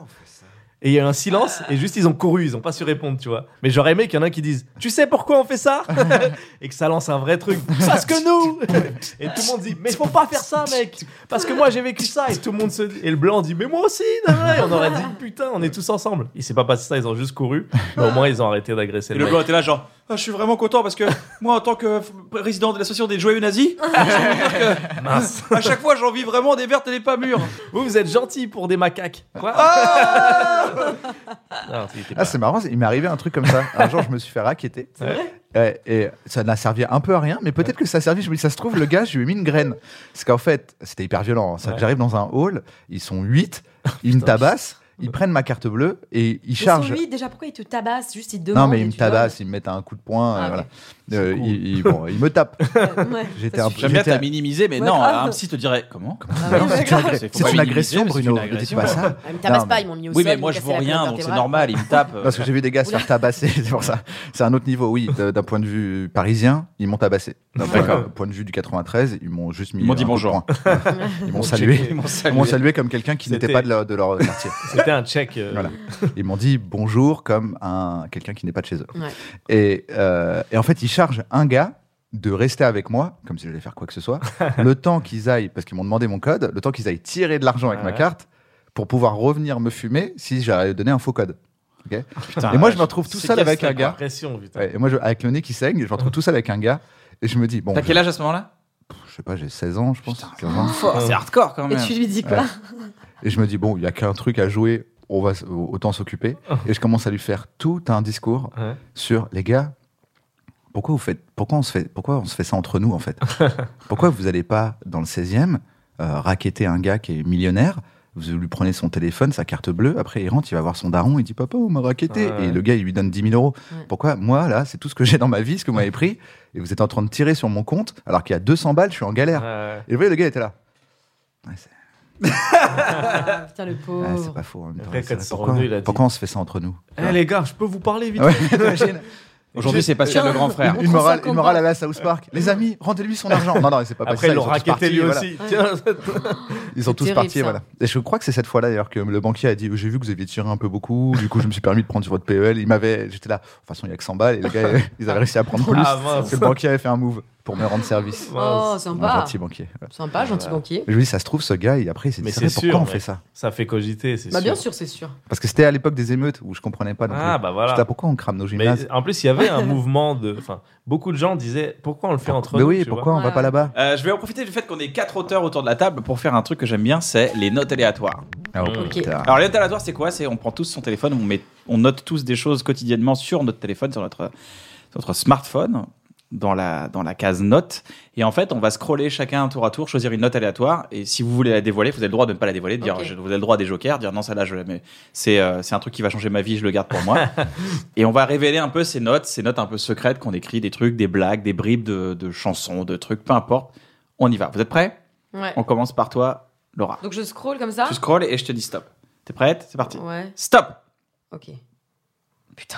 [SPEAKER 7] Et il y a eu un silence, et juste ils ont couru, ils ont pas su répondre, tu vois. Mais j'aurais aimé qu'il y en a qui disent, tu sais pourquoi on fait ça Et que ça lance un vrai truc, parce que nous Et tout le monde dit, mais faut pas faire ça, mec Parce que moi j'ai vécu ça, et tout le monde se dit, et le blanc dit, mais moi aussi, non, non, et on aurait dit, putain, on est tous ensemble. Il s'est pas passé ça, ils ont juste couru, mais au moins ils ont arrêté
[SPEAKER 1] Et
[SPEAKER 7] d'agresser le
[SPEAKER 1] le
[SPEAKER 7] mec.
[SPEAKER 1] blanc était là, genre, Ah, je suis vraiment content parce que moi, en tant que f- président de l'association des joyeux nazis,
[SPEAKER 7] Mince.
[SPEAKER 1] à chaque fois, j'en vis vraiment des vertes et des pas mûres.
[SPEAKER 7] Vous, vous êtes gentil pour des macaques. Quoi
[SPEAKER 1] Ah
[SPEAKER 7] Non, il était
[SPEAKER 2] Ah,
[SPEAKER 7] pas-
[SPEAKER 2] c'est marrant, il m'est arrivé un truc comme ça. Un jour, je me suis fait raqueter.
[SPEAKER 7] Ouais.
[SPEAKER 2] Ouais, et ça n'a servi un peu à rien, mais peut-être que ça a servi. Je me dis, ça se trouve, le gars, je lui ai mis une graine. Parce qu'en fait, c'était hyper violent. hein. C'est
[SPEAKER 7] Ouais.
[SPEAKER 2] que J'arrive dans un hall, ils sont 8, ils me tabassent, ils prennent ma carte bleue et ils chargent.
[SPEAKER 9] lui, déjà, pourquoi il te tabasse Juste, il te demande.
[SPEAKER 2] Non, mais
[SPEAKER 9] et
[SPEAKER 2] ils me
[SPEAKER 9] tu vois.
[SPEAKER 2] tabassent, ils me mettent un coup de poing. euh,
[SPEAKER 9] Ah,
[SPEAKER 2] voilà.
[SPEAKER 7] C'est
[SPEAKER 2] Euh,
[SPEAKER 7] cool.
[SPEAKER 2] ils, ils- bon, ils me tapent.
[SPEAKER 9] Ouais,
[SPEAKER 2] J'étais
[SPEAKER 9] ça
[SPEAKER 2] un
[SPEAKER 9] suffit.
[SPEAKER 1] J'aime bien
[SPEAKER 2] j'étais-
[SPEAKER 1] t'as minimisé, mais
[SPEAKER 9] Ouais,
[SPEAKER 1] non,
[SPEAKER 9] grave.
[SPEAKER 1] un psy te dirait comment
[SPEAKER 9] Ah,
[SPEAKER 2] Mais non,
[SPEAKER 9] ouais,
[SPEAKER 2] c'est
[SPEAKER 9] ouais, grave.
[SPEAKER 1] C'est
[SPEAKER 2] C'est une agression, Bruno. Ne dites pas ça.
[SPEAKER 9] Ah, Ils me tabassent
[SPEAKER 2] Non,
[SPEAKER 9] pas,
[SPEAKER 2] mais-
[SPEAKER 9] ils m'ont mis au
[SPEAKER 1] Oui,
[SPEAKER 9] sol.
[SPEAKER 1] mais
[SPEAKER 9] ils
[SPEAKER 1] moi
[SPEAKER 9] m'ont
[SPEAKER 1] je
[SPEAKER 9] cassé
[SPEAKER 1] vois
[SPEAKER 9] la
[SPEAKER 1] rien,
[SPEAKER 9] colonne
[SPEAKER 1] donc c'est
[SPEAKER 9] vertébrale.
[SPEAKER 1] normal, il me tape. euh.
[SPEAKER 2] Parce que j'ai vu des gars se faire tabasser, c'est pour ça. C'est un autre niveau, oui. de- D'un point de vue parisien, ils m'ont tabassé. D'un point,
[SPEAKER 7] D'accord.
[SPEAKER 2] point de vue du 93, ils m'ont juste mis.
[SPEAKER 1] Ils m'ont dit
[SPEAKER 2] un coup de
[SPEAKER 1] bonjour.
[SPEAKER 2] poing. Ils m'ont salué. Ils m'ont salué comme quelqu'un qui n'était
[SPEAKER 7] C'était-
[SPEAKER 2] pas de leur, de leur quartier.
[SPEAKER 7] C'était un check. euh,
[SPEAKER 2] Voilà. Ils m'ont dit bonjour comme un quelqu'un qui n'est pas de chez eux.
[SPEAKER 9] Ouais.
[SPEAKER 2] Et, euh, et en fait, ils chargent un gars de rester avec moi, comme si j'allais faire quoi que ce soit, le temps qu'ils aillent, parce qu'ils m'ont demandé mon code, le temps qu'ils aillent tirer de l'argent avec
[SPEAKER 7] Ah
[SPEAKER 2] ma
[SPEAKER 7] ouais.
[SPEAKER 2] carte pour pouvoir revenir me fumer si j'avais donné un faux code. Ok
[SPEAKER 1] Putain,
[SPEAKER 2] et moi, je
[SPEAKER 1] vache.
[SPEAKER 2] me retrouve tout
[SPEAKER 7] c'est hein.
[SPEAKER 2] seul
[SPEAKER 7] quelle
[SPEAKER 2] avec un
[SPEAKER 7] sacrée
[SPEAKER 2] gars.
[SPEAKER 7] Impression, putain.
[SPEAKER 2] Ouais, et moi, je- avec le nez qui saigne, je me retrouve tout seul avec un gars. Et je me dis, bon,
[SPEAKER 1] T'as
[SPEAKER 2] je,
[SPEAKER 1] quel âge à ce moment-là Oh,
[SPEAKER 2] je sais pas, j'ai 16 ans, je pense, 15 ans.
[SPEAKER 7] Ouais.
[SPEAKER 1] C'est hardcore quand
[SPEAKER 9] Et
[SPEAKER 1] même.
[SPEAKER 9] tu lui dis quoi
[SPEAKER 2] Et je me dis, bon, il n'y a qu'un truc à jouer, on va, s- autant s'occuper.
[SPEAKER 1] Oh.
[SPEAKER 2] Et je commence à lui faire tout un discours
[SPEAKER 7] Ouais.
[SPEAKER 2] sur, les gars, pourquoi, vous faites, pourquoi, on se fait, pourquoi on se fait ça entre nous, en fait Pourquoi vous n'allez pas, dans le 16e, euh, raqueter un gars qui est millionnaire vous lui prenez son téléphone, sa carte bleue, après il rentre, il va voir son daron, il dit Papa, on m'a raquetté.
[SPEAKER 7] Ouais.
[SPEAKER 2] Et le gars, il lui donne 10 000 euros.
[SPEAKER 9] Ouais.
[SPEAKER 2] Pourquoi Moi, là, c'est tout ce que j'ai dans ma vie, ce que vous m'avez pris, et vous êtes en train de tirer sur mon compte, alors qu'il y a 200 balles, je suis en galère.
[SPEAKER 7] Ouais.
[SPEAKER 1] Eh,
[SPEAKER 2] Et vous voyez, le gars était là. Ouais, c'est-
[SPEAKER 9] Ah, Putain, le
[SPEAKER 2] Ouais,
[SPEAKER 3] Oh.
[SPEAKER 2] c'est
[SPEAKER 9] pauvre.
[SPEAKER 2] pas faux. en même temps.
[SPEAKER 7] Après,
[SPEAKER 2] C'est
[SPEAKER 7] quand ils
[SPEAKER 2] vrai.
[SPEAKER 7] sont
[SPEAKER 2] pourquoi,
[SPEAKER 7] revenus, il a dit-
[SPEAKER 2] pourquoi on se fait ça entre nous
[SPEAKER 7] Eh les gars, je peux vous parler vite
[SPEAKER 2] Ouais.
[SPEAKER 1] Aujourd'hui, c'est Pascal le grand frère.
[SPEAKER 2] Une, une morale,
[SPEAKER 9] prend
[SPEAKER 2] une morale à
[SPEAKER 9] 50
[SPEAKER 2] la South Park. Les amis, rendez-lui son argent. Non, non, c'est pas passé.
[SPEAKER 7] Après,
[SPEAKER 2] ça,
[SPEAKER 7] bah, ils l'ont
[SPEAKER 2] sont tous
[SPEAKER 7] raquetté
[SPEAKER 2] partis,
[SPEAKER 7] lui
[SPEAKER 2] voilà.
[SPEAKER 7] aussi. Tiens,
[SPEAKER 2] Ils sont tous
[SPEAKER 9] terrible,
[SPEAKER 2] partis,
[SPEAKER 9] ça.
[SPEAKER 2] voilà. Et je crois que c'est cette fois-là, d'ailleurs, que le banquier a dit J'ai vu que vous aviez tiré un peu beaucoup. Du coup, je me suis permis de prendre sur votre PEL. Il m'avait. J'étais là. De toute façon, il y a que 100 balles. Et les gars, ils avaient réussi à prendre plus.
[SPEAKER 7] Ah, mince.
[SPEAKER 2] parce que le banquier avait fait un move pour me rendre service.
[SPEAKER 9] Oh,
[SPEAKER 7] mince.
[SPEAKER 2] Un
[SPEAKER 9] sympa.
[SPEAKER 2] gentil banquier. voilà.
[SPEAKER 9] Sympa, gentil
[SPEAKER 7] Voilà.
[SPEAKER 9] banquier.
[SPEAKER 2] Je me dis, ça se trouve, ce gars, et après, il s'est
[SPEAKER 7] Mais
[SPEAKER 2] dit, Sérieux,
[SPEAKER 7] c'est
[SPEAKER 2] pourquoi
[SPEAKER 7] sûr,
[SPEAKER 2] on
[SPEAKER 7] ouais.
[SPEAKER 2] fait ça
[SPEAKER 7] Ça fait cogiter, c'est
[SPEAKER 9] Bah, bien
[SPEAKER 7] sûr.
[SPEAKER 9] sûr, c'est sûr.
[SPEAKER 2] Parce que c'était à l'époque des émeutes où je comprenais pas. non plus.
[SPEAKER 7] Ah, bah voilà.
[SPEAKER 2] Putain, pourquoi on crame nos
[SPEAKER 7] Mais
[SPEAKER 2] gymnases
[SPEAKER 7] en plus, il y avait un mouvement de. Enfin, beaucoup de gens disaient pourquoi on le fait entre
[SPEAKER 2] Mais
[SPEAKER 7] nous.
[SPEAKER 2] oui,
[SPEAKER 7] tu
[SPEAKER 2] pourquoi on
[SPEAKER 9] vois.
[SPEAKER 2] va pas là-bas
[SPEAKER 1] Euh, je vais en profiter du fait qu'on est quatre auteurs autour de la table pour faire un truc que j'aime bien, c'est les notes aléatoires.
[SPEAKER 2] Ah,
[SPEAKER 7] Ok.
[SPEAKER 2] putain.
[SPEAKER 1] Alors les notes aléatoires, c'est quoi C'est on prend tous son téléphone, on, met, on note tous des choses quotidiennement sur notre téléphone, sur notre, sur notre smartphone, dans la, dans la case notes. Et en fait, on va scroller chacun tour à tour, choisir une note aléatoire. Et si vous voulez la dévoiler, vous avez le droit de ne pas la dévoiler, de dire
[SPEAKER 9] Ok.
[SPEAKER 1] je- vous avez le droit des jokers, dire non celle-là je la mets. C'est euh, c'est un truc qui va changer ma vie, je le garde pour moi. et on va révéler un peu ces notes, ces notes un peu secrètes qu'on écrit, des trucs, des blagues, des bribes de, de chansons, de trucs, peu importe. On y va. Vous êtes prêts
[SPEAKER 9] Ouais.
[SPEAKER 1] On commence par toi, Laura.
[SPEAKER 9] Donc je scroll comme ça
[SPEAKER 1] Tu scrolles et je te dis stop. T'es prête C'est parti.
[SPEAKER 9] Ouais,
[SPEAKER 1] Stop
[SPEAKER 9] ok. Putain.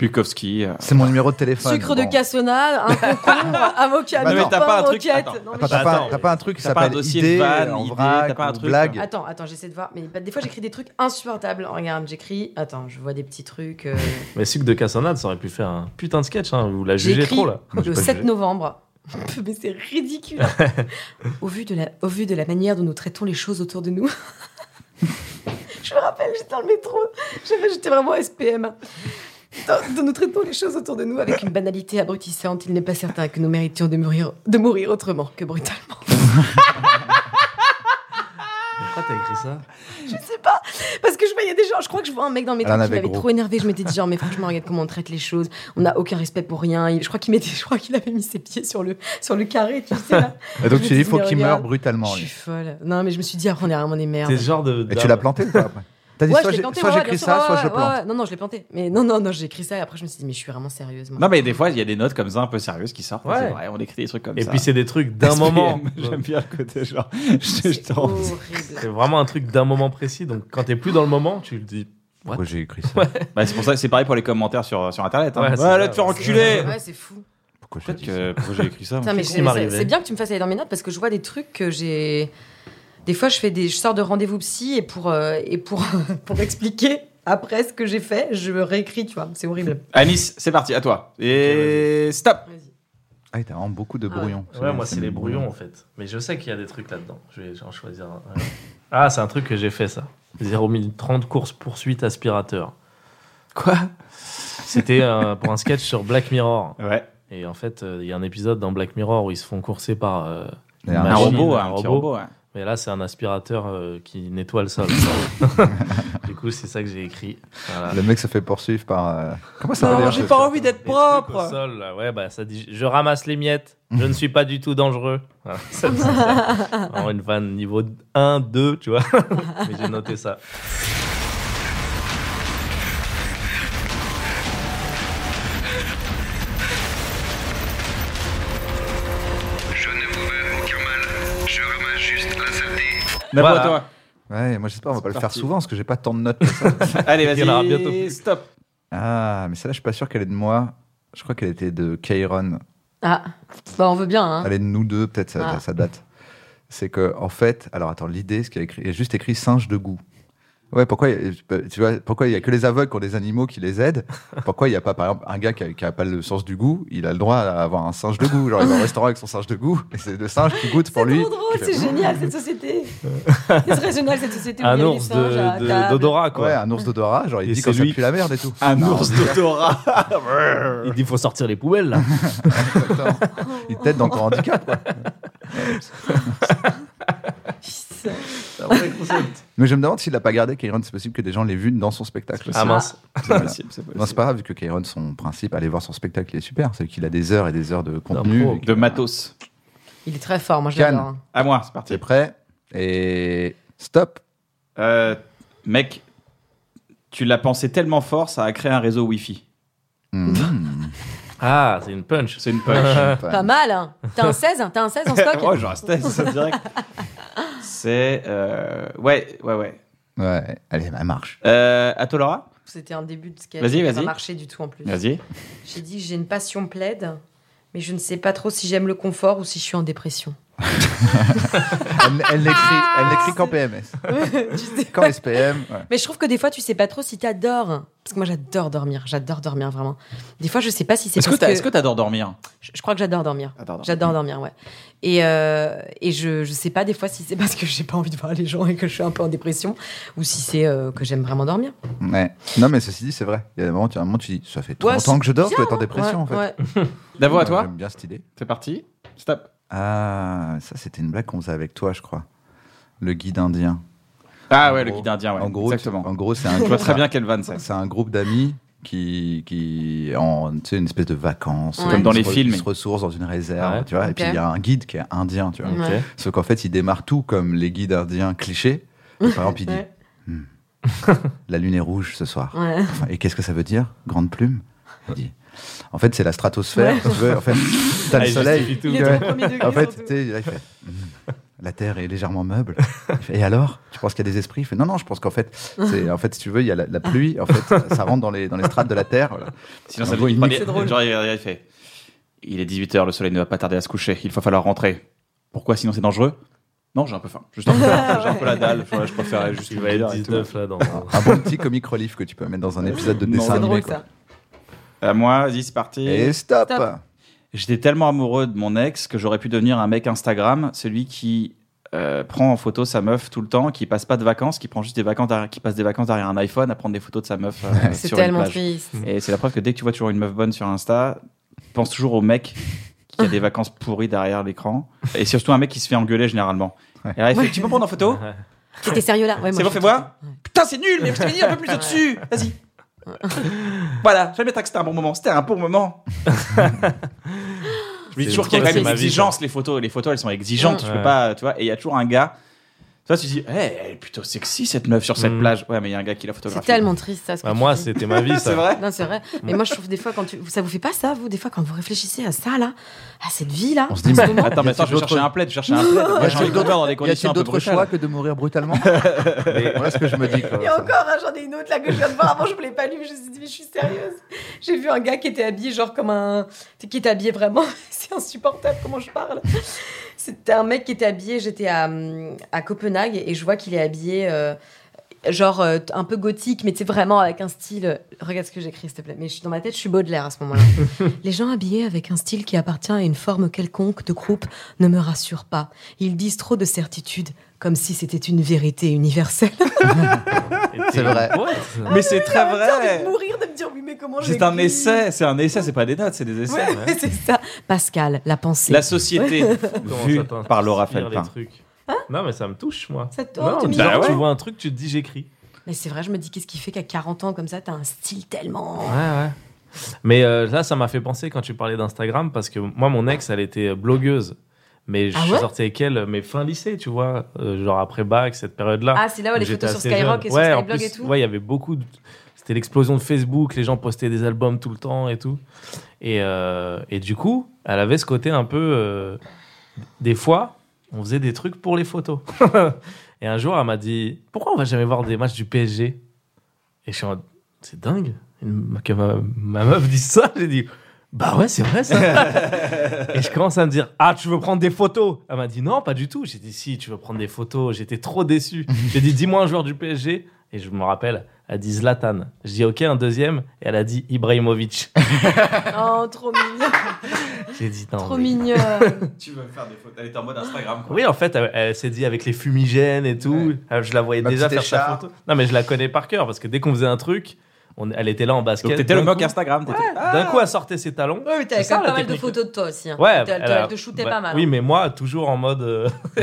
[SPEAKER 1] Bukowski. euh,
[SPEAKER 2] C'est mon numéro de téléphone.
[SPEAKER 9] Sucre de
[SPEAKER 2] Bon.
[SPEAKER 9] cassonade, un concombre, avocado,
[SPEAKER 2] Bah non, mais
[SPEAKER 1] t'as pas un truc-
[SPEAKER 9] roquette.
[SPEAKER 1] attends,
[SPEAKER 9] Non, mais
[SPEAKER 2] Bah, Attends, t'as pas,
[SPEAKER 7] Attends,
[SPEAKER 2] t'as pas un truc qui
[SPEAKER 1] t'as pas un
[SPEAKER 2] s'appelle
[SPEAKER 1] dossier
[SPEAKER 2] idée,
[SPEAKER 1] de vanne,
[SPEAKER 2] en
[SPEAKER 1] idée,
[SPEAKER 2] vrac,
[SPEAKER 1] t'as pas un
[SPEAKER 2] ou
[SPEAKER 1] truc,
[SPEAKER 2] blague.
[SPEAKER 9] Attends, attends, j'essaie de voir. Mais bah, des fois, j'écris des trucs insupportables.
[SPEAKER 3] Oh,
[SPEAKER 9] Regarde, j'écris. Attends, je vois des petits trucs. euh,
[SPEAKER 7] Bah, Mais Sucre de Cassonade, ça aurait pu faire un putain de sketch. hein, Vous la
[SPEAKER 9] J'ai
[SPEAKER 7] jugez
[SPEAKER 9] écrit
[SPEAKER 7] trop, là.
[SPEAKER 2] Moi, j'ai
[SPEAKER 9] le
[SPEAKER 2] pas
[SPEAKER 9] 7
[SPEAKER 2] jugé.
[SPEAKER 9] novembre.
[SPEAKER 3] Mais c'est ridicule. au, vu de la, au vu de la manière dont nous traitons les choses autour de nous. je me rappelle, j'étais dans le métro. J'avais- J'étais vraiment SPM. Dans- Dont nous traitons les choses autour de nous avec une banalité abrutissante, il n'est pas certain que nous méritions de mourir, de mourir autrement que brutalement.
[SPEAKER 7] Pourquoi t'as écrit ça
[SPEAKER 3] Je sais pas, parce que je voyais des gens, je crois que je vois un mec dans le métro
[SPEAKER 2] Elle en
[SPEAKER 3] qui
[SPEAKER 2] avait
[SPEAKER 3] m'avait
[SPEAKER 2] gros.
[SPEAKER 3] trop énervé. Je m'étais dit genre, mais franchement, regarde comment on traite les choses. On n'a aucun respect pour rien. Il- Je crois qu'il mettait, je crois qu'il avait mis ses pieds sur le sur le carré, tu sais là.
[SPEAKER 2] Et donc tu dis, il faut
[SPEAKER 3] Mais
[SPEAKER 2] qu'il
[SPEAKER 3] regarde,
[SPEAKER 2] meure brutalement.
[SPEAKER 3] Je suis
[SPEAKER 2] lui.
[SPEAKER 3] folle. Non, mais je me suis dit, après, on est vraiment des merdes.
[SPEAKER 7] T'es ce genre de.
[SPEAKER 2] Et tu l'as planté ou pas après T'as dit,
[SPEAKER 3] Ouais, je
[SPEAKER 2] soit
[SPEAKER 3] l'ai
[SPEAKER 2] j'ai-
[SPEAKER 3] planté,
[SPEAKER 2] soit
[SPEAKER 3] ouais, ouais,
[SPEAKER 2] j'écris
[SPEAKER 3] bien sûr,
[SPEAKER 2] ça, soit
[SPEAKER 3] ouais,
[SPEAKER 2] je
[SPEAKER 3] ouais,
[SPEAKER 2] plante.
[SPEAKER 3] ouais. Non, non, je l'ai planté. Mais non, non, non, j'ai écrit ça et après je me suis dit, mais je suis vraiment sérieuse. moi.
[SPEAKER 1] Non, mais des fois, il y a des notes comme ça, un peu sérieuses qui sortent.
[SPEAKER 7] Ouais.
[SPEAKER 1] C'est vrai, on écrit des trucs comme
[SPEAKER 7] Et
[SPEAKER 1] ça.
[SPEAKER 7] puis c'est des trucs d'un
[SPEAKER 1] SPM,
[SPEAKER 7] moment.
[SPEAKER 1] J'aime bien le côté genre. Je, je
[SPEAKER 3] C'est
[SPEAKER 1] t'en-
[SPEAKER 3] horrible.
[SPEAKER 7] C'est vraiment un truc d'un moment précis. Donc quand t'es plus dans le moment, tu le dis.
[SPEAKER 2] Pourquoi j'ai écrit ça
[SPEAKER 1] Bah, c'est pour ça que c'est pareil pour les commentaires sur, sur internet. Hein.
[SPEAKER 7] Ouais, c'est
[SPEAKER 1] Ouais,
[SPEAKER 7] ça,
[SPEAKER 1] là, te faire
[SPEAKER 7] ouais.
[SPEAKER 2] Eh.
[SPEAKER 1] enculer
[SPEAKER 3] Ouais, c'est fou.
[SPEAKER 2] Pourquoi j'ai
[SPEAKER 1] Peut-être
[SPEAKER 2] dit ça
[SPEAKER 1] que pourquoi j'ai écrit ça.
[SPEAKER 3] Putain,
[SPEAKER 1] moi.
[SPEAKER 3] mais
[SPEAKER 7] Qu'est-ce
[SPEAKER 3] c'est-
[SPEAKER 7] qui m'est
[SPEAKER 3] c'est
[SPEAKER 7] arrivé
[SPEAKER 3] c'est bien que tu me fasses aller dans mes notes parce que je vois des trucs que j'ai. Des fois, je fais des, je sors de rendez-vous psy et pour euh, et pour pour expliquer après ce que j'ai fait, je me réécris, tu vois. C'est horrible.
[SPEAKER 1] Anis, c'est parti, à toi. Et stop
[SPEAKER 2] Ah, t'as vraiment beaucoup de
[SPEAKER 3] Ah ouais.
[SPEAKER 2] brouillons.
[SPEAKER 7] Ouais, moi c'est les brouillons en fait. Mais je sais qu'il y a des trucs là-dedans. Je vais en choisir un. Ouais. Ah, c'est un truc que j'ai fait ça. 0 minute 30 courses poursuite aspirateur.
[SPEAKER 1] Quoi
[SPEAKER 7] C'était euh, pour un sketch sur Black Mirror.
[SPEAKER 1] Ouais.
[SPEAKER 7] Et en fait, euh, il y a un épisode dans Black Mirror où ils se font courser par. euh,
[SPEAKER 2] Il y a un
[SPEAKER 1] Un
[SPEAKER 7] Machine,
[SPEAKER 1] robot, hein, un
[SPEAKER 7] un
[SPEAKER 1] petit
[SPEAKER 7] robot.
[SPEAKER 1] robot. ouais.
[SPEAKER 7] Mais là, c'est un aspirateur euh, qui nettoie le sol. du coup, c'est ça que j'ai écrit. Voilà.
[SPEAKER 2] Le mec se fait poursuivre par. euh, Comment ça
[SPEAKER 1] Non,
[SPEAKER 2] va
[SPEAKER 1] j'ai pas envie d'être
[SPEAKER 7] Les trucs au
[SPEAKER 1] propre.
[SPEAKER 7] sol, là, ouais, bah, ça dit je ramasse les miettes, je ne suis pas du tout dangereux. Voilà, ça, c'est ça. Vraiment une fan niveau 1, 2, tu vois. Mais j'ai noté ça.
[SPEAKER 8] Je ne vous veux aucun mal, je ramasse juste un saleté.
[SPEAKER 1] D'abord,
[SPEAKER 7] Voilà.
[SPEAKER 1] toi.
[SPEAKER 2] Ouais, moi j'espère on va pas le faire
[SPEAKER 1] parti.
[SPEAKER 2] souvent parce que j'ai pas tant de notes. que ça.
[SPEAKER 1] Allez,
[SPEAKER 7] Il y en aura bientôt
[SPEAKER 1] vas-y.
[SPEAKER 7] plus.
[SPEAKER 1] Stop.
[SPEAKER 2] ah, mais celle-là, je suis pas sûr qu'elle est de moi. Je crois qu'elle était de Kairon.
[SPEAKER 3] Ah, bah on veut bien. Hein.
[SPEAKER 2] Elle est de nous deux, peut-être, ça,
[SPEAKER 3] Ah.
[SPEAKER 2] ça date. C'est que, en fait, alors attends, l'idée, ce qu'il y a écrit, il y a juste écrit singe de goût. Ouais, pourquoi, il y a- tu vois, pourquoi il y a que les aveugles qui ont des animaux qui les aident Pourquoi il n'y a pas, par exemple, un gars qui a, qui a pas le sens du goût, il a le droit à avoir un singe de goût. Genre, il va au restaurant avec son singe de goût, et c'est le singe qui goûte pour
[SPEAKER 3] C'est
[SPEAKER 2] lui.
[SPEAKER 3] trop drôle,
[SPEAKER 2] qui fait-
[SPEAKER 3] c'est génial cette société. c'est très génial cette société. où il y
[SPEAKER 7] Un
[SPEAKER 3] a les
[SPEAKER 7] ours
[SPEAKER 3] singes à
[SPEAKER 7] Ah de- de-
[SPEAKER 3] table.
[SPEAKER 7] d'odorat,
[SPEAKER 2] Ouais,
[SPEAKER 7] quoi.
[SPEAKER 2] un ours d'odorat, genre, il
[SPEAKER 1] Et
[SPEAKER 2] dit
[SPEAKER 1] c'est
[SPEAKER 2] quand ça
[SPEAKER 1] lui
[SPEAKER 2] pue la merde et tout.
[SPEAKER 1] Un
[SPEAKER 2] Non,
[SPEAKER 1] ours d'odorat.
[SPEAKER 7] Il dit faut sortir les poubelles, là.
[SPEAKER 2] exactement. Il t'aide dans ton handicap, quoi.
[SPEAKER 3] Putain.
[SPEAKER 2] Mais je me demande s'il l'a pas gardé, Kairon, c'est possible que des gens l'aient vu dans son spectacle.
[SPEAKER 7] Ah mince.
[SPEAKER 1] C'est possible, c'est possible.
[SPEAKER 2] Non, c'est pas grave, vu que Kairon, son principe, aller voir son spectacle, il est super. C'est qu'il a des heures et des heures de contenu.
[SPEAKER 7] D'impro.
[SPEAKER 2] et que-
[SPEAKER 1] De matos.
[SPEAKER 3] Il est très fort, moi je
[SPEAKER 2] Cannes.
[SPEAKER 3] l'adore. hein.
[SPEAKER 1] À moi, c'est parti.
[SPEAKER 2] T'es prêt Et stop.
[SPEAKER 1] Euh, mec, tu l'as pensé tellement fort, ça a créé un réseau Wi-Fi.
[SPEAKER 2] Mmh.
[SPEAKER 7] Ah, c'est une punch.
[SPEAKER 1] C'est une punch.
[SPEAKER 3] Pas mal. Hein. T'as un 16, hein, t'as un 16 en stock.
[SPEAKER 1] oh, je restais, c'est ça direct. C'est. euh, Ouais, ouais, ouais.
[SPEAKER 2] Ouais, allez, elle marche.
[SPEAKER 1] Euh, à toi, Laura
[SPEAKER 3] C'était un début de sketch.
[SPEAKER 1] Vas-y,
[SPEAKER 3] qui a
[SPEAKER 1] vas-y.
[SPEAKER 3] Pas marché du tout en plus.
[SPEAKER 1] Vas-y.
[SPEAKER 3] J'ai dit que j'ai une passion plaide, mais je ne sais pas trop si j'aime le confort ou si je suis en dépression.
[SPEAKER 2] Elle elle l'écrit, elle l'écrit qu'en PMS,
[SPEAKER 3] Tu sais.
[SPEAKER 2] qu'en SPM. ouais.
[SPEAKER 3] Mais je trouve que des fois, tu sais pas trop si t'adores. Parce que moi, j'adore dormir. J'adore dormir, vraiment. Des fois, je sais pas si c'est
[SPEAKER 1] Est-ce que
[SPEAKER 3] parce
[SPEAKER 1] t'as-
[SPEAKER 3] que...
[SPEAKER 1] est-ce que t'adores dormir
[SPEAKER 3] Je, je crois que j'adore dormir.
[SPEAKER 2] Ah,
[SPEAKER 1] Attends, attends.
[SPEAKER 3] J'adore dormir, ouais. Et, euh, et je, je sais pas des fois si c'est parce que j'ai pas envie de voir les gens et que je suis un peu en dépression ou si c'est euh, que j'aime vraiment dormir.
[SPEAKER 2] Ouais. Non, mais ceci dit, c'est vrai. Il y a des moments, tu, un moment, tu dis, ça fait trop
[SPEAKER 3] Ouais,
[SPEAKER 2] longtemps que je dors,
[SPEAKER 3] c'est hein.
[SPEAKER 2] tu dois être en
[SPEAKER 3] Ouais,
[SPEAKER 2] dépression, en fait.
[SPEAKER 3] ouais.
[SPEAKER 1] D'abord à
[SPEAKER 2] Ouais,
[SPEAKER 1] toi
[SPEAKER 2] J'aime bien cette idée.
[SPEAKER 1] C'est parti. Stop.
[SPEAKER 2] Ah, ça, c'était une blague qu'on faisait avec toi, je crois. Le guide indien.
[SPEAKER 1] Ah
[SPEAKER 2] En
[SPEAKER 1] ouais, le
[SPEAKER 2] gros-
[SPEAKER 1] guide indien, ouais.
[SPEAKER 2] en gros,
[SPEAKER 1] Exactement.
[SPEAKER 2] tu- En gros, c'est un
[SPEAKER 1] Je vois très bien quel van c'est.
[SPEAKER 2] C'est un groupe d'amis qui, qui en, tu sais, une espèce de vacances.
[SPEAKER 3] Comme
[SPEAKER 2] Ils
[SPEAKER 1] dans
[SPEAKER 2] se
[SPEAKER 1] les
[SPEAKER 2] re-
[SPEAKER 1] films.
[SPEAKER 2] Ils se ressourcent dans une réserve,
[SPEAKER 7] Ouais.
[SPEAKER 2] tu vois. Et
[SPEAKER 3] Ok.
[SPEAKER 2] puis, il y a un guide qui est indien, tu vois.
[SPEAKER 7] Ok.
[SPEAKER 3] Ouais.
[SPEAKER 2] Sauf qu'en fait, il démarre tout comme les guides indiens clichés. Et par exemple, il dit
[SPEAKER 3] Ouais.
[SPEAKER 2] Hmm. La lune est rouge ce soir.
[SPEAKER 3] Ouais.
[SPEAKER 2] Enfin, et qu'est-ce que ça veut dire Grande plume Il dit En fait, c'est la stratosphère. si tu veux. En fait, t'as
[SPEAKER 7] Ah,
[SPEAKER 2] le
[SPEAKER 7] il
[SPEAKER 2] soleil.
[SPEAKER 7] justifie tout.
[SPEAKER 3] Il est
[SPEAKER 2] Ouais.
[SPEAKER 3] au premier degré,
[SPEAKER 2] En fait,
[SPEAKER 3] surtout.
[SPEAKER 2] tu sais, là, il fait, Hmm, La Terre est légèrement meuble. Il fait, et alors Tu penses qu'il y a des esprits Il fait, Non, non, je pense qu'en fait, c'est- en fait, si tu veux, il y a la, la pluie. En fait, ça rentre dans les, dans les strates de la Terre. voilà.
[SPEAKER 1] Sinon,
[SPEAKER 2] En
[SPEAKER 1] ça
[SPEAKER 2] gros,
[SPEAKER 1] veut dire
[SPEAKER 2] il
[SPEAKER 1] pas
[SPEAKER 2] nique.
[SPEAKER 1] des- Genre, il il fait. Il est 18h, le soleil ne va pas tarder à se coucher. Il va falloir rentrer. Pourquoi Sinon, c'est dangereux Non, j'ai un peu faim. Juste un peu, j'ai un peu la dalle. Je préfère juste
[SPEAKER 7] Il va être
[SPEAKER 1] et tout. Ah.
[SPEAKER 7] 19 là dans.
[SPEAKER 2] Un bon petit comic relief que tu peux mettre dans un épisode de
[SPEAKER 1] Non,
[SPEAKER 2] dessin
[SPEAKER 1] c'est
[SPEAKER 3] C'est
[SPEAKER 2] animé.
[SPEAKER 3] drôle,
[SPEAKER 2] quoi.
[SPEAKER 3] ça.
[SPEAKER 1] À moi, vas-y, c'est parti.
[SPEAKER 2] Et stop,
[SPEAKER 3] Stop.
[SPEAKER 1] J'étais tellement amoureux de mon ex que j'aurais pu devenir un mec Instagram, celui qui euh, prend en photo sa meuf tout le temps, qui passe pas de vacances, qui prend juste des vacances, derrière- qui passe des vacances derrière un iPhone à prendre des photos de sa meuf euh,
[SPEAKER 12] C'est
[SPEAKER 1] sur une
[SPEAKER 12] tellement
[SPEAKER 1] plage.
[SPEAKER 12] triste.
[SPEAKER 1] Et c'est la preuve que dès que tu vois toujours une meuf bonne sur Insta, pense toujours au mec qui a des vacances pourries derrière l'écran. Et surtout un mec qui se fait engueuler généralement.
[SPEAKER 2] Ouais.
[SPEAKER 1] Et là, il fait, tu peux me prendre en photo
[SPEAKER 12] C'était sérieux là Ouais, moi,
[SPEAKER 1] C'est bon,
[SPEAKER 12] je-
[SPEAKER 1] fais-moi Putain, c'est nul, mais je t'avais dit un peu plus au-dessus Vas-y Voilà, j'aime bien que c'était un bon moment. C'était un bon moment. je me dis
[SPEAKER 7] C'est-
[SPEAKER 1] toujours qu'il y a
[SPEAKER 7] c'est
[SPEAKER 1] quand même
[SPEAKER 7] ma
[SPEAKER 1] une
[SPEAKER 7] vie, ça.
[SPEAKER 1] exigence, les photos. Les photos, elles sont exigeantes. Tu peux
[SPEAKER 7] Ouais.
[SPEAKER 1] pas, tu vois. Et il y a toujours un gars. Tu vois, tu dis, Eh, elle est plutôt sexy cette meuf sur cette
[SPEAKER 7] Mm.
[SPEAKER 1] plage. Ouais, mais il y a un gars qui l'a
[SPEAKER 12] C'est
[SPEAKER 1] photographiée.
[SPEAKER 12] tellement triste ça. ce que
[SPEAKER 7] Bah,
[SPEAKER 12] tu
[SPEAKER 7] moi,
[SPEAKER 12] dis.
[SPEAKER 7] c'était ma vie,
[SPEAKER 1] C'est
[SPEAKER 7] ça.
[SPEAKER 1] vrai
[SPEAKER 12] Non, c'est vrai. Mais moi, je trouve des fois, quand tu... ça vous fait pas ça, vous, des fois, quand vous réfléchissez à ça, là, à cette vie, là
[SPEAKER 2] On se dit, mais
[SPEAKER 1] Attends, mais attends, je vais chercher un plaid, je vais chercher un plaid. Moi, j'ai envie de dormir dans des
[SPEAKER 2] y
[SPEAKER 1] conditions
[SPEAKER 2] a-t-il
[SPEAKER 1] un peu
[SPEAKER 2] d'autres
[SPEAKER 1] brutales.
[SPEAKER 2] choix que de mourir brutalement Voilà ce que je me dis. quoi.
[SPEAKER 3] Et encore, hein, j'en ai une autre là que je viens de voir. Avant, je voulais pas lire. Je me suis dit, mais je suis sérieuse. J'ai vu un gars qui était habillé genre comme un. qui était habillé vraiment. C'est insupportable comment je parle. C'était un mec qui était habillé. J'étais à, hum, à Copenhague et je vois qu'il est habillé. euh, Genre euh, un peu gothique, mais tu sais, vraiment avec un style. euh, Regarde ce que j'écris, s'il te plaît. Mais je suis dans ma tête, je suis Baudelaire à ce moment-là. Les gens habillés avec un style qui appartient à une forme quelconque de groupe ne me rassurent pas. Ils disent trop de certitudes, comme si c'était une vérité universelle.
[SPEAKER 2] C'est vrai.
[SPEAKER 1] Mais c'est très vrai.
[SPEAKER 3] mourir de me dire oui mais comment
[SPEAKER 1] C'est un essai, c'est un essai, c'est pas des notes, c'est des essais.
[SPEAKER 3] c'est ça Pascal la pensée
[SPEAKER 1] La société
[SPEAKER 7] Comment
[SPEAKER 1] vue
[SPEAKER 7] ça t'inspire
[SPEAKER 1] par Laura
[SPEAKER 7] les
[SPEAKER 1] Felpin.
[SPEAKER 7] trucs Non, mais ça me touche, moi.
[SPEAKER 3] Hein Ça te-
[SPEAKER 7] Non,
[SPEAKER 3] oh, tu
[SPEAKER 7] bizarre,
[SPEAKER 1] me dis-
[SPEAKER 7] tu
[SPEAKER 1] Bah
[SPEAKER 7] vois un truc, tu te dis j'écris.
[SPEAKER 3] mais c'est vrai je me dis qu'est-ce qui fait qu'à 40 ans comme ça t'as un style tellement
[SPEAKER 7] Ouais, ouais. Mais euh, là, ça m'a fait penser quand tu parlais d'Instagram, parce que moi, mon ex, elle était euh, blogueuse. Mais je
[SPEAKER 3] Ah
[SPEAKER 7] suis
[SPEAKER 3] ouais
[SPEAKER 7] sorti avec elle, euh, mais fin lycée, tu vois, euh, genre après bac, cette période-là.
[SPEAKER 3] ah c'est là où les
[SPEAKER 7] J'étais
[SPEAKER 3] photos sur
[SPEAKER 7] assez
[SPEAKER 3] Skyrock
[SPEAKER 7] jeune.
[SPEAKER 3] et
[SPEAKER 7] Ouais, en
[SPEAKER 3] sur Skyblog
[SPEAKER 7] plus,
[SPEAKER 3] et tout
[SPEAKER 7] Ouais, il y avait beaucoup de... C'était l'explosion de Facebook, les gens postaient des albums tout le temps et tout. Et, euh, et du coup, elle avait ce côté un peu... euh, des fois, on faisait des trucs pour les photos. et un jour, elle m'a dit, pourquoi on va jamais voir des matchs du PSG Et je suis en mode, c'est dingue une- que ma, ma meuf dise ça. J'ai dit, bah ouais, c'est vrai ça. et je commence à me dire, ah, tu veux prendre des photos Elle m'a dit, non, pas du tout. J'ai dit, si, tu veux prendre des photos. J'étais trop déçu. J'ai dit, dis-moi un joueur du PSG. Et je me rappelle, elle dit Zlatan. Je dis, ok, un deuxième. Et elle a dit Ibrahimovic.
[SPEAKER 3] oh trop mignon
[SPEAKER 7] J'ai dit, non.
[SPEAKER 3] trop
[SPEAKER 7] mais-
[SPEAKER 3] mignon
[SPEAKER 1] Tu veux faire des photos, elle est en mode Instagram
[SPEAKER 7] Oui, en fait, elle, elle s'est dit avec les fumigènes et tout. Euh, Je la voyais
[SPEAKER 2] Ma
[SPEAKER 7] déjà
[SPEAKER 2] petite
[SPEAKER 7] faire sa
[SPEAKER 2] écharpe.
[SPEAKER 7] photo. Non, mais je la connais par cœur parce que dès qu'on faisait un truc, on, elle était là en basket.
[SPEAKER 1] Donc t'étais
[SPEAKER 7] D'un
[SPEAKER 1] le mec
[SPEAKER 7] coup-
[SPEAKER 1] Instagram. t'étais- Ah.
[SPEAKER 7] D'un coup, elle sortait ses talons.
[SPEAKER 3] ouais mais
[SPEAKER 7] C'est
[SPEAKER 3] t'avais
[SPEAKER 7] ça,
[SPEAKER 3] quand même
[SPEAKER 7] la
[SPEAKER 3] pas mal de
[SPEAKER 7] technique.
[SPEAKER 3] photos de toi aussi hein.
[SPEAKER 7] Ouais,
[SPEAKER 3] T'as-
[SPEAKER 7] elle
[SPEAKER 3] t'as-
[SPEAKER 7] a-
[SPEAKER 3] te shootais
[SPEAKER 7] bah,
[SPEAKER 3] pas mal
[SPEAKER 7] Oui,
[SPEAKER 3] hein.
[SPEAKER 7] mais moi, toujours en mode. euh,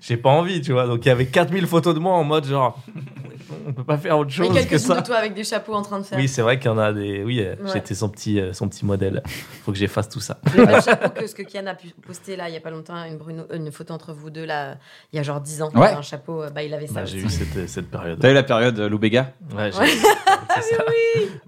[SPEAKER 7] J'ai pas envie, tu vois. Donc, il y avait 4000 photos de moi en mode genre. On peut pas faire autre
[SPEAKER 3] et
[SPEAKER 7] chose que
[SPEAKER 3] quelques-unes
[SPEAKER 7] ça.
[SPEAKER 3] de toi avec des chapeaux en train de faire
[SPEAKER 7] Oui, c'est vrai qu'il y en a des. Oui, euh,
[SPEAKER 3] Ouais.
[SPEAKER 7] j'étais son petit, euh, son petit modèle. Faut que j'efface tout ça.
[SPEAKER 3] le même chapeau que ce que Kian a pu poster là il y a pas longtemps une, Bruno- une photo entre vous deux là il y a genre 10 ans
[SPEAKER 1] Ouais.
[SPEAKER 3] un chapeau euh, bah il avait ça
[SPEAKER 7] Bah,
[SPEAKER 3] aussi.
[SPEAKER 7] J'ai eu cette, cette période.
[SPEAKER 1] T'as eu la période euh, Lou Béga
[SPEAKER 7] Ouais, j'ai-
[SPEAKER 3] Ouais. Ah
[SPEAKER 7] c'est ça.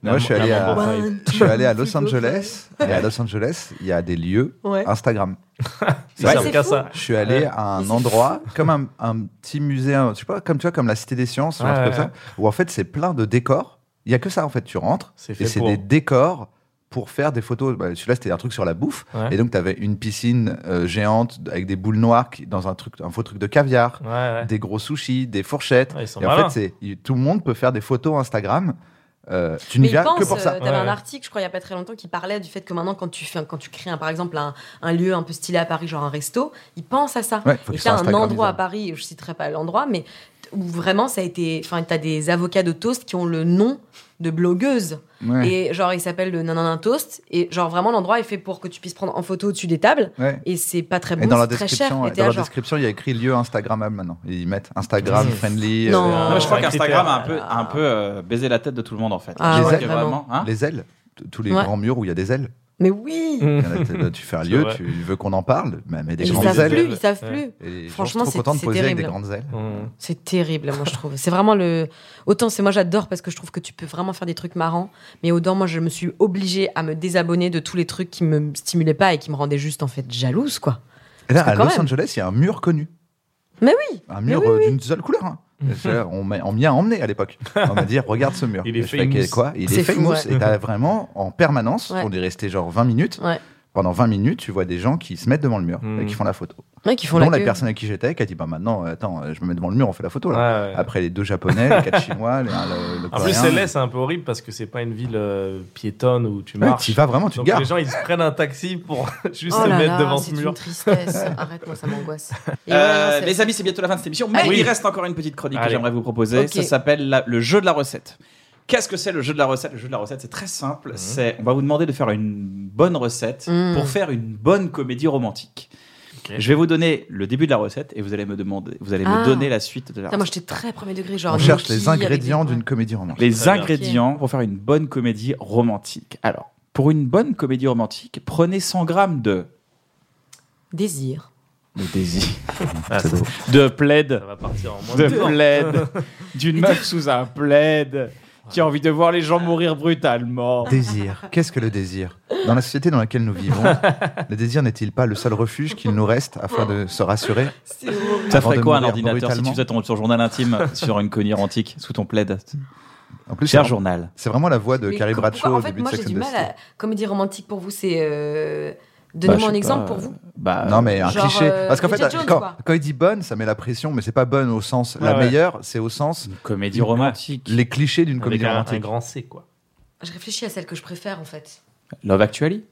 [SPEAKER 2] Moi, je suis
[SPEAKER 7] La
[SPEAKER 2] allé à-
[SPEAKER 7] Mambo Vibe.
[SPEAKER 2] Je suis allé à Los Angeles. Et à Los Angeles, il y a des lieux
[SPEAKER 3] ouais
[SPEAKER 2] Instagram.
[SPEAKER 7] Ça
[SPEAKER 1] Ouais,
[SPEAKER 7] sert
[SPEAKER 3] c'est
[SPEAKER 7] qu'à
[SPEAKER 3] fou.
[SPEAKER 7] ça.
[SPEAKER 2] Je suis allé
[SPEAKER 7] Ouais.
[SPEAKER 2] à un
[SPEAKER 3] Mais c'est
[SPEAKER 2] endroit comme un, un petit musée, un- je sais pas, comme tu vois, comme la Cité des Sciences ou un
[SPEAKER 7] Ouais,
[SPEAKER 2] truc
[SPEAKER 7] ouais,
[SPEAKER 2] comme ça, où en fait c'est plein de décors. Il y a que ça en fait. Tu rentres
[SPEAKER 7] C'est fait
[SPEAKER 2] et c'est
[SPEAKER 7] pour.
[SPEAKER 2] des décors pour faire des photos. Bah, Celui-là c'était un truc sur la bouffe
[SPEAKER 7] Ouais.
[SPEAKER 2] et donc tu avais une piscine euh, géante avec des boules noires qui- dans un truc, un faux truc de caviar,
[SPEAKER 7] Ouais, ouais.
[SPEAKER 2] des gros sushis, des fourchettes.
[SPEAKER 7] Ouais, ils sont
[SPEAKER 2] Et en
[SPEAKER 7] malins.
[SPEAKER 2] fait c'est il- tout le monde peut faire des photos Instagram. Euh, tu n'y
[SPEAKER 3] Mais il
[SPEAKER 2] viens
[SPEAKER 3] pense,
[SPEAKER 2] que pour ça.
[SPEAKER 3] euh, t'avais
[SPEAKER 7] Ouais,
[SPEAKER 3] un
[SPEAKER 7] ouais.
[SPEAKER 3] article, je crois, il n'y a pas très longtemps, qui parlait du fait que maintenant, quand tu, fais, quand tu crées, un- par exemple, un, un lieu un peu stylé à Paris, genre un resto, il pense à ça.
[SPEAKER 2] Ouais, faut
[SPEAKER 3] Et
[SPEAKER 2] que
[SPEAKER 3] t'as
[SPEAKER 2] ça
[SPEAKER 3] un
[SPEAKER 2] Instagram
[SPEAKER 3] endroit à
[SPEAKER 2] design.
[SPEAKER 3] Paris, je citerai pas l'endroit, mais t- où vraiment, ça a été... Enfin, t'as des avocats de toast qui ont le nom de blogueuse.
[SPEAKER 2] Ouais.
[SPEAKER 3] euh, Et genre, il s'appelle le Nananin Toast. Et genre, vraiment, l'endroit est fait pour que tu puisses prendre en photo au-dessus des tables.
[SPEAKER 2] Ouais.
[SPEAKER 3] Et c'est pas très
[SPEAKER 2] Et
[SPEAKER 3] bon,
[SPEAKER 2] dans la
[SPEAKER 3] c'est très cher.
[SPEAKER 2] description,
[SPEAKER 3] Et
[SPEAKER 2] et
[SPEAKER 3] t'es
[SPEAKER 2] dans
[SPEAKER 3] là,
[SPEAKER 2] la
[SPEAKER 3] genre,
[SPEAKER 2] description, il y a écrit lieu Instagrammable maintenant. Ils mettent Instagram friendly. euh,
[SPEAKER 3] Non.
[SPEAKER 7] Ah,
[SPEAKER 1] Non, mais je crois
[SPEAKER 7] c'est un
[SPEAKER 1] qu'Instagram a un peu,
[SPEAKER 3] critère.
[SPEAKER 1] un peu euh, baisé la tête de tout le monde en fait.
[SPEAKER 3] Ah
[SPEAKER 1] Je
[SPEAKER 2] ouais,
[SPEAKER 1] crois que
[SPEAKER 3] vraiment.
[SPEAKER 1] hein
[SPEAKER 2] les ailes, t- tous les
[SPEAKER 3] Ouais.
[SPEAKER 2] grands murs où il y a des ailes.
[SPEAKER 3] mais oui
[SPEAKER 7] Mm.
[SPEAKER 2] Il y en a, t- là, tu fais un
[SPEAKER 7] C'est
[SPEAKER 2] lieu,
[SPEAKER 7] vrai.
[SPEAKER 2] tu veux qu'on en parle, mais mets des
[SPEAKER 3] Ils
[SPEAKER 2] grandes
[SPEAKER 3] savent
[SPEAKER 7] ailes.
[SPEAKER 3] plus, ils savent
[SPEAKER 7] Ouais.
[SPEAKER 3] plus.
[SPEAKER 2] ailes.
[SPEAKER 3] Franchement,
[SPEAKER 2] Franchement, je suis
[SPEAKER 3] c'est-
[SPEAKER 2] trop content de
[SPEAKER 3] c'est
[SPEAKER 2] poser avec des
[SPEAKER 3] terrible.
[SPEAKER 2] grandes ailes.
[SPEAKER 7] Mm.
[SPEAKER 3] C'est terrible, moi je trouve. C'est vraiment le. Autant c'est moi j'adore parce que je trouve que tu peux vraiment faire des trucs marrants, mais autant moi je me suis obligée à me désabonner de tous les trucs qui me stimulaient pas et qui me rendaient juste en fait jalouse quoi.
[SPEAKER 2] Et là,
[SPEAKER 3] Parce
[SPEAKER 2] à
[SPEAKER 3] que quand
[SPEAKER 2] Los
[SPEAKER 3] même.
[SPEAKER 2] Angeles, il y a un mur connu.
[SPEAKER 3] Mais oui,
[SPEAKER 2] Un
[SPEAKER 3] Mais
[SPEAKER 2] mur
[SPEAKER 3] oui,
[SPEAKER 2] euh, d'une seule couleur. hein. C'est là, On m'a- on m'y a emmené à l'époque. On m'a dit, regarde ce mur.
[SPEAKER 7] Il est
[SPEAKER 2] Et je fais,
[SPEAKER 7] famous.
[SPEAKER 2] quoi Il est
[SPEAKER 3] C'est fou,
[SPEAKER 2] famous.
[SPEAKER 3] ouais.
[SPEAKER 2] Et t'as vraiment, en permanence,
[SPEAKER 3] Ouais.
[SPEAKER 2] on est resté genre 20 minutes,
[SPEAKER 3] Ouais.
[SPEAKER 2] pendant 20 minutes, tu vois des gens qui se mettent devant le mur
[SPEAKER 7] Hmm.
[SPEAKER 2] et qui font la photo.
[SPEAKER 3] Ouais, qui font
[SPEAKER 2] dont
[SPEAKER 3] la
[SPEAKER 2] la,
[SPEAKER 3] queue.
[SPEAKER 2] personne avec qui j'étais qui a dit bah maintenant euh, attends euh, je me mets devant le mur on fait la photo là
[SPEAKER 7] Ouais, ouais.
[SPEAKER 2] après les deux japonais les quatre chinois les, le, le
[SPEAKER 7] En plus,
[SPEAKER 2] Coréen.
[SPEAKER 7] LA, c'est un peu horrible parce que c'est pas une ville euh, piétonne où tu
[SPEAKER 2] Ouais,
[SPEAKER 7] marches.
[SPEAKER 2] tu vas vraiment tu te
[SPEAKER 7] Donc
[SPEAKER 2] gares
[SPEAKER 7] les gens, ils se prennent un taxi pour juste
[SPEAKER 3] Oh
[SPEAKER 7] se
[SPEAKER 3] là
[SPEAKER 7] mettre
[SPEAKER 3] là,
[SPEAKER 7] devant
[SPEAKER 3] c'est
[SPEAKER 7] ce mur.
[SPEAKER 3] une tristesse. Arrête-moi, ça m'angoisse. Et ouais,
[SPEAKER 1] Euh,
[SPEAKER 3] non, c'est-
[SPEAKER 1] les amis, c'est bientôt la fin de cette émission, mais
[SPEAKER 7] Allez.
[SPEAKER 1] il reste encore une petite chronique
[SPEAKER 7] Allez.
[SPEAKER 1] que j'aimerais vous proposer.
[SPEAKER 3] Ok.
[SPEAKER 1] Ça s'appelle la- le jeu de la recette. Qu'est-ce que c'est le jeu de la recette Le jeu de la recette, c'est très simple. C'est on va vous demander de faire une bonne recette
[SPEAKER 3] Mmh.
[SPEAKER 1] pour faire une bonne comédie romantique.
[SPEAKER 7] Ok.
[SPEAKER 1] Je vais vous donner le début de la recette et vous allez me demander, vous allez
[SPEAKER 3] Ah.
[SPEAKER 1] me donner la suite de la
[SPEAKER 3] Putain, moi
[SPEAKER 1] recette.
[SPEAKER 3] j'étais très premier degré, genre.
[SPEAKER 2] on cherche
[SPEAKER 3] gnocchi
[SPEAKER 2] les ingrédients
[SPEAKER 3] avec des-
[SPEAKER 2] d'une comédie romantique
[SPEAKER 1] Les
[SPEAKER 7] Très bien.
[SPEAKER 1] ingrédients pour faire une bonne comédie romantique. Alors, pour une bonne comédie romantique, prenez 100 grammes de
[SPEAKER 3] Désir.
[SPEAKER 1] de désir,
[SPEAKER 7] Ah, ça,
[SPEAKER 1] de plaid,
[SPEAKER 7] ça va partir en moins
[SPEAKER 1] de
[SPEAKER 7] de temps.
[SPEAKER 1] plaid, d'une meuf sous un plaid qui a envie de voir les gens mourir brutalement.
[SPEAKER 2] désir qu'est-ce que le désir dans la société dans laquelle nous vivons le désir n'est-il pas le seul refuge qu'il nous reste afin de se rassurer
[SPEAKER 1] Ça
[SPEAKER 2] Avant
[SPEAKER 1] ferait
[SPEAKER 2] de
[SPEAKER 1] quoi un
[SPEAKER 2] mourir
[SPEAKER 1] ordinateur si tu
[SPEAKER 2] brutalement
[SPEAKER 1] faisais ton, ton journal intime sur une cognée antique sous ton plaid
[SPEAKER 2] en plus
[SPEAKER 1] C'est
[SPEAKER 2] c'est
[SPEAKER 1] un journal.
[SPEAKER 2] c'est vraiment la voix de
[SPEAKER 3] Mais
[SPEAKER 2] Carrie
[SPEAKER 3] pourquoi-
[SPEAKER 2] Bradshaw
[SPEAKER 3] En
[SPEAKER 2] au
[SPEAKER 3] fait,
[SPEAKER 2] début
[SPEAKER 3] moi
[SPEAKER 2] de
[SPEAKER 3] j'ai
[SPEAKER 2] Sex
[SPEAKER 3] du
[SPEAKER 2] and the
[SPEAKER 3] mal
[SPEAKER 2] City.
[SPEAKER 3] à. Comédie romantique pour vous, c'est. euh, Donnez-moi
[SPEAKER 1] Bah, je
[SPEAKER 3] un
[SPEAKER 1] sais
[SPEAKER 3] exemple
[SPEAKER 1] pas,
[SPEAKER 3] pour
[SPEAKER 1] euh,
[SPEAKER 3] vous.
[SPEAKER 1] Bah,
[SPEAKER 2] non mais un
[SPEAKER 3] genre,
[SPEAKER 2] cliché
[SPEAKER 3] euh,
[SPEAKER 2] parce qu'en fait
[SPEAKER 3] Bridget Jones,
[SPEAKER 2] quand,
[SPEAKER 3] quoi.
[SPEAKER 2] quand il dit bonne ça met la pression mais c'est pas bonne au sens la
[SPEAKER 7] Ouais, ouais.
[SPEAKER 2] meilleure c'est au sens
[SPEAKER 1] une comédie romantique.
[SPEAKER 2] les clichés d'une
[SPEAKER 7] Avec
[SPEAKER 2] comédie
[SPEAKER 7] un, un
[SPEAKER 2] romantique
[SPEAKER 7] grand C, quoi.
[SPEAKER 3] Je réfléchis à celle que je préfère en fait.
[SPEAKER 1] Love Actually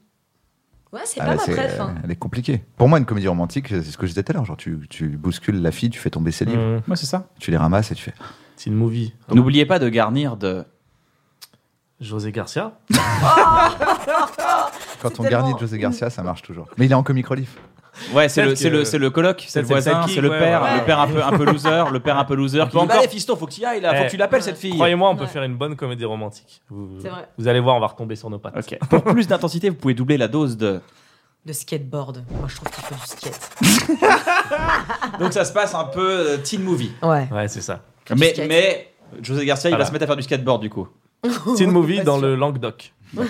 [SPEAKER 3] Ouais, c'est
[SPEAKER 2] Ah,
[SPEAKER 3] pas
[SPEAKER 2] là,
[SPEAKER 3] ma
[SPEAKER 2] c'est-
[SPEAKER 3] préf. hein.
[SPEAKER 2] Elle est compliquée. Pour moi, une comédie romantique, c'est ce que je disais tout à l'heure. Genre, tu, tu bouscules la fille, tu fais tomber ses livres,
[SPEAKER 7] Mm.
[SPEAKER 1] Moi, c'est ça.
[SPEAKER 2] tu les ramasses et tu fais.
[SPEAKER 7] C'est une movie.
[SPEAKER 1] N'oubliez pas de garnir de.
[SPEAKER 7] José Garcia.
[SPEAKER 2] Quand on
[SPEAKER 3] tellement-
[SPEAKER 2] garnit de José Garcia, ça marche toujours. Mais il est en comic relief.
[SPEAKER 1] Ouais, c'est le,
[SPEAKER 7] Peut-être
[SPEAKER 1] c'est le,
[SPEAKER 7] que-
[SPEAKER 1] c'est le coloc, c'est le
[SPEAKER 7] peut-être c'est le
[SPEAKER 1] voisin,
[SPEAKER 7] taki,
[SPEAKER 1] c'est le
[SPEAKER 7] ouais,
[SPEAKER 1] père,
[SPEAKER 7] ouais.
[SPEAKER 1] le père un peu, un peu loser, le père un peu loser.
[SPEAKER 7] On
[SPEAKER 1] Qui
[SPEAKER 7] peut
[SPEAKER 1] dit,
[SPEAKER 7] encore-
[SPEAKER 1] Allez, fiston, faut que tu y ailles là, faut
[SPEAKER 7] Eh.
[SPEAKER 1] que tu l'appelles cette fille.
[SPEAKER 7] Croyez-moi, on peut
[SPEAKER 3] Ouais.
[SPEAKER 7] faire une bonne comédie romantique. Vous,
[SPEAKER 3] C'est vrai.
[SPEAKER 7] vous allez voir, on va retomber sur nos pattes.
[SPEAKER 1] Ok. Pour plus d'intensité, vous pouvez doubler la dose de.
[SPEAKER 3] De skateboard. Moi je trouve qu'il faut du skate.
[SPEAKER 1] Donc ça se passe un peu euh, teen movie.
[SPEAKER 3] Ouais.
[SPEAKER 7] Ouais, c'est ça.
[SPEAKER 3] Faire du
[SPEAKER 1] Mais,
[SPEAKER 3] skate.
[SPEAKER 1] mais José Garcia, il
[SPEAKER 7] Voilà.
[SPEAKER 1] va se mettre à faire du skateboard du coup.
[SPEAKER 7] C'est une movie
[SPEAKER 3] Pas
[SPEAKER 7] dans
[SPEAKER 3] sûr.
[SPEAKER 7] le Languedoc.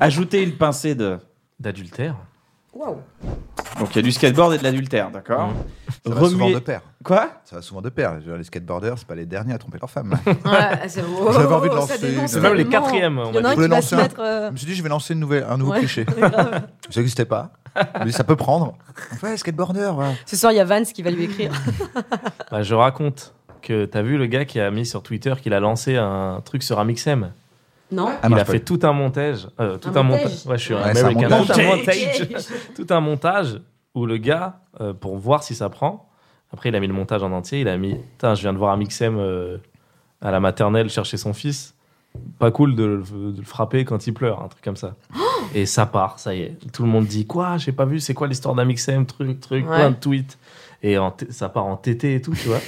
[SPEAKER 1] Ajoutez une pincée de.
[SPEAKER 7] D'adultère.
[SPEAKER 3] Waouh.
[SPEAKER 1] Donc il y a du skateboard et de l'adultère, d'accord
[SPEAKER 7] Mhm.
[SPEAKER 2] Ça va souvent de pair.
[SPEAKER 1] Quoi
[SPEAKER 2] Ça va souvent de pair. Je veux dire, Les skateboarders, c'est pas les derniers à tromper leur femme.
[SPEAKER 3] Ouais, c'est
[SPEAKER 2] J'avais envie de
[SPEAKER 3] oh,
[SPEAKER 2] lancer
[SPEAKER 3] ça dénonce
[SPEAKER 2] une-
[SPEAKER 7] Même les
[SPEAKER 3] tellement.
[SPEAKER 7] quatrièmes, on
[SPEAKER 3] Il y en a
[SPEAKER 7] va
[SPEAKER 3] un
[SPEAKER 2] dire.
[SPEAKER 3] qui va
[SPEAKER 2] Lancer
[SPEAKER 3] se
[SPEAKER 2] un-
[SPEAKER 3] mettre. euh,
[SPEAKER 2] je me suis dit, je vais lancer une nouvelle, un nouveau
[SPEAKER 3] Ouais.
[SPEAKER 2] cliché. Ça n'existait pas. Mais ça peut prendre. Ouais, skateboarder, ouais.
[SPEAKER 3] Ce soir, il y a Vance qui va lui écrire.
[SPEAKER 7] Bah, je raconte que t'as vu le gars qui a mis sur Twitter qu'il a lancé un truc sur un mixem.
[SPEAKER 3] Non
[SPEAKER 2] Ah,
[SPEAKER 7] il
[SPEAKER 2] marche
[SPEAKER 7] a
[SPEAKER 2] pas.
[SPEAKER 7] fait tout un montage, euh, tout
[SPEAKER 3] Un
[SPEAKER 7] un, montage.
[SPEAKER 3] montage.
[SPEAKER 7] Ouais, je suis un
[SPEAKER 2] Ouais, c'est un
[SPEAKER 7] American.
[SPEAKER 2] montage.
[SPEAKER 7] Tout un
[SPEAKER 3] Montage.
[SPEAKER 7] montage. Tout un montage où le gars, euh, pour voir si ça prend. Après, il a mis le montage en entier. Il a mis, putain, je viens de voir un mixem euh, à la maternelle chercher son fils. Pas cool de, le- de le frapper quand il pleure, un truc comme ça. Et ça part, ça y est. Tout le monde dit quoi J'ai pas vu. C'est quoi l'histoire d'un mixem Truc, truc,
[SPEAKER 3] Ouais.
[SPEAKER 7] plein de tweets. Et en t- ça part en TT et tout, tu vois.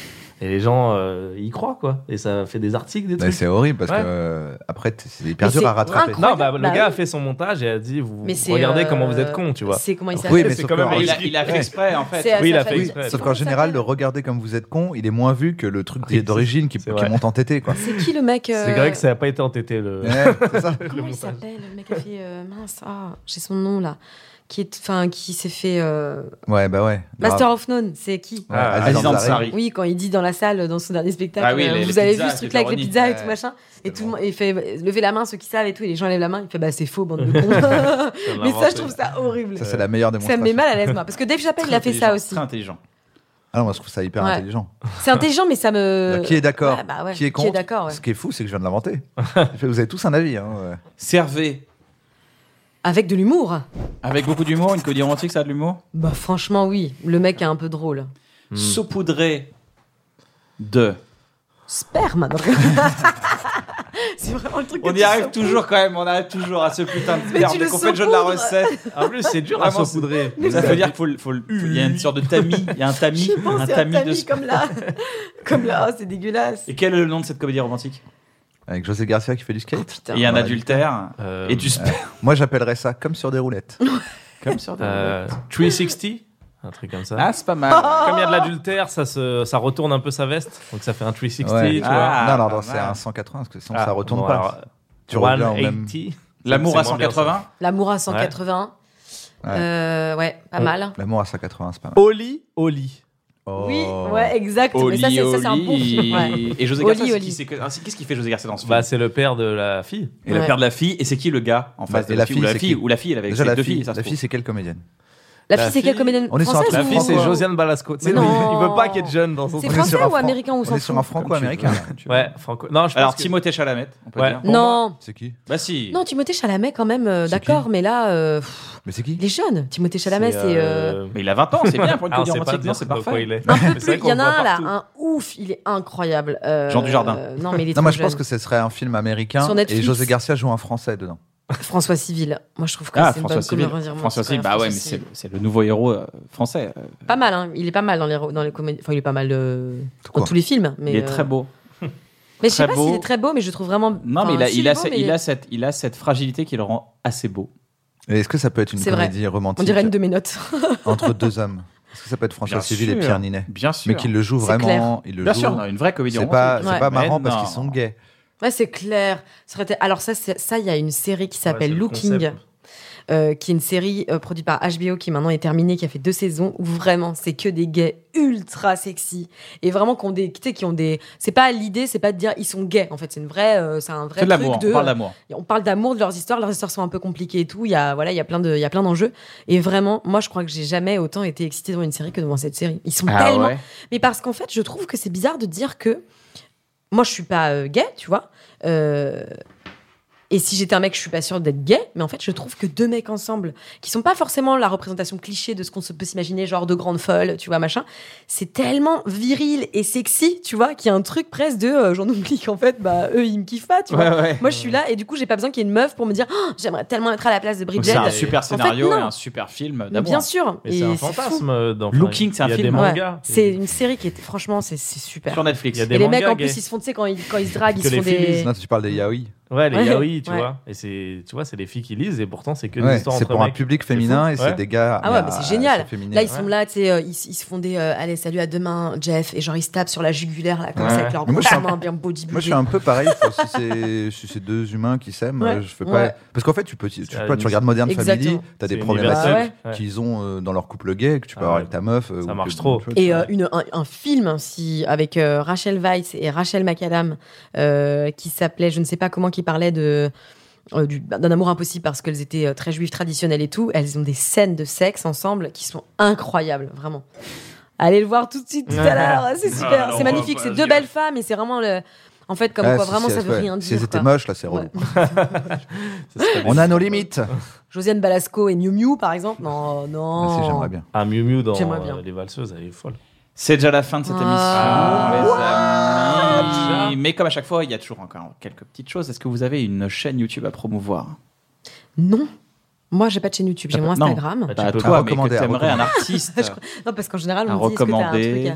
[SPEAKER 7] Et les gens euh, y croient, quoi. Et ça fait des articles, des
[SPEAKER 2] Mais
[SPEAKER 7] trucs.
[SPEAKER 2] c'est horrible parce
[SPEAKER 7] Ouais.
[SPEAKER 2] que euh, après, t- c'est hyper
[SPEAKER 3] Mais
[SPEAKER 2] dur
[SPEAKER 3] c'est
[SPEAKER 2] à rattraper.
[SPEAKER 3] incroyable.
[SPEAKER 7] Non, bah, le
[SPEAKER 3] Bah
[SPEAKER 7] gars a
[SPEAKER 3] oui.
[SPEAKER 7] fait son montage et a dit vous
[SPEAKER 3] Mais c'est,
[SPEAKER 7] regardez
[SPEAKER 3] euh,
[SPEAKER 7] comment vous êtes con, tu vois.
[SPEAKER 3] C'est comment il s'appelle
[SPEAKER 2] Oui, mais
[SPEAKER 7] c'est
[SPEAKER 2] sauf
[SPEAKER 7] quand même
[SPEAKER 2] que-
[SPEAKER 7] Ah,
[SPEAKER 1] il,
[SPEAKER 7] il
[SPEAKER 1] a, il a fait
[SPEAKER 7] Ouais.
[SPEAKER 1] exprès en fait.
[SPEAKER 3] C'est à
[SPEAKER 7] Oui, il
[SPEAKER 3] sa
[SPEAKER 7] a fait
[SPEAKER 3] famille.
[SPEAKER 7] exprès.
[SPEAKER 2] Sauf
[SPEAKER 3] Comment
[SPEAKER 2] qu'en
[SPEAKER 3] ça
[SPEAKER 2] général, le
[SPEAKER 3] s'appelle
[SPEAKER 2] regarder comme vous êtes con, il est moins vu que le truc
[SPEAKER 7] Oui,
[SPEAKER 2] qui est d'origine qui,
[SPEAKER 7] c'est
[SPEAKER 2] qui
[SPEAKER 7] vrai.
[SPEAKER 2] monte en tété, quoi.
[SPEAKER 3] C'est qui le mec euh,
[SPEAKER 7] C'est vrai que ça n'a pas été entêté le.
[SPEAKER 2] Ouais, c'est ça.
[SPEAKER 7] le
[SPEAKER 3] Comment il
[SPEAKER 7] montage.
[SPEAKER 3] s'appelle le mec qui a fait euh, mince ah j'ai son nom là qui est enfin qui s'est fait euh,
[SPEAKER 2] Ouais, bah ouais.
[SPEAKER 3] Master of None c'est qui
[SPEAKER 2] Ouais,
[SPEAKER 7] Ah,
[SPEAKER 2] Aziz
[SPEAKER 1] Aziz
[SPEAKER 2] Ansari.
[SPEAKER 1] Ansari.
[SPEAKER 3] oui quand il dit dans la salle dans son dernier spectacle
[SPEAKER 1] Ah oui,
[SPEAKER 3] euh,
[SPEAKER 1] les-
[SPEAKER 3] vous
[SPEAKER 1] les
[SPEAKER 3] avez
[SPEAKER 1] pizzas,
[SPEAKER 3] vu ce truc là avec les
[SPEAKER 1] pepperoni.
[SPEAKER 3] pizzas et
[SPEAKER 2] Ouais,
[SPEAKER 3] tout machin et tout le
[SPEAKER 2] tellement.
[SPEAKER 3] monde il fait euh, lever la main ceux qui savent et tout et les gens lèvent la main il fait bah c'est faux bande de cons mais ça je trouve ça horrible
[SPEAKER 2] Ça,
[SPEAKER 3] ça,
[SPEAKER 2] c'est la meilleure
[SPEAKER 3] me met
[SPEAKER 2] démonstration.
[SPEAKER 3] mal à l'aise moi parce que Dave Chappelle il a fait ça aussi
[SPEAKER 1] Très intelligent.
[SPEAKER 2] Ah non, moi, je trouve ça hyper
[SPEAKER 3] Ouais.
[SPEAKER 2] intelligent.
[SPEAKER 3] c'est intelligent mais ça me
[SPEAKER 2] Alors, qui est d'accord
[SPEAKER 3] Ouais, bah ouais.
[SPEAKER 2] Qui est contre
[SPEAKER 3] d'accord ouais.
[SPEAKER 2] Ce qui est fou, c'est que je viens de l'inventer. vous avez tous un avis. Hein. ouais.
[SPEAKER 1] Servez
[SPEAKER 3] avec de l'humour
[SPEAKER 1] avec beaucoup d'humour, une comédie romantique, ça a de l'humour.
[SPEAKER 3] bah franchement oui le mec est un peu drôle
[SPEAKER 1] Hmm. Saupoudrez de.
[SPEAKER 3] sperme c'est vraiment le truc que
[SPEAKER 1] On
[SPEAKER 3] tu
[SPEAKER 1] y arrive
[SPEAKER 3] sens.
[SPEAKER 1] toujours quand même, on arrive toujours à ce putain de
[SPEAKER 3] Mais
[SPEAKER 1] terme.
[SPEAKER 3] tu le
[SPEAKER 1] Donc on fait le jeu de la
[SPEAKER 3] saupoudres.
[SPEAKER 1] recette.
[SPEAKER 7] En plus, c'est dur à
[SPEAKER 1] Vraiment,
[SPEAKER 7] saupoudrer.
[SPEAKER 1] Ça veut dire qu'il faut, le- faut le- il y a une sorte de tamis, il y a un tamis,
[SPEAKER 3] Je pense
[SPEAKER 1] un
[SPEAKER 3] c'est un
[SPEAKER 1] tamis de.
[SPEAKER 3] tamis comme là. comme là, oh, c'est dégueulasse.
[SPEAKER 1] Et quel est le nom de cette comédie romantique
[SPEAKER 2] Avec José Garcia qui fait du skate.
[SPEAKER 3] Oh, Putain.
[SPEAKER 1] Il y a un
[SPEAKER 2] Voilà.
[SPEAKER 1] adultère
[SPEAKER 7] Euh,
[SPEAKER 1] et du sperme.
[SPEAKER 2] Moi, j'appellerais ça comme sur des roulettes.
[SPEAKER 1] Comme sur.
[SPEAKER 7] euh, 360, un truc comme ça.
[SPEAKER 1] Ah, c'est pas mal.
[SPEAKER 7] Comme il y a de l'adultère, ça, se, ça retourne un peu sa veste. Donc ça fait un 360,
[SPEAKER 2] Ouais.
[SPEAKER 7] tu vois.
[SPEAKER 1] Ah,
[SPEAKER 2] non, non,
[SPEAKER 1] pas
[SPEAKER 2] non, c'est
[SPEAKER 1] mal.
[SPEAKER 2] un 180 parce que sinon,
[SPEAKER 7] Ah,
[SPEAKER 2] ça retourne
[SPEAKER 7] bon,
[SPEAKER 2] pas.
[SPEAKER 7] alors,
[SPEAKER 2] tu reviens au même.
[SPEAKER 7] 180.
[SPEAKER 1] L'amour à
[SPEAKER 7] C'est moins bien, ça.
[SPEAKER 1] 180.
[SPEAKER 3] L'amour à 180.
[SPEAKER 2] Ouais. Oh.
[SPEAKER 3] Euh, Ouais, pas
[SPEAKER 7] Ouais.
[SPEAKER 3] mal.
[SPEAKER 2] L'amour à 180, c'est pas mal. Oh.
[SPEAKER 7] Oli, Oli.
[SPEAKER 3] Oui, ouais, exact. Mais ça, c'est ça, c'est un bon film. ouais.
[SPEAKER 1] Et José
[SPEAKER 3] Oli,
[SPEAKER 1] Garcia, c'est
[SPEAKER 3] Oli.
[SPEAKER 1] qui c'est que- ainsi, qu'est-ce qu'il fait José Garcia dans ce film
[SPEAKER 7] Bah, c'est le père de la fille.
[SPEAKER 1] Et le
[SPEAKER 3] Ouais.
[SPEAKER 1] père de la fille, et c'est qui le gars en face
[SPEAKER 2] Bah,
[SPEAKER 1] de
[SPEAKER 2] et
[SPEAKER 1] la
[SPEAKER 2] la
[SPEAKER 1] fille Ou
[SPEAKER 2] fille,
[SPEAKER 1] la
[SPEAKER 2] c'est
[SPEAKER 1] fille,
[SPEAKER 2] qui
[SPEAKER 1] ou la fille, elle est avec
[SPEAKER 2] Déjà,
[SPEAKER 1] ses
[SPEAKER 2] la
[SPEAKER 1] deux
[SPEAKER 2] fille,
[SPEAKER 1] filles, ça se
[SPEAKER 2] la
[SPEAKER 1] trouve.
[SPEAKER 2] fille, c'est quelle comédienne
[SPEAKER 3] La
[SPEAKER 7] La
[SPEAKER 3] fille, c'est quelle
[SPEAKER 7] fille-
[SPEAKER 3] comédienne
[SPEAKER 2] On est sur un
[SPEAKER 3] française
[SPEAKER 7] La
[SPEAKER 2] C'est
[SPEAKER 7] fille, c'est
[SPEAKER 3] ou-
[SPEAKER 7] Josiane Balasco. Tu sais,
[SPEAKER 3] Mais
[SPEAKER 7] lui,
[SPEAKER 3] non.
[SPEAKER 7] il veut pas qu'il y ait de jeunes dans son
[SPEAKER 3] C'est
[SPEAKER 7] truc.
[SPEAKER 2] On est sur
[SPEAKER 3] français
[SPEAKER 2] un
[SPEAKER 3] ou
[SPEAKER 2] Fran-
[SPEAKER 3] américain ou
[SPEAKER 2] On
[SPEAKER 3] s'en
[SPEAKER 2] est sur un
[SPEAKER 3] fout
[SPEAKER 2] franco-américain. là, tu vois.
[SPEAKER 7] Ouais, Franco. Non, je pense
[SPEAKER 1] Alors,
[SPEAKER 7] que-
[SPEAKER 1] Timothée Chalamet, on peut
[SPEAKER 7] Ouais.
[SPEAKER 1] dire.
[SPEAKER 3] Non,
[SPEAKER 2] C'est qui
[SPEAKER 1] Bah si.
[SPEAKER 3] non, Timothée Chalamet quand même, euh,
[SPEAKER 2] C'est
[SPEAKER 3] d'accord,
[SPEAKER 2] qui
[SPEAKER 3] mais là, euh, pff,
[SPEAKER 2] Mais c'est qui
[SPEAKER 3] il est jeune. Timothée Chalamet, c'est euh,
[SPEAKER 1] Mais il a 20 ans, c'est bien pour une
[SPEAKER 7] Ah, on
[SPEAKER 1] comédie
[SPEAKER 7] sait pas
[SPEAKER 1] romantique, non,
[SPEAKER 7] dire
[SPEAKER 1] c'est
[SPEAKER 7] dans quoi
[SPEAKER 1] parfait.
[SPEAKER 7] Il est.
[SPEAKER 3] un peu
[SPEAKER 7] Mais c'est vrai
[SPEAKER 3] plus. Il
[SPEAKER 7] qu'on
[SPEAKER 3] y
[SPEAKER 7] le
[SPEAKER 3] en a
[SPEAKER 7] voit
[SPEAKER 3] un là,
[SPEAKER 7] partout.
[SPEAKER 3] un ouf, il est incroyable. Euh,
[SPEAKER 1] Jean Dujardin.
[SPEAKER 3] euh, non, mais il est
[SPEAKER 2] Non,
[SPEAKER 3] trop
[SPEAKER 2] moi je pense
[SPEAKER 3] jeune.
[SPEAKER 2] que ce serait un film américain
[SPEAKER 3] Sur Netflix.
[SPEAKER 2] et José Garcia joue un français dedans.
[SPEAKER 3] François Civil. Moi, je trouve que
[SPEAKER 1] Ah,
[SPEAKER 3] c'est une
[SPEAKER 1] François
[SPEAKER 3] bonne
[SPEAKER 1] Civil.
[SPEAKER 3] comédie romantique,
[SPEAKER 1] François Civil,
[SPEAKER 3] ouais,
[SPEAKER 1] bah ouais, mais
[SPEAKER 3] François
[SPEAKER 1] c'est
[SPEAKER 3] Civil.
[SPEAKER 1] c'est le nouveau héros euh, français. euh,
[SPEAKER 3] pas mal. hein. Il est pas mal dans les ro- dans les comédies. Enfin, il est pas mal euh,
[SPEAKER 2] Tout
[SPEAKER 3] dans
[SPEAKER 2] court.
[SPEAKER 3] tous les films. Mais
[SPEAKER 1] Il est
[SPEAKER 3] euh,
[SPEAKER 1] très beau.
[SPEAKER 3] Mais je sais
[SPEAKER 1] très
[SPEAKER 3] pas s'il
[SPEAKER 1] beau.
[SPEAKER 3] est très beau, mais je le trouve vraiment.
[SPEAKER 1] Non,
[SPEAKER 3] enfin,
[SPEAKER 1] mais il a,
[SPEAKER 3] si,
[SPEAKER 1] il, a
[SPEAKER 3] beau,
[SPEAKER 1] cette-
[SPEAKER 3] mais
[SPEAKER 1] il a cette, il a cette fragilité qui le rend assez beau.
[SPEAKER 2] Et Est-ce que ça peut être une
[SPEAKER 3] C'est vrai.
[SPEAKER 2] comédie
[SPEAKER 3] On
[SPEAKER 2] romantique
[SPEAKER 3] dirait une de mes notes.
[SPEAKER 2] entre deux hommes Est-ce que ça peut être François
[SPEAKER 1] Bien
[SPEAKER 2] Civil et
[SPEAKER 1] sûr.
[SPEAKER 2] Pierre Ninet
[SPEAKER 1] Bien sûr.
[SPEAKER 2] Mais qu'il le joue
[SPEAKER 3] C'est
[SPEAKER 2] vraiment, il le
[SPEAKER 1] Bien
[SPEAKER 2] joue.
[SPEAKER 1] sûr, non, une vraie comédie
[SPEAKER 2] C'est
[SPEAKER 1] romantique.
[SPEAKER 2] pas, c'est
[SPEAKER 3] Ouais.
[SPEAKER 2] pas
[SPEAKER 1] Mais
[SPEAKER 2] marrant parce
[SPEAKER 1] non.
[SPEAKER 2] qu'ils sont gays.
[SPEAKER 3] Ouais, c'est clair. Ça aurait été- Alors ça, c'est- ça, il y a une série qui s'appelle
[SPEAKER 7] Ouais, c'est le
[SPEAKER 3] Looking,
[SPEAKER 7] concept.
[SPEAKER 3] euh, qui est une série euh, produite par HBO qui maintenant est terminée, qui a fait deux saisons où vraiment c'est que des gays ultra sexy et vraiment qui ont des, tu sais, qui ont des. C'est pas l'idée, c'est pas de dire ils sont gays. En fait, c'est une vraie, euh, c'est un vrai
[SPEAKER 1] C'est de
[SPEAKER 3] truc
[SPEAKER 1] l'amour,
[SPEAKER 3] de.
[SPEAKER 1] on parle d'amour.
[SPEAKER 3] on parle d'amour, de leurs histoires. Leurs histoires sont un peu compliquées et tout. Il y a voilà, il y a plein de, il y a plein d'enjeux. Et vraiment, moi, je crois que j'ai jamais autant été excitée devant une série que devant cette série. Ils sont
[SPEAKER 1] Ah
[SPEAKER 3] tellement mais parce qu'en fait, je trouve que c'est bizarre de dire que moi, je suis pas euh, gay, tu vois. Euh, et si j'étais un mec, je suis pas sûre d'être gay. Mais en fait, je trouve que deux mecs ensemble, qui sont pas forcément la représentation cliché de ce qu'on se peut s'imaginer, genre de grande folle, tu vois, machin, c'est tellement viril et sexy, tu vois, qu'il y a un truc presque de euh, j'en oublie qu'en fait, bah, eux, ils me kiffent pas, tu vois.
[SPEAKER 1] ouais.
[SPEAKER 3] Moi, je suis là et du coup, j'ai pas besoin qu'il y ait une meuf pour me dire Oh, j'aimerais tellement être à la place de
[SPEAKER 1] Donc, C'est
[SPEAKER 3] Bridget.
[SPEAKER 1] un super
[SPEAKER 3] fait,
[SPEAKER 1] scénario et
[SPEAKER 3] non.
[SPEAKER 1] un super film
[SPEAKER 3] Mais
[SPEAKER 1] d'amour.
[SPEAKER 3] bien sûr.
[SPEAKER 7] Mais
[SPEAKER 3] Et
[SPEAKER 7] c'est un
[SPEAKER 3] fou.
[SPEAKER 7] fantasme. euh, dans-
[SPEAKER 1] Looking, c'est un
[SPEAKER 7] il y a
[SPEAKER 1] film.
[SPEAKER 7] des
[SPEAKER 3] Ouais.
[SPEAKER 7] mangas.
[SPEAKER 3] C'est une série qui est franchement, c'est c'est super.
[SPEAKER 1] Sur Netflix.
[SPEAKER 7] Il y a
[SPEAKER 3] Et
[SPEAKER 7] des
[SPEAKER 3] les
[SPEAKER 7] mangas
[SPEAKER 3] mecs en
[SPEAKER 7] gays.
[SPEAKER 3] plus ils se font, tu sais, quand ils, quand ils se draguent, ils
[SPEAKER 7] Que
[SPEAKER 3] se font
[SPEAKER 7] les filles
[SPEAKER 3] des.
[SPEAKER 7] lisent.
[SPEAKER 2] Non, tu parles des yaoi.
[SPEAKER 7] Ouais, les
[SPEAKER 3] Ouais.
[SPEAKER 7] yaoi, tu
[SPEAKER 3] Ouais.
[SPEAKER 7] vois. Et c'est, tu vois, c'est des filles qui lisent et pourtant c'est que des
[SPEAKER 2] Ouais,
[SPEAKER 7] histoires
[SPEAKER 2] c'est
[SPEAKER 7] entre
[SPEAKER 2] pour un
[SPEAKER 7] mecs.
[SPEAKER 2] public féminin et
[SPEAKER 7] fou. Ouais.
[SPEAKER 2] c'est des gars.
[SPEAKER 3] Ah ouais,
[SPEAKER 2] euh,
[SPEAKER 3] mais c'est génial.
[SPEAKER 2] assez féminins.
[SPEAKER 3] Là, ils
[SPEAKER 7] ouais.
[SPEAKER 3] sont là, tu sais, euh, ils, ils se font des euh, allez, salut, à demain, Jeff. Et genre, ils se tapent sur la jugulaire, là, comme
[SPEAKER 7] Ouais.
[SPEAKER 3] ça, avec leur
[SPEAKER 2] Mais moi,
[SPEAKER 3] gros
[SPEAKER 2] je suis un-
[SPEAKER 3] main bien bodybuildé.
[SPEAKER 2] Moi, je suis un peu pareil. Enfin, si c'est si c'est deux humains qui s'aiment,
[SPEAKER 3] Ouais.
[SPEAKER 2] euh, je fais pas.
[SPEAKER 3] Ouais.
[SPEAKER 2] Parce qu'en fait, tu peux, tu, tu
[SPEAKER 7] C'est
[SPEAKER 2] peux- tu
[SPEAKER 7] une-
[SPEAKER 2] regardes Modern Family,
[SPEAKER 3] Exactement.
[SPEAKER 2] t'as des
[SPEAKER 7] C'est
[SPEAKER 2] problématiques
[SPEAKER 7] universel. Ouais.
[SPEAKER 2] qu'ils ont euh, dans leur couple gay que tu peux
[SPEAKER 7] Ah
[SPEAKER 2] avoir
[SPEAKER 7] ouais.
[SPEAKER 2] avec ta meuf. euh,
[SPEAKER 7] Ça
[SPEAKER 2] ou que-
[SPEAKER 7] marche trop.
[SPEAKER 2] tu vois,
[SPEAKER 3] Et
[SPEAKER 2] tu-
[SPEAKER 3] euh, une, un, un film si, avec euh, Rachel Weisz et Rachel McAdam euh, qui s'appelait, je ne sais pas comment, qui parlait de euh, du- d'un amour impossible parce qu'elles étaient euh, très juives traditionnelles et tout. Elles ont des scènes de sexe ensemble qui sont incroyables, vraiment. Allez le voir tout de suite tout à l'heure, c'est super, c'est magnifique, c'est deux belles femmes et c'est vraiment le. En fait, comme
[SPEAKER 2] Ah,
[SPEAKER 3] quoi,
[SPEAKER 2] si,
[SPEAKER 3] vraiment,
[SPEAKER 2] si,
[SPEAKER 3] ça
[SPEAKER 2] elles-
[SPEAKER 3] veut
[SPEAKER 2] ouais.
[SPEAKER 3] rien
[SPEAKER 2] Si
[SPEAKER 3] dire.
[SPEAKER 2] elles étaient
[SPEAKER 3] quoi.
[SPEAKER 2] moches, là, c'est relou.
[SPEAKER 3] Ouais.
[SPEAKER 7] Ça serait des-
[SPEAKER 2] On a nos limites.
[SPEAKER 3] Josiane Balasco et Miu Miu, par exemple, non, non.
[SPEAKER 2] Merci, Bah, j'aimerais bien.
[SPEAKER 7] Un Miu Miu dans
[SPEAKER 3] J'aimerais bien.
[SPEAKER 7] euh, Les Valseuses, elle est folle.
[SPEAKER 1] C'est déjà la fin de cette émission, les
[SPEAKER 3] Ah.
[SPEAKER 7] What
[SPEAKER 1] amis. Mais comme à chaque fois, il y a toujours encore quelques petites choses. Est-ce que vous avez une chaîne YouTube à promouvoir
[SPEAKER 3] Non, moi, j'ai pas de chaîne YouTube, j'ai
[SPEAKER 1] Ah,
[SPEAKER 3] mon
[SPEAKER 1] non.
[SPEAKER 3] Instagram.
[SPEAKER 7] Bah, tu
[SPEAKER 1] Pas
[SPEAKER 7] peux
[SPEAKER 1] toi,
[SPEAKER 2] pas
[SPEAKER 1] mais que
[SPEAKER 2] recommander, à
[SPEAKER 1] t'aimerais un
[SPEAKER 2] recommander.
[SPEAKER 1] artiste
[SPEAKER 3] Non, parce qu'en général,
[SPEAKER 1] à
[SPEAKER 3] on me dit, est-ce que t'as un truc
[SPEAKER 1] recommander.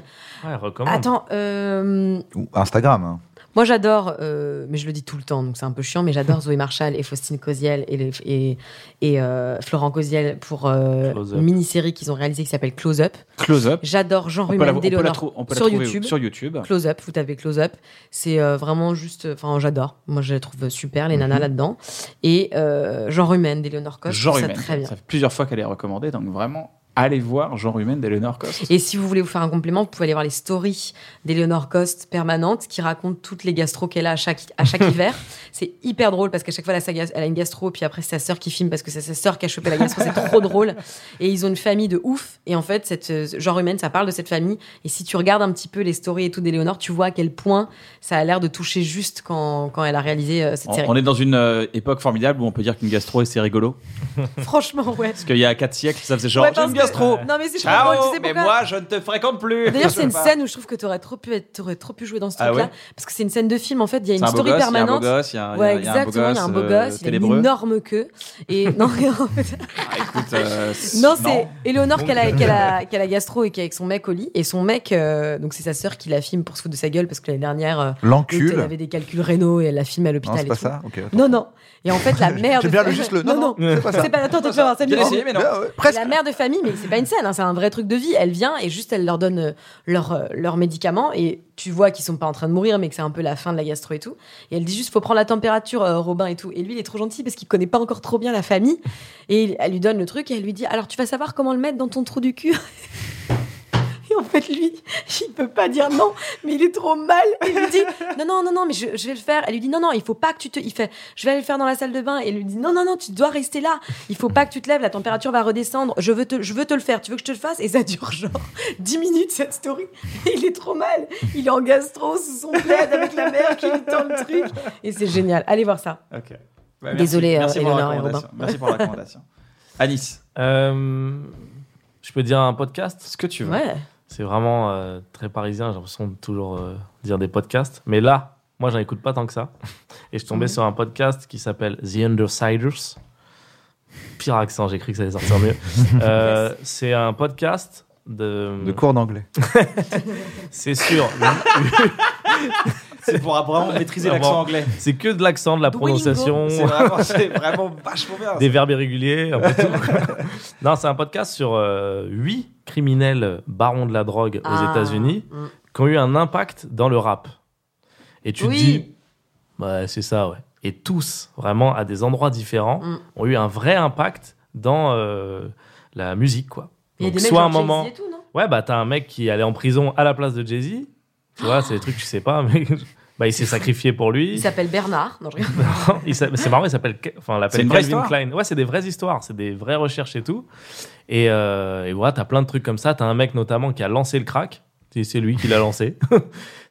[SPEAKER 3] à-
[SPEAKER 7] Ouais, recommande.
[SPEAKER 3] Attends, euh,
[SPEAKER 2] Ou Instagram. hein.
[SPEAKER 3] moi j'adore, euh, mais je le dis tout le temps, donc c'est un peu chiant, mais j'adore Zoé Marshall et Faustine Cosiel et, les- et, et, euh, Florent Cosiel pour euh,
[SPEAKER 7] Close Up.
[SPEAKER 3] une mini-série qu'ils ont réalisée qui s'appelle Close Up.
[SPEAKER 1] Close Up.
[SPEAKER 3] J'adore Jean
[SPEAKER 1] On peut la,
[SPEAKER 3] Ruben
[SPEAKER 1] on peut la
[SPEAKER 3] Delonore
[SPEAKER 1] trou- on peut la
[SPEAKER 3] sur
[SPEAKER 1] trouver
[SPEAKER 3] YouTube.
[SPEAKER 1] sur YouTube.
[SPEAKER 3] Close Up, vous tapez Close Up. C'est euh, vraiment juste, enfin j'adore. Moi je les trouve super, les nanas là-dedans. Et euh, Jean Rumen d'Eleonore Coste, je
[SPEAKER 1] Mhm. Jean
[SPEAKER 3] trouve ça
[SPEAKER 1] Rumen.
[SPEAKER 3] très bien.
[SPEAKER 1] Ça fait plusieurs fois qu'elle est recommandée, donc vraiment, allez voir Jean Rumen d'Eleanor Coste.
[SPEAKER 3] Et si vous voulez vous faire un complément, vous pouvez aller voir les stories d'Eleanor Cost permanentes qui racontent toutes les gastro qu'elle a à chaque, à chaque hiver. C'est hyper drôle parce qu'à chaque fois, la saga- elle a une gastro, puis après, c'est sa sœur qui filme parce que c'est sa sœur qui a chopé la gastro. C'est trop drôle. Et ils ont une famille de ouf. Et en fait, cette euh, genre humaine, ça parle de cette famille. Et si tu regardes un petit peu les stories et tout d'Eleanor, tu vois à quel point ça a l'air de toucher juste quand, quand elle a réalisé euh, cette
[SPEAKER 1] On,
[SPEAKER 3] série.
[SPEAKER 1] on est dans une euh, époque formidable où on peut dire qu'une gastro et c'est rigolo.
[SPEAKER 3] Franchement, ouais.
[SPEAKER 1] Parce qu'il y a 4 siècles, ça faisait genre
[SPEAKER 3] Ouais, parce
[SPEAKER 1] j'ai une
[SPEAKER 3] que- Euh,
[SPEAKER 1] gastro.
[SPEAKER 3] Non, mais c'est trop
[SPEAKER 1] Ciao,
[SPEAKER 3] drôle, tu sais
[SPEAKER 1] mais
[SPEAKER 3] pourquoi
[SPEAKER 1] moi je ne te fréquente plus.
[SPEAKER 3] D'ailleurs, c'est une
[SPEAKER 1] Je sais pas.
[SPEAKER 3] scène où je trouve que t'aurais trop pu être, t'aurais trop pu jouer dans ce
[SPEAKER 1] Ah
[SPEAKER 3] truc-là,
[SPEAKER 1] ouais
[SPEAKER 3] parce que c'est une scène de film. En fait, il y a
[SPEAKER 1] C'est
[SPEAKER 3] une
[SPEAKER 1] un beau
[SPEAKER 3] story
[SPEAKER 1] gosse, il y a un beau
[SPEAKER 3] permanente.
[SPEAKER 1] gosse, il y a un- il y a-
[SPEAKER 3] Ouais,
[SPEAKER 1] il y a un beau
[SPEAKER 3] exactement. Il y a un beau
[SPEAKER 1] euh,
[SPEAKER 3] gosse, il a une
[SPEAKER 1] ténébreux.
[SPEAKER 3] énorme queue. Et non,
[SPEAKER 1] Ah, écoute, euh,
[SPEAKER 3] non, c'est Eleonore qu'elle a, qu'elle a, qu'elle a gastro et qui est avec son mec au lit. Et son mec, euh, donc c'est sa sœur qui la filme pour se foutre de sa gueule parce que l'année dernière, euh, elle
[SPEAKER 2] L'encul.
[SPEAKER 3] avait des calculs rénaux et elle la filme à
[SPEAKER 2] Non,
[SPEAKER 3] l'hôpital.
[SPEAKER 2] c'est
[SPEAKER 3] et
[SPEAKER 2] pas
[SPEAKER 3] tout.
[SPEAKER 2] ça Ok. attends.
[SPEAKER 3] Non, non. Et en fait, la mère.
[SPEAKER 2] J'aime
[SPEAKER 3] de-
[SPEAKER 2] bien le juste le- non,
[SPEAKER 3] Non, non. C'est pas. Attends, attends, tu vas voir, ça me
[SPEAKER 1] Bien
[SPEAKER 3] dit-
[SPEAKER 1] essayé, mais non.
[SPEAKER 2] Bien, ouais, Presque.
[SPEAKER 3] la mère de famille, mais c'est pas une scène, hein, c'est un vrai truc de vie. Elle vient et juste elle leur donne euh, leur, euh, leurs médicaments et tu vois qu'ils sont pas en train de mourir, mais que c'est un peu la fin de la gastro et tout. Et elle dit juste faut prendre la température, euh, Robin et tout. Et lui, il est trop gentil parce qu'il connaît pas encore trop bien la famille. Et il- elle lui donne le truc et elle lui dit alors tu vas savoir comment le mettre dans ton trou du cul. Et en fait, lui, il peut pas dire non, mais il est trop mal. Il lui dit, non, non, non, non, mais je, je vais le faire. Elle lui dit, non, non, il faut pas que tu te. Il fait, je vais aller le faire dans la salle de bain. Et elle lui dit, non, non, non, tu dois rester là. Il faut pas que tu te lèves, la température va redescendre. Je veux te, je veux te le faire. Tu veux que je te le fasse Et ça dure genre 10 minutes, cette story. il est trop mal. Il est en gastro sous son plaid avec la mère qui lui tend le truc. Et c'est génial. Allez voir ça.
[SPEAKER 1] Ok. Bah,
[SPEAKER 3] Désolé,
[SPEAKER 1] merci,
[SPEAKER 3] euh,
[SPEAKER 1] merci pour la
[SPEAKER 3] Eleonore et
[SPEAKER 1] recommandation.
[SPEAKER 3] Robin.
[SPEAKER 1] Merci pour la recommandation. Alice,
[SPEAKER 7] Euh, je peux dire un podcast
[SPEAKER 1] ce que tu veux.
[SPEAKER 3] Ouais.
[SPEAKER 7] C'est vraiment euh, très parisien, j'ai l'impression de toujours euh, dire des podcasts. Mais là, moi, j'en écoute pas tant que ça. Et je tombais sur un podcast qui s'appelle The Undersiders. Pire accent, j'ai cru que ça allait sortir mieux. Euh, C'est un podcast de.
[SPEAKER 2] De cours d'anglais.
[SPEAKER 7] C'est sûr.
[SPEAKER 1] C'est pour vraiment maîtriser
[SPEAKER 7] Vraiment.
[SPEAKER 1] l'accent anglais.
[SPEAKER 7] C'est que de l'accent, de la
[SPEAKER 3] Duolingo.
[SPEAKER 7] prononciation.
[SPEAKER 1] C'est vraiment, c'est vraiment vachement bien.
[SPEAKER 7] des verbes irréguliers, un peu tout. non, c'est un podcast sur euh, huit criminels barons de la drogue aux
[SPEAKER 3] Ah.
[SPEAKER 7] États-Unis
[SPEAKER 3] Mm.
[SPEAKER 7] qui ont eu un impact dans le rap. Et tu te
[SPEAKER 3] Oui.
[SPEAKER 7] dis, bah, c'est ça, ouais. Et tous, vraiment, à des endroits différents,
[SPEAKER 3] Mm.
[SPEAKER 7] ont eu un vrai impact dans euh, la musique, quoi.
[SPEAKER 3] Il y a
[SPEAKER 7] Donc,
[SPEAKER 3] des mecs
[SPEAKER 7] soit un
[SPEAKER 3] genre
[SPEAKER 7] moment.
[SPEAKER 3] Jay-Z et tout, non
[SPEAKER 7] Ouais, bah, t'as un mec qui allait en prison à la place de Jay-Z. Tu vois, c'est des trucs que tu sais pas, mais. Bah, il s'est sacrifié pour lui.
[SPEAKER 3] Il s'appelle Bernard. Non, je rigole.
[SPEAKER 7] Non, il s'appelle- c'est marrant, il s'appelle. Enfin, on
[SPEAKER 1] C'est
[SPEAKER 7] l'appelle
[SPEAKER 1] une vraie
[SPEAKER 7] Calvin
[SPEAKER 1] histoire
[SPEAKER 7] Klein. Ouais, c'est des vraies histoires, c'est des vraies recherches et tout. Et, euh, et voilà, t'as plein de trucs comme ça. T'as un mec notamment qui a lancé le crack. C'est- C'est lui qui l'a lancé. tu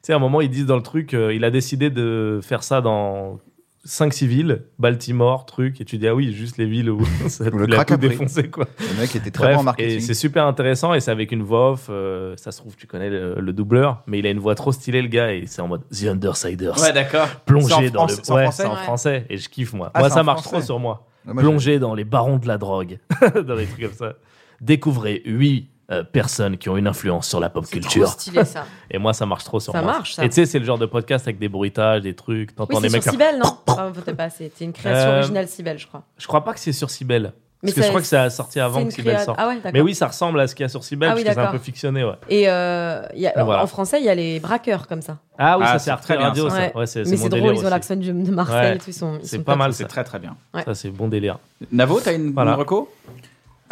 [SPEAKER 7] sais, à un moment, ils disent dans le truc, euh, il a décidé de faire ça dans 5-6 villes, Baltimore, truc. Et tu dis, ah oui, juste les villes où ça
[SPEAKER 2] Où le
[SPEAKER 7] il a
[SPEAKER 2] crack
[SPEAKER 7] tout
[SPEAKER 2] a pris.
[SPEAKER 7] défoncé, quoi.
[SPEAKER 2] Le mec était très
[SPEAKER 7] Bref,
[SPEAKER 2] bon en
[SPEAKER 7] et
[SPEAKER 2] marketing.
[SPEAKER 7] c'est super intéressant et c'est avec une voix off. euh, ça se trouve, tu connais le, le doubleur, mais il a une voix trop stylée, le gars, et c'est en mode The Undersiders
[SPEAKER 1] Ouais, d'accord. C'est en
[SPEAKER 7] plonger dans
[SPEAKER 1] France-
[SPEAKER 7] le
[SPEAKER 1] c'est en
[SPEAKER 7] ouais,
[SPEAKER 1] français
[SPEAKER 7] c'est en
[SPEAKER 3] Ouais.
[SPEAKER 7] français et je kiffe moi.
[SPEAKER 2] Ah,
[SPEAKER 7] moi
[SPEAKER 2] c'est
[SPEAKER 7] ça
[SPEAKER 2] en
[SPEAKER 7] marche
[SPEAKER 2] français.
[SPEAKER 7] trop sur moi.
[SPEAKER 2] Non, moi,
[SPEAKER 7] Plonger dans les barons de la drogue, dans des trucs comme ça. Découvrez huit euh, personnes qui ont une influence sur la pop
[SPEAKER 3] C'est trop
[SPEAKER 7] culture.
[SPEAKER 3] stylé ça.
[SPEAKER 7] Et moi ça marche trop sur
[SPEAKER 3] Ça
[SPEAKER 7] moi.
[SPEAKER 3] marche, ça.
[SPEAKER 7] Et tu sais c'est le genre de podcast avec des bruitages, des trucs,
[SPEAKER 3] Oui,
[SPEAKER 7] t'entends
[SPEAKER 3] c'est
[SPEAKER 7] des
[SPEAKER 3] sur
[SPEAKER 7] mecs.
[SPEAKER 3] Cybelle, non Ah, peut-être pas. C'était une création
[SPEAKER 7] Euh,
[SPEAKER 3] originale Cybelle, je crois.
[SPEAKER 7] Je crois pas que c'est sur Cybelle.
[SPEAKER 3] Mais
[SPEAKER 7] Parce que je
[SPEAKER 3] ça-
[SPEAKER 7] crois que ça a sorti
[SPEAKER 3] c'est
[SPEAKER 7] avant
[SPEAKER 3] une
[SPEAKER 7] que Cybelle
[SPEAKER 3] créa-
[SPEAKER 7] sorte.
[SPEAKER 3] Ah ouais, d'accord.
[SPEAKER 7] Mais oui, ça ressemble à ce qu'il y a sur Cybelle
[SPEAKER 3] Ah
[SPEAKER 7] parce
[SPEAKER 3] oui,
[SPEAKER 7] que c'est un peu
[SPEAKER 3] d'accord.
[SPEAKER 7] fictionné ouais.
[SPEAKER 3] Et euh, il y a-
[SPEAKER 7] Et voilà.
[SPEAKER 3] en français, il y a les braqueurs comme ça.
[SPEAKER 7] Ah oui,
[SPEAKER 1] Ah,
[SPEAKER 7] ça
[SPEAKER 1] c'est
[SPEAKER 7] c'est Arte
[SPEAKER 1] très bien,
[SPEAKER 7] Radio
[SPEAKER 3] ça.
[SPEAKER 7] ça. Ouais, c'est
[SPEAKER 3] Mais c'est
[SPEAKER 7] mon
[SPEAKER 3] drôle,
[SPEAKER 7] délire
[SPEAKER 3] ils ont
[SPEAKER 7] aussi.
[SPEAKER 3] l'accent du- de Marseille
[SPEAKER 7] Ouais.
[SPEAKER 3] et tout. Ils sont, ils
[SPEAKER 7] C'est
[SPEAKER 3] sont
[SPEAKER 7] pas
[SPEAKER 3] top.
[SPEAKER 7] mal
[SPEAKER 1] C'est
[SPEAKER 7] ça.
[SPEAKER 1] très très bien.
[SPEAKER 7] Ça c'est bon délire.
[SPEAKER 1] Navo, t'as une
[SPEAKER 7] Voilà.
[SPEAKER 1] une reco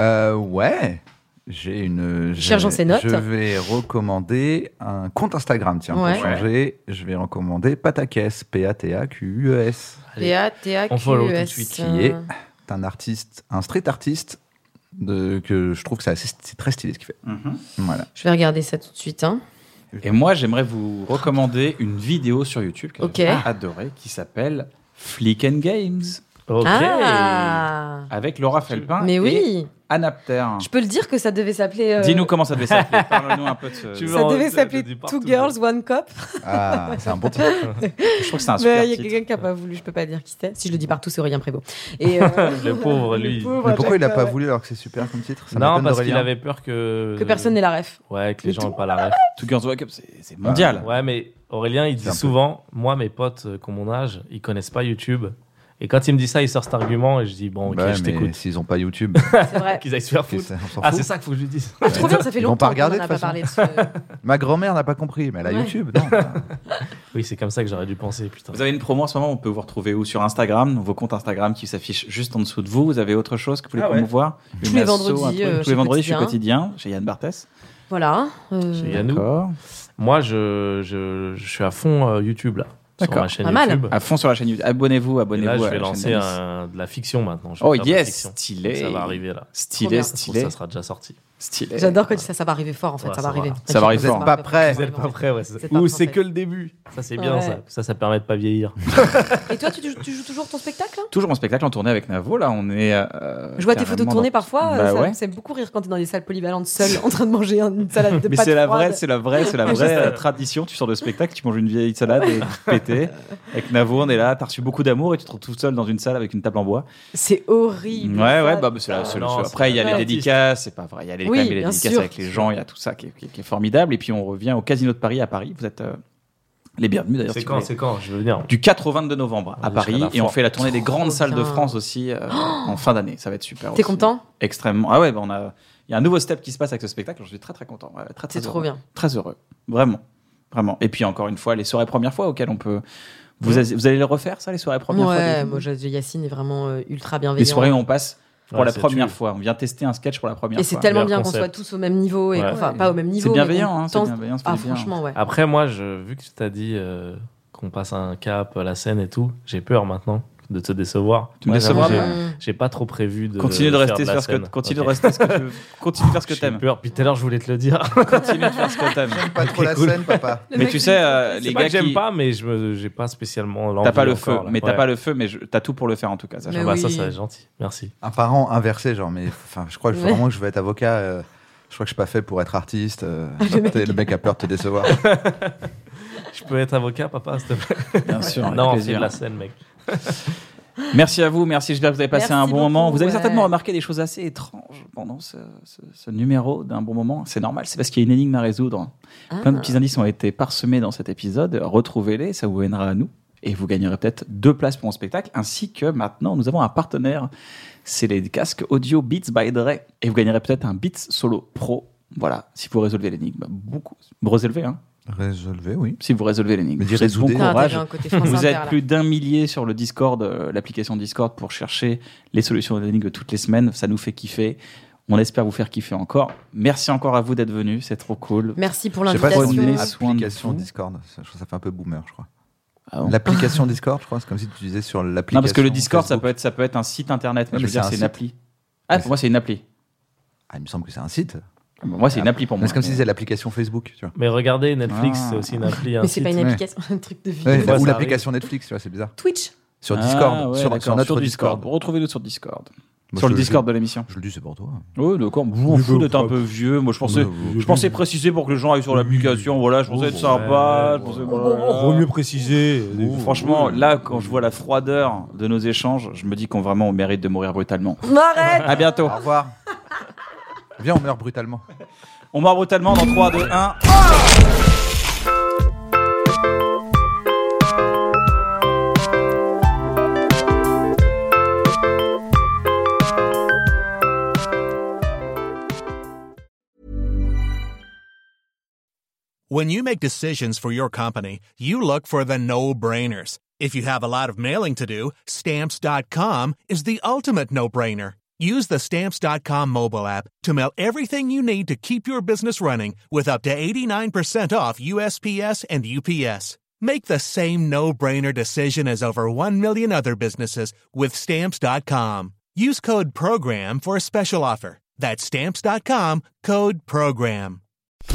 [SPEAKER 2] Euh, ouais. J'ai une. j'ai-
[SPEAKER 3] Cherche dans ses notes.
[SPEAKER 2] Je vais recommander un compte Instagram, tiens,
[SPEAKER 3] Ouais.
[SPEAKER 2] pour changer. Je vais recommander Patakes, P-A-T-A-Q-U-E-S.
[SPEAKER 7] Allez.
[SPEAKER 3] Théa, Théa,
[SPEAKER 7] On follow tout de
[SPEAKER 3] QS,
[SPEAKER 7] suite,
[SPEAKER 2] Qui est
[SPEAKER 3] euh,
[SPEAKER 2] un artiste, un street artiste, de, que je trouve que c'est assez- c'est très stylé ce qu'il fait. Voilà.
[SPEAKER 3] Je vais regarder ça tout de suite. hein.
[SPEAKER 1] Et moi, j'aimerais vous recommander une vidéo sur YouTube que
[SPEAKER 3] Ok.
[SPEAKER 1] j'ai adorée qui s'appelle Flick and Games
[SPEAKER 7] OK.
[SPEAKER 3] Ah
[SPEAKER 1] avec Laura Felpin
[SPEAKER 3] Mais
[SPEAKER 1] et
[SPEAKER 3] oui
[SPEAKER 1] Anapter.
[SPEAKER 3] Je peux le dire que ça devait s'appeler. euh,
[SPEAKER 1] Dis-nous comment ça devait s'appeler. Parle-nous un peu de ce...
[SPEAKER 7] Tu veux-
[SPEAKER 3] Ça devait
[SPEAKER 7] de-
[SPEAKER 3] s'appeler
[SPEAKER 7] de- de partout, hein.
[SPEAKER 3] Two Girls, One Cop.
[SPEAKER 2] Ah, c'est un bon titre.
[SPEAKER 1] Je trouve que c'est un super
[SPEAKER 3] Mais il y a
[SPEAKER 1] titre.
[SPEAKER 3] quelqu'un qui n'a pas voulu, je peux pas dire qui c'était. Si je le dis partout, c'est Aurélien Prévost. Et, euh,
[SPEAKER 7] Le pauvre lui.
[SPEAKER 2] Mais pourquoi il a pas voulu alors que c'est super comme titre Ça
[SPEAKER 7] Non,
[SPEAKER 2] m'étonne
[SPEAKER 7] parce
[SPEAKER 2] d'Aurélien.
[SPEAKER 7] qu'il avait peur que.
[SPEAKER 3] que personne n'ait la ref.
[SPEAKER 7] Ouais, que les gens n'ont pas la ref.
[SPEAKER 1] Two Girls Wake Up, c'est c'est mondial.
[SPEAKER 7] Ouais, mais Aurélien, il
[SPEAKER 2] C'est un
[SPEAKER 7] dit
[SPEAKER 2] peu-
[SPEAKER 7] souvent Moi, mes potes euh, qui ont mon âge, ils connaissent pas YouTube. Et quand il me dit ça, il sort cet argument et je dis Bon, ok,
[SPEAKER 2] Bah ouais,
[SPEAKER 7] je
[SPEAKER 2] mais
[SPEAKER 7] t'écoute.
[SPEAKER 2] S'ils ont pas YouTube,
[SPEAKER 3] C'est vrai.
[SPEAKER 7] Qu'ils aillent se faire
[SPEAKER 2] qu'est-ce
[SPEAKER 7] foutre.
[SPEAKER 2] que ça, on s'en
[SPEAKER 7] Ah,
[SPEAKER 2] fout.
[SPEAKER 7] c'est ça qu'il faut que je lui dise.
[SPEAKER 3] Ah, trop bien, ça fait
[SPEAKER 2] Ils vont
[SPEAKER 3] longtemps
[SPEAKER 2] pas
[SPEAKER 3] qu'on
[SPEAKER 2] regarder,
[SPEAKER 3] en a
[SPEAKER 2] de
[SPEAKER 3] pas
[SPEAKER 2] toute
[SPEAKER 3] parlé de ce.
[SPEAKER 2] Ma grand-mère n'a pas compris, mais elle a
[SPEAKER 3] Ouais.
[SPEAKER 2] YouTube. Non,
[SPEAKER 7] Oui, c'est comme ça que j'aurais dû penser, putain.
[SPEAKER 1] Vous avez une promo en ce moment, on peut vous retrouver où Sur Instagram, vos comptes Instagram qui s'affichent juste en dessous de vous. Vous avez autre chose que vous voulez
[SPEAKER 7] Ah ouais.
[SPEAKER 1] promouvoir
[SPEAKER 3] Tous
[SPEAKER 1] Une
[SPEAKER 3] les
[SPEAKER 1] asso, un
[SPEAKER 3] vendredis,
[SPEAKER 1] truc.
[SPEAKER 3] euh,
[SPEAKER 1] Tous
[SPEAKER 3] chez
[SPEAKER 1] les vendredis, je suis
[SPEAKER 3] Quotidien.
[SPEAKER 1] quotidien, chez Yann Barthès.
[SPEAKER 3] Voilà. euh,
[SPEAKER 7] Chez Yannou.
[SPEAKER 1] D'accord.
[SPEAKER 7] Moi, je, je, je suis à fond euh, YouTube, là. Sur
[SPEAKER 1] D'accord. Ah,
[SPEAKER 7] ma chaîne
[SPEAKER 3] Pas mal.
[SPEAKER 7] YouTube.
[SPEAKER 1] À fond sur la chaîne YouTube. Abonnez-vous,
[SPEAKER 7] Et là,
[SPEAKER 1] abonnez-vous.
[SPEAKER 7] je
[SPEAKER 1] à
[SPEAKER 7] vais
[SPEAKER 1] euh, la chaîne
[SPEAKER 7] lancer
[SPEAKER 1] d'Alice.
[SPEAKER 7] un- de la fiction maintenant. Je vais
[SPEAKER 1] Oh
[SPEAKER 7] faire de la
[SPEAKER 1] yes,
[SPEAKER 7] fiction.
[SPEAKER 1] stylé.
[SPEAKER 7] Ça va arriver là.
[SPEAKER 3] Trop
[SPEAKER 1] Stylé,
[SPEAKER 3] bien. Je
[SPEAKER 7] Je trouve que
[SPEAKER 1] stylé,
[SPEAKER 7] ça sera déjà sorti.
[SPEAKER 1] stylé.
[SPEAKER 3] J'adore quand tu dis ça, ça va arriver fort en fait.
[SPEAKER 7] Ouais,
[SPEAKER 3] ça va
[SPEAKER 7] ça va.
[SPEAKER 3] arriver.
[SPEAKER 1] Ça va arriver
[SPEAKER 3] Vous êtes
[SPEAKER 1] fort.
[SPEAKER 2] pas prêts.
[SPEAKER 7] Vous êtes pas prêts, ouais. c'est-
[SPEAKER 3] C'est pas
[SPEAKER 7] Ou c'est
[SPEAKER 3] parfait.
[SPEAKER 7] que le début. Ça, c'est bien,
[SPEAKER 3] Ouais.
[SPEAKER 7] ça. Ça, ça permet de pas vieillir.
[SPEAKER 3] Et toi, tu, tu joues toujours ton spectacle hein
[SPEAKER 1] Toujours en spectacle, en tournée avec Navo. Là, on est. euh,
[SPEAKER 3] Je vois tes photos de
[SPEAKER 1] carrément
[SPEAKER 3] tournée
[SPEAKER 1] dans-
[SPEAKER 3] parfois.
[SPEAKER 1] Bah
[SPEAKER 3] euh, ça
[SPEAKER 1] ouais.
[SPEAKER 3] me fait beaucoup rire quand t'es dans des salles polyvalentes seul en train de manger une salade de
[SPEAKER 1] Mais
[SPEAKER 3] pâtes
[SPEAKER 1] c'est la
[SPEAKER 3] froides.
[SPEAKER 1] vraie, c'est la vraie, c'est la vraie euh, tradition. Tu sors de spectacle, tu manges une vieille salade et tu te pétais. Avec Navo, on est là. T'as reçu beaucoup d'amour et tu te retrouves tout seul dans une salle avec une table en bois.
[SPEAKER 3] C'est
[SPEAKER 1] Ouais,
[SPEAKER 3] horrible. ça.
[SPEAKER 1] ouais. Bah, bah, c'est la
[SPEAKER 7] Ah,
[SPEAKER 1] seule-
[SPEAKER 7] non,
[SPEAKER 1] seule-
[SPEAKER 7] c'est
[SPEAKER 1] Après, il y a
[SPEAKER 7] pas
[SPEAKER 1] les
[SPEAKER 7] artiste.
[SPEAKER 1] dédicaces. C'est pas vrai. Il y a les,
[SPEAKER 3] Oui,
[SPEAKER 1] quand même les
[SPEAKER 3] bien
[SPEAKER 1] dédicaces
[SPEAKER 3] sûr.
[SPEAKER 1] avec les gens. Il y a tout ça qui est, qui est- qui est formidable. Et puis on revient au Casino de Paris à Paris. Vous êtes euh, les bienvenus d'ailleurs.
[SPEAKER 7] C'est
[SPEAKER 1] si
[SPEAKER 7] quand
[SPEAKER 1] vous voulez.
[SPEAKER 7] C'est quand Je veux venir.
[SPEAKER 1] du 4 au 22 novembre à
[SPEAKER 7] Ah,
[SPEAKER 1] Paris
[SPEAKER 7] jusqu'à la
[SPEAKER 1] et on
[SPEAKER 7] fin.
[SPEAKER 1] fait la tournée des grandes salles de
[SPEAKER 3] Oh, bien. Oh
[SPEAKER 1] France aussi euh, en fin d'année. Ça va être super.
[SPEAKER 3] T'es
[SPEAKER 1] aussi.
[SPEAKER 3] content
[SPEAKER 1] Extrêmement. Ah ouais, bah on a. Il y a un nouveau step qui se passe avec ce spectacle. Je suis très très content. Ouais, très, très
[SPEAKER 3] C'est trop
[SPEAKER 1] heureux.
[SPEAKER 3] bien.
[SPEAKER 1] Très heureux, vraiment, vraiment. Et puis encore une fois, les soirées première fois auxquelles on peut. Vous, vous allez le refaire ça, les soirées première fois.
[SPEAKER 3] Ouais,
[SPEAKER 1] des-
[SPEAKER 3] moi je- Yacine est vraiment euh, ultra
[SPEAKER 1] les
[SPEAKER 3] bienveillant.
[SPEAKER 1] soirées où on passe pour
[SPEAKER 7] Ouais,
[SPEAKER 1] la
[SPEAKER 7] ça
[SPEAKER 1] première
[SPEAKER 7] tue.
[SPEAKER 1] fois. On vient tester un sketch pour la première
[SPEAKER 3] Et c'est
[SPEAKER 1] fois.
[SPEAKER 3] tellement bien
[SPEAKER 7] meilleur
[SPEAKER 3] qu'on
[SPEAKER 7] concept.
[SPEAKER 3] soit tous au même niveau. Et
[SPEAKER 7] Ouais.
[SPEAKER 3] Enfin, pas au même niveau.
[SPEAKER 1] C'est
[SPEAKER 3] mais
[SPEAKER 1] bienveillant,
[SPEAKER 3] qu'on
[SPEAKER 1] hein, c'est
[SPEAKER 3] tente-
[SPEAKER 1] bienveillant, c'est
[SPEAKER 3] Ah,
[SPEAKER 1] bien.
[SPEAKER 3] franchement, ouais.
[SPEAKER 7] Après, moi, je, vu que tu t'as dit euh, qu'on passe un cap, à la scène et tout, j'ai peur maintenant de te décevoir.
[SPEAKER 1] Tu me
[SPEAKER 7] Ouais, j'avoue,
[SPEAKER 1] décevras,
[SPEAKER 7] j'ai-
[SPEAKER 1] mais-
[SPEAKER 3] Hum.
[SPEAKER 7] J'ai pas trop prévu de.
[SPEAKER 1] Continue de
[SPEAKER 7] faire
[SPEAKER 1] rester
[SPEAKER 7] la
[SPEAKER 1] faire ce que
[SPEAKER 7] scène.
[SPEAKER 1] continue
[SPEAKER 7] Ok.
[SPEAKER 1] de rester ce que tu continue de faire ce que
[SPEAKER 7] J'ai
[SPEAKER 1] t'aimes.
[SPEAKER 7] peur. Depuis tout à l'heure, je voulais te le dire.
[SPEAKER 1] Continue de faire ce que t'aimes.
[SPEAKER 2] Pas trop la
[SPEAKER 7] cool.
[SPEAKER 2] scène, papa.
[SPEAKER 3] Le
[SPEAKER 1] Mais
[SPEAKER 3] mec,
[SPEAKER 1] tu
[SPEAKER 3] il-
[SPEAKER 1] sais euh, les
[SPEAKER 7] C'est pas
[SPEAKER 1] gars
[SPEAKER 7] que j'aime
[SPEAKER 1] qui
[SPEAKER 7] pas, mais je me- j'ai pas spécialement l'envie.
[SPEAKER 1] t'as pas le
[SPEAKER 7] encore,
[SPEAKER 1] feu,
[SPEAKER 7] là.
[SPEAKER 1] mais t'as
[SPEAKER 7] Ouais.
[SPEAKER 1] pas le feu, mais je- t'as tout pour le faire en tout cas. ça, je-
[SPEAKER 3] Mais
[SPEAKER 7] Ah bah, Ça,
[SPEAKER 3] oui.
[SPEAKER 7] c'est gentil. Merci.
[SPEAKER 2] Un parent inversé, genre, mais enfin, je crois
[SPEAKER 3] Ouais.
[SPEAKER 2] vraiment que je veux être avocat. euh, je crois que je suis pas fait pour être artiste. euh, t'es- le mec a peur de te décevoir.
[SPEAKER 7] Je peux être avocat, papa, s'il te plaît.
[SPEAKER 1] Bien sûr, avec
[SPEAKER 7] non, c'est
[SPEAKER 1] plaisir.
[SPEAKER 7] de la scène, mec.
[SPEAKER 1] Merci à vous, merci. J'espère que vous avez passé
[SPEAKER 3] Merci
[SPEAKER 1] un bon
[SPEAKER 3] beaucoup,
[SPEAKER 1] moment. Vous avez
[SPEAKER 3] ouais.
[SPEAKER 1] certainement remarqué des choses assez étranges pendant ce, ce- ce numéro d'un bon moment. C'est normal, c'est parce qu'il y a une énigme à résoudre.
[SPEAKER 3] Ah.
[SPEAKER 1] Plein de petits indices ont été parsemés dans cet épisode. Retrouvez-les, ça vous mènera à nous. Et vous gagnerez peut-être deux places pour mon spectacle, ainsi que maintenant, nous avons un partenaire. C'est les casques audio Beats by Dre. Et vous gagnerez peut-être un Beats Solo Pro. Voilà, si vous résolvez l'énigme. Beaucoup. Vous résolvez, hein
[SPEAKER 2] Résolvé, oui.
[SPEAKER 1] Si vous résolvez l'énigme.
[SPEAKER 2] Mais dis
[SPEAKER 1] Vous êtes bon
[SPEAKER 2] résoudez.
[SPEAKER 3] Putain,
[SPEAKER 1] courage.
[SPEAKER 3] t'avais un côté France
[SPEAKER 1] Vous
[SPEAKER 3] Inter,
[SPEAKER 1] êtes
[SPEAKER 3] là.
[SPEAKER 1] plus d'un millier sur le Discord, euh, l'application Discord, pour chercher les solutions aux énigmes toutes les semaines. Ça nous fait kiffer. On espère vous faire kiffer encore. Merci encore à vous d'être venus. C'est trop cool.
[SPEAKER 3] Merci pour
[SPEAKER 2] Je sais pas si on dit
[SPEAKER 1] Prenez
[SPEAKER 3] l'invitation.
[SPEAKER 1] soin de
[SPEAKER 2] application
[SPEAKER 1] vous.
[SPEAKER 2] Discord. Ça, je trouve que ça fait un peu boomer, je crois.
[SPEAKER 1] Ah bon
[SPEAKER 2] L'application Discord, je crois, c'est comme si tu disais sur l'application.
[SPEAKER 1] non, parce que le Discord, ça
[SPEAKER 2] Facebook.
[SPEAKER 1] peut, être, ça peut être un site internet. Mais
[SPEAKER 2] Non,
[SPEAKER 1] je
[SPEAKER 2] mais
[SPEAKER 1] veux dire,
[SPEAKER 2] c'est un
[SPEAKER 1] c'est une
[SPEAKER 2] site.
[SPEAKER 1] appli. Ah, pour moi, c'est une appli.
[SPEAKER 2] Ah, il me semble que c'est un site.
[SPEAKER 1] Ah, bah, Moi, c'est une appli pour
[SPEAKER 2] Mais
[SPEAKER 1] moi.
[SPEAKER 2] c'est comme si c'était l'application Facebook, tu vois.
[SPEAKER 7] Mais regardez, Netflix,
[SPEAKER 1] Ah.
[SPEAKER 7] c'est aussi une appli. un
[SPEAKER 3] Mais c'est
[SPEAKER 7] site.
[SPEAKER 3] pas une
[SPEAKER 2] Ouais.
[SPEAKER 3] application, un truc de vidéo.
[SPEAKER 2] Ouais,
[SPEAKER 7] fois,
[SPEAKER 2] ou
[SPEAKER 7] ça
[SPEAKER 2] l'application Netflix, tu vois, c'est bizarre.
[SPEAKER 3] Twitch.
[SPEAKER 2] Sur
[SPEAKER 1] Ah,
[SPEAKER 2] Discord,
[SPEAKER 1] ouais,
[SPEAKER 2] sur,
[SPEAKER 1] d'accord,
[SPEAKER 2] sur notre Discord.
[SPEAKER 1] Retrouvez-nous sur Discord.
[SPEAKER 2] Moi,
[SPEAKER 1] sur le
[SPEAKER 2] je-
[SPEAKER 1] Discord
[SPEAKER 2] je-
[SPEAKER 1] de l'émission.
[SPEAKER 2] Je le dis, c'est pour toi.
[SPEAKER 1] Oui, d'accord. Vous, on
[SPEAKER 2] Mais
[SPEAKER 1] fout
[SPEAKER 2] je
[SPEAKER 1] d'être un
[SPEAKER 2] crois
[SPEAKER 1] peu vieux. Moi, je pensais,
[SPEAKER 2] Mais-
[SPEAKER 1] je pensais préciser pour que les gens aillent sur l'application. Voilà, je pensais être sympa. je pensais- voilà.
[SPEAKER 7] préciser.
[SPEAKER 1] Ouh, Franchement, là, quand je vois la froideur de nos échanges, je me dis qu'on vraiment on mérite de mourir brutalement.
[SPEAKER 3] Arrête
[SPEAKER 1] À bientôt.
[SPEAKER 2] Au revoir. Viens, on meurt brutalement.
[SPEAKER 1] On meurt brutalement dans 3, 2, 1.
[SPEAKER 8] When you make decisions for your company, you look for the no brainers. If you have a lot of mailing to do, stamps.com is the ultimate no brainer. Use the stamps.com mobile app to mail everything you need to keep your business running with up to 89% off USPS and UPS. Make the same no brainer decision as over 1 million other businesses with stamps.com. Use code PROGRAM for a special offer. That's stamps.com code PROGRAM.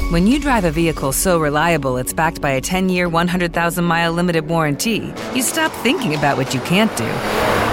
[SPEAKER 13] When you drive a vehicle so reliable it's backed by a 10 year, 100,000 mile limited warranty, you stop thinking about what you can't do